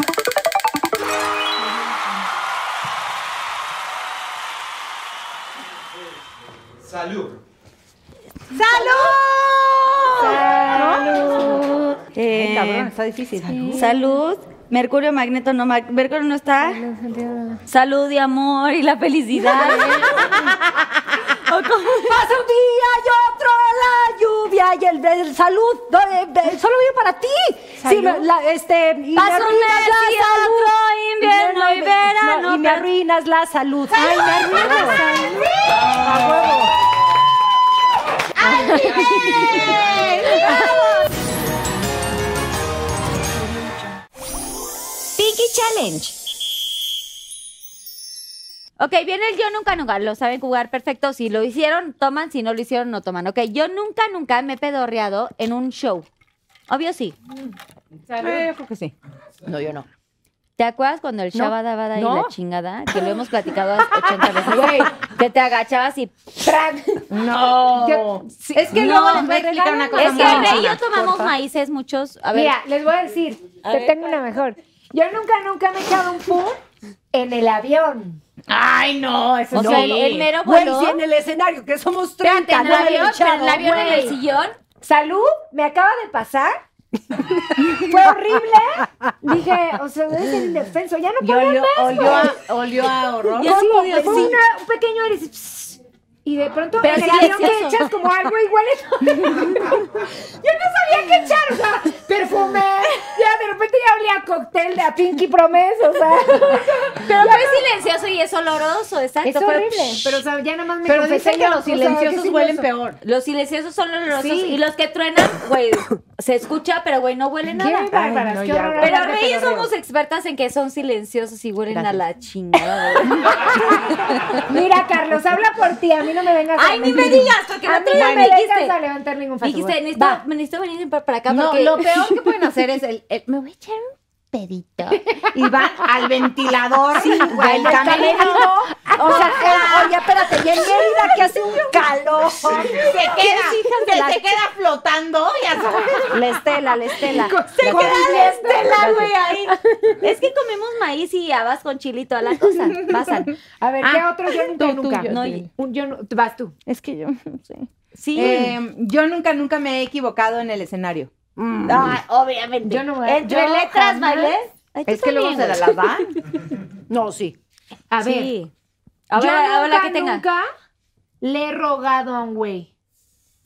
[SPEAKER 4] Eh,
[SPEAKER 6] Cabrón, está difícil.
[SPEAKER 4] Salud. Mercurio Magneto no, Mar- Mercurio no está. Salud y amor y la felicidad.
[SPEAKER 1] Pasa un día y otro la lluvia y el, el salud. no, eh, eh, solo vive para ti. Sí, lo- la- este, y
[SPEAKER 4] Pasa
[SPEAKER 1] me
[SPEAKER 4] un
[SPEAKER 1] arruinas
[SPEAKER 4] mes y
[SPEAKER 1] la salud.
[SPEAKER 4] otro invierno y
[SPEAKER 1] me-
[SPEAKER 4] verano,
[SPEAKER 1] no, y me
[SPEAKER 4] pero-
[SPEAKER 1] arruinas la salud. Ay, me arruinas la salud. A huevo.
[SPEAKER 3] Pinky Challenge.
[SPEAKER 4] ok, viene el yo nunca nunca. Lo saben jugar perfecto. Si lo hicieron, toman. Si no lo hicieron, no toman. Ok, yo nunca nunca me he pedorreado en un show. Obvio sí.
[SPEAKER 6] Eh, creo que sí.
[SPEAKER 1] No, yo no.
[SPEAKER 4] ¿Te acuerdas cuando el Shabada Bada y
[SPEAKER 1] No.
[SPEAKER 4] la chingada? Que lo hemos platicado 80 veces. que te agachabas y
[SPEAKER 6] No.
[SPEAKER 5] Yo-
[SPEAKER 6] es que
[SPEAKER 5] No,
[SPEAKER 6] luego les voy a
[SPEAKER 5] me
[SPEAKER 6] explicar una
[SPEAKER 5] regalan
[SPEAKER 6] cosa.
[SPEAKER 4] Es que
[SPEAKER 6] muy
[SPEAKER 4] Rey y
[SPEAKER 6] chingona.
[SPEAKER 4] yo tomamos maíces muchos. A ver,
[SPEAKER 5] Mira, les voy a decir, te tengo una mejor. Yo nunca, nunca me he echado un pum en el avión.
[SPEAKER 8] Ay, no, eso
[SPEAKER 4] o
[SPEAKER 8] sí.
[SPEAKER 4] sea, el, el mero
[SPEAKER 1] Güey,
[SPEAKER 4] voló.
[SPEAKER 1] si en el escenario, que somos
[SPEAKER 4] Espérate,
[SPEAKER 1] 30,
[SPEAKER 4] en
[SPEAKER 1] no
[SPEAKER 4] el
[SPEAKER 1] me lo
[SPEAKER 4] avión,
[SPEAKER 1] echaron,
[SPEAKER 4] pero en el avión en el
[SPEAKER 1] güey.
[SPEAKER 4] sillón.
[SPEAKER 5] Salud, me acaba de pasar. Fue horrible. Dije, o sea, debe ser indefenso. Ya no
[SPEAKER 6] Y
[SPEAKER 5] podía
[SPEAKER 6] olió,
[SPEAKER 5] más.
[SPEAKER 6] olió a, olió a horror.
[SPEAKER 5] Sí,
[SPEAKER 7] Pues
[SPEAKER 5] fue una- un pequeño eres pss, y de pronto
[SPEAKER 4] Pero
[SPEAKER 5] en el
[SPEAKER 4] sí
[SPEAKER 5] avión
[SPEAKER 4] es
[SPEAKER 5] que
[SPEAKER 4] eso.
[SPEAKER 5] echas como algo igual es- yo no sabía qué echar o sea perfume ya de repente ya olía a
[SPEAKER 7] cóctel de a Pinky Promise, o sea.
[SPEAKER 4] Pero pues fue silencioso y es oloroso, exacto.
[SPEAKER 7] Es
[SPEAKER 4] fue-
[SPEAKER 7] horrible.
[SPEAKER 5] Pero o sea, ya nada más me
[SPEAKER 6] Pero
[SPEAKER 5] confesé
[SPEAKER 6] dicen
[SPEAKER 5] ya,
[SPEAKER 6] que los
[SPEAKER 5] o sea,
[SPEAKER 6] silenciosos
[SPEAKER 5] ¿qué
[SPEAKER 6] huelen
[SPEAKER 5] silencio?
[SPEAKER 6] peor.
[SPEAKER 4] Los silenciosos son olorosos y los que truenan, güey, se escucha, pero güey, no huele nada.
[SPEAKER 5] Qué bárbaras,
[SPEAKER 6] no,
[SPEAKER 5] qué
[SPEAKER 6] ya,
[SPEAKER 5] horror.
[SPEAKER 6] güey.
[SPEAKER 4] Pero
[SPEAKER 5] aparte,
[SPEAKER 4] Reyes
[SPEAKER 5] pero
[SPEAKER 4] somos expertas en que son silenciosos y huelen a
[SPEAKER 6] Gracias.
[SPEAKER 4] la chingada. güey.
[SPEAKER 7] Mira, Carlos, habla por ti, a mí no me vengas a
[SPEAKER 4] Ay, ni me
[SPEAKER 7] mentir.
[SPEAKER 4] digas, porque
[SPEAKER 7] A
[SPEAKER 4] no
[SPEAKER 7] mí
[SPEAKER 4] te
[SPEAKER 7] no
[SPEAKER 4] me
[SPEAKER 7] me vengas a
[SPEAKER 4] dijiste.
[SPEAKER 7] levantar ningún falso.
[SPEAKER 4] Dijiste,
[SPEAKER 7] güey.
[SPEAKER 4] necesito, me necesito venir para para acá
[SPEAKER 6] No,
[SPEAKER 4] porque...
[SPEAKER 6] lo peor que pueden hacer es el, el- me voy a echar un pedito y van al ventilador güey,
[SPEAKER 7] Ay, está
[SPEAKER 6] camerino.
[SPEAKER 7] bien, ¿no? O sea, eh, oye, espérate, y en Mérida que hace un calor.
[SPEAKER 8] Se queda,
[SPEAKER 7] de
[SPEAKER 8] se,
[SPEAKER 7] la-
[SPEAKER 8] se queda flotando y así.
[SPEAKER 7] La Estela, la Estela.
[SPEAKER 4] Se queda la
[SPEAKER 6] "Este".
[SPEAKER 4] estela, güey, este ahí. Es que comemos maíz y habas con chilito a la cosa. Pasan.
[SPEAKER 7] A ver,
[SPEAKER 4] "Ah,
[SPEAKER 7] ¿qué otro yo nunca,
[SPEAKER 6] tú,
[SPEAKER 7] nunca?
[SPEAKER 6] yo,
[SPEAKER 7] No,
[SPEAKER 4] sí.
[SPEAKER 7] un yo nu- vas tú.
[SPEAKER 6] Es que yo no sé.
[SPEAKER 4] Sí.
[SPEAKER 6] Eh, yo nunca, nunca me he equivocado en el escenario.
[SPEAKER 4] Ah, obviamente.
[SPEAKER 7] Yo no voy a-
[SPEAKER 4] Entre
[SPEAKER 7] yo
[SPEAKER 4] letras,
[SPEAKER 7] jamás.
[SPEAKER 4] bailé.
[SPEAKER 6] es que luego se la da.
[SPEAKER 7] No, sí.
[SPEAKER 5] A ver,
[SPEAKER 4] A ver,
[SPEAKER 5] yo
[SPEAKER 4] a ver la
[SPEAKER 5] nunca,
[SPEAKER 4] que tenga.
[SPEAKER 5] nunca le he rogado a un güey.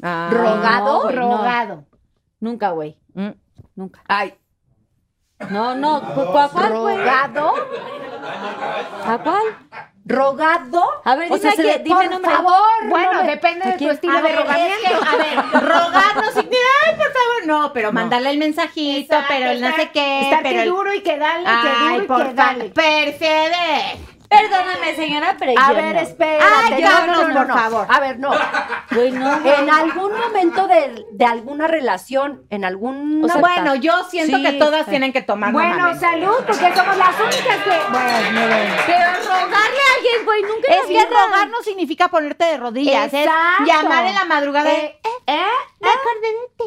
[SPEAKER 6] Ah.
[SPEAKER 4] ¿Rogado?
[SPEAKER 5] No,
[SPEAKER 4] Güey, no.
[SPEAKER 5] rogado.
[SPEAKER 4] Nunca, güey.
[SPEAKER 6] Mm.
[SPEAKER 4] Nunca.
[SPEAKER 6] Ay,
[SPEAKER 4] No, no. ¿cu- cu- ¿A cuál, güey?
[SPEAKER 7] ¿Rogado?
[SPEAKER 4] ¿A cuál?
[SPEAKER 7] ¿Rogado?
[SPEAKER 4] A ver,
[SPEAKER 7] O
[SPEAKER 4] dime,
[SPEAKER 7] sea, se
[SPEAKER 4] aquí,
[SPEAKER 7] le-
[SPEAKER 4] dime
[SPEAKER 7] por
[SPEAKER 4] nombre.
[SPEAKER 7] favor,
[SPEAKER 5] Bueno,
[SPEAKER 7] no me-
[SPEAKER 5] depende de tu
[SPEAKER 4] quién?
[SPEAKER 5] estilo de
[SPEAKER 6] a ver, es que,
[SPEAKER 5] rogamiento.
[SPEAKER 6] a ver, rogar no significa, ay, por favor, no, pero mándale el mensajito,
[SPEAKER 5] Exacto,
[SPEAKER 6] pero el no sé
[SPEAKER 5] estar-
[SPEAKER 6] qué,
[SPEAKER 5] estar
[SPEAKER 6] pero
[SPEAKER 5] que
[SPEAKER 6] el-
[SPEAKER 5] duro y que dale, que
[SPEAKER 6] ay,
[SPEAKER 5] duro y
[SPEAKER 6] por
[SPEAKER 5] que dale.
[SPEAKER 6] favor, percede.
[SPEAKER 4] Perdóname, señora, pero
[SPEAKER 7] A
[SPEAKER 4] yo
[SPEAKER 7] ver,
[SPEAKER 4] no.
[SPEAKER 7] espérate.
[SPEAKER 6] Ay,
[SPEAKER 7] no,
[SPEAKER 6] Carlos,
[SPEAKER 7] no, no,
[SPEAKER 6] por
[SPEAKER 7] no.
[SPEAKER 6] favor.
[SPEAKER 7] A ver, no.
[SPEAKER 4] Güey, no.
[SPEAKER 1] En algún momento de, de alguna relación, en algún.
[SPEAKER 4] O sea,
[SPEAKER 6] bueno, yo siento
[SPEAKER 4] Sí,
[SPEAKER 6] que todas
[SPEAKER 4] sí.
[SPEAKER 6] tienen que tomar. no
[SPEAKER 5] Bueno,
[SPEAKER 6] mames.
[SPEAKER 5] salud, porque somos las únicas que. Bueno,
[SPEAKER 4] Pero rogarle a alguien, güey, nunca
[SPEAKER 6] es que rogar no significa ponerte de rodillas,
[SPEAKER 5] Exacto.
[SPEAKER 6] es llamar en la madrugada.
[SPEAKER 5] Eh,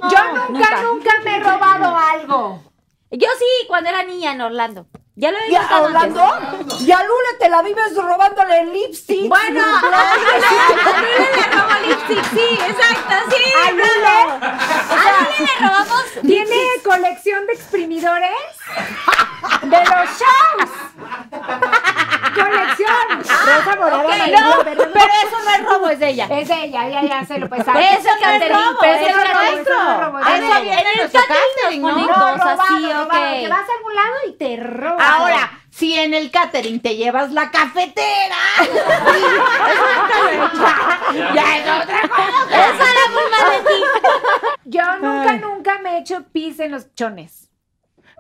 [SPEAKER 5] yo nunca, nunca, me he robado algo.
[SPEAKER 4] Yo sí, cuando era niña en Orlando. Ya lo he
[SPEAKER 1] ¿Y a
[SPEAKER 4] contado antes.
[SPEAKER 1] Orlando? Y a Lula te la vives robándole el lipstick.
[SPEAKER 4] Bueno, a Lule le robó lipstick, sí, exacto, sí.
[SPEAKER 5] ¿A Lule?
[SPEAKER 4] bravo. A Lule le robamos
[SPEAKER 5] ¿Tiene colección de exprimidores? De los shows. Colección.
[SPEAKER 7] Rosa Morada,
[SPEAKER 4] ok,
[SPEAKER 7] María
[SPEAKER 4] no,
[SPEAKER 7] Verde,
[SPEAKER 6] Pero eso no es robo, es de ella.
[SPEAKER 5] Es de ella, ya, ya se lo pues.
[SPEAKER 4] Eso es catering,
[SPEAKER 6] robo,
[SPEAKER 4] pero eso
[SPEAKER 6] eso
[SPEAKER 4] es
[SPEAKER 6] no es
[SPEAKER 4] catering.
[SPEAKER 5] nuestro.
[SPEAKER 4] A
[SPEAKER 5] Eso
[SPEAKER 4] ver,
[SPEAKER 6] Ah, viene
[SPEAKER 4] en
[SPEAKER 6] en
[SPEAKER 4] el
[SPEAKER 6] nuestro
[SPEAKER 4] catering
[SPEAKER 6] catering,
[SPEAKER 4] nos
[SPEAKER 6] ¿no?
[SPEAKER 4] ponen
[SPEAKER 5] No,
[SPEAKER 4] cosas,
[SPEAKER 5] robado,
[SPEAKER 4] sí,
[SPEAKER 5] robado,
[SPEAKER 4] ok.
[SPEAKER 5] que vas a algún lado y te robas.
[SPEAKER 6] Ahora, si en el catering te llevas la cafetera, ya es otra cosa.
[SPEAKER 4] Esa era muy mal de ti.
[SPEAKER 5] Yo nunca, nunca me he hecho pis en los chones.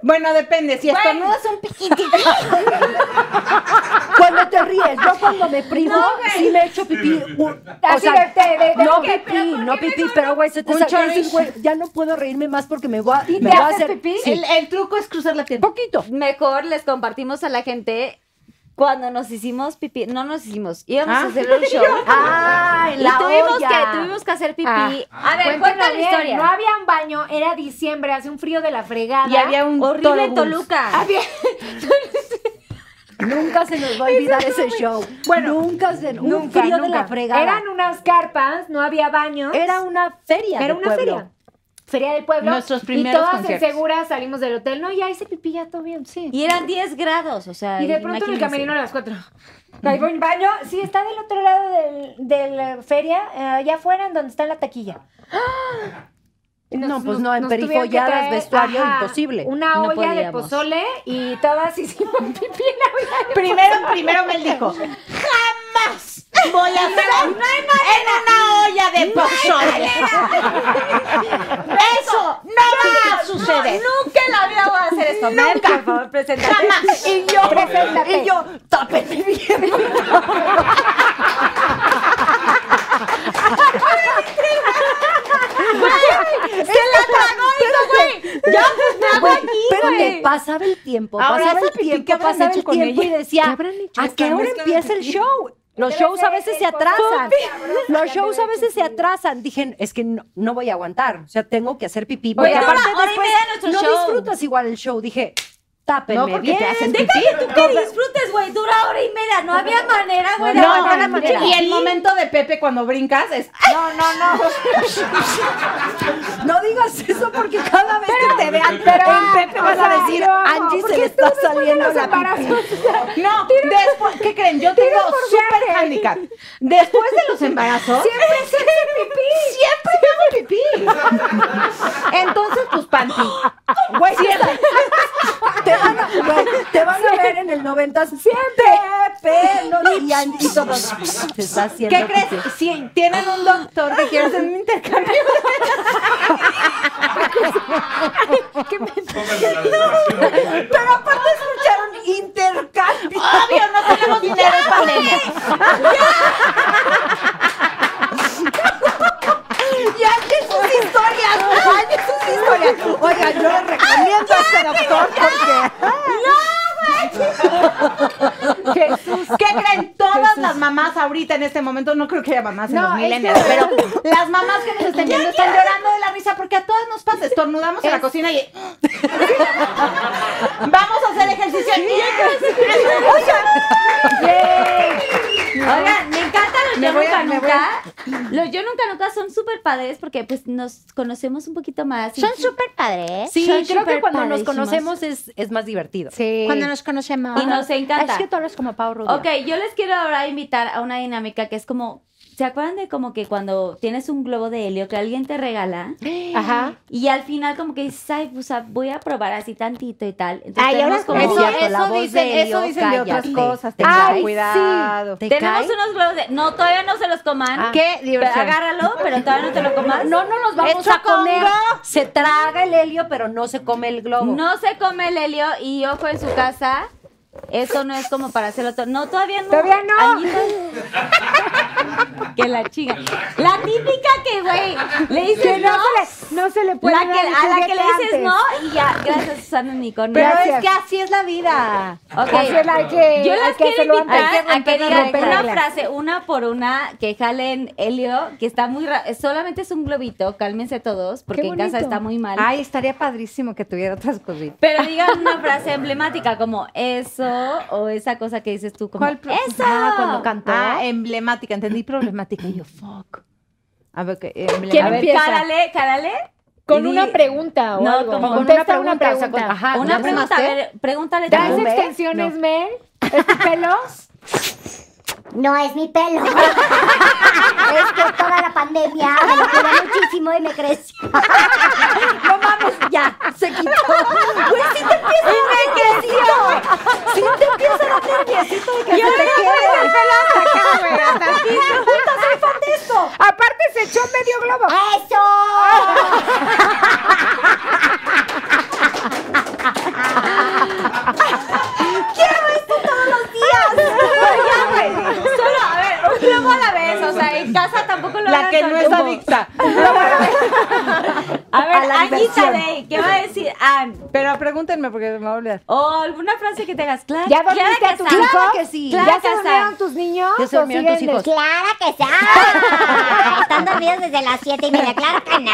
[SPEAKER 6] Bueno, depende, si estornudas un
[SPEAKER 1] Cuando te ríes, yo cuando me privo, sí me echo pipí. u- O
[SPEAKER 5] Así
[SPEAKER 1] sea,
[SPEAKER 5] de- de- de- de-
[SPEAKER 1] no
[SPEAKER 5] ¿por qué? ¿Pero
[SPEAKER 1] pipí,
[SPEAKER 5] por
[SPEAKER 1] no
[SPEAKER 5] qué
[SPEAKER 1] pipí, pero güey, se te
[SPEAKER 6] Un
[SPEAKER 1] sale.
[SPEAKER 6] chorri.
[SPEAKER 1] sí, güey, Ya no puedo reírme más porque me voy a, me voy
[SPEAKER 5] ¿Te
[SPEAKER 1] a
[SPEAKER 5] haces
[SPEAKER 1] hacer
[SPEAKER 5] pipí?
[SPEAKER 1] sí,
[SPEAKER 6] el, el truco es cruzar la tienda.
[SPEAKER 1] poquito.
[SPEAKER 4] Mejor les compartimos a la gente cuando nos hicimos pipí. No nos hicimos, íbamos a hacer un show.
[SPEAKER 1] Ah,
[SPEAKER 4] y tuvimos que, tuvimos que hacer pipí. a ver,
[SPEAKER 5] Cuéntenlo
[SPEAKER 4] cuenta la
[SPEAKER 5] bien,
[SPEAKER 4] historia.
[SPEAKER 5] Ah. No había un baño, era diciembre, hace un frío de la fregada.
[SPEAKER 6] Y había un
[SPEAKER 4] Horrible
[SPEAKER 6] Tolobús.
[SPEAKER 4] Toluca.
[SPEAKER 1] Nunca se nos va a olvidar ese show. Bueno, nunca se un
[SPEAKER 5] Nunca,
[SPEAKER 1] frío de
[SPEAKER 5] nunca.
[SPEAKER 1] la fregada.
[SPEAKER 5] Eran unas carpas, no había baños.
[SPEAKER 1] Era una feria.
[SPEAKER 5] Era
[SPEAKER 1] de
[SPEAKER 5] una
[SPEAKER 1] pueblo.
[SPEAKER 5] feria. Feria del pueblo.
[SPEAKER 6] Nuestros primeros
[SPEAKER 5] Y todas
[SPEAKER 6] conciertos.
[SPEAKER 5] inseguras salimos del hotel. No, ya hice pipí, ya todo bien, sí.
[SPEAKER 4] Y eran 10 grados, o sea.
[SPEAKER 5] Y de pronto en el
[SPEAKER 4] imagínense.
[SPEAKER 5] camerino a las cuatro.
[SPEAKER 7] Ahí voy un baño. Sí, está del otro lado del- de la feria, eh, allá afuera, en donde está la taquilla.
[SPEAKER 1] No, pues no, en
[SPEAKER 5] nos
[SPEAKER 1] Perico
[SPEAKER 5] tuvieron que
[SPEAKER 1] ya las
[SPEAKER 5] traer,
[SPEAKER 1] vestuario
[SPEAKER 5] ajá,
[SPEAKER 1] imposible.
[SPEAKER 5] Una
[SPEAKER 4] No
[SPEAKER 5] olla de
[SPEAKER 4] podíamos.
[SPEAKER 5] pozole y todas hicimos pipí en la olla de
[SPEAKER 6] Primero, primero me dijo, jamás voy a hacer en una olla de pozole. Eso no va a suceder.
[SPEAKER 4] Nunca en la vida voy a hacer esto. Nunca. Por favor, preséntate.
[SPEAKER 7] Y yo, preséntate.
[SPEAKER 1] Y yo, tápenme bien. Güey, Espérate, pasaba el tiempo,
[SPEAKER 6] Ahora,
[SPEAKER 1] pasaba
[SPEAKER 6] esa
[SPEAKER 1] el
[SPEAKER 6] pipí,
[SPEAKER 1] tiempo,
[SPEAKER 6] ¿qué habrán
[SPEAKER 1] pasaba
[SPEAKER 6] hecho
[SPEAKER 1] el
[SPEAKER 6] con
[SPEAKER 1] tiempo y
[SPEAKER 6] ella?
[SPEAKER 1] decía,
[SPEAKER 5] habrán hecho
[SPEAKER 1] ¿a
[SPEAKER 5] esta
[SPEAKER 1] qué hora
[SPEAKER 5] mezcla de
[SPEAKER 1] empieza el
[SPEAKER 5] pipí?
[SPEAKER 1] show? Los
[SPEAKER 7] Debe
[SPEAKER 1] shows a
[SPEAKER 7] ser
[SPEAKER 1] veces se
[SPEAKER 7] el pozole
[SPEAKER 1] atrasan.
[SPEAKER 7] sabroso que
[SPEAKER 1] Los
[SPEAKER 7] han
[SPEAKER 1] shows
[SPEAKER 7] de
[SPEAKER 1] a
[SPEAKER 7] haber
[SPEAKER 1] veces se
[SPEAKER 7] consumido.
[SPEAKER 1] atrasan. Dije, es que no, no voy a aguantar. O sea, tengo que hacer pipí.
[SPEAKER 4] Oye,
[SPEAKER 5] Pues
[SPEAKER 1] Porque
[SPEAKER 4] dura hora
[SPEAKER 1] aparte
[SPEAKER 4] y
[SPEAKER 1] después
[SPEAKER 4] media nuestro
[SPEAKER 1] no
[SPEAKER 4] show.
[SPEAKER 1] disfrutas igual el show. Dije, tápenme
[SPEAKER 6] No, porque
[SPEAKER 1] bien.
[SPEAKER 6] te hacen
[SPEAKER 4] Deja
[SPEAKER 6] pipí.
[SPEAKER 4] que tú que disfrutes, güey. Dura hora y media. No había manera, güey. de
[SPEAKER 6] No,
[SPEAKER 4] aguantar la manera.
[SPEAKER 6] y el momento de Pepe cuando brincas es
[SPEAKER 7] No, no, no.
[SPEAKER 1] No digas eso porque cada vez que te vean
[SPEAKER 7] pero-
[SPEAKER 6] E
[SPEAKER 1] en Pepe vas
[SPEAKER 7] o sea,
[SPEAKER 1] a decir,
[SPEAKER 7] yo no,
[SPEAKER 1] Angie
[SPEAKER 7] ¿por
[SPEAKER 1] se
[SPEAKER 7] qué
[SPEAKER 1] le
[SPEAKER 7] tú
[SPEAKER 1] está
[SPEAKER 7] después de
[SPEAKER 1] saliendo
[SPEAKER 7] los
[SPEAKER 1] la pipí.
[SPEAKER 7] embarazos?
[SPEAKER 6] No, después, ¿qué creen? Yo tengo
[SPEAKER 7] por
[SPEAKER 6] súper
[SPEAKER 7] viaje.
[SPEAKER 6] handicap. Después de los embarazos. Siempre se hace pipí. Siempre se hace pipí. Entonces, pues panty.
[SPEAKER 1] Güey, te dan-
[SPEAKER 7] noventas. Siempre. Pepe, no, y, y todos.
[SPEAKER 1] Se está haciendo
[SPEAKER 6] ¿Qué crees?
[SPEAKER 1] pipí.
[SPEAKER 6] Si tienen un doctor que quiere hacer un intercambio.
[SPEAKER 7] Pero aparte escucharon intercambio.
[SPEAKER 8] Obvio, no tenemos dinero para leer.
[SPEAKER 7] Ya que sus historias, ay, que sus historias. Oiga, yo les recomiendo a este doctor porque.
[SPEAKER 6] ¿Qué creen? Todas las mamás ahorita en este momento, no creo que haya mamás en
[SPEAKER 5] No,
[SPEAKER 6] los
[SPEAKER 5] es
[SPEAKER 6] millennials,
[SPEAKER 5] que-
[SPEAKER 6] pero las mamás que nos están viendo están llorando de la risa porque a todas nos pasa. Estornudamos en la cocina y. Vamos a hacer ejercicio.
[SPEAKER 4] Oigan, me encantan los
[SPEAKER 6] Me
[SPEAKER 4] Yo
[SPEAKER 6] voy
[SPEAKER 4] Nunca
[SPEAKER 6] a- me voy
[SPEAKER 4] Nunca. Los Yo Nunca Nunca son súper padres porque pues nos conocemos un poquito más. Son súper padres.
[SPEAKER 1] Sí, creo que cuando nos conocemos es, es más divertido.
[SPEAKER 5] Sí.
[SPEAKER 6] nos conocemos.
[SPEAKER 4] Y nos encanta.
[SPEAKER 1] Es que tú hablas como Pau Rubio.
[SPEAKER 4] Ok, yo les quiero ahora invitar a una dinámica que es como, ¿se acuerdan de como que cuando tienes un globo de helio que alguien te regala
[SPEAKER 5] Ajá.
[SPEAKER 4] y al final como que dices, ay, pues ah, voy a probar así tantito y tal? Entonces
[SPEAKER 5] Ay, ahora
[SPEAKER 4] tenemos como...
[SPEAKER 1] Eso-
[SPEAKER 6] Eso,
[SPEAKER 1] Cierto, la voz
[SPEAKER 6] dicen,
[SPEAKER 1] de
[SPEAKER 6] eso
[SPEAKER 1] Leo,
[SPEAKER 6] dicen de otras
[SPEAKER 1] cállate.
[SPEAKER 6] cosas. Ten
[SPEAKER 5] Ay, sí.
[SPEAKER 6] cuidado.
[SPEAKER 1] ¿Te
[SPEAKER 4] Tenemos
[SPEAKER 1] cae?
[SPEAKER 4] unos globos de... No, todavía no se los coman.
[SPEAKER 6] Qué
[SPEAKER 4] Pero
[SPEAKER 6] diversión.
[SPEAKER 4] agárralo, pero todavía no te lo comas.
[SPEAKER 1] No, no los vamos
[SPEAKER 6] ¡Hecho
[SPEAKER 1] a comer.
[SPEAKER 6] congo!
[SPEAKER 1] Se traga el helio, pero no se come el globo.
[SPEAKER 4] No se come el helio y ojo en su casa. Eso no es como para hacerlo todo. No, todavía no.
[SPEAKER 5] Todavía no.
[SPEAKER 4] Añitos. que la chica. La típica que, güey, le
[SPEAKER 5] Que
[SPEAKER 4] dices
[SPEAKER 5] no,
[SPEAKER 4] no.
[SPEAKER 5] se le, no se le puede
[SPEAKER 4] La que,
[SPEAKER 5] dar el
[SPEAKER 4] a la que le
[SPEAKER 5] juguete
[SPEAKER 4] dices
[SPEAKER 5] antes.
[SPEAKER 4] no y ya. Gracias, Susana Nicón.
[SPEAKER 5] Pero
[SPEAKER 4] Gracias.
[SPEAKER 5] es que
[SPEAKER 6] así es la vida.
[SPEAKER 4] Ok.
[SPEAKER 5] Así es, hay que-
[SPEAKER 4] Yo
[SPEAKER 5] hay
[SPEAKER 4] las
[SPEAKER 5] que
[SPEAKER 4] quiero
[SPEAKER 5] hacerlo antes.
[SPEAKER 4] invitar
[SPEAKER 5] Hay
[SPEAKER 4] a
[SPEAKER 5] que
[SPEAKER 4] que
[SPEAKER 5] romper
[SPEAKER 4] digan
[SPEAKER 5] reglas.
[SPEAKER 4] una frase, una por una, que jalen helio, que está muy... ra- Solamente es un globito, cálmense todos, porque en casa
[SPEAKER 5] bonito.
[SPEAKER 4] está muy mal.
[SPEAKER 6] Ay, estaría padrísimo que tuviera otras cositas.
[SPEAKER 4] Pero digan una frase emblemática como eso o esa cosa que dices tú como
[SPEAKER 6] ¿Cuál pro-
[SPEAKER 4] eso.
[SPEAKER 1] Ah, cuando cantó.
[SPEAKER 6] Ah, emblemática, entendí problemática. Y yo, fuck. A ver, que
[SPEAKER 5] ¿Quién
[SPEAKER 4] a
[SPEAKER 6] emblemática.
[SPEAKER 4] ver,
[SPEAKER 5] empieza?
[SPEAKER 4] cálale, cálale.
[SPEAKER 5] Con
[SPEAKER 4] Y-
[SPEAKER 5] una pregunta o
[SPEAKER 4] No,
[SPEAKER 5] algo.
[SPEAKER 4] como con
[SPEAKER 5] Contesta una
[SPEAKER 1] o
[SPEAKER 5] pregunta.
[SPEAKER 1] sea, con- ajá,
[SPEAKER 6] Ah,
[SPEAKER 1] con
[SPEAKER 4] Una pregunta, a
[SPEAKER 6] master?
[SPEAKER 4] ver, pregúntale
[SPEAKER 5] ¿Das
[SPEAKER 4] tú.
[SPEAKER 5] extensiones, Mel? ¿Es tu pelo?
[SPEAKER 9] No es mi pelo. es que toda la pandemia me lo cuidé muchísimo y me creció.
[SPEAKER 1] No mames, ya, se quitó. Güey, sí te empieza a nerviosito. Sí te empieza a dar nerviosito de que se te quede.
[SPEAKER 5] Aparte se echó medio globo.
[SPEAKER 9] ¡Eso!
[SPEAKER 4] Solo, a ver, un globo a la vez, o sea, en casa tampoco lo
[SPEAKER 6] La que no es adicta.
[SPEAKER 4] A ver,
[SPEAKER 1] A la
[SPEAKER 4] Anita
[SPEAKER 1] diversión.
[SPEAKER 4] Ley, ¿qué va a decir Ann?
[SPEAKER 6] Pero pregúntenme porque me va a olvidar.
[SPEAKER 4] O alguna frase que te hagas claro.
[SPEAKER 5] ¿Ya
[SPEAKER 4] claro
[SPEAKER 5] dormiste a
[SPEAKER 4] que
[SPEAKER 5] tu
[SPEAKER 4] sí.
[SPEAKER 5] hijo?
[SPEAKER 1] Claro que sí.
[SPEAKER 4] Claro
[SPEAKER 5] ¿Ya
[SPEAKER 4] que
[SPEAKER 5] se
[SPEAKER 4] sí.
[SPEAKER 5] durmieron tus niños?
[SPEAKER 1] Ya se
[SPEAKER 5] o
[SPEAKER 1] durmieron tus
[SPEAKER 5] siguen
[SPEAKER 1] hijos.
[SPEAKER 9] ¡Claro que sí! Ah, Están dormidos desde las siete y media. ¡Claro que no!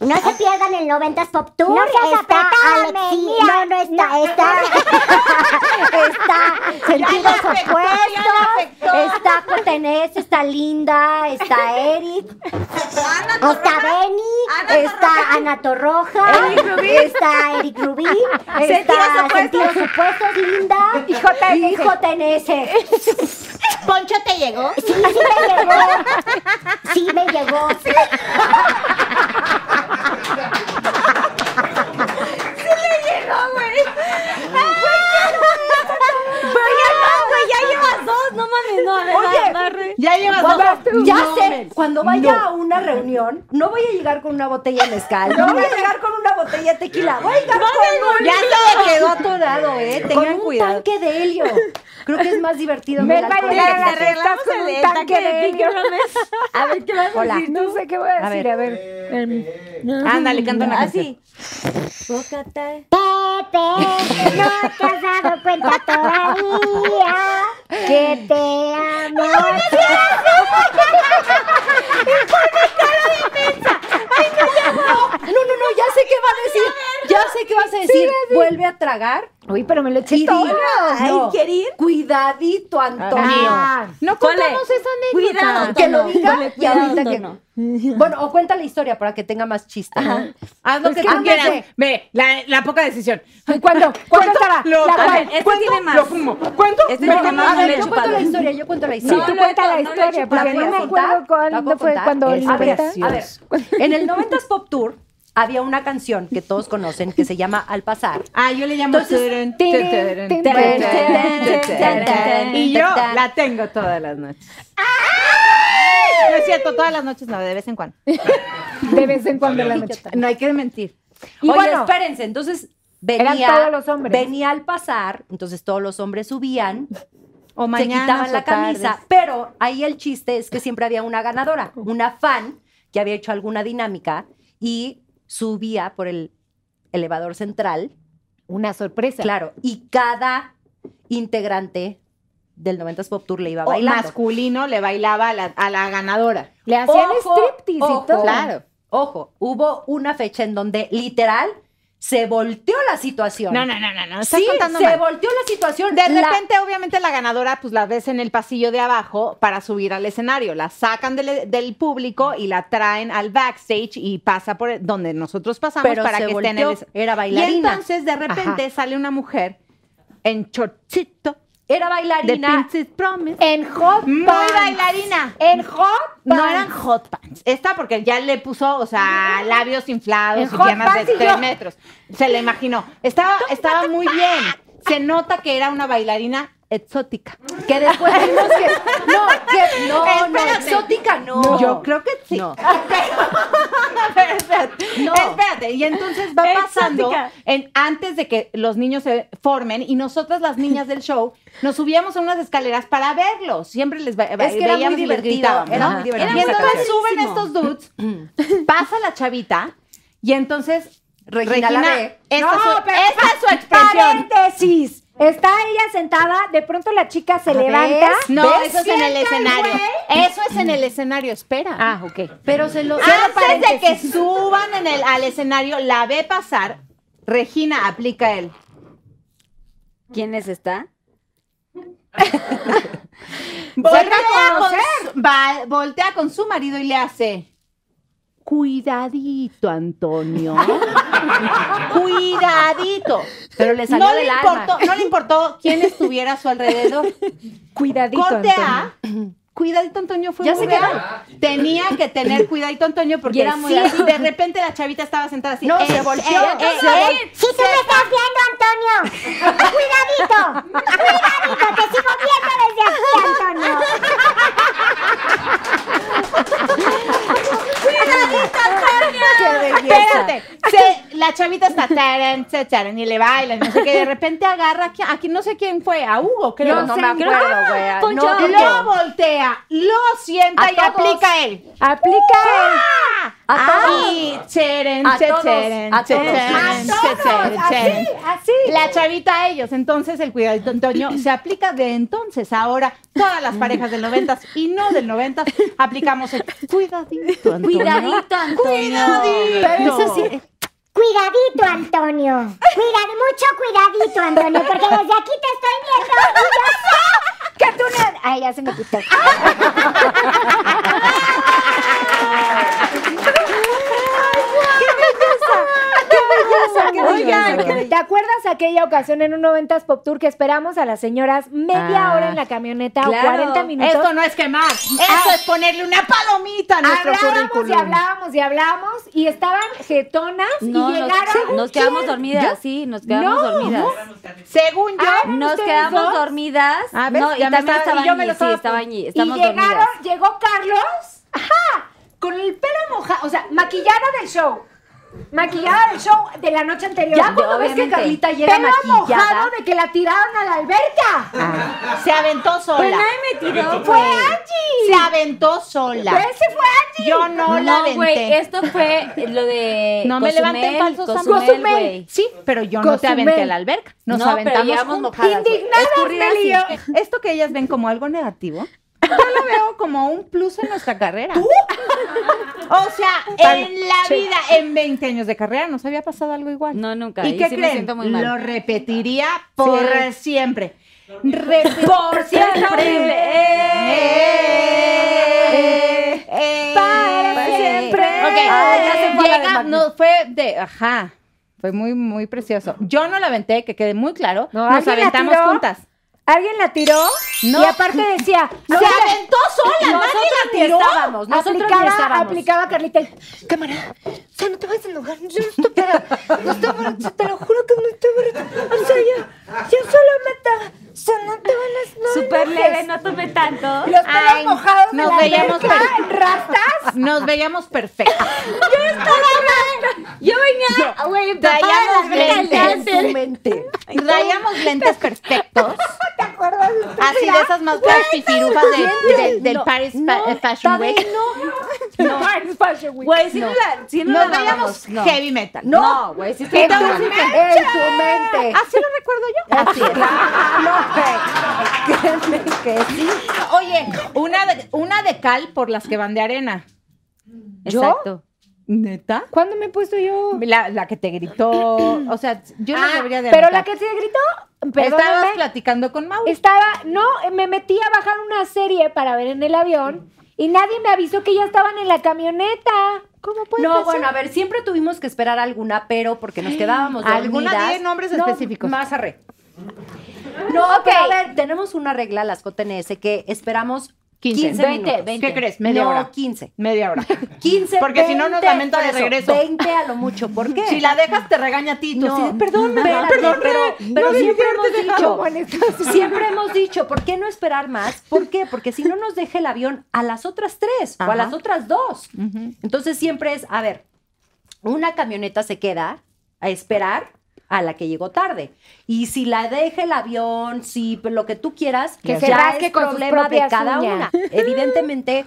[SPEAKER 9] No se pierdan el 90s Pop Tour. No está Alexi. No, no está. Está. está Sentidos Opuestos. Está Cotenés. Está Linda. Está Eric. está Benny. Está Ana Torroja. Está Eric Rubín. Está Sentidos Opuestos. Linda. Y JNS.
[SPEAKER 8] Poncho te llegó.
[SPEAKER 9] Sí, sí me llegó. Sí me llegó.
[SPEAKER 4] Ya llevas dos, no mames, no, a ver, va,
[SPEAKER 1] Oye.
[SPEAKER 4] va, re-
[SPEAKER 6] Ya llevas
[SPEAKER 1] Cuando-
[SPEAKER 6] dos.
[SPEAKER 1] ya sé, cuando vaya a una reunión, no voy a llegar con una botella de mezcal, no voy a llegar con una botella de tequila, voy a llegar con, un,
[SPEAKER 6] Ya se le quedó atorado, eh.
[SPEAKER 1] con
[SPEAKER 6] Tengan
[SPEAKER 1] un
[SPEAKER 6] cuidado.
[SPEAKER 1] tanque de helio. Creo que es más divertido.
[SPEAKER 5] Mel
[SPEAKER 1] el
[SPEAKER 5] va a
[SPEAKER 1] alcohol.
[SPEAKER 5] llegar a la
[SPEAKER 6] Te
[SPEAKER 5] fiesta
[SPEAKER 6] arreglamos
[SPEAKER 5] con
[SPEAKER 6] el-
[SPEAKER 5] un
[SPEAKER 6] el
[SPEAKER 5] tanque
[SPEAKER 6] tanque de
[SPEAKER 5] de
[SPEAKER 6] Pinky
[SPEAKER 5] helio.
[SPEAKER 4] A ver, ¿qué vas a
[SPEAKER 5] Hola.
[SPEAKER 4] decir?
[SPEAKER 5] No sé qué voy a decir, a ver.
[SPEAKER 6] Ándale, canta
[SPEAKER 1] Ah,
[SPEAKER 6] una canción.
[SPEAKER 4] Así. Bócate.
[SPEAKER 9] Pepe, no te has dado cuenta todavía que te amo.
[SPEAKER 1] No, no, no, ya sé qué va a decir. Ya sé qué vas a decir. Vuelve a tragar.
[SPEAKER 6] pagar.
[SPEAKER 5] Uy, pero me lo eché
[SPEAKER 1] Y
[SPEAKER 5] todo.
[SPEAKER 1] digo,
[SPEAKER 4] Ay, querir.
[SPEAKER 1] Cuidadito, Antonio.
[SPEAKER 5] Ah,
[SPEAKER 6] No
[SPEAKER 4] Ponle.
[SPEAKER 6] contamos esa anécdota.
[SPEAKER 4] Cuidado,
[SPEAKER 1] que lo
[SPEAKER 4] Tono.
[SPEAKER 1] diga
[SPEAKER 4] Ponle
[SPEAKER 1] y ahorita
[SPEAKER 4] cuidado,
[SPEAKER 1] que-
[SPEAKER 4] Tono.
[SPEAKER 1] Bueno, o cuenta la historia para que tenga más chiste.
[SPEAKER 6] Haz lo
[SPEAKER 5] Es
[SPEAKER 1] Pues
[SPEAKER 6] que
[SPEAKER 5] que
[SPEAKER 6] tú
[SPEAKER 5] no me
[SPEAKER 6] quieras.
[SPEAKER 5] sé.
[SPEAKER 6] Ve, la, la poca decisión.
[SPEAKER 5] ¿Y cuándo? ¿Cuándo estará?
[SPEAKER 6] Lo,
[SPEAKER 5] La
[SPEAKER 4] A ver,
[SPEAKER 5] cual.
[SPEAKER 4] este
[SPEAKER 6] cuento,
[SPEAKER 4] tiene más.
[SPEAKER 6] Lo fumo. Cuento.
[SPEAKER 4] Este
[SPEAKER 6] me
[SPEAKER 4] tiene
[SPEAKER 6] fumo.
[SPEAKER 4] más.
[SPEAKER 1] A
[SPEAKER 4] no le
[SPEAKER 1] ver, yo
[SPEAKER 4] he
[SPEAKER 1] cuento la
[SPEAKER 4] chupado.
[SPEAKER 1] historia, yo cuento la
[SPEAKER 5] Sí,
[SPEAKER 1] historia.
[SPEAKER 5] tú
[SPEAKER 4] no,
[SPEAKER 5] cuenta
[SPEAKER 4] no,
[SPEAKER 5] la
[SPEAKER 4] no le
[SPEAKER 5] historia,
[SPEAKER 4] eches
[SPEAKER 5] porque
[SPEAKER 1] ¿La
[SPEAKER 5] no me
[SPEAKER 1] puedo
[SPEAKER 5] acuerdo
[SPEAKER 1] contar? ¿La
[SPEAKER 5] cuándo
[SPEAKER 1] puedo
[SPEAKER 5] fue
[SPEAKER 1] contar?
[SPEAKER 5] cuando
[SPEAKER 1] Es
[SPEAKER 5] la verdad.
[SPEAKER 1] A ver, en el 90s Pop Tour había una canción que todos conocen que se llama Al Pasar.
[SPEAKER 6] Ah, yo le llamo.
[SPEAKER 1] Entonces,
[SPEAKER 6] Tarán,
[SPEAKER 5] tin,
[SPEAKER 6] tarán,
[SPEAKER 5] tin,
[SPEAKER 6] tarán,
[SPEAKER 5] tin,
[SPEAKER 6] tarán,
[SPEAKER 4] tin, tin,
[SPEAKER 6] tarán, tarán. Y
[SPEAKER 4] tin,
[SPEAKER 6] yo
[SPEAKER 4] tin.
[SPEAKER 6] la tengo todas las noches. No es cierto, todas las noches no, de vez en cuando.
[SPEAKER 5] De vez en cuando en la noche.
[SPEAKER 6] No hay que mentir.
[SPEAKER 1] Oye,
[SPEAKER 5] bueno.
[SPEAKER 1] espérense, entonces venía,
[SPEAKER 5] Eran todos los hombres.
[SPEAKER 1] venía al pasar, entonces todos los hombres subían,
[SPEAKER 6] O
[SPEAKER 1] se
[SPEAKER 6] mañana.
[SPEAKER 1] quitaban la camisa, pero ahí el chiste es que siempre había una ganadora, una fan que había hecho alguna dinámica y subía por el elevador central,
[SPEAKER 5] Una sorpresa.
[SPEAKER 1] claro, y cada integrante del 90s Pop Tour le iba
[SPEAKER 6] O
[SPEAKER 1] bailando.
[SPEAKER 6] masculino le bailaba a la, a la ganadora.
[SPEAKER 5] Le hacían
[SPEAKER 1] Ojo,
[SPEAKER 5] striptease
[SPEAKER 1] ojo.
[SPEAKER 5] y todo.
[SPEAKER 1] Claro. Ojo, hubo una fecha en donde literal se volteó la situación.
[SPEAKER 6] No, no, no, no, no. Estás
[SPEAKER 1] Sí,
[SPEAKER 6] contando
[SPEAKER 1] se
[SPEAKER 6] mal.
[SPEAKER 1] volteó la situación.
[SPEAKER 6] De
[SPEAKER 1] La-
[SPEAKER 6] repente, obviamente, la ganadora, pues la ves en el pasillo de abajo para subir al escenario. La sacan del, del público y la traen al backstage y pasa por donde nosotros pasamos
[SPEAKER 1] Pero
[SPEAKER 6] para
[SPEAKER 1] se
[SPEAKER 6] que estén
[SPEAKER 1] volteó,
[SPEAKER 6] en el.
[SPEAKER 1] era bailarina.
[SPEAKER 6] Y entonces, de repente, sale una mujer en chorchito
[SPEAKER 1] era
[SPEAKER 6] de
[SPEAKER 1] bailarina.
[SPEAKER 6] Princess Promise.
[SPEAKER 5] En hot
[SPEAKER 6] Muy
[SPEAKER 5] pants.
[SPEAKER 6] bailarina.
[SPEAKER 5] En hot
[SPEAKER 6] No
[SPEAKER 5] pants.
[SPEAKER 6] eran hot pants. Esta porque ya le puso, o sea, labios inflados
[SPEAKER 5] El
[SPEAKER 6] y
[SPEAKER 5] hot
[SPEAKER 6] piernas de
[SPEAKER 5] pants y
[SPEAKER 6] 3
[SPEAKER 5] yo.
[SPEAKER 6] metros. Se le imaginó. Estaba, estaba muy bien. Se nota que era una bailarina exótica.
[SPEAKER 1] Que después vimos que. No, que, no, no,
[SPEAKER 6] Espérate.
[SPEAKER 1] exótica no.
[SPEAKER 6] Yo creo que sí.
[SPEAKER 1] No.
[SPEAKER 6] Pero espérate,
[SPEAKER 1] No.
[SPEAKER 6] espérate. Y entonces va
[SPEAKER 4] Exótica.
[SPEAKER 6] pasando en, antes de que los niños se formen y nosotras las niñas del show nos subíamos a unas escaleras para verlos. Siempre les es
[SPEAKER 1] que era muy divertido, era muy divertido
[SPEAKER 6] Y
[SPEAKER 1] esa
[SPEAKER 6] entonces
[SPEAKER 1] canción.
[SPEAKER 6] suben estos dudes, pasa la chavita y entonces
[SPEAKER 1] Regina la ve.
[SPEAKER 6] esta,
[SPEAKER 5] No,
[SPEAKER 6] es su-
[SPEAKER 5] pero
[SPEAKER 6] esta es su expresión.
[SPEAKER 7] Paréntesis. Está ella sentada, de pronto la chica se levanta.
[SPEAKER 6] No,
[SPEAKER 7] ¿Ves?
[SPEAKER 6] eso es en el escenario. Eso es en el escenario, espera.
[SPEAKER 5] Ah, ok.
[SPEAKER 1] Pero se lo.
[SPEAKER 6] Antes de que suban en el, al escenario, la ve pasar, Regina aplica él.
[SPEAKER 4] ¿Quién es esta?
[SPEAKER 6] Voltea con, su, va- voltea con su marido y le hace. Cuidadito, Antonio. Cuidadito.
[SPEAKER 1] Pero le salió
[SPEAKER 6] No le,
[SPEAKER 1] del
[SPEAKER 6] importó,
[SPEAKER 1] alma.
[SPEAKER 6] no le importó quién estuviera a su alrededor.
[SPEAKER 5] Cuidadito,
[SPEAKER 6] Corte
[SPEAKER 5] Antonio.
[SPEAKER 6] A. Cuidadito Antonio fue
[SPEAKER 1] Ya
[SPEAKER 6] muy
[SPEAKER 1] se quedó.
[SPEAKER 6] real. Tenía que tener cuidadito Antonio porque era muy así. De repente la chavita estaba sentada así.
[SPEAKER 1] No,
[SPEAKER 6] eh,
[SPEAKER 1] se volteó.
[SPEAKER 6] eh, eh,
[SPEAKER 1] se
[SPEAKER 6] eh,
[SPEAKER 1] volteó.
[SPEAKER 7] Si tú me estás viendo, Antonio. Cuidadito. Cuidadito, te sigo viendo desde aquí, Antonio.
[SPEAKER 6] Espérate, se- la chavita está taran, se taran, y le bailan, no sé qué, de repente agarra aquí, aquí no sé quién fue, a Hugo, creo. ¡Ah!
[SPEAKER 1] No, no me acuerdo, güey.
[SPEAKER 4] Poncho,
[SPEAKER 1] No,
[SPEAKER 4] acuerdo.
[SPEAKER 6] Lo voltea, lo sienta
[SPEAKER 1] A
[SPEAKER 6] y
[SPEAKER 1] todos.
[SPEAKER 6] aplica él.
[SPEAKER 5] Aplica el-
[SPEAKER 6] ¡Ah!
[SPEAKER 1] A todos.
[SPEAKER 6] Y cheren,
[SPEAKER 1] A
[SPEAKER 6] che,
[SPEAKER 1] todos,
[SPEAKER 6] cheren,
[SPEAKER 1] a
[SPEAKER 6] che,
[SPEAKER 1] todos.
[SPEAKER 6] cheren,
[SPEAKER 1] A
[SPEAKER 6] che,
[SPEAKER 7] todos,
[SPEAKER 6] cheren, cheren.
[SPEAKER 7] Así.
[SPEAKER 6] La chavita a ellos, entonces el cuidadito Antonio se aplica de entonces ahora todas las parejas del 90 y no del 90 aplicamos el cuidadito Antonio.
[SPEAKER 4] Cuidadito, Antonio.
[SPEAKER 6] Pero eso sí,
[SPEAKER 7] Cuidadito, Antonio. Cuidad, mucho cuidadito, Antonio, porque desde aquí te estoy viendo y yo sé que tú no... Ay, ya se me quitó.
[SPEAKER 5] Oigan, ¿te acuerdas aquella ocasión en un 90s Pop Tour que esperamos a las señoras media
[SPEAKER 6] Ah,
[SPEAKER 5] hora en la camioneta o
[SPEAKER 4] claro.
[SPEAKER 5] 40 minutos?
[SPEAKER 6] Esto no es quemar, esto es ponerle una palomita a nuestro
[SPEAKER 5] hablábamos Ah. y
[SPEAKER 6] currículum.
[SPEAKER 5] hablábamos y hablábamos y estaban jetonas
[SPEAKER 4] No,
[SPEAKER 5] y
[SPEAKER 4] nos,
[SPEAKER 5] llegaron.
[SPEAKER 4] nos quedamos dormidas, sí, nos quedamos dormidas.
[SPEAKER 6] Según yo,
[SPEAKER 4] Nos quedamos dormidas.
[SPEAKER 6] Ah, ¿ves?
[SPEAKER 4] No, y
[SPEAKER 6] Ya me
[SPEAKER 4] también
[SPEAKER 6] estaba-
[SPEAKER 4] estaba
[SPEAKER 6] y yo me
[SPEAKER 4] Angie, sí,
[SPEAKER 6] lo estaba-
[SPEAKER 4] estaba Angie,
[SPEAKER 5] y
[SPEAKER 4] Estamos
[SPEAKER 5] llegaron,
[SPEAKER 4] dormidas.
[SPEAKER 5] llegó Carlos, ajá, con el pelo mojado, o sea, maquillada del show. Maquillada del show de la noche anterior.
[SPEAKER 1] Ya cuando ves que Carlita llega
[SPEAKER 5] Pelo
[SPEAKER 1] maquillada.
[SPEAKER 5] mojado de que la tiraron a la alberca.
[SPEAKER 6] se aventó sola.
[SPEAKER 4] me tiró,
[SPEAKER 5] Ah. Pues Fue Angie.
[SPEAKER 6] Se aventó sola.
[SPEAKER 5] Ese fue Angie.
[SPEAKER 6] Yo no, la
[SPEAKER 4] No,
[SPEAKER 6] aventé.
[SPEAKER 4] güey, esto fue lo de
[SPEAKER 6] No me
[SPEAKER 4] Cozumel,
[SPEAKER 6] levanten falsos
[SPEAKER 4] Cozumel,
[SPEAKER 5] Cozumel.
[SPEAKER 4] güey.
[SPEAKER 6] Sí, pero yo no te
[SPEAKER 5] Cozumel.
[SPEAKER 6] aventé a la alberca. Nos
[SPEAKER 4] No, pero
[SPEAKER 6] aventamos
[SPEAKER 4] llegamos
[SPEAKER 6] juntas.
[SPEAKER 4] mojadas, güey.
[SPEAKER 6] Indignadas,
[SPEAKER 4] Escurridas
[SPEAKER 6] Meli.
[SPEAKER 4] y-
[SPEAKER 6] Yo- Esto que ellas ven como algo negativo, yo lo veo como un plus en nuestra carrera. O sea, en la vida, en 20 años de carrera, nos había pasado algo igual.
[SPEAKER 4] No, nunca.
[SPEAKER 6] ¿Y,
[SPEAKER 4] y
[SPEAKER 6] qué
[SPEAKER 4] sí me
[SPEAKER 6] creen?
[SPEAKER 4] siento muy mal.
[SPEAKER 6] Lo repetiría por siempre. por siempre. Para siempre.
[SPEAKER 4] Ok, ya se fue la de
[SPEAKER 6] Llega,
[SPEAKER 4] Magni.
[SPEAKER 6] no, fue de, ajá, fue muy, muy precioso. Yo no la aventé, que quede muy claro.
[SPEAKER 5] No,
[SPEAKER 6] Nos
[SPEAKER 5] ¿alguien la
[SPEAKER 6] aventamos
[SPEAKER 5] tiró?
[SPEAKER 6] juntas.
[SPEAKER 5] Alguien la tiró
[SPEAKER 6] No.
[SPEAKER 5] y aparte decía,
[SPEAKER 6] Se aventó sola,
[SPEAKER 1] Nosotros ni estábamos, nosotros ni
[SPEAKER 5] aplicaba,
[SPEAKER 1] estábamos.
[SPEAKER 5] aplicaba Carlita, el, cámara, o sea, no te vayas a enojar, yo no estoy para, no estoy para, te lo juro que no estoy para, o sea, yo, yo solo me estaba, o sea, no te van a, no
[SPEAKER 4] Súper
[SPEAKER 5] enojes".
[SPEAKER 4] leve, no tomé tanto.
[SPEAKER 5] Los pelos
[SPEAKER 6] Ay,
[SPEAKER 5] mojados de
[SPEAKER 6] nos
[SPEAKER 5] la
[SPEAKER 6] veíamos
[SPEAKER 5] alberca,
[SPEAKER 6] per-
[SPEAKER 5] rastas.
[SPEAKER 6] Nos veíamos perfectas.
[SPEAKER 4] Yo venía, güey, empapada
[SPEAKER 6] Rayamos
[SPEAKER 4] de las
[SPEAKER 6] lentes.
[SPEAKER 4] venas.
[SPEAKER 1] En su mente.
[SPEAKER 6] Rayamos lentes perfectos.
[SPEAKER 5] ¿Te acuerdas?
[SPEAKER 6] Así de esas más pifirufas de- de- del Paris Fa- eh, Fashion Week.
[SPEAKER 4] Güey, sí no la- sí no
[SPEAKER 6] Nos
[SPEAKER 4] la dábamos.
[SPEAKER 6] veíamos heavy metal.
[SPEAKER 1] No, güey, sí
[SPEAKER 6] En tu
[SPEAKER 1] estaba-
[SPEAKER 6] mente. Ah,
[SPEAKER 1] En tu mente.
[SPEAKER 6] Así lo recuerdo yo.
[SPEAKER 1] Así es. No, güey. Créeme que sí.
[SPEAKER 6] Oye, una de, una de cal por las que van de arena.
[SPEAKER 4] Exacto.
[SPEAKER 6] ¿Neta?
[SPEAKER 5] ¿Cuándo me he puesto yo?
[SPEAKER 6] La, la que te gritó. O sea, yo no debería de
[SPEAKER 5] Ah, pero
[SPEAKER 6] anotar.
[SPEAKER 5] la que se gritó,
[SPEAKER 6] Estabas
[SPEAKER 5] perdóname,
[SPEAKER 6] platicando con Mau.
[SPEAKER 5] estaba, no, me metí a bajar una serie para ver en el avión y nadie me avisó que ya estaban en la camioneta. ¿Cómo puede
[SPEAKER 1] No,
[SPEAKER 5] pasar?
[SPEAKER 1] bueno, a ver, siempre tuvimos que esperar alguna, pero porque nos quedábamos dormidas.
[SPEAKER 6] Alguna de nombres específicos.
[SPEAKER 1] Más arre. No,
[SPEAKER 5] Ok.
[SPEAKER 1] pero a ver, tenemos una regla las COTNS que esperamos 15,
[SPEAKER 6] 20,
[SPEAKER 1] minutos.
[SPEAKER 6] 20. ¿Qué crees? Media
[SPEAKER 1] no,
[SPEAKER 6] hora.
[SPEAKER 1] 15.
[SPEAKER 6] Media hora.
[SPEAKER 1] 15,
[SPEAKER 6] Porque si no, nos
[SPEAKER 1] 20,
[SPEAKER 6] lamento de
[SPEAKER 1] por eso,
[SPEAKER 6] regreso.
[SPEAKER 1] 20 a lo mucho, ¿por qué?
[SPEAKER 6] Si la dejas, te regaña a ti. Tú así de, perdón,
[SPEAKER 1] Espérate,
[SPEAKER 6] perdón,
[SPEAKER 1] pero,
[SPEAKER 6] no
[SPEAKER 1] pero
[SPEAKER 6] debí
[SPEAKER 1] siempre
[SPEAKER 6] haberte
[SPEAKER 1] hemos
[SPEAKER 6] dejado.
[SPEAKER 1] dicho, siempre hemos dicho, ¿por qué no esperar más? ¿Por qué? Porque si no nos deja el avión a las otras tres o a las otras dos. Entonces siempre es, a ver, una camioneta se queda a esperar a la que llegó tarde. Y si la deja el avión, si lo que tú quieras,
[SPEAKER 5] Que
[SPEAKER 1] ya
[SPEAKER 5] se rasque
[SPEAKER 1] es
[SPEAKER 5] con sus
[SPEAKER 1] problema de
[SPEAKER 5] propias
[SPEAKER 1] cada
[SPEAKER 5] uñas.
[SPEAKER 1] una. Evidentemente,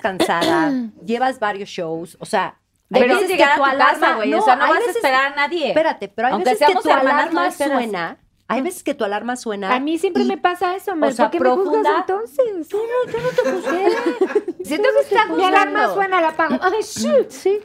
[SPEAKER 1] cansada, llevas varios shows, o sea, hay
[SPEAKER 4] Pero
[SPEAKER 1] veces que
[SPEAKER 4] llegar a
[SPEAKER 1] tu
[SPEAKER 4] tu
[SPEAKER 1] alarma-
[SPEAKER 4] casa, güey. o sea, no
[SPEAKER 1] hay
[SPEAKER 4] vas a
[SPEAKER 1] veces-
[SPEAKER 4] esperar a nadie.
[SPEAKER 1] Espérate, pero hay
[SPEAKER 4] Aunque
[SPEAKER 1] veces que
[SPEAKER 4] seamos
[SPEAKER 1] tu
[SPEAKER 4] hermanas, no
[SPEAKER 1] alarma
[SPEAKER 4] esperas.
[SPEAKER 1] suena. Hay veces que tu alarma suena.
[SPEAKER 5] A mí siempre
[SPEAKER 1] y
[SPEAKER 5] me pasa eso, Mel,
[SPEAKER 1] o
[SPEAKER 5] ¿por
[SPEAKER 1] sea,
[SPEAKER 5] qué me juzgas
[SPEAKER 1] profunda-
[SPEAKER 5] entonces?
[SPEAKER 1] Tú no, yo no te juzgué.
[SPEAKER 5] Siento que está Mi alarma
[SPEAKER 1] juzgando.
[SPEAKER 5] suena, la apago. Ay, shoot. Sí.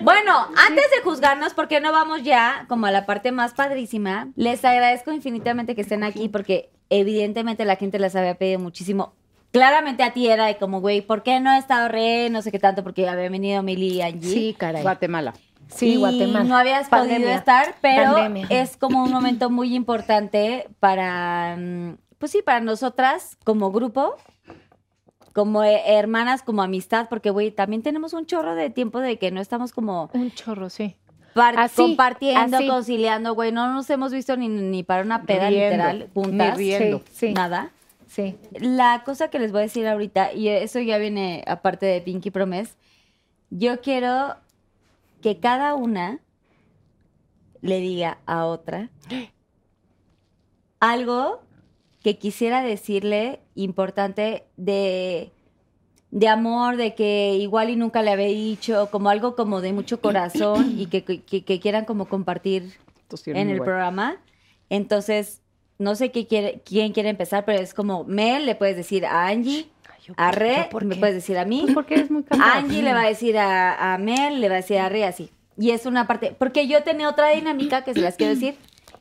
[SPEAKER 4] Bueno, antes de juzgarnos, porque no vamos ya como a la parte más padrísima, les agradezco infinitamente que estén aquí porque evidentemente la gente les había pedido muchísimo. Claramente a ti era de como, güey, ¿por qué no ha estado re? No sé qué tanto, porque había venido Mili y Angie.
[SPEAKER 5] caray.
[SPEAKER 6] Guatemala.
[SPEAKER 5] Sí,
[SPEAKER 4] y
[SPEAKER 5] Guatemala.
[SPEAKER 4] No habías podido
[SPEAKER 5] Pandemia.
[SPEAKER 4] estar, pero
[SPEAKER 5] Pandemia.
[SPEAKER 4] es como un momento muy importante para, mm, pues sí, para nosotras como grupo, como eh, hermanas, como amistad, porque güey, también tenemos un chorro de tiempo de que no estamos como
[SPEAKER 5] Un chorro, sí.
[SPEAKER 4] par-
[SPEAKER 5] Así,
[SPEAKER 4] compartiendo,
[SPEAKER 5] así.
[SPEAKER 4] conciliando, güey, no nos hemos visto ni, ni para una peda
[SPEAKER 6] Riendo,
[SPEAKER 4] literal juntas,
[SPEAKER 6] ni riendo.
[SPEAKER 5] Sí, sí.
[SPEAKER 4] nada.
[SPEAKER 5] Sí.
[SPEAKER 4] La cosa que les voy a decir ahorita, y eso ya viene aparte de Pinky Promise, yo quiero que cada una le diga a otra algo que quisiera decirle importante de, de amor, de que igual y nunca le había dicho, como algo como de mucho corazón y que, que- que quieran como compartir en el programa. Entonces, no sé qué quiere, quién quiere empezar, pero es como Mel, le puedes decir a Angie, a Re, me puedes decir a mí.
[SPEAKER 6] Porque eres muy capaz.
[SPEAKER 4] Angie le va a decir a, a Mel, le va a decir a Re, así. Y es una parte, porque yo tenía otra dinámica que se las quiero decir,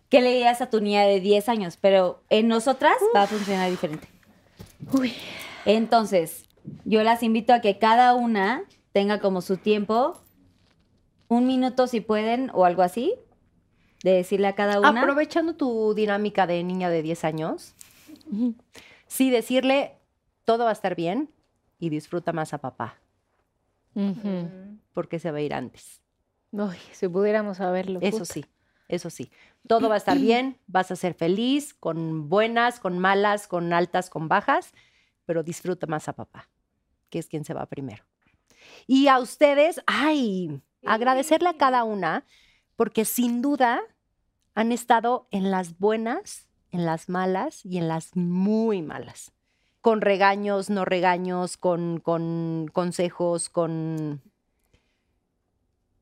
[SPEAKER 4] que le dirías a tu niña de 10 años, pero en nosotras va a funcionar diferente. Entonces, yo las invito a que cada una tenga como su tiempo, un minuto si pueden o algo así, de decirle a cada una.
[SPEAKER 1] Aprovechando tu dinámica de niña de 10 años, sí decirle todo va a estar bien y disfruta más a papá, porque se va a ir antes.
[SPEAKER 5] Ay, si pudiéramos saberlo.
[SPEAKER 1] Eso
[SPEAKER 5] puta.
[SPEAKER 1] sí, eso sí. Todo va a estar bien, vas a ser feliz, con buenas, con malas, con altas, con bajas, pero disfruta más a papá, que es quien se va primero. Y a ustedes, ay, agradecerle a cada una, porque sin duda han estado en las buenas, en las malas y en las muy malas. Con regaños, no regaños, con, con consejos, con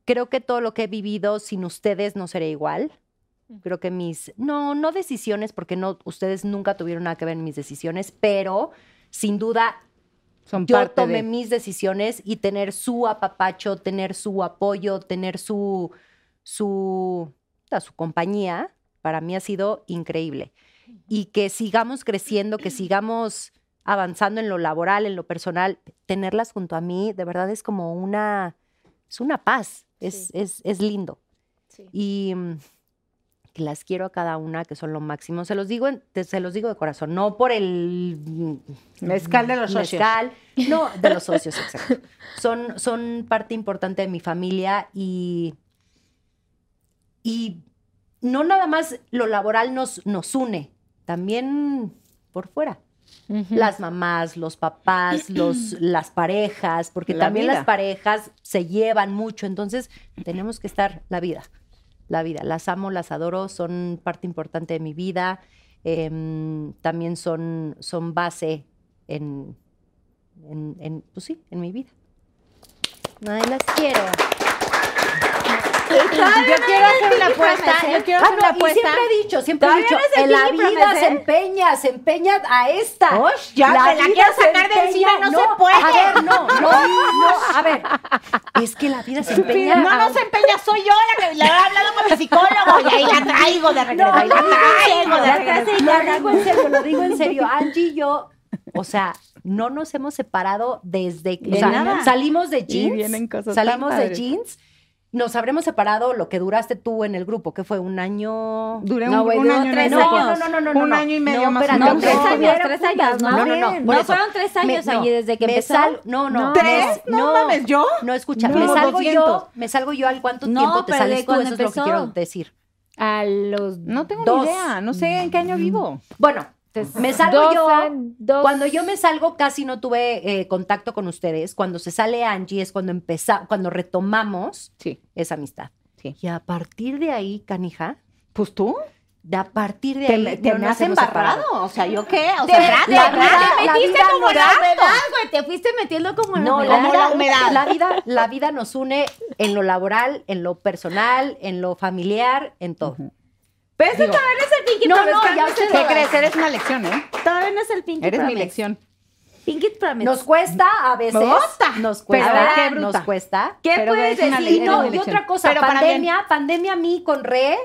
[SPEAKER 1] creo que todo lo que he vivido sin ustedes no sería igual. Creo que mis, no, no decisiones, porque no, ustedes nunca tuvieron nada que ver en mis decisiones, pero sin duda
[SPEAKER 6] Son
[SPEAKER 1] yo
[SPEAKER 6] parte
[SPEAKER 1] tomé
[SPEAKER 6] de-
[SPEAKER 1] mis decisiones y tener su apapacho, tener su apoyo, tener su, su, puta, su compañía, para mí ha sido increíble. Y que sigamos creciendo, que sigamos avanzando en lo laboral, en lo personal, tenerlas junto a mí, de verdad es como una, es una paz, es, es, es lindo. Y mm, que las quiero a cada una, que son lo máximo. Se los digo, en- te- se los digo de corazón, no por el mm,
[SPEAKER 6] Mezcal de los socios.
[SPEAKER 1] mezcal, no, de los socios, exacto. Son, son parte importante de mi familia y, y no nada más lo laboral nos, nos une, también por fuera. Las mamás, los papás, los, las parejas, porque
[SPEAKER 6] La
[SPEAKER 1] también
[SPEAKER 6] vida.
[SPEAKER 1] las parejas se llevan mucho, entonces tenemos que estar la vida, la vida. Las amo, las adoro, son parte importante de mi vida, em, también son, son base en, en, en, pues sí, en mi vida. Ay, las quiero.
[SPEAKER 6] Yo quiero hacer una apuesta. Yo quiero
[SPEAKER 1] Ah,
[SPEAKER 6] hacer
[SPEAKER 1] no,
[SPEAKER 6] una
[SPEAKER 1] y
[SPEAKER 6] apuesta.
[SPEAKER 1] siempre he dicho, siempre he
[SPEAKER 6] Todavía
[SPEAKER 1] dicho,
[SPEAKER 6] no es el
[SPEAKER 1] en la
[SPEAKER 6] Pinky
[SPEAKER 1] vida
[SPEAKER 6] Promise,
[SPEAKER 1] se
[SPEAKER 6] ¿eh?
[SPEAKER 1] empeña, se empeña a esta.
[SPEAKER 6] Ush, ya, te la
[SPEAKER 1] vida
[SPEAKER 6] quiero
[SPEAKER 1] se
[SPEAKER 6] sacar de encima,
[SPEAKER 1] empeña.
[SPEAKER 6] no se puede.
[SPEAKER 1] A ver, no, no, no, a ver. Es que la vida se empeña.
[SPEAKER 8] No
[SPEAKER 1] a-
[SPEAKER 8] nos empeña, soy yo la que la he hablado con el psicólogo y ahí la traigo de regreso. ahí la traigo de
[SPEAKER 1] Ya
[SPEAKER 8] regreso.
[SPEAKER 1] casi, ya digo en serio, lo digo en serio. Angie y yo, o sea, no nos hemos separado desde que
[SPEAKER 6] De nada.
[SPEAKER 1] salimos de
[SPEAKER 6] vienen
[SPEAKER 1] jeans.
[SPEAKER 6] cosas tan
[SPEAKER 1] Salimos de
[SPEAKER 6] padres.
[SPEAKER 1] jeans. Nos habremos separado lo que duraste tú en el grupo, que fue un año.
[SPEAKER 6] Duré
[SPEAKER 1] No,
[SPEAKER 6] un,
[SPEAKER 1] güey,
[SPEAKER 6] un
[SPEAKER 1] duró
[SPEAKER 6] año y
[SPEAKER 1] tres
[SPEAKER 6] medio.
[SPEAKER 1] años. No, no, no, no,
[SPEAKER 6] Un
[SPEAKER 1] no.
[SPEAKER 6] año y medio
[SPEAKER 1] No,
[SPEAKER 6] más o
[SPEAKER 1] espérate,
[SPEAKER 6] menos.
[SPEAKER 1] no,
[SPEAKER 4] tres
[SPEAKER 1] no,
[SPEAKER 4] años,
[SPEAKER 1] estuvieron
[SPEAKER 4] tres años,
[SPEAKER 1] juntas,
[SPEAKER 4] ¿no?
[SPEAKER 1] No, no, no. por
[SPEAKER 4] No,
[SPEAKER 1] eso.
[SPEAKER 4] fueron tres años,
[SPEAKER 1] no,
[SPEAKER 4] Angie, desde que
[SPEAKER 1] me
[SPEAKER 4] empezaron.
[SPEAKER 1] sal- No, no.
[SPEAKER 6] ¿Tres?
[SPEAKER 1] me-
[SPEAKER 6] No mames, ¿yo?
[SPEAKER 1] No, escucha,
[SPEAKER 6] No,
[SPEAKER 1] me salgo yo,
[SPEAKER 6] 200.
[SPEAKER 1] me salgo yo al cuánto
[SPEAKER 4] No,
[SPEAKER 1] tiempo te
[SPEAKER 4] pero de
[SPEAKER 1] sales tú, eso
[SPEAKER 4] cuando
[SPEAKER 1] es lo que
[SPEAKER 4] empezó.
[SPEAKER 1] quiero decir.
[SPEAKER 5] A los
[SPEAKER 6] No tengo
[SPEAKER 1] Dos.
[SPEAKER 6] ni idea. No sé en qué año vivo.
[SPEAKER 1] Bueno, me salgo
[SPEAKER 5] dos
[SPEAKER 1] yo.
[SPEAKER 5] an- dos-
[SPEAKER 1] Cuando yo me salgo casi no tuve eh, contacto con ustedes. Cuando se sale Angie es cuando empeza, cuando retomamos
[SPEAKER 6] Sí.
[SPEAKER 1] esa amistad.
[SPEAKER 6] Sí.
[SPEAKER 1] Y a partir de ahí, canija,
[SPEAKER 6] Pues tú.
[SPEAKER 1] de a partir de
[SPEAKER 6] Te,
[SPEAKER 1] ahí
[SPEAKER 6] te
[SPEAKER 1] no
[SPEAKER 6] me
[SPEAKER 1] nos
[SPEAKER 6] has
[SPEAKER 1] hemos
[SPEAKER 6] embarrado.
[SPEAKER 1] separado.
[SPEAKER 6] O sea, ¿yo qué? O
[SPEAKER 8] Te,
[SPEAKER 6] sea,
[SPEAKER 8] te-
[SPEAKER 1] la
[SPEAKER 8] te
[SPEAKER 1] vida- la
[SPEAKER 8] metiste
[SPEAKER 1] vida
[SPEAKER 8] como
[SPEAKER 1] no
[SPEAKER 8] la
[SPEAKER 1] da
[SPEAKER 8] humedad.
[SPEAKER 4] güey, te fuiste metiendo como en
[SPEAKER 1] No,
[SPEAKER 4] humedad.
[SPEAKER 1] la,
[SPEAKER 8] Como
[SPEAKER 1] vida,
[SPEAKER 8] la humedad.
[SPEAKER 1] la vida, la vida nos une en lo laboral, en lo personal, en lo familiar, en todo.
[SPEAKER 6] pero eso todavía
[SPEAKER 4] No es el Pinky
[SPEAKER 1] No,
[SPEAKER 4] Promise.
[SPEAKER 1] no, ya
[SPEAKER 4] sé.
[SPEAKER 6] ¿Qué crees? Eres una lección, ¿eh?
[SPEAKER 4] Todavía no es el Pinky
[SPEAKER 6] Eres mi
[SPEAKER 4] Promise.
[SPEAKER 6] lección.
[SPEAKER 4] Pinky Promise.
[SPEAKER 1] Nos cuesta a veces.
[SPEAKER 6] Bota.
[SPEAKER 1] Nos
[SPEAKER 6] Pero
[SPEAKER 1] cuesta.
[SPEAKER 6] qué bruta.
[SPEAKER 1] nos cuesta.
[SPEAKER 4] ¿Qué
[SPEAKER 6] Pero
[SPEAKER 4] puedes
[SPEAKER 6] es una
[SPEAKER 4] decir?
[SPEAKER 1] Y
[SPEAKER 6] ley.
[SPEAKER 4] No,
[SPEAKER 1] no,
[SPEAKER 6] Eres
[SPEAKER 1] y
[SPEAKER 6] mi
[SPEAKER 1] otra
[SPEAKER 6] elección.
[SPEAKER 1] cosa,
[SPEAKER 6] Pero para bien.
[SPEAKER 1] pandemia, pandemia a mí con re,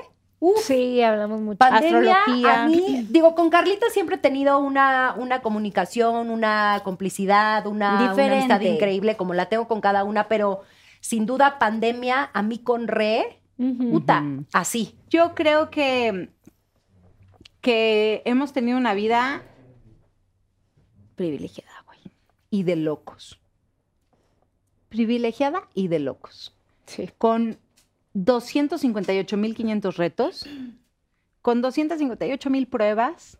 [SPEAKER 5] Sí, hablamos mucho. Ah,
[SPEAKER 1] pandemia
[SPEAKER 6] Astrología.
[SPEAKER 1] a mí, digo, con Carlita siempre he tenido una, una comunicación, una complicidad, una, una
[SPEAKER 4] Diferente.
[SPEAKER 1] amistad increíble, como la tengo con cada una, pero sin duda pandemia a mí con re, puta,
[SPEAKER 6] Ujú.
[SPEAKER 1] así.
[SPEAKER 6] Yo creo que, que hemos tenido una vida privilegiada, güey. Y de locos. Privilegiada y de locos. Con 258.500 retos, con 258.000 pruebas,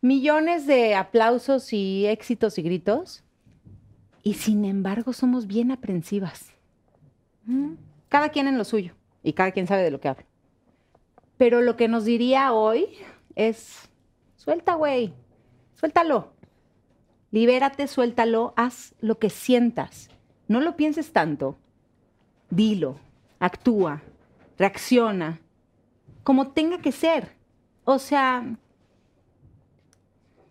[SPEAKER 6] millones de aplausos y éxitos y gritos. Y sin embargo, somos bien aprensivas. Mm. Cada quien en lo suyo y cada quien sabe de lo que habla. Pero lo que nos diría hoy es, suelta, güey, suéltalo. Libérate, suéltalo, haz lo que sientas. No lo pienses tanto. Dilo, actúa, reacciona, como tenga que ser. O sea,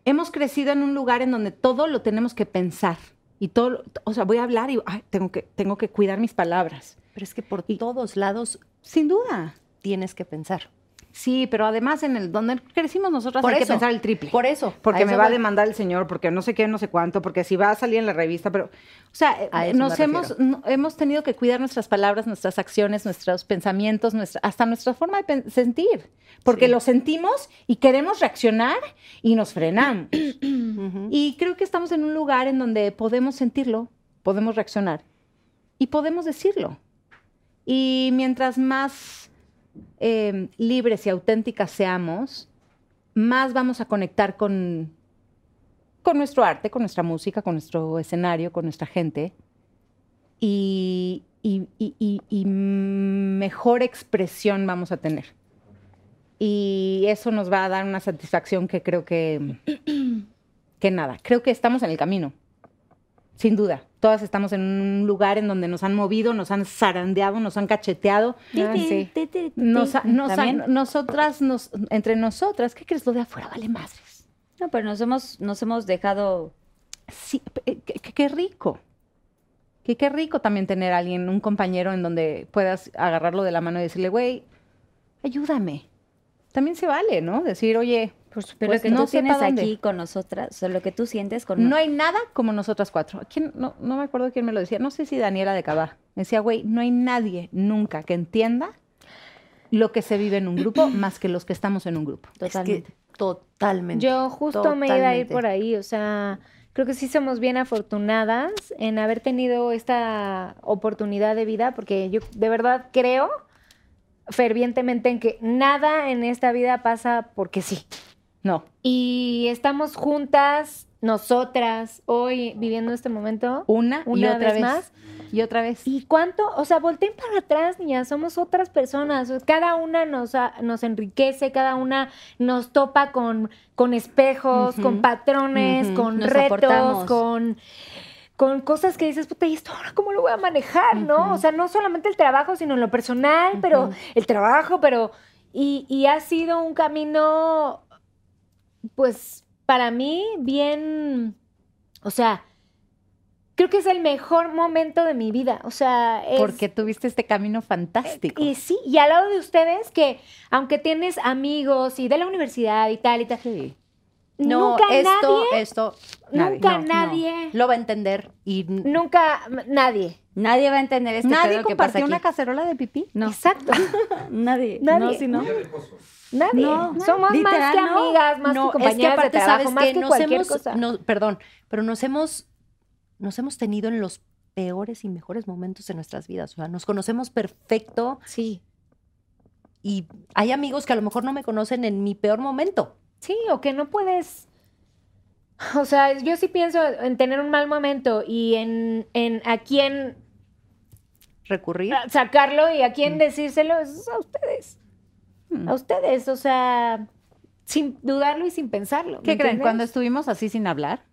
[SPEAKER 6] hemos crecido en un lugar en donde todo lo tenemos que pensar. Y todo, lo- o sea, voy a hablar y ay, tengo, que, tengo que cuidar mis palabras.
[SPEAKER 1] Pero es que por todos lados
[SPEAKER 6] Sin duda.
[SPEAKER 1] tienes que pensar.
[SPEAKER 6] Sí, pero además en el donde crecimos nosotras
[SPEAKER 1] Por
[SPEAKER 6] hay
[SPEAKER 1] eso,
[SPEAKER 6] que pensar el triple.
[SPEAKER 1] Por eso.
[SPEAKER 6] porque
[SPEAKER 1] a
[SPEAKER 6] me
[SPEAKER 1] eso
[SPEAKER 6] va a
[SPEAKER 1] voy.
[SPEAKER 6] demandar el señor, porque no sé qué, no sé cuánto, porque si va a salir en la revista, pero, o sea, eh,
[SPEAKER 1] A eso
[SPEAKER 6] nos
[SPEAKER 1] me
[SPEAKER 6] hemos, no- hemos tenido que cuidar nuestras palabras, nuestras acciones, nuestros pensamientos, nuestra, hasta nuestra forma de pen- sentir, porque lo sentimos y queremos reaccionar y nos frenamos.
[SPEAKER 1] Ujú.
[SPEAKER 6] Y creo que estamos en un lugar en donde podemos sentirlo, podemos reaccionar y podemos decirlo. Y mientras más eh, libres y auténticas seamos, más vamos a conectar con, con nuestro arte, con nuestra música, con nuestro escenario, con nuestra gente. Y, y- y- y- y mejor expresión vamos a tener. Y eso nos va a dar una satisfacción que creo que que nada. Creo que estamos en el camino. Sin duda. Todas estamos en un lugar en donde nos han movido, nos han zarandeado, nos han cacheteado.
[SPEAKER 5] Ah, sí.
[SPEAKER 6] Nos ha- nos ha-
[SPEAKER 4] También.
[SPEAKER 6] nosotras, nos, entre nosotras, ¿qué crees? Lo de afuera vale madres.
[SPEAKER 4] No, pero nos hemos, nos hemos dejado
[SPEAKER 6] sí, eh, qué- qué- qué rico. Que qué rico también tener a alguien, un compañero en donde puedas agarrarlo de la mano y decirle, güey, ayúdame. También se vale, ¿no? Decir, oye, pues,
[SPEAKER 4] Pero
[SPEAKER 6] pues
[SPEAKER 4] lo que
[SPEAKER 6] no
[SPEAKER 4] tú
[SPEAKER 6] sé pa'
[SPEAKER 4] tienes
[SPEAKER 6] dónde.
[SPEAKER 4] aquí con nosotras, o sea, lo que tú sientes con
[SPEAKER 6] No hay nada como nosotras cuatro. ¿Quién? No, no me acuerdo quién me lo decía. No sé si Daniela de Cabá. Me decía, güey, no hay nadie nunca que entienda lo que se vive en un grupo más que los que estamos en un grupo.
[SPEAKER 4] Totalmente.
[SPEAKER 1] Totalmente.
[SPEAKER 5] Yo justo me iba a ir
[SPEAKER 1] Totalmente.
[SPEAKER 5] por ahí, o sea, creo que sí somos bien afortunadas en haber tenido esta oportunidad de vida, porque yo de verdad creo fervientemente en que nada en esta vida pasa porque sí.
[SPEAKER 6] No.
[SPEAKER 5] Y estamos juntas, nosotras, hoy viviendo este momento.
[SPEAKER 6] Una, y
[SPEAKER 5] Una
[SPEAKER 6] otra
[SPEAKER 5] vez
[SPEAKER 6] vez,
[SPEAKER 5] más.
[SPEAKER 6] Y otra vez.
[SPEAKER 5] ¿Y cuánto? O sea, volteen para atrás, niñas, somos otras personas. Cada una nos, a- nos enriquece, cada una nos topa con, con espejos,
[SPEAKER 6] Ujú.
[SPEAKER 5] con patrones,
[SPEAKER 6] Ujú.
[SPEAKER 5] con
[SPEAKER 4] Nos
[SPEAKER 5] retos,
[SPEAKER 4] aportamos.
[SPEAKER 5] con, con cosas que dices, puta, ¿y esto ahora cómo lo voy a manejar? ¿No? O sea, no solamente el trabajo, sino en lo personal, pero el trabajo, pero. Y, y ha sido un camino, pues, para mí, bien. O sea, creo que es el mejor momento de mi vida. O sea, es.
[SPEAKER 6] Porque tuviste este camino fantástico.
[SPEAKER 5] Y sí, y al lado de ustedes, que aunque tienes amigos y de la universidad y tal y tal,
[SPEAKER 6] Sí.
[SPEAKER 1] No,
[SPEAKER 5] nunca
[SPEAKER 1] esto,
[SPEAKER 5] nadie,
[SPEAKER 1] esto,
[SPEAKER 6] nadie,
[SPEAKER 5] nunca
[SPEAKER 6] no, no.
[SPEAKER 5] nadie,
[SPEAKER 1] lo va a entender y
[SPEAKER 5] nunca m- nadie.
[SPEAKER 4] Nadie va a entender este
[SPEAKER 6] Nadie
[SPEAKER 4] pedo que pasa
[SPEAKER 6] compartió una
[SPEAKER 4] aquí.
[SPEAKER 6] cacerola de pipí.
[SPEAKER 4] No,
[SPEAKER 5] Exacto,
[SPEAKER 4] nadie.
[SPEAKER 5] Nadie.
[SPEAKER 4] No, sí, no.
[SPEAKER 6] Pues
[SPEAKER 5] nadie.
[SPEAKER 4] No,
[SPEAKER 5] Somos más
[SPEAKER 4] literal,
[SPEAKER 5] que
[SPEAKER 4] no.
[SPEAKER 5] amigas, más que compañeras de trabajo, más que,
[SPEAKER 1] nos
[SPEAKER 5] cualquier
[SPEAKER 1] hemos,
[SPEAKER 5] cosa.
[SPEAKER 1] no- perdón, pero nos hemos, nos hemos tenido en los peores y mejores momentos de nuestras vidas. O sea, nos conocemos perfecto
[SPEAKER 5] Sí,
[SPEAKER 1] y hay amigos que a lo mejor no me conocen en mi peor momento.
[SPEAKER 5] sí, o que no puedes. O sea, yo sí pienso en tener un mal momento y en, en a quién
[SPEAKER 1] Recurrir.
[SPEAKER 5] a- sacarlo y a quién
[SPEAKER 6] Mm.
[SPEAKER 5] decírselo, es a ustedes. A ustedes, o sea, sin dudarlo y sin pensarlo. ¿me
[SPEAKER 6] ¿Qué creen?
[SPEAKER 5] entiendes?
[SPEAKER 6] Cuando estuvimos así sin hablar,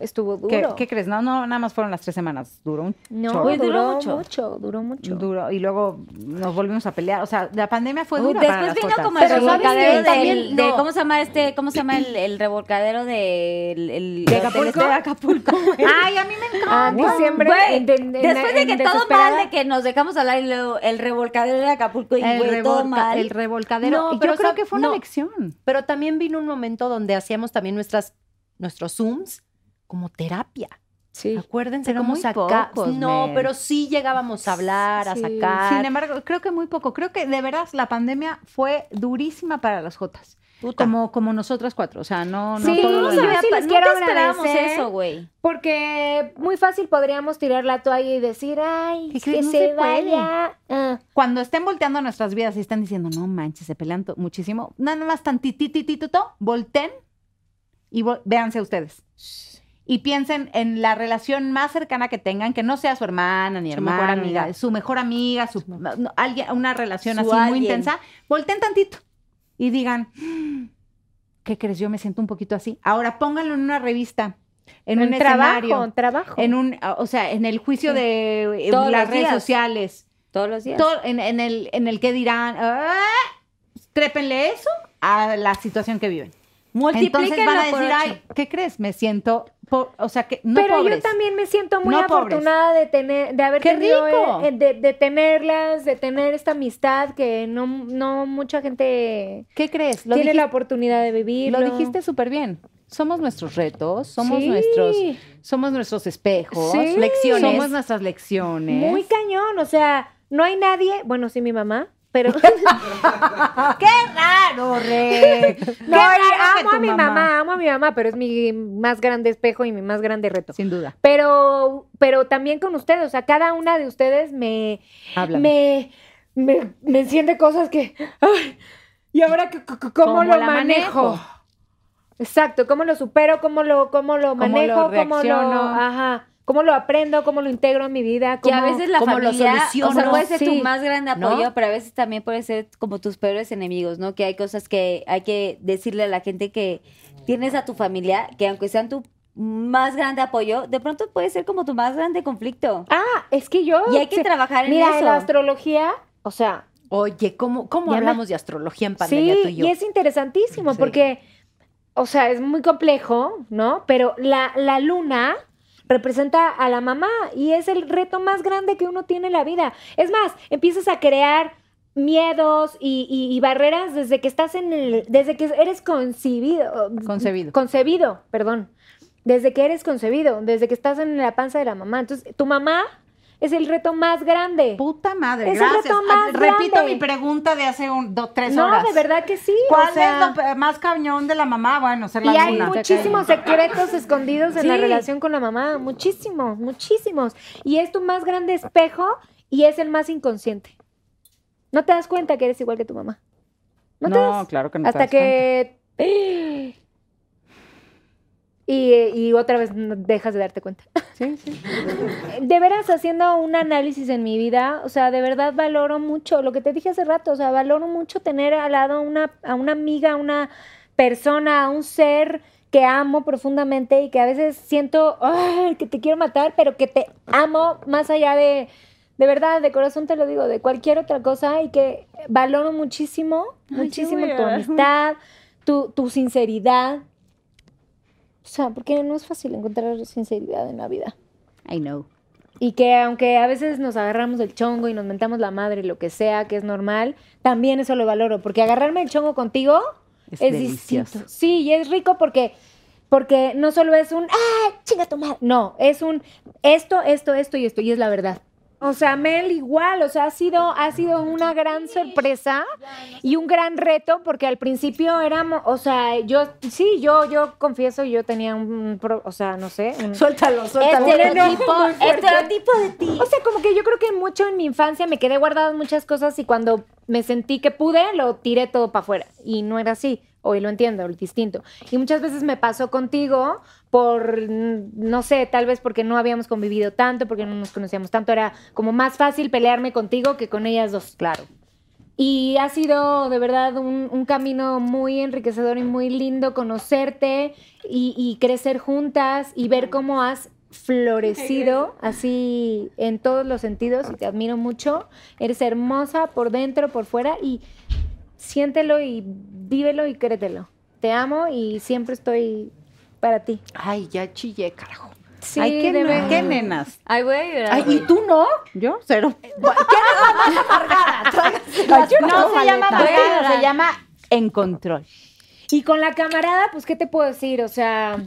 [SPEAKER 5] estuvo
[SPEAKER 6] ¿qué,
[SPEAKER 5] duro.
[SPEAKER 6] qué crees? No, no, nada más fueron las tres semanas. Duró un
[SPEAKER 5] no,
[SPEAKER 6] chorro.
[SPEAKER 4] Uy,
[SPEAKER 5] duró,
[SPEAKER 4] duró
[SPEAKER 5] mucho.
[SPEAKER 4] mucho.
[SPEAKER 5] duró mucho.
[SPEAKER 6] Duro, y luego nos volvimos a pelear. O sea, la pandemia fue
[SPEAKER 4] Uy,
[SPEAKER 6] dura. para
[SPEAKER 4] después
[SPEAKER 6] las
[SPEAKER 4] vino
[SPEAKER 6] cuatro.
[SPEAKER 4] como el
[SPEAKER 5] Pero ¿sabes
[SPEAKER 4] revolcadero
[SPEAKER 5] qué?
[SPEAKER 4] del-
[SPEAKER 5] También,
[SPEAKER 4] de
[SPEAKER 5] no.
[SPEAKER 4] cómo se llama este, cómo se llama el, el revolcadero del el,
[SPEAKER 6] ¿De
[SPEAKER 4] hotel
[SPEAKER 6] Acapulco?
[SPEAKER 4] este de Acapulco.
[SPEAKER 6] Ay, a mí me encanta.
[SPEAKER 5] Ah, diciembre.
[SPEAKER 4] Güey,
[SPEAKER 5] en- en- en-
[SPEAKER 4] después de
[SPEAKER 5] en
[SPEAKER 4] que todo
[SPEAKER 5] desesperada.
[SPEAKER 4] mal, de que nos dejamos hablar y luego el revolcadero de Acapulco y
[SPEAKER 6] El,
[SPEAKER 4] güey, todo
[SPEAKER 6] revolca-
[SPEAKER 4] mal.
[SPEAKER 6] el revolcadero.
[SPEAKER 1] No,
[SPEAKER 6] Y
[SPEAKER 1] pero
[SPEAKER 6] yo creo
[SPEAKER 1] sab-
[SPEAKER 6] que fue una
[SPEAKER 1] no.
[SPEAKER 6] lección.
[SPEAKER 1] Pero también vino un momento donde hacíamos también nuestras, nuestros Zooms como terapia.
[SPEAKER 6] Ah.
[SPEAKER 5] Sí.
[SPEAKER 1] Acuérdense
[SPEAKER 6] Pero
[SPEAKER 1] cómo
[SPEAKER 6] muy
[SPEAKER 1] sacar.
[SPEAKER 6] pocos,
[SPEAKER 1] No,
[SPEAKER 6] Mel.
[SPEAKER 1] pero sí llegábamos a hablar, a
[SPEAKER 5] Sí.
[SPEAKER 1] sacar.
[SPEAKER 6] Sin embargo, creo que muy poco. Creo que de veras la pandemia fue durísima para las Jotas.
[SPEAKER 1] Puta.
[SPEAKER 6] Como, como nosotras cuatro. O sea, no, no
[SPEAKER 5] Sí,
[SPEAKER 6] todo
[SPEAKER 5] no
[SPEAKER 6] lo
[SPEAKER 5] se
[SPEAKER 6] demás.
[SPEAKER 5] ve- sí les
[SPEAKER 4] nunca
[SPEAKER 5] quiero
[SPEAKER 4] esperábamos
[SPEAKER 5] agradecer.
[SPEAKER 4] eso, güey.
[SPEAKER 5] Porque muy fácil podríamos tirar la toalla y decir, ay,
[SPEAKER 6] ¿Qué
[SPEAKER 5] que
[SPEAKER 6] crees? No
[SPEAKER 5] se
[SPEAKER 6] se puede.
[SPEAKER 5] vaya. Ah,
[SPEAKER 6] Cuando estén volteando a nuestras vidas y están diciendo, no manches, se pelean to- muchísimo, nada más tantitititito, volten y vo- véanse ustedes. Y piensen en la relación más cercana que tengan, que no sea su hermana ni
[SPEAKER 1] Su
[SPEAKER 6] hermana,
[SPEAKER 1] mejor
[SPEAKER 6] ni
[SPEAKER 1] amiga.
[SPEAKER 6] nada, su mejor amiga, su, no, alguien, una relación
[SPEAKER 4] Su
[SPEAKER 6] así muy
[SPEAKER 4] alguien.
[SPEAKER 6] intensa. Volten tantito y digan, ¿qué crees? Yo me siento un poquito así. Ahora pónganlo en una revista, en un,
[SPEAKER 5] trabajo,
[SPEAKER 6] escenario,
[SPEAKER 5] trabajo.
[SPEAKER 6] en un, o sea, en el juicio de eh,
[SPEAKER 4] Todos
[SPEAKER 6] las
[SPEAKER 4] los
[SPEAKER 6] redes
[SPEAKER 4] días.
[SPEAKER 6] sociales
[SPEAKER 4] Todos los días.
[SPEAKER 6] todo- en, en el, en el que dirán, "Ah", trépenle eso a la situación que viven. Entonces van a
[SPEAKER 4] Multiplíquenlo por
[SPEAKER 6] decir,
[SPEAKER 4] ocho.
[SPEAKER 6] ay, ¿qué crees? Me siento, po- o sea, que no
[SPEAKER 5] Pero yo
[SPEAKER 6] pobres.
[SPEAKER 5] también me siento muy
[SPEAKER 6] No pobres.
[SPEAKER 5] afortunada de tener, de haber
[SPEAKER 6] ¡Qué
[SPEAKER 5] tenido,
[SPEAKER 6] rico!
[SPEAKER 5] eh, de, de tenerlas, de tener esta amistad que no, no mucha gente
[SPEAKER 6] ¿Qué crees? Lo,
[SPEAKER 5] tiene la
[SPEAKER 6] dijiste,
[SPEAKER 5] oportunidad de vivir.
[SPEAKER 6] lo dijiste súper bien. Somos nuestros retos, somos nuestros, somos nuestros espejos,
[SPEAKER 5] Sí.
[SPEAKER 1] Lecciones.
[SPEAKER 6] somos nuestras lecciones.
[SPEAKER 5] Muy cañón, o sea, no hay nadie, bueno, sí mi mamá, pero
[SPEAKER 6] ¡Qué raro, Rey!
[SPEAKER 5] no,
[SPEAKER 6] Qué
[SPEAKER 5] y
[SPEAKER 6] raro que
[SPEAKER 5] amo
[SPEAKER 6] tu
[SPEAKER 5] a mi mamá. amo a mi mamá, pero es mi más grande espejo y mi más grande reto.
[SPEAKER 6] Sin duda,
[SPEAKER 5] Pero, pero también con ustedes, o sea, cada una de ustedes me,
[SPEAKER 6] háblame.
[SPEAKER 5] me, me, me enciende cosas que, ay, y ahora c- c- c- cómo,
[SPEAKER 6] ¿Cómo
[SPEAKER 5] lo
[SPEAKER 6] la
[SPEAKER 5] manejo.
[SPEAKER 6] manejo?
[SPEAKER 5] Exacto, cómo lo supero, cómo lo, cómo lo
[SPEAKER 6] ¿Cómo lo
[SPEAKER 5] manejo, cómo lo,
[SPEAKER 6] reacciono?
[SPEAKER 5] ajá, cómo lo aprendo, cómo lo integro en mi vida,
[SPEAKER 4] Que
[SPEAKER 5] cómo,
[SPEAKER 4] a veces la
[SPEAKER 1] cómo lo
[SPEAKER 4] familia, o sea,
[SPEAKER 1] soluciono?
[SPEAKER 4] puede ser
[SPEAKER 5] Sí.
[SPEAKER 4] tu más grande apoyo,
[SPEAKER 1] ¿No?
[SPEAKER 4] pero a veces también puede ser como tus peores enemigos, ¿no? Que hay cosas que hay que decirle a la gente que tienes a tu familia, que aunque sean tu más grande apoyo, de pronto puede ser como tu más grande conflicto.
[SPEAKER 5] Ah, es que yo.
[SPEAKER 4] Y hay que
[SPEAKER 5] se-
[SPEAKER 4] trabajar en
[SPEAKER 5] Mira,
[SPEAKER 4] eso.
[SPEAKER 5] en la astrología, o sea,
[SPEAKER 1] Oye, ¿cómo, cómo
[SPEAKER 5] Ya
[SPEAKER 1] hablamos de astrología en pandemia
[SPEAKER 5] sí,
[SPEAKER 1] tú y yo?
[SPEAKER 5] y es interesantísimo
[SPEAKER 1] Sí.
[SPEAKER 5] porque, o sea, es muy complejo, ¿no? Pero la, la luna representa a la mamá y es el reto más grande que uno tiene en la vida. Es más, empiezas a crear miedos y, y- y barreras desde que estás en el, desde que eres concebido,
[SPEAKER 6] Concebido.
[SPEAKER 5] concebido, perdón, desde que eres concebido, desde que estás en la panza de la mamá. Entonces, tu mamá es el reto más grande.
[SPEAKER 6] Puta madre,
[SPEAKER 5] Es el
[SPEAKER 6] gracias.
[SPEAKER 5] reto más
[SPEAKER 6] Ah, Repito
[SPEAKER 5] grande.
[SPEAKER 6] mi pregunta de hace un, dos, tres
[SPEAKER 5] no,
[SPEAKER 6] horas.
[SPEAKER 5] de verdad que sí. o
[SPEAKER 6] ¿Cuál
[SPEAKER 5] sea,
[SPEAKER 6] es lo pe- más cañón de la mamá? Bueno, ser la
[SPEAKER 5] y hay
[SPEAKER 6] luna.
[SPEAKER 5] muchísimos secretos escondidos en la
[SPEAKER 6] Sí.
[SPEAKER 5] relación con la mamá, muchísimos, muchísimos. Y es tu más grande espejo y es el más inconsciente. No te das cuenta que eres igual que tu mamá. No, te das.
[SPEAKER 6] claro que
[SPEAKER 5] Hasta que... Y, y otra vez no dejas de darte cuenta.
[SPEAKER 6] Sí, sí.
[SPEAKER 5] De veras, haciendo un análisis en mi vida, o sea, de verdad valoro mucho lo que te dije hace rato, o sea, valoro mucho tener al lado a una, a una amiga, a una persona, a un ser que amo profundamente y que a veces siento "Ay, que te quiero matar, pero que te amo más allá de, de verdad, de corazón te lo digo, de cualquier otra cosa y que valoro muchísimo, muchísimo tu amistad, tu, tu sinceridad. O sea, porque no es fácil encontrar sinceridad en la vida.
[SPEAKER 4] I know.
[SPEAKER 5] Y que aunque a veces nos agarramos el chongo y nos mentamos la madre, lo que sea, que es normal, también eso lo valoro, porque agarrarme el chongo contigo
[SPEAKER 6] Es
[SPEAKER 5] es,
[SPEAKER 6] delicioso.
[SPEAKER 5] distinto. Sí, y es rico porque, porque no solo es un, ¡ah, chinga tu madre! No, es un esto, esto, esto y esto, y es la verdad. O sea, Mel igual, o sea, ha sido, ha sido una gran sorpresa y un gran reto porque al principio éramos, o sea, yo, sí, yo, yo confieso, yo tenía un, pro- o sea, no sé, un, Eh,
[SPEAKER 8] Suéltalo, suéltalo.
[SPEAKER 4] Estereotipo,
[SPEAKER 5] muy fuerte.
[SPEAKER 4] estereotipo de ti.
[SPEAKER 5] o sea, como que yo creo que mucho en mi infancia me quedé guardadas muchas cosas y cuando me sentí que pude, lo tiré todo para afuera. Y no era así. Hoy lo entiendo, es distinto. Y muchas veces me pasó contigo por, mm, no sé, tal vez porque no habíamos convivido tanto, porque no nos conocíamos tanto. Era como más fácil pelearme contigo que con ellas dos. Claro. Y ha sido de verdad un, un camino muy enriquecedor y muy lindo conocerte y, y crecer juntas y ver cómo has florecido así en todos los sentidos y te admiro mucho. Eres hermosa por dentro, por fuera y siéntelo y vívelo y créetelo. Te amo y siempre estoy para ti.
[SPEAKER 6] Ay, ya chillé, carajo.
[SPEAKER 5] Sí,
[SPEAKER 6] Ay, qué,
[SPEAKER 5] de
[SPEAKER 6] ne-
[SPEAKER 5] verdad.
[SPEAKER 6] qué nenas.
[SPEAKER 4] Ay, voy a llorar.
[SPEAKER 8] Ay, ¿y tú no?
[SPEAKER 6] Yo, cero.
[SPEAKER 8] No se llama amargada, se llama
[SPEAKER 6] En control.
[SPEAKER 5] Y con la camarada, pues, ¿qué te puedo decir? O sea,
[SPEAKER 4] Ay,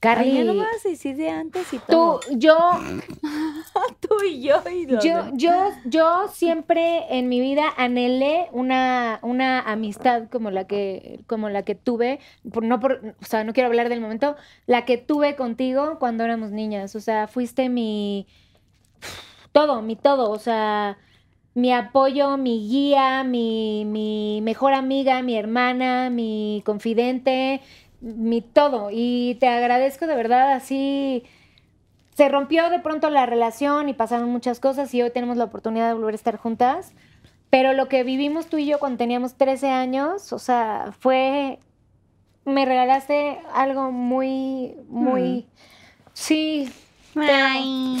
[SPEAKER 5] Carly,
[SPEAKER 4] ya no me vas a decir de antes y
[SPEAKER 5] tú,
[SPEAKER 4] todo.
[SPEAKER 5] yo
[SPEAKER 4] tú y yo y los
[SPEAKER 5] Yo,
[SPEAKER 4] demás.
[SPEAKER 5] yo, yo siempre en mi vida anhelé una, una amistad como la que, como la que tuve, por- no por, o sea, no quiero hablar del momento, la que tuve contigo cuando éramos niñas. O sea, fuiste mi todo, mi todo. O sea, mi apoyo, mi guía, mi, mi mejor amiga, mi hermana, mi confidente, mi todo. Y te agradezco de verdad así se rompió de pronto la relación y pasaron muchas cosas y hoy tenemos la oportunidad de volver a estar juntas. Pero lo que vivimos tú y yo cuando teníamos 13 años, o sea, fue... Me regalaste algo muy, muy... Sí,
[SPEAKER 4] Ay.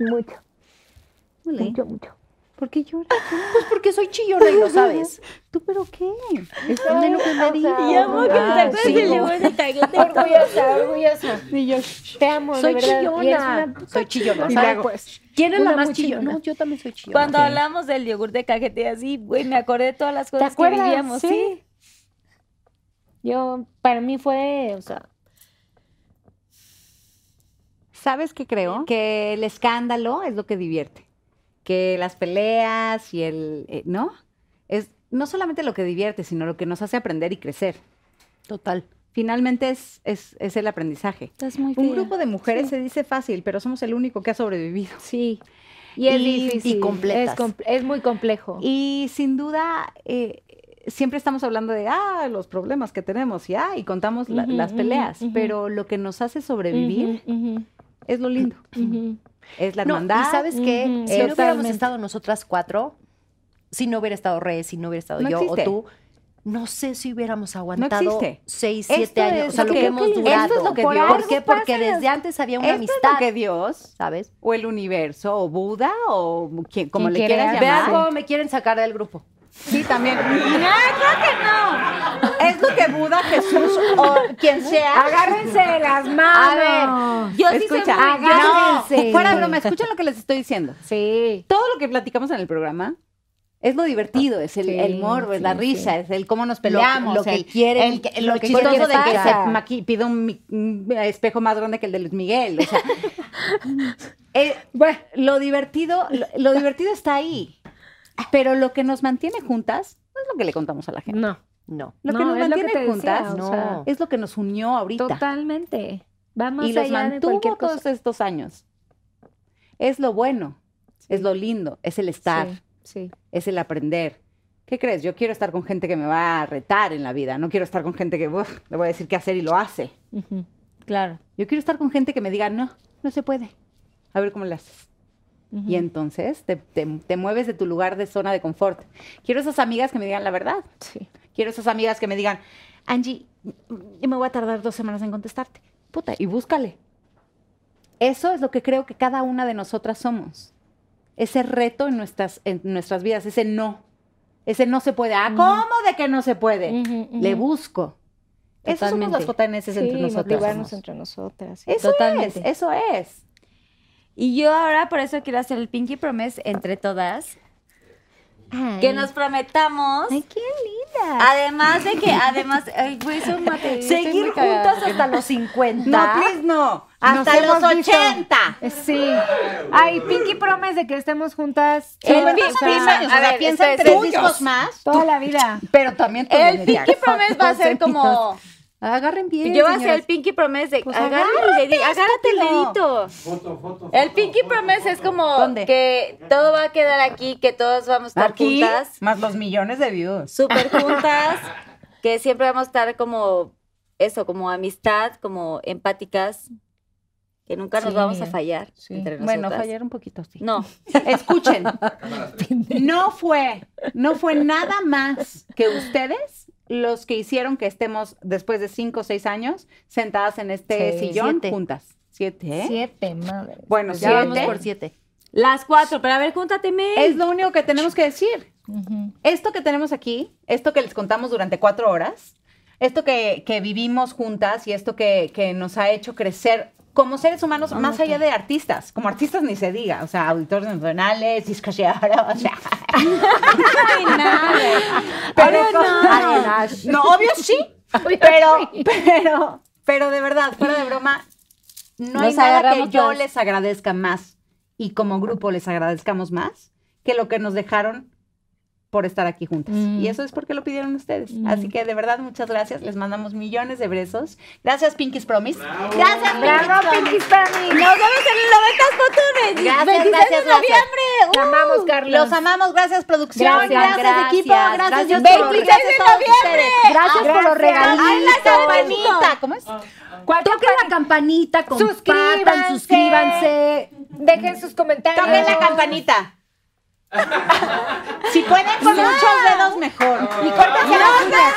[SPEAKER 5] mucho,
[SPEAKER 4] Ole.
[SPEAKER 5] mucho, mucho.
[SPEAKER 6] ¿Por qué lloras?
[SPEAKER 8] Pues porque soy chillona y lo sabes.
[SPEAKER 6] ¿Tú pero qué?
[SPEAKER 5] Ay, o sea,
[SPEAKER 4] Y amo que te acuerdas
[SPEAKER 5] sí.
[SPEAKER 4] del amor de Tagliatelle.
[SPEAKER 5] Orgullosa, orgullosa.
[SPEAKER 6] Y yo,
[SPEAKER 5] Te amo,
[SPEAKER 8] Soy
[SPEAKER 5] de verdad. Y eres una
[SPEAKER 8] chillona. Soy chillona.
[SPEAKER 6] y
[SPEAKER 8] ¿sabes?
[SPEAKER 6] luego,
[SPEAKER 8] ¿Quién es la
[SPEAKER 5] una
[SPEAKER 8] más
[SPEAKER 5] muy
[SPEAKER 8] chillona?
[SPEAKER 5] chillona.
[SPEAKER 8] No, yo también soy chillona.
[SPEAKER 4] Cuando hablamos del yogur de cajete así, güey, me acordé de todas las
[SPEAKER 5] ¿Te
[SPEAKER 4] cosas que
[SPEAKER 5] acuerdas?
[SPEAKER 4] vivíamos, sí.
[SPEAKER 5] Yo, para mí fue, o sea,
[SPEAKER 6] ¿Sabes qué creo? Que el escándalo es lo que divierte. Que las peleas y el. eh, ¿No? Es no solamente lo que divierte, sino lo que nos hace aprender y crecer.
[SPEAKER 8] Total.
[SPEAKER 6] Finalmente es, es, es el aprendizaje.
[SPEAKER 4] Estás muy
[SPEAKER 6] Un grupo de mujeres se dice fácil, pero somos el único que ha sobrevivido.
[SPEAKER 5] sí. Y es
[SPEAKER 6] Y- y
[SPEAKER 5] difícil.
[SPEAKER 8] completas.
[SPEAKER 5] Es, comple- es muy complejo.
[SPEAKER 6] Y sin duda, eh, siempre estamos hablando de ah, los problemas que tenemos y, ah, y contamos la-
[SPEAKER 5] Ujú,
[SPEAKER 6] las
[SPEAKER 5] ujú,
[SPEAKER 6] peleas,
[SPEAKER 5] ujú.
[SPEAKER 6] pero lo que nos hace sobrevivir
[SPEAKER 5] Ujú,
[SPEAKER 6] es lo lindo.
[SPEAKER 5] ujú, ujú.
[SPEAKER 6] Es la
[SPEAKER 8] No,
[SPEAKER 6] hermandad.
[SPEAKER 8] y sabes qué,
[SPEAKER 5] Ujú,
[SPEAKER 8] si no hubiéramos
[SPEAKER 5] totalmente.
[SPEAKER 8] estado nosotras cuatro, si no hubiera estado Rey, si no hubiera estado
[SPEAKER 6] No
[SPEAKER 8] yo
[SPEAKER 6] existe.
[SPEAKER 8] o tú, no sé si hubiéramos aguantado
[SPEAKER 6] existe.
[SPEAKER 8] seis,
[SPEAKER 6] Esto
[SPEAKER 8] siete años.
[SPEAKER 6] es
[SPEAKER 8] O sea,
[SPEAKER 6] lo
[SPEAKER 8] lo
[SPEAKER 6] que-
[SPEAKER 8] que, hemos
[SPEAKER 6] esto es
[SPEAKER 8] durado.
[SPEAKER 6] lo que
[SPEAKER 8] ¿Por ¿Por
[SPEAKER 6] Dios-
[SPEAKER 8] qué?
[SPEAKER 6] algo pasa
[SPEAKER 8] Porque
[SPEAKER 6] en las-
[SPEAKER 8] desde antes había una
[SPEAKER 6] Esto es lo
[SPEAKER 8] amistad,
[SPEAKER 6] que Dios
[SPEAKER 8] ¿sabes?
[SPEAKER 6] o el universo o Buda o quien, como
[SPEAKER 5] Quien
[SPEAKER 6] le
[SPEAKER 5] quiera
[SPEAKER 6] quieras
[SPEAKER 5] llamar.
[SPEAKER 6] llamar.
[SPEAKER 8] Vean cómo me quieren sacar del grupo.
[SPEAKER 6] Sí, también. No, creo que no. Es lo que Buda ayuda Jesús o quien sea.
[SPEAKER 7] Agárrense las
[SPEAKER 4] A
[SPEAKER 7] manos.
[SPEAKER 4] ver, yo sí soy
[SPEAKER 6] Escucha,
[SPEAKER 4] muy-
[SPEAKER 7] agárrense.
[SPEAKER 6] no, fuera de broma, escuchen lo que les estoy diciendo.
[SPEAKER 7] Sí.
[SPEAKER 6] Todo lo que platicamos en el programa es lo divertido, es el,
[SPEAKER 7] Sí,
[SPEAKER 6] el morbo, es la
[SPEAKER 7] sí,
[SPEAKER 6] risa, es el cómo nos
[SPEAKER 8] Lo-
[SPEAKER 6] peleamos,
[SPEAKER 8] lo que
[SPEAKER 6] el-
[SPEAKER 8] quieren,
[SPEAKER 6] el que- lo
[SPEAKER 8] lo que
[SPEAKER 6] chistoso
[SPEAKER 7] quieren
[SPEAKER 6] de que se
[SPEAKER 7] pasa.
[SPEAKER 6] maqui- pide un, mi- un espejo más grande que el de Luis Miguel. o sea, eh, lo divertido, lo, lo divertido está ahí, pero lo que nos mantiene juntas no es lo que le contamos a la gente.
[SPEAKER 7] No.
[SPEAKER 1] No.
[SPEAKER 6] Lo que
[SPEAKER 7] No,
[SPEAKER 6] nos
[SPEAKER 7] es lo que
[SPEAKER 6] mantiene
[SPEAKER 7] te decía,
[SPEAKER 6] juntas
[SPEAKER 7] o
[SPEAKER 6] no,
[SPEAKER 7] sea,
[SPEAKER 6] es lo que nos unió ahorita
[SPEAKER 7] Totalmente. Va más
[SPEAKER 6] y los
[SPEAKER 7] allá de cualquier
[SPEAKER 6] mantuvo
[SPEAKER 7] cosa.
[SPEAKER 6] todos estos años. Es lo bueno, es lo lindo, es el estar,
[SPEAKER 7] Sí. sí.
[SPEAKER 6] es el aprender. ¿Qué crees? Yo quiero estar con gente que me va a retar en la vida, no quiero estar con gente que "Uf, le voy a decir qué hacer y lo hace.
[SPEAKER 7] Ujú.
[SPEAKER 4] Claro.
[SPEAKER 6] Yo quiero estar con gente que me diga, no, no se puede. A ver cómo le haces. Y entonces te, te- te mueves de tu lugar de zona de confort. Quiero esas amigas que me digan la verdad.
[SPEAKER 7] Sí.
[SPEAKER 6] Quiero esas amigas que me digan, Angie, yo me voy a tardar dos semanas en contestarte. Puta, y búscale. Eso es lo que creo que cada una de nosotras somos. Ese reto en nuestras, en nuestras vidas, ese no. Ese no se puede. Ah, ¿cómo de que no se puede?
[SPEAKER 7] Ujú, ujú.
[SPEAKER 6] Le busco. Eso somos las
[SPEAKER 4] Totalmente.
[SPEAKER 6] JNS entre
[SPEAKER 7] Sí,
[SPEAKER 6] nosotras.
[SPEAKER 7] motivarnos entre nosotras. sí.
[SPEAKER 6] Eso
[SPEAKER 4] Totalmente.
[SPEAKER 6] es, eso es.
[SPEAKER 4] Y yo ahora por eso quiero hacer el Pinky Promise entre todas. Que nos prometamos. Ay, qué linda. Además de que, además, ay, güey, son mate- estoy muy
[SPEAKER 1] Seguir
[SPEAKER 4] cagada.
[SPEAKER 1] juntas hasta los 50.
[SPEAKER 6] No, please, no.
[SPEAKER 7] Nos
[SPEAKER 6] Hasta los
[SPEAKER 7] hemos visto.
[SPEAKER 6] 80.
[SPEAKER 7] Eh, Sí. Ay, Pinky Promise de que estemos juntas.
[SPEAKER 6] El
[SPEAKER 7] todas,
[SPEAKER 6] Pinky
[SPEAKER 7] o sea,
[SPEAKER 6] Promise, o sea, piensa en
[SPEAKER 7] esto es
[SPEAKER 6] tres
[SPEAKER 7] tuyos.
[SPEAKER 6] discos más.
[SPEAKER 7] Toda la vida.
[SPEAKER 6] Pero también tú,
[SPEAKER 4] El
[SPEAKER 6] Janet
[SPEAKER 4] Pinky
[SPEAKER 6] Jackson.
[SPEAKER 4] Promise va a ser como.
[SPEAKER 6] Agarren bien.
[SPEAKER 4] Yo voy a hacer el
[SPEAKER 6] señoras.
[SPEAKER 4] Pinky Promise de.
[SPEAKER 6] Pues
[SPEAKER 4] agárrate,
[SPEAKER 6] agárrate,
[SPEAKER 4] agárrate el
[SPEAKER 6] estúpido.
[SPEAKER 4] dedito. el Pinky Promise es como
[SPEAKER 6] ¿Dónde?
[SPEAKER 4] que todo va a quedar aquí, que todos vamos a estar
[SPEAKER 6] Aquí,
[SPEAKER 4] juntas.
[SPEAKER 6] más los millones de views.
[SPEAKER 4] súper juntas, que siempre vamos a estar como eso, como amistad, como empáticas, que nunca nos
[SPEAKER 7] Sí,
[SPEAKER 4] vamos a fallar
[SPEAKER 7] sí.
[SPEAKER 4] entre nosotras.
[SPEAKER 6] Bueno, fallar un poquito, sí.
[SPEAKER 4] No,
[SPEAKER 6] Escuchen. No fue, no fue nada más que ustedes los que hicieron que estemos después de cinco o seis años sentadas en este
[SPEAKER 7] Sí.
[SPEAKER 6] sillón
[SPEAKER 1] Siete.
[SPEAKER 6] juntas. Siete, ¿eh?
[SPEAKER 7] Siete, madre.
[SPEAKER 6] Bueno,
[SPEAKER 1] Ya vamos
[SPEAKER 6] siete.
[SPEAKER 1] por siete.
[SPEAKER 4] las cuatro, pero a ver, júntate, Mel.
[SPEAKER 6] Es lo único que tenemos que decir.
[SPEAKER 7] Ujú.
[SPEAKER 6] Esto que tenemos aquí, esto que les contamos durante cuatro horas, esto que, que vivimos juntas y esto que, que nos ha hecho crecer como seres humanos, más allá de artistas, como artistas ni se diga, o sea, auditores nacionales, discasiados, o sea. Pero con- no, obvio sí, pero, pero, pero de verdad, fuera de broma, no hay
[SPEAKER 4] Nos
[SPEAKER 6] nada que
[SPEAKER 4] agarramos
[SPEAKER 6] yo
[SPEAKER 4] todas.
[SPEAKER 6] les agradezca más y como grupo les agradezcamos más que lo que nos dejaron por estar aquí juntas.
[SPEAKER 7] Mm.
[SPEAKER 6] Y eso es porque lo pidieron ustedes. Así que de verdad, muchas gracias. Les mandamos millones de besos. Gracias, Pinkies Promise. Gracias, Pinkies
[SPEAKER 7] Bravo,
[SPEAKER 6] Promise.
[SPEAKER 7] Pinky Promise.
[SPEAKER 4] Nos vemos en el 90 Fotones.
[SPEAKER 6] Gracias,
[SPEAKER 4] 26
[SPEAKER 6] gracias,
[SPEAKER 4] de
[SPEAKER 6] gracias.
[SPEAKER 4] noviembre.
[SPEAKER 7] Te amamos, Carlos.
[SPEAKER 6] Los amamos. Gracias, producción. Gracias,
[SPEAKER 1] Gracias, gracias.
[SPEAKER 6] equipo. Gracias,
[SPEAKER 1] Gracias,
[SPEAKER 6] YouTube.
[SPEAKER 1] Becky.
[SPEAKER 6] Gracias a todos ustedes.
[SPEAKER 1] Gracias por los regalitos.
[SPEAKER 6] Ay, la campanita. ¿Cómo es?
[SPEAKER 1] Toquen la campanita, compartan,
[SPEAKER 7] Suscríbanse.
[SPEAKER 1] suscríbanse.
[SPEAKER 7] Dejen sus comentarios.
[SPEAKER 6] Toquen
[SPEAKER 5] Ah.
[SPEAKER 6] la campanita. si pueden con muchos dedos, mejor. Y córtense las uñas.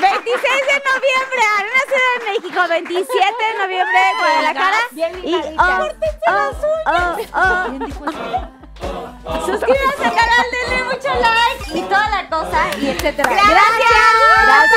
[SPEAKER 4] 26 de noviembre, Arena Ciudad de México. 27 de noviembre, Guadalajara. Y oh, oh, oh, oh. Suscríbanse al canal, denle mucho like y toda la cosa y etcétera. Gracias. Gracias.